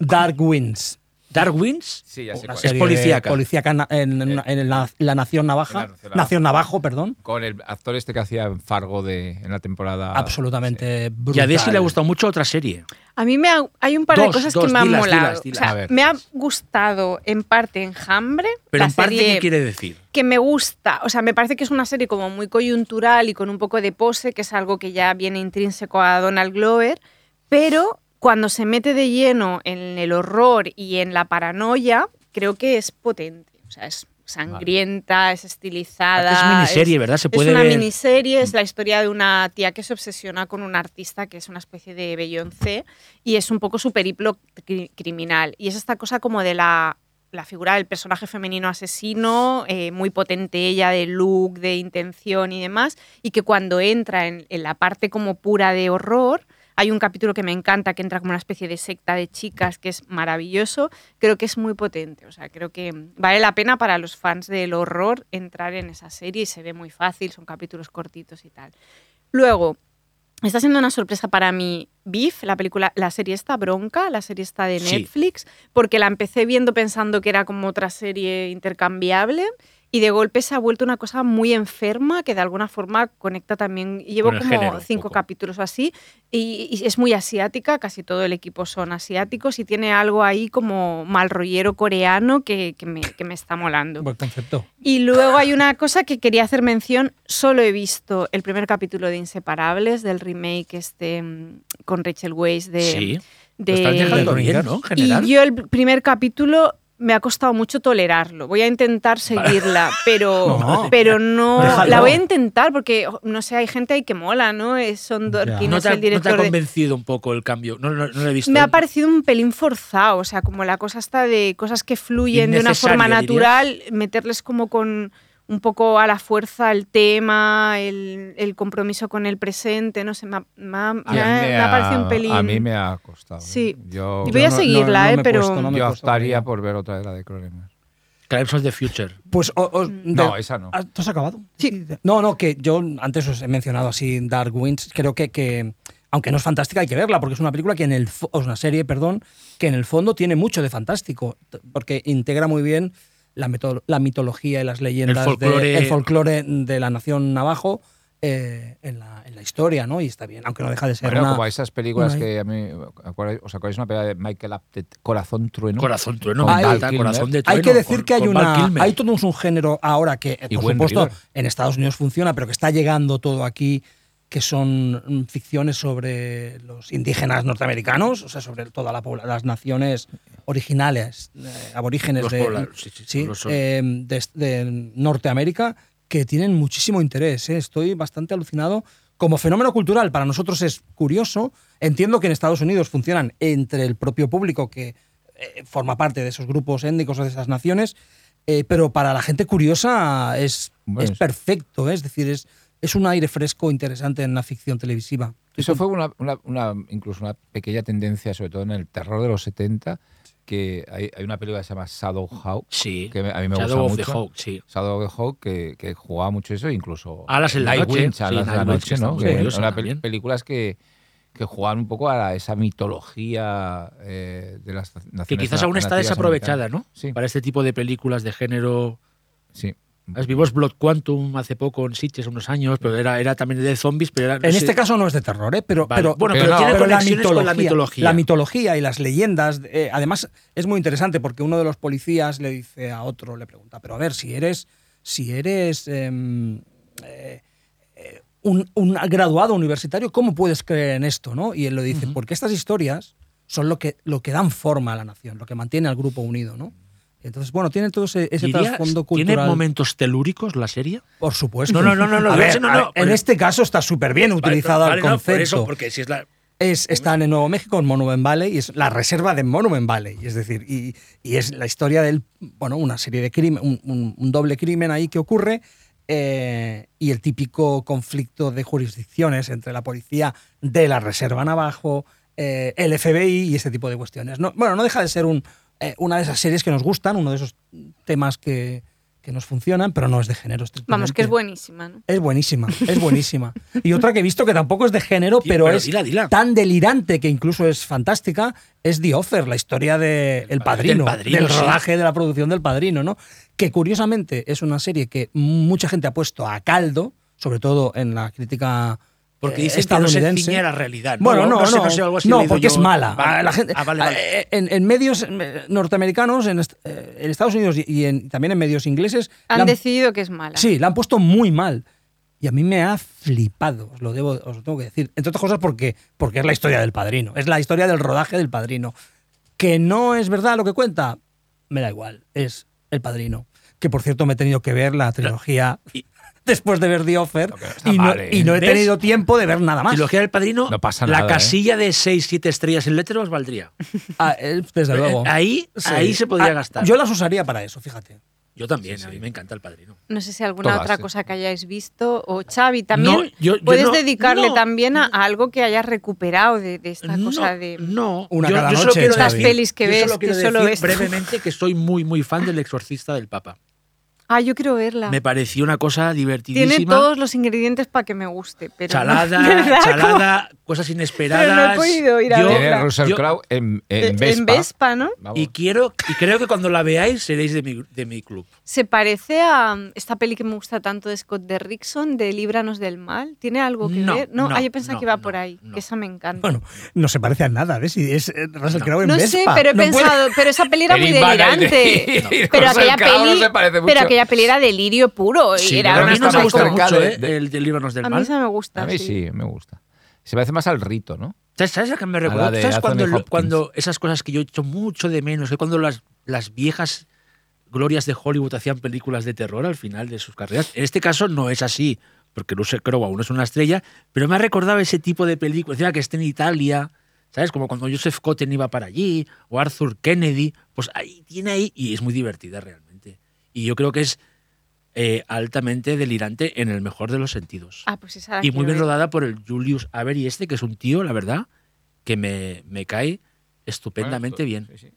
Speaker 4: Dark Winds.
Speaker 6: Dark Winds.
Speaker 5: Sí, ya sé cuál
Speaker 4: Una
Speaker 5: es.
Speaker 4: serie
Speaker 6: policíaca.
Speaker 4: de policíaca na- en, en- en la, la Nación Navaja.
Speaker 5: en la Nación
Speaker 4: Nación,
Speaker 5: Navaja.
Speaker 4: Navajo, perdón.
Speaker 5: Con el actor este que hacía en Fargo de, en la temporada.
Speaker 4: Absolutamente
Speaker 6: Y
Speaker 4: brutal.
Speaker 6: a Desi le ha gustado mucho otra serie.
Speaker 3: A mí me ha- hay un par de
Speaker 6: Dos,
Speaker 3: cosas
Speaker 6: dos,
Speaker 3: que me han
Speaker 6: dilas,
Speaker 3: molado.
Speaker 6: dilas, dilas.
Speaker 3: O sea,
Speaker 5: A ver.
Speaker 3: me ha gustado en parte Enjambre,
Speaker 6: Pero
Speaker 3: la
Speaker 6: en parte,
Speaker 3: serie
Speaker 6: ¿qué quiere decir?
Speaker 3: que me gusta. O sea, me parece que es una serie como muy coyuntural y con un poco de pose, que es algo que ya viene intrínseco a Donald Glover, pero cuando se mete de lleno en el horror y en la paranoia, creo que es potente. O sea, es sangrienta, es
Speaker 6: Es
Speaker 3: estilizada.
Speaker 6: miniserie, ¿verdad? Se
Speaker 3: Es
Speaker 6: puede
Speaker 3: una
Speaker 6: ver. Mm.
Speaker 3: miniserie, es la historia de una tía que se obsesiona con un artista que es una especie de Beyoncé y es un poco su periplo cri- criminal. Y es esta cosa como de la, la figura del personaje femenino asesino, eh, muy potente ella de look, de intención y demás, y que cuando entra en, en la parte como pura de horror, hay un capítulo que me encanta, que entra como una especie de secta de chicas, que es maravilloso, creo que es muy potente, o sea, creo que vale la pena para los fans del horror entrar en esa serie y se ve muy fácil, son capítulos cortitos y tal. Luego, está siendo una sorpresa para mí Beef, la película, la serie esta bronca, la serie esta de
Speaker 6: Sí.
Speaker 3: Netflix, porque la empecé viendo pensando que era como otra serie intercambiable y de golpe se ha vuelto una cosa muy enferma que de alguna forma conecta también. y Llevo
Speaker 6: Con el
Speaker 3: como
Speaker 6: género, un
Speaker 3: cinco
Speaker 6: poco.
Speaker 3: capítulos o así y, y es muy asiática, casi todo el equipo son asiáticos y tiene algo ahí como mal rollero coreano que, que me, que me está molando.
Speaker 4: Buen concepto.
Speaker 3: Y luego hay una cosa que quería hacer mención. Solo he visto el primer capítulo de Inseparables, del remake este mm, con Rachel Weisz de...
Speaker 6: Sí.
Speaker 3: de-
Speaker 6: Lo estás dejando
Speaker 4: de
Speaker 6: bien,
Speaker 4: Ringers.
Speaker 6: ¿no? En general.
Speaker 3: Y yo el primer capítulo me ha costado mucho tolerarlo. Voy a intentar seguirla, pero
Speaker 4: No.
Speaker 3: no, pero no
Speaker 4: Déjalo.
Speaker 3: la voy a intentar porque no sé, hay gente ahí que mola, ¿no? Es- Son Dorkin,
Speaker 6: no,
Speaker 3: es
Speaker 6: te ha,
Speaker 3: el
Speaker 6: no te ha
Speaker 3: director de-
Speaker 6: convencido un poco el cambio. No, no, no lo he visto.
Speaker 3: me ha
Speaker 6: ¿eh?
Speaker 3: parecido un pelín forzado, o sea, como la cosa está de cosas que fluyen de una forma
Speaker 6: Innecesario,
Speaker 3: natural, meterles como con un poco a la fuerza el tema, el, el compromiso con el presente, no sé, me ha, me ha-
Speaker 5: A
Speaker 3: me
Speaker 5: mí
Speaker 3: ha-
Speaker 5: me
Speaker 3: me ha parecido
Speaker 5: ha-
Speaker 3: un pelín.
Speaker 5: A mí me ha costado. ¿eh?
Speaker 3: Sí.
Speaker 5: Yo,
Speaker 3: Y voy a
Speaker 4: no-
Speaker 3: seguirla,
Speaker 4: no- no
Speaker 3: eh,
Speaker 4: me he
Speaker 3: pero
Speaker 4: puesto, no me-
Speaker 5: yo
Speaker 4: he puesto
Speaker 5: optaría
Speaker 4: con ella.
Speaker 5: por ver otra de la de Cronenberg.
Speaker 6: Crimes of the Future.
Speaker 4: Pues o- os-
Speaker 5: No,
Speaker 4: de-
Speaker 5: esa no.
Speaker 4: Ah, ¿Tú has acabado?
Speaker 3: Sí.
Speaker 4: No, no, que yo antes os he mencionado así Dark Winds. Creo que, que, aunque no es fantástica, hay que verla, porque es una película que en el fo- o es una serie, perdón, que en el fondo tiene mucho de fantástico, t- porque integra muy bien la, meto- la mitología y las leyendas, de-
Speaker 6: folclore.
Speaker 4: el folclore de la nación navajo eh, en, la, en la historia, ¿no? Y está bien, aunque no deja de ser
Speaker 5: Bueno,
Speaker 4: una-
Speaker 5: como esas películas
Speaker 4: una-
Speaker 5: que a mí. ¿acordáis- ¿Os acordáis una película de Michael Apted, Corazón Trueno?
Speaker 6: Corazón trueno,
Speaker 5: Con
Speaker 6: me
Speaker 5: Val
Speaker 6: encanta,
Speaker 5: Kilmer.
Speaker 6: corazón de trueno.
Speaker 4: Hay que decir
Speaker 6: con-
Speaker 4: que hay
Speaker 6: con Val
Speaker 4: una
Speaker 6: Kilmer.
Speaker 4: hay todo un género ahora que eh,
Speaker 5: Y
Speaker 4: por
Speaker 5: Wayne
Speaker 4: supuesto
Speaker 5: River.
Speaker 4: en Estados Unidos funciona, pero que está llegando todo aquí que son mm, ficciones sobre los indígenas norteamericanos, o sea, sobre todas las naciones originales, eh, aborígenes
Speaker 6: Los
Speaker 4: de, mm,
Speaker 6: poblados, sí, sí,
Speaker 4: sí,
Speaker 6: los-
Speaker 4: eh, de, de Norteamérica, que tienen muchísimo interés. eh. Estoy bastante alucinado. Como fenómeno cultural, para nosotros es curioso. Entiendo que en Estados Unidos funcionan entre el propio público que eh, forma parte de esos grupos étnicos o de esas naciones, eh, pero para la gente curiosa es,
Speaker 5: Hombre,
Speaker 4: es
Speaker 5: es-
Speaker 4: perfecto. eh. Es decir, es, es un aire fresco interesante en la ficción televisiva.
Speaker 5: Eso fue una, una- una- incluso una pequeña tendencia, sobre todo en el terror de los 70, que hay, hay una película que se llama Shadow Hawk,
Speaker 6: Sí.
Speaker 5: que a mí me
Speaker 6: Shadow
Speaker 5: gusta
Speaker 6: of
Speaker 5: mucho.
Speaker 6: the Hawk, sí.
Speaker 5: Shadow of the Hawk, que, que jugaba mucho eso, incluso.
Speaker 6: Alas en la
Speaker 5: Nightwing,
Speaker 6: noche,
Speaker 5: Alas
Speaker 6: sí,
Speaker 5: en
Speaker 6: Nightwing,
Speaker 5: la
Speaker 6: que
Speaker 5: noche,
Speaker 6: está
Speaker 5: ¿no?
Speaker 6: muy
Speaker 5: Que
Speaker 6: curiosa
Speaker 5: eran pe-
Speaker 6: también.
Speaker 5: películas que, que jugaban un poco a esa mitología eh, de las naciones
Speaker 6: Que quizás aún está
Speaker 5: nativas
Speaker 6: desaprovechada, ¿no?
Speaker 5: americanas. Sí,
Speaker 6: Para este tipo de películas de género.
Speaker 5: sí.
Speaker 6: ¿Sabes? Vimos Blood Quantum hace poco en Sitges, unos años, pero era, era también de zombies, pero era... no
Speaker 4: En
Speaker 6: sé-
Speaker 4: este caso no es de terror, ¿eh? pero,
Speaker 6: Vale.
Speaker 4: pero,
Speaker 6: Bueno,
Speaker 5: pero tiene
Speaker 6: conexiones con la mitología.
Speaker 4: La mitología y las leyendas. eh, además, es muy interesante porque uno de los policías le dice a otro, le pregunta, pero a ver, si eres, si eres em, eh, eh, un, un graduado universitario, ¿cómo puedes creer en esto? ¿no? Y él lo dice, porque estas historias son lo que, lo que dan forma a la nación, lo que mantiene al grupo unido. ¿no? Entonces, bueno, tiene todo ese, ese
Speaker 6: Dirías,
Speaker 4: trasfondo
Speaker 6: ¿Tiene
Speaker 4: cultural.
Speaker 6: momentos telúricos la serie?
Speaker 4: por supuesto.
Speaker 6: No, no, no, no, no,
Speaker 4: A
Speaker 6: de
Speaker 4: ver,
Speaker 6: hecho, no,
Speaker 4: a
Speaker 6: no,
Speaker 4: ver, en
Speaker 6: pero-
Speaker 4: este caso está súper bien utilizado
Speaker 6: Vale,
Speaker 4: el
Speaker 6: no,
Speaker 4: concepto.
Speaker 6: por eso, porque si es la...
Speaker 4: Es, están en Nuevo México, en Monument Valley, y es la reserva de Monument Valley. Es decir, y, y es la historia del, bueno, una serie de crimen, un, un- un doble crimen ahí que ocurre, eh, y el típico conflicto de jurisdicciones entre la policía de la reserva Navajo, eh, el FBI y este tipo de cuestiones. No, bueno, no deja de ser un, eh, una de esas series que nos gustan, uno de esos temas que, que nos funcionan, pero no es de género.
Speaker 3: Vamos, que es
Speaker 4: estrictamente.
Speaker 3: buenísima, ¿no?
Speaker 4: Es buenísima, es buenísima. Y otra que he visto que tampoco es de género,
Speaker 6: Tío,
Speaker 4: pero,
Speaker 6: pero
Speaker 4: es
Speaker 6: dila, dila.
Speaker 4: tan delirante que incluso es fantástica, es The Offer, la historia de El Padrino,
Speaker 6: del Padrino,
Speaker 4: del
Speaker 6: sí.
Speaker 4: rodaje de la producción del Padrino, ¿no? Que curiosamente es una serie que mucha gente ha puesto a caldo, sobre todo en la crítica
Speaker 6: Porque
Speaker 4: eh,
Speaker 6: dicen que no se
Speaker 4: estadounidense.
Speaker 6: ciñe a la realidad. ¿no?
Speaker 4: Bueno, no, no,
Speaker 6: sé, sé, algo así he
Speaker 4: no,
Speaker 6: leído
Speaker 4: porque
Speaker 6: yo.
Speaker 4: es mala.
Speaker 6: Vale.
Speaker 4: La gente,
Speaker 6: Ah, vale, vale.
Speaker 4: eh, En, en medios eh, norteamericanos, en, est- eh, en Estados Unidos y en- también en medios ingleses,
Speaker 3: Han
Speaker 4: la han-
Speaker 3: decidido que es mala.
Speaker 4: Sí, la han puesto muy mal. Y a mí me ha flipado, os lo, debo, os lo tengo que decir. Entre otras cosas porque, porque es la historia del padrino. Es la historia del rodaje del padrino. Que no es verdad lo que cuenta, me da igual. Es el padrino. Que por cierto me he tenido que ver la trilogía
Speaker 6: Y-
Speaker 4: después de ver The Offer.
Speaker 5: No, pero está
Speaker 4: Y no,
Speaker 5: mal, ¿eh?
Speaker 4: y no he
Speaker 6: ¿Ves?
Speaker 4: tenido tiempo de ver nada más.
Speaker 6: Trilogía del Padrino,
Speaker 5: No pasa
Speaker 6: la
Speaker 5: nada, ¿eh?
Speaker 6: casilla de 6, 7 estrellas en letras valdría.
Speaker 4: Ah, eh, desde luego.
Speaker 6: Ahí,
Speaker 4: Sí.
Speaker 6: ahí se podría
Speaker 4: Ah,
Speaker 6: gastar.
Speaker 4: Yo las usaría para eso, fíjate.
Speaker 6: Yo también, a mí me encanta el Padrino.
Speaker 3: No sé si alguna
Speaker 5: Todas,
Speaker 3: otra
Speaker 5: sí.
Speaker 3: cosa que hayáis visto. O Xavi, también
Speaker 6: No, yo- yo
Speaker 3: puedes
Speaker 6: no-
Speaker 3: dedicarle
Speaker 6: no.
Speaker 3: también a, a algo que hayas recuperado de, de esta
Speaker 6: no, Mm.
Speaker 3: cosa de...
Speaker 6: no,
Speaker 4: Una
Speaker 6: yo,
Speaker 4: cada
Speaker 6: yo solo
Speaker 4: noche,
Speaker 6: quiero
Speaker 4: Estas
Speaker 6: decir-
Speaker 3: pelis que
Speaker 6: yo
Speaker 3: ves,
Speaker 6: solo
Speaker 3: que
Speaker 6: quiero
Speaker 3: solo
Speaker 6: decir
Speaker 3: ves tú.
Speaker 6: brevemente que soy muy, muy fan del Exorcista del Papa.
Speaker 3: Ah, yo quiero verla.
Speaker 6: Me pareció una cosa divertidísima.
Speaker 3: Tiene todos los ingredientes para que me guste, pero no-
Speaker 6: Chalada,
Speaker 3: ¿verdad?
Speaker 6: chalada, cosas inesperadas.
Speaker 3: podido ir a
Speaker 6: Yo-
Speaker 5: Tiene
Speaker 3: verla.
Speaker 5: Russell
Speaker 6: yo-
Speaker 5: Crowe en,
Speaker 3: Eh,
Speaker 5: en Vespa.
Speaker 3: ¿no?
Speaker 5: Vamos.
Speaker 6: Y quiero, y creo que cuando la veáis seréis de mi, de mi club.
Speaker 3: Se parece a um, esta peli que me gusta tanto de Scott Derrickson, de Líbranos del Mal. ¿Tiene algo que
Speaker 6: No,
Speaker 3: ver? No,
Speaker 6: no,
Speaker 3: ah, yo pensaba
Speaker 6: no,
Speaker 3: que iba
Speaker 6: no,
Speaker 3: por ahí,
Speaker 6: no.
Speaker 3: que esa me encanta.
Speaker 4: Bueno, no se parece a nada, ¿ves? Y es eh, Russell
Speaker 6: No.
Speaker 4: Crowe en
Speaker 3: no
Speaker 4: Vespa.
Speaker 3: sé, pero he
Speaker 4: No puede-
Speaker 3: pensado, pero esa peli era muy
Speaker 5: Erin Van Eyre
Speaker 3: delirante.
Speaker 5: y- y
Speaker 3: Pero
Speaker 5: Russell
Speaker 3: aquella,
Speaker 5: Crowe no
Speaker 3: peli,
Speaker 5: se parece mucho.
Speaker 3: pero aquella peli era delirio puro. y
Speaker 5: Sí,
Speaker 3: era
Speaker 5: pero
Speaker 6: a
Speaker 3: una
Speaker 5: no
Speaker 6: mí no
Speaker 5: está
Speaker 6: me
Speaker 3: cosa
Speaker 6: gusta
Speaker 5: más
Speaker 3: como-
Speaker 5: cercano.
Speaker 6: mucho,
Speaker 5: de-
Speaker 6: ¿eh?
Speaker 5: de-
Speaker 6: el de Líbranos del
Speaker 3: A mí
Speaker 6: Mal.
Speaker 3: esa me gusta.
Speaker 5: A mí
Speaker 3: sí.
Speaker 5: sí, me gusta. Se parece más al rito, ¿no?
Speaker 6: ¿Sabes, sabes a qué me recuerda?
Speaker 5: de
Speaker 6: ¿Sabes
Speaker 5: Anthony
Speaker 6: cuando, lo-
Speaker 5: Hopkins.
Speaker 6: cuando esas cosas que yo echo mucho de menos? que Cuando las, las viejas glorias de Hollywood hacían películas de terror al final de sus carreras. En este caso no es así, porque Luce Crowe aún es una estrella, pero me ha recordado ese tipo de películas. Encima que esté en Italia, ¿sabes? Como cuando Joseph Cotten iba para allí, o Arthur Kennedy. Pues ahí tiene ahí, y es muy divertida realmente. Y yo creo que es eh, altamente delirante en el mejor de los sentidos.
Speaker 3: Ah, pues esa la
Speaker 6: Y muy
Speaker 3: quiero
Speaker 6: bien
Speaker 3: ver.
Speaker 6: rodada por el Julius Avery este, que es un tío, la verdad, que me, me cae estupendamente bien.
Speaker 5: Sí, sí.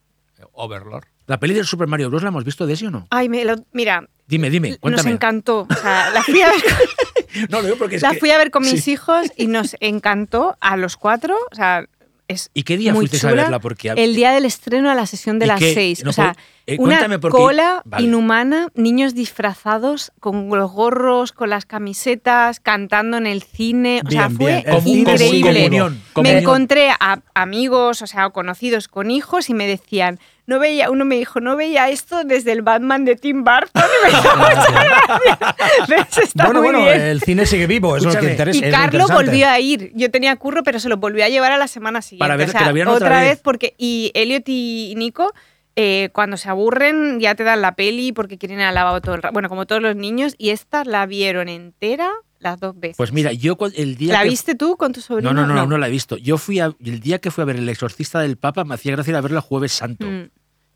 Speaker 5: Overlord.
Speaker 6: La peli del Super Mario Bros. la hemos visto de sí o no?
Speaker 3: Ay, me lo- mira,
Speaker 6: Dime, dime,
Speaker 3: nos
Speaker 6: cuéntame.
Speaker 3: encantó. O sea, la fui a ver con,
Speaker 6: No, lo digo porque es
Speaker 3: la
Speaker 6: que-
Speaker 3: fui a ver con mis
Speaker 6: sí.
Speaker 3: hijos y nos encantó a los cuatro. O sea, es
Speaker 6: ¿Y qué día
Speaker 3: muy
Speaker 6: fuiste a
Speaker 3: chula.
Speaker 6: verla? Porque
Speaker 3: el día del estreno a la sesión de
Speaker 6: ¿Y
Speaker 3: las
Speaker 6: qué?
Speaker 3: seis.
Speaker 6: No
Speaker 3: o sea,
Speaker 6: puedo- eh, cuéntame
Speaker 3: una
Speaker 6: porque-
Speaker 3: cola
Speaker 6: Vale.
Speaker 3: inhumana, niños disfrazados con los gorros, con las camisetas, cantando en el cine. O sea,
Speaker 4: Bien,
Speaker 3: fue
Speaker 4: bien. El cine
Speaker 6: Comu-
Speaker 3: increíble.
Speaker 6: Comunión,
Speaker 3: Me
Speaker 6: comunión.
Speaker 3: encontré a amigos, o sea, o conocidos con hijos y me decían, no veía, uno me dijo, no veía esto desde el Batman de Tim Burton y me hizo mucha gracia. ¿Ves? Está
Speaker 4: Bueno,
Speaker 3: muy
Speaker 4: bueno, eh,
Speaker 3: bien.
Speaker 4: el cine sigue vivo, eso es lo que
Speaker 6: Escúchame,
Speaker 4: interesa.
Speaker 3: Y
Speaker 4: es lo
Speaker 3: Carlos
Speaker 4: interesante.
Speaker 3: volvió a ir. Yo tenía curro, pero se lo volvió a llevar a la semana siguiente.
Speaker 6: Para ver-
Speaker 3: O sea,
Speaker 6: que la vieran
Speaker 3: otra,
Speaker 6: otra
Speaker 3: vez.
Speaker 6: vez.
Speaker 3: porque y Elliot y Nico eh, cuando se aburren ya te dan la peli porque quieren ir al lavabo todo el rato. Bueno, como todos los niños y esta la vieron entera las dos veces.
Speaker 6: Pues mira, yo cu- el día
Speaker 3: ¿La
Speaker 6: que-
Speaker 3: viste tú con tu sobrino?
Speaker 6: No, no, no, no, no la he visto. Yo fui a- el día que fui a ver El Exorcista del Papa me hacía gracia ir a verla Jueves Santo.
Speaker 3: Mm.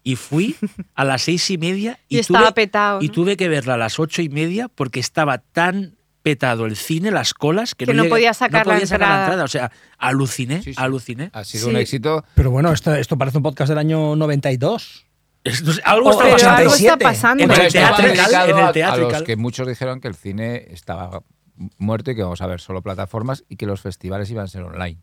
Speaker 6: Y fui a las seis y media
Speaker 3: Y,
Speaker 6: y, tuve
Speaker 3: estaba petado.
Speaker 6: Y
Speaker 3: ¿no?
Speaker 6: tuve que verla a las ocho y media porque estaba tan petado el cine, las colas, que,
Speaker 3: Que no
Speaker 6: llega-
Speaker 3: podía sacar la
Speaker 6: podía sacar
Speaker 3: entrada.
Speaker 6: O sea, aluciné,
Speaker 5: Sí, sí.
Speaker 6: aluciné.
Speaker 5: Ha sido
Speaker 3: Sí.
Speaker 5: un éxito.
Speaker 4: Pero bueno, esto, esto parece un podcast del año 92.
Speaker 6: Esto es- algo está
Speaker 3: Oh, Pero
Speaker 6: pasando.
Speaker 3: algo está
Speaker 4: 87.
Speaker 3: pasando.
Speaker 6: En
Speaker 5: Pero
Speaker 6: el
Speaker 5: esto va
Speaker 6: teatro,
Speaker 5: dedicado
Speaker 6: en el
Speaker 5: a-
Speaker 6: teatro,
Speaker 5: A los
Speaker 6: cal.
Speaker 5: que muchos dijeron que el cine estaba muerto y que vamos a ver solo plataformas y que los festivales iban a ser online.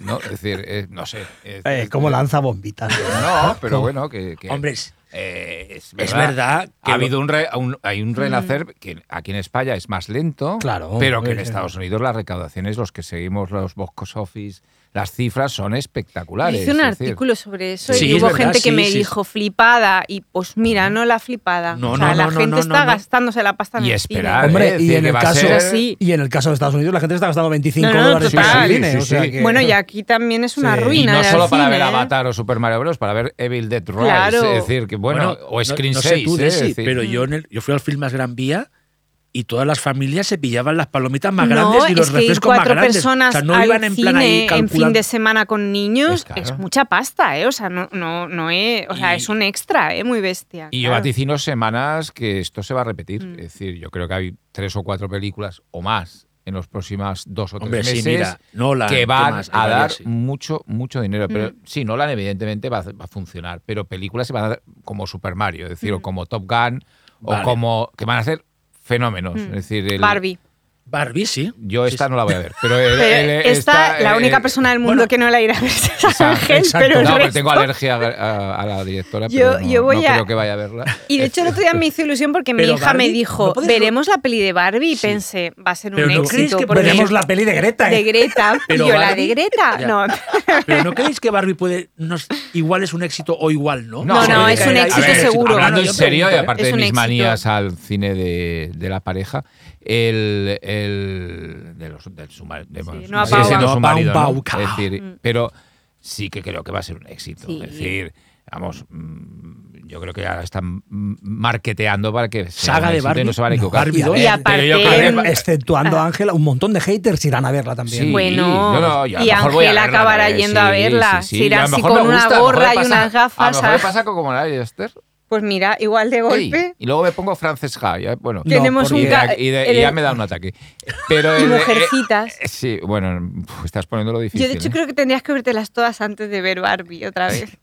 Speaker 5: ¿No? Es decir, eh, no sé. es-
Speaker 4: Eh, como lanza bombitas.
Speaker 5: No, pero bueno, que. que-
Speaker 6: Hombre, es-
Speaker 5: eh, es verdad.
Speaker 6: es verdad que
Speaker 5: ha
Speaker 6: lo-
Speaker 5: habido un, re- un- hay un renacer que aquí en España es más lento,
Speaker 4: Claro.
Speaker 5: pero que en
Speaker 4: Eh,
Speaker 5: Estados Unidos las recaudaciones, los que seguimos los box office, las cifras son espectaculares.
Speaker 3: Hice un
Speaker 5: es decir,
Speaker 3: artículo sobre eso
Speaker 6: Sí,
Speaker 3: y
Speaker 6: es
Speaker 3: hubo
Speaker 6: verdad,
Speaker 3: gente que
Speaker 6: sí,
Speaker 3: me
Speaker 6: sí, sí.
Speaker 3: dijo flipada y pues mira, no la flipada.
Speaker 6: No,
Speaker 3: o sea,
Speaker 6: no,
Speaker 3: la
Speaker 6: no, no,
Speaker 3: gente
Speaker 6: no,
Speaker 3: está
Speaker 6: no, no.
Speaker 3: gastándose la pasta en
Speaker 5: Y
Speaker 3: el
Speaker 5: esperar,
Speaker 3: cine.
Speaker 5: ¿eh?
Speaker 4: Ah, Hombre,
Speaker 5: Es
Speaker 4: y
Speaker 5: decir,
Speaker 4: en,
Speaker 5: que
Speaker 4: el
Speaker 5: va a
Speaker 4: caso,
Speaker 5: ser-
Speaker 3: Sí.
Speaker 4: y en el caso de Estados Unidos, la gente está gastando 25
Speaker 3: No, no,
Speaker 4: dólares
Speaker 3: total.
Speaker 4: en cine.
Speaker 5: Sí,
Speaker 4: o
Speaker 5: sí,
Speaker 4: sea
Speaker 5: sí.
Speaker 4: que-
Speaker 3: Bueno, y aquí también es una
Speaker 4: Sí.
Speaker 5: Y
Speaker 3: ruina.
Speaker 5: no
Speaker 3: ir al
Speaker 5: solo para
Speaker 3: cine,
Speaker 5: ver
Speaker 3: ¿eh?
Speaker 5: Avatar o Super Mario Bros., para ver Evil Dead Rise.
Speaker 3: Claro.
Speaker 5: Es decir, que bueno, o Screen
Speaker 6: no, no
Speaker 5: 6.
Speaker 6: sé tú,
Speaker 5: ¿eh?
Speaker 6: Desi,
Speaker 5: Es decir,
Speaker 6: pero
Speaker 3: Mm.
Speaker 6: yo, en el- yo fui al Film Más Gran Vía y todas las familias se pillaban las palomitas más
Speaker 3: no,
Speaker 6: grandes y los
Speaker 3: es que ir
Speaker 6: refrescos más
Speaker 3: cuatro
Speaker 6: grandes.
Speaker 3: personas
Speaker 6: o sea, no
Speaker 3: al
Speaker 6: iban en plan ahí
Speaker 3: cine en fin
Speaker 6: calculando.
Speaker 3: de semana con niños
Speaker 5: Pues claro.
Speaker 3: es mucha pasta, ¿eh? O sea, no, no, no es, o sea,
Speaker 6: Y-
Speaker 3: es un extra, ¿eh? Muy bestia.
Speaker 5: Y yo
Speaker 3: claro.
Speaker 5: vaticino semanas que esto se va a repetir.
Speaker 3: Mm.
Speaker 5: Es decir, yo creo que hay tres o cuatro películas o más en los próximos dos o tres
Speaker 6: Hombre, sí,
Speaker 5: meses
Speaker 6: mira, Nolan,
Speaker 5: que
Speaker 6: ¿qué
Speaker 5: van
Speaker 6: más? Hay
Speaker 5: a dar
Speaker 6: varias, sí.
Speaker 5: mucho, mucho dinero. Pero
Speaker 3: Mm.
Speaker 5: sí, Nolan evidentemente va a, va a funcionar, pero películas se van a dar como Super Mario, es
Speaker 3: Mm.
Speaker 5: decir, o como Top Gun, o
Speaker 6: Vale.
Speaker 5: como que van a ser fenómenos.
Speaker 3: Mm.
Speaker 5: Es decir, el-
Speaker 3: Barbie.
Speaker 6: Barbie, sí.
Speaker 5: Yo
Speaker 6: Sí,
Speaker 5: esta
Speaker 6: sí.
Speaker 5: no la voy a ver. Pero el-
Speaker 3: Pero
Speaker 5: el-
Speaker 3: esta, la
Speaker 5: eh,
Speaker 3: única
Speaker 5: eh,
Speaker 3: persona del mundo
Speaker 6: bueno,
Speaker 3: que no la irá a ver es a
Speaker 5: Esa-
Speaker 3: Ángel,
Speaker 5: exacto.
Speaker 3: pero el
Speaker 6: pues
Speaker 5: No,
Speaker 3: resto-
Speaker 5: tengo alergia a, a- a la directora,
Speaker 3: Yo-
Speaker 5: pero no,
Speaker 3: yo voy
Speaker 5: no
Speaker 3: a-
Speaker 5: creo que vaya a verla.
Speaker 3: Y de hecho el otro día me hizo ilusión porque mi
Speaker 6: Pero
Speaker 3: hija me
Speaker 6: Barbie,
Speaker 3: dijo,
Speaker 6: ¿no puedes-
Speaker 3: veremos la peli de Barbie y pensé, va a ser
Speaker 6: Pero
Speaker 3: un
Speaker 6: ¿no crees
Speaker 3: éxito.
Speaker 6: que
Speaker 3: porque-
Speaker 4: veremos la peli de Greta. ¿eh?
Speaker 3: de Greta. Y
Speaker 6: Pero
Speaker 3: yo, la de
Speaker 6: Barbie-
Speaker 3: Greta.
Speaker 6: Ya.
Speaker 3: No,
Speaker 6: Pero ¿no creéis que Barbie puede. no es- igual es un éxito o igual no?
Speaker 3: No, no, es un
Speaker 5: a
Speaker 3: éxito
Speaker 5: ver,
Speaker 3: seguro.
Speaker 5: Hablando
Speaker 3: Yo
Speaker 5: en serio, y
Speaker 6: pregunto, ¿eh?
Speaker 5: aparte
Speaker 3: Es
Speaker 5: de
Speaker 3: un
Speaker 5: mis
Speaker 3: éxito.
Speaker 5: manías al cine de, de la pareja, el, el de los del suma- de- bueno,
Speaker 3: no
Speaker 5: sigue
Speaker 3: apau-
Speaker 5: siendo
Speaker 6: no
Speaker 5: su marido,
Speaker 6: apau-
Speaker 5: ¿no?
Speaker 6: pauca.
Speaker 5: Es decir,
Speaker 3: Mm.
Speaker 5: pero sí que creo que va a ser un éxito.
Speaker 3: Sí.
Speaker 5: Es decir, vamos, mm, yo creo que ahora están mm, marketeando para que sea
Speaker 6: Saga
Speaker 5: un
Speaker 6: de
Speaker 5: éxito
Speaker 6: Barbie.
Speaker 5: y no se van a
Speaker 6: No,
Speaker 5: equivocar.
Speaker 6: Barbie
Speaker 5: Pero
Speaker 6: dos. Este
Speaker 3: Y
Speaker 5: yo
Speaker 3: aparte-
Speaker 5: creo que-
Speaker 4: Exceptuando a Ángela, un montón de haters irán a verla también.
Speaker 5: Sí,
Speaker 3: Bueno,
Speaker 5: yo no, yo a lo
Speaker 3: y
Speaker 5: mejor voy a
Speaker 3: Ángela
Speaker 5: verla,
Speaker 3: acabará
Speaker 5: eh,
Speaker 3: yendo a verla, se irá
Speaker 5: y a lo
Speaker 3: así
Speaker 5: mejor
Speaker 3: con
Speaker 5: me
Speaker 3: una
Speaker 5: gusta, a lo mejor
Speaker 3: gorra
Speaker 5: me
Speaker 3: y
Speaker 5: pasa-
Speaker 3: unas
Speaker 5: A
Speaker 3: gafas,
Speaker 5: lo mejor me
Speaker 3: ¿sabes?
Speaker 5: pasa como la de Esther.
Speaker 3: pues mira, igual de golpe.
Speaker 5: Ey, y luego me pongo Frances Ha. Ya, bueno,
Speaker 3: Tenemos
Speaker 5: porque-
Speaker 3: un
Speaker 5: y,
Speaker 3: ca-
Speaker 5: de- y de-
Speaker 3: el-
Speaker 5: y ya me da un ataque. Pero
Speaker 3: Y
Speaker 5: el- eh,
Speaker 3: mujercitas.
Speaker 5: eh, sí, bueno, uf, estás poniéndolo difícil.
Speaker 3: Yo de hecho
Speaker 5: ¿eh?
Speaker 3: creo que tendrías que vértelas todas antes de ver Barbie otra vez.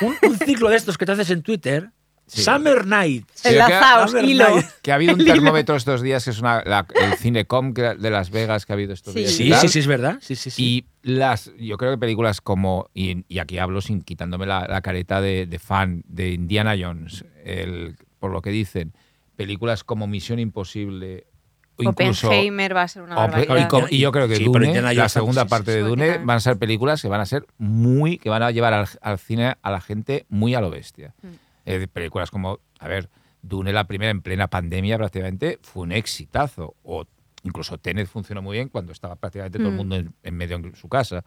Speaker 6: Un, un ciclo de estos que te haces en Twitter.
Speaker 5: Sí.
Speaker 6: Summer Night.
Speaker 5: Sí, yo creo que-
Speaker 4: Ah,
Speaker 3: Enlazaos,
Speaker 6: Summer
Speaker 3: hilo.
Speaker 6: Night.
Speaker 5: Que ha habido un termómetro estos días, que es una, la- el Cinecom que- de Las Vegas que ha habido estos
Speaker 3: Sí.
Speaker 5: días. y
Speaker 6: Sí,
Speaker 5: tal.
Speaker 6: sí, sí, es verdad. Sí, sí, sí.
Speaker 5: Y las, yo creo que películas como, y, y aquí hablo sin quitándome la, la careta de, de fan de Indiana Jones, el- por lo que dicen, películas como Misión Imposible, o incluso
Speaker 3: Oppenheimer va a ser una
Speaker 5: Hombre, y,
Speaker 3: barbaridad.
Speaker 5: com- y yo creo que
Speaker 6: Sí, pero
Speaker 5: Dune,
Speaker 6: Indiana
Speaker 5: la
Speaker 6: Jones-
Speaker 5: segunda
Speaker 6: sí, sí,
Speaker 5: parte de
Speaker 3: sí,
Speaker 5: Dune
Speaker 3: totalmente.
Speaker 5: van a ser películas que van a ser muy que van a llevar al, al cine a la gente muy a lo bestia
Speaker 3: Mm.
Speaker 5: Eh, películas como a ver Dune la primera en plena pandemia prácticamente fue un exitazo o incluso Tenet funcionó muy bien cuando estaba prácticamente todo el
Speaker 3: Mm.
Speaker 5: mundo en, en medio en su casa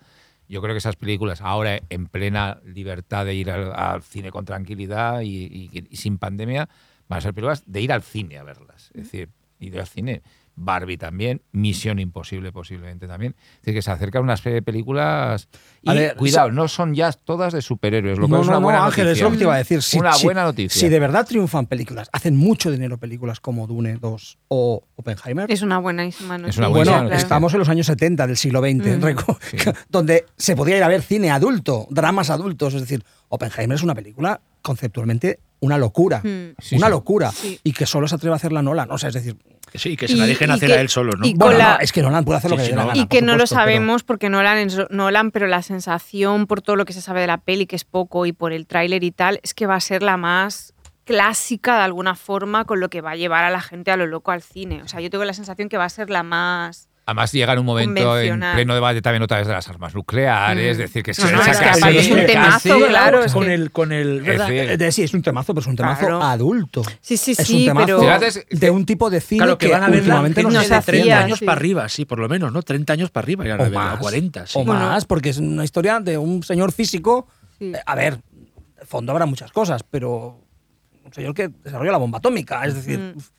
Speaker 5: yo creo que esas películas ahora en plena libertad de ir al, al cine con tranquilidad y, y- y sin pandemia van a ser películas de ir al cine a verlas es decir ir al cine Barbie también, Misión Imposible posiblemente también. Es decir, que se acercan una serie de películas.
Speaker 4: A
Speaker 5: y
Speaker 4: ver,
Speaker 5: cuidado, no son ya todas de superhéroes, lo cual
Speaker 4: no,
Speaker 5: es
Speaker 4: no,
Speaker 5: una
Speaker 4: no,
Speaker 5: buena
Speaker 4: Ángel, es
Speaker 5: noticia.
Speaker 4: lo que te iba a decir. Si,
Speaker 5: Una
Speaker 4: si-
Speaker 5: buena noticia.
Speaker 4: Si de verdad triunfan películas, hacen mucho dinero películas como Dune 2 o Oppenheimer.
Speaker 3: Es una buenísima noticia.
Speaker 5: Es
Speaker 6: Ah,
Speaker 5: una
Speaker 4: bueno,
Speaker 5: buena
Speaker 3: claro.
Speaker 5: noticia.
Speaker 4: estamos en los años 70 del siglo XX,
Speaker 3: Mm.
Speaker 4: recu- donde se podía ir a ver cine adulto, dramas adultos. Es decir, Oppenheimer es una película conceptualmente una locura.
Speaker 3: Mm.
Speaker 5: Sí,
Speaker 4: una
Speaker 5: sí.
Speaker 4: locura.
Speaker 3: Sí.
Speaker 4: Y que solo se atreve a hacerla Nolan. O sea, es decir,
Speaker 6: Sí, que se la
Speaker 3: Y-
Speaker 6: dejen
Speaker 3: y
Speaker 6: hacer
Speaker 3: que-
Speaker 6: a él solo, ¿no?
Speaker 3: y
Speaker 4: bueno,
Speaker 3: con la-
Speaker 4: no, es que Nolan puede hacer lo
Speaker 6: Sí,
Speaker 4: que
Speaker 6: sí,
Speaker 4: le dé la
Speaker 6: no.
Speaker 4: gana,
Speaker 3: Y
Speaker 4: por
Speaker 3: que no lo
Speaker 4: supuesto, pero-
Speaker 3: sabemos porque Nolan es Nolan, pero la sensación por todo lo que se sabe de la peli, que es poco, y por el tráiler y tal, es que va a ser la más clásica de alguna forma con lo que va a llevar a la gente a lo loco al cine. O sea, yo tengo la sensación que va a ser la más...
Speaker 5: Además, llega en un momento en
Speaker 3: Convencional.
Speaker 5: pleno debate también otra vez de las armas nucleares, es
Speaker 3: Mm.
Speaker 5: decir, que
Speaker 3: No,
Speaker 5: se
Speaker 3: no,
Speaker 5: saca
Speaker 3: es que aparte es un
Speaker 5: casi-
Speaker 3: temazo,
Speaker 5: casi-
Speaker 3: claro, es
Speaker 6: con
Speaker 3: que-
Speaker 6: el. Con el
Speaker 5: Es
Speaker 6: ¿verdad?
Speaker 5: decir,
Speaker 4: Eh, de- sí, es un temazo, pero es un temazo
Speaker 3: Claro.
Speaker 4: adulto.
Speaker 3: Sí, sí,
Speaker 4: es
Speaker 3: sí,
Speaker 4: un temazo
Speaker 3: pero...
Speaker 5: Fíjate, es-
Speaker 4: de un tipo de cine
Speaker 6: Claro, que, van a ver
Speaker 4: últimamente
Speaker 3: gente
Speaker 4: no
Speaker 6: no
Speaker 3: nos
Speaker 4: se
Speaker 6: sé, de 30
Speaker 3: hacía,
Speaker 4: defiende.
Speaker 6: años
Speaker 3: sí.
Speaker 6: para arriba, sí, por lo menos, ¿no? 30 años para arriba, ya la
Speaker 4: O
Speaker 6: verdad,
Speaker 4: más,
Speaker 6: 40, sí.
Speaker 4: o
Speaker 3: Bueno.
Speaker 4: más, porque es una historia de un señor físico.
Speaker 3: Sí.
Speaker 4: Eh, a ver, de fondo habrá muchas cosas, pero un señor que desarrolla la bomba atómica. Es decir,
Speaker 3: Mm.
Speaker 4: uf,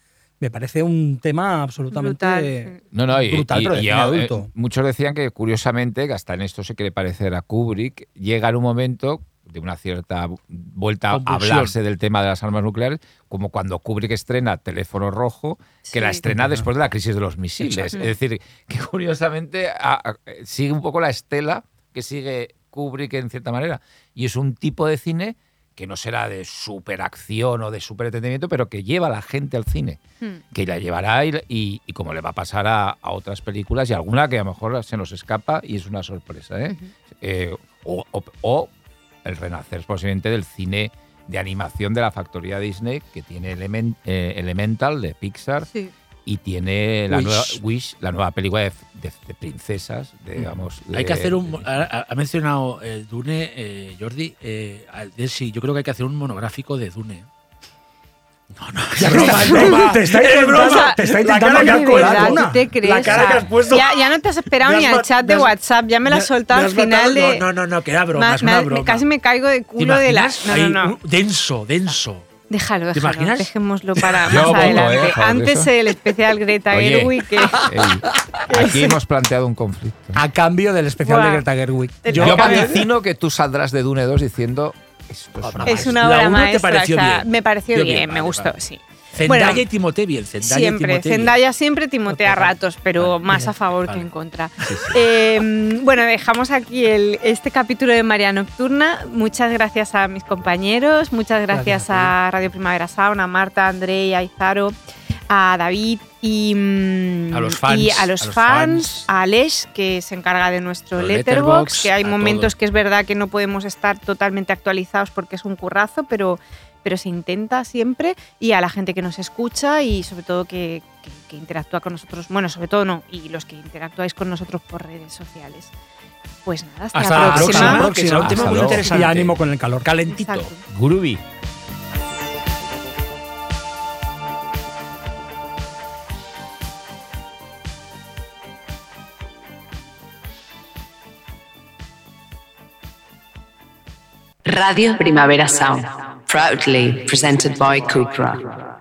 Speaker 4: me parece un tema absolutamente.
Speaker 3: Brutal, sí.
Speaker 5: No, no, y,
Speaker 4: Brutal,
Speaker 5: y-
Speaker 4: pero de
Speaker 5: y
Speaker 4: cine
Speaker 5: ahora,
Speaker 4: adulto.
Speaker 5: eh, muchos decían que curiosamente, que hasta en esto se quiere parecer a Kubrick, llega en un momento de una cierta vuelta a
Speaker 6: Convulsión.
Speaker 5: hablarse del tema de las armas nucleares, como cuando Kubrick estrena Teléfono Rojo, que la
Speaker 3: Sí.
Speaker 5: estrena después de la crisis de los misiles.
Speaker 3: Exacto.
Speaker 5: Es decir, que curiosamente a- a- sigue un poco la estela que sigue Kubrick en cierta manera. Y es un tipo de cine que no será de superacción o de superentendimiento, pero que lleva a la gente al cine
Speaker 3: Hmm.
Speaker 5: que la llevará y, y- y como le va a pasar a, a otras películas y alguna que a lo mejor se nos escapa y es una sorpresa. ¿eh? Eh, o, o- o el renacer posiblemente del cine de animación de la factoría Disney que tiene Elemen- eh, Elemental de Pixar
Speaker 3: Sí.
Speaker 5: y tiene la
Speaker 6: Wish.
Speaker 5: nueva Wish, la nueva película de, de- de princesas, digamos.
Speaker 6: Hay
Speaker 5: de-
Speaker 6: que hacer un.
Speaker 5: de-
Speaker 6: Ha, ha- ha mencionado eh, Dune, eh, Jordi. Eh, al- de- sí, yo creo que hay que hacer un monográfico de Dune. No, no, es broma, es broma.
Speaker 4: Te está
Speaker 6: Es
Speaker 4: intentando-
Speaker 6: broma.
Speaker 4: te está
Speaker 6: La
Speaker 4: intentando
Speaker 6: cara que
Speaker 4: Ya
Speaker 3: De
Speaker 6: has
Speaker 4: con la
Speaker 3: verdad,
Speaker 4: luna.
Speaker 3: ¿tú te crees?
Speaker 6: La cara que has
Speaker 3: Ah,
Speaker 6: puesto.
Speaker 3: Ya, ya no te has esperado
Speaker 6: Me
Speaker 3: ni
Speaker 6: has
Speaker 3: al
Speaker 6: ma-
Speaker 3: chat
Speaker 6: me
Speaker 3: de
Speaker 6: has-
Speaker 3: WhatsApp, ya me la has soltado
Speaker 6: me
Speaker 3: al
Speaker 6: has matado.
Speaker 3: final de.
Speaker 6: No, no, no, que era broma,
Speaker 3: Ma-
Speaker 6: es
Speaker 3: me
Speaker 6: una
Speaker 3: ha-
Speaker 6: broma.
Speaker 3: Casi me caigo de
Speaker 6: ¿Te
Speaker 3: culo de la.
Speaker 6: imaginas?
Speaker 3: No,
Speaker 6: Ahí,
Speaker 3: no, no.
Speaker 6: un- denso, denso.
Speaker 3: Déjalo, déjalo.
Speaker 6: imaginas?
Speaker 3: Dejémoslo para
Speaker 5: Yo
Speaker 3: más
Speaker 5: voto,
Speaker 3: adelante.
Speaker 5: eh, a favor de
Speaker 3: Antes
Speaker 5: eso.
Speaker 3: el especial Greta
Speaker 5: Oye.
Speaker 3: Gerwig que.
Speaker 6: Ah,
Speaker 5: Ey, aquí hemos planteado un conflicto.
Speaker 7: A cambio del especial
Speaker 3: Buah.
Speaker 7: de Greta Gerwig.
Speaker 3: Te-
Speaker 5: Yo
Speaker 3: Yo-
Speaker 5: vaticino que tú saldrás de Dune 2 diciendo esto es una
Speaker 3: Es
Speaker 5: maravilla".
Speaker 3: una
Speaker 6: La
Speaker 3: obra
Speaker 6: uno te
Speaker 3: maestra.
Speaker 6: pareció
Speaker 3: o sea,
Speaker 6: bien.
Speaker 3: Me pareció
Speaker 6: Yo
Speaker 3: bien,
Speaker 6: bien,
Speaker 3: me
Speaker 6: vale,
Speaker 3: gustó,
Speaker 6: vale.
Speaker 3: sí.
Speaker 6: Zendaya
Speaker 3: Bueno,
Speaker 6: y Timote bien. Zendaya
Speaker 3: siempre,
Speaker 6: y Timothée.
Speaker 3: Zendaya siempre timotea a ratos, pero
Speaker 6: Vale,
Speaker 3: más a
Speaker 6: vale,
Speaker 3: favor
Speaker 6: vale.
Speaker 3: que en contra. Eh, bueno, dejamos aquí el, este capítulo de María Nocturna. Muchas gracias a mis compañeros, muchas gracias,
Speaker 7: Gracias
Speaker 3: a Radio Primavera Sound, a Marta, a André, a Izaro, a David y, mm,
Speaker 6: A los fans,
Speaker 3: y a los
Speaker 6: a los
Speaker 3: fans,
Speaker 6: fans.
Speaker 3: a Alex, que se encarga de nuestro
Speaker 6: Los
Speaker 3: letterbox,
Speaker 6: Letterboxd,
Speaker 3: que hay
Speaker 6: a
Speaker 3: momentos
Speaker 6: todo.
Speaker 3: que es verdad que no podemos estar totalmente actualizados porque es un currazo, pero pero se intenta siempre y a la gente que nos escucha y sobre todo que, que- que interactúa con nosotros, bueno, sobre todo no, y los que interactuáis con nosotros por redes sociales. Pues nada, hasta,
Speaker 6: Hasta
Speaker 3: la próxima.
Speaker 6: próxima, que será un tema
Speaker 5: Hasta
Speaker 6: muy
Speaker 5: luego.
Speaker 6: interesante.
Speaker 7: Y ánimo con el calor.
Speaker 6: Calentito.
Speaker 3: Exacto.
Speaker 5: Groovy.
Speaker 1: Radio Primavera Sound, proudly presented by Cupra.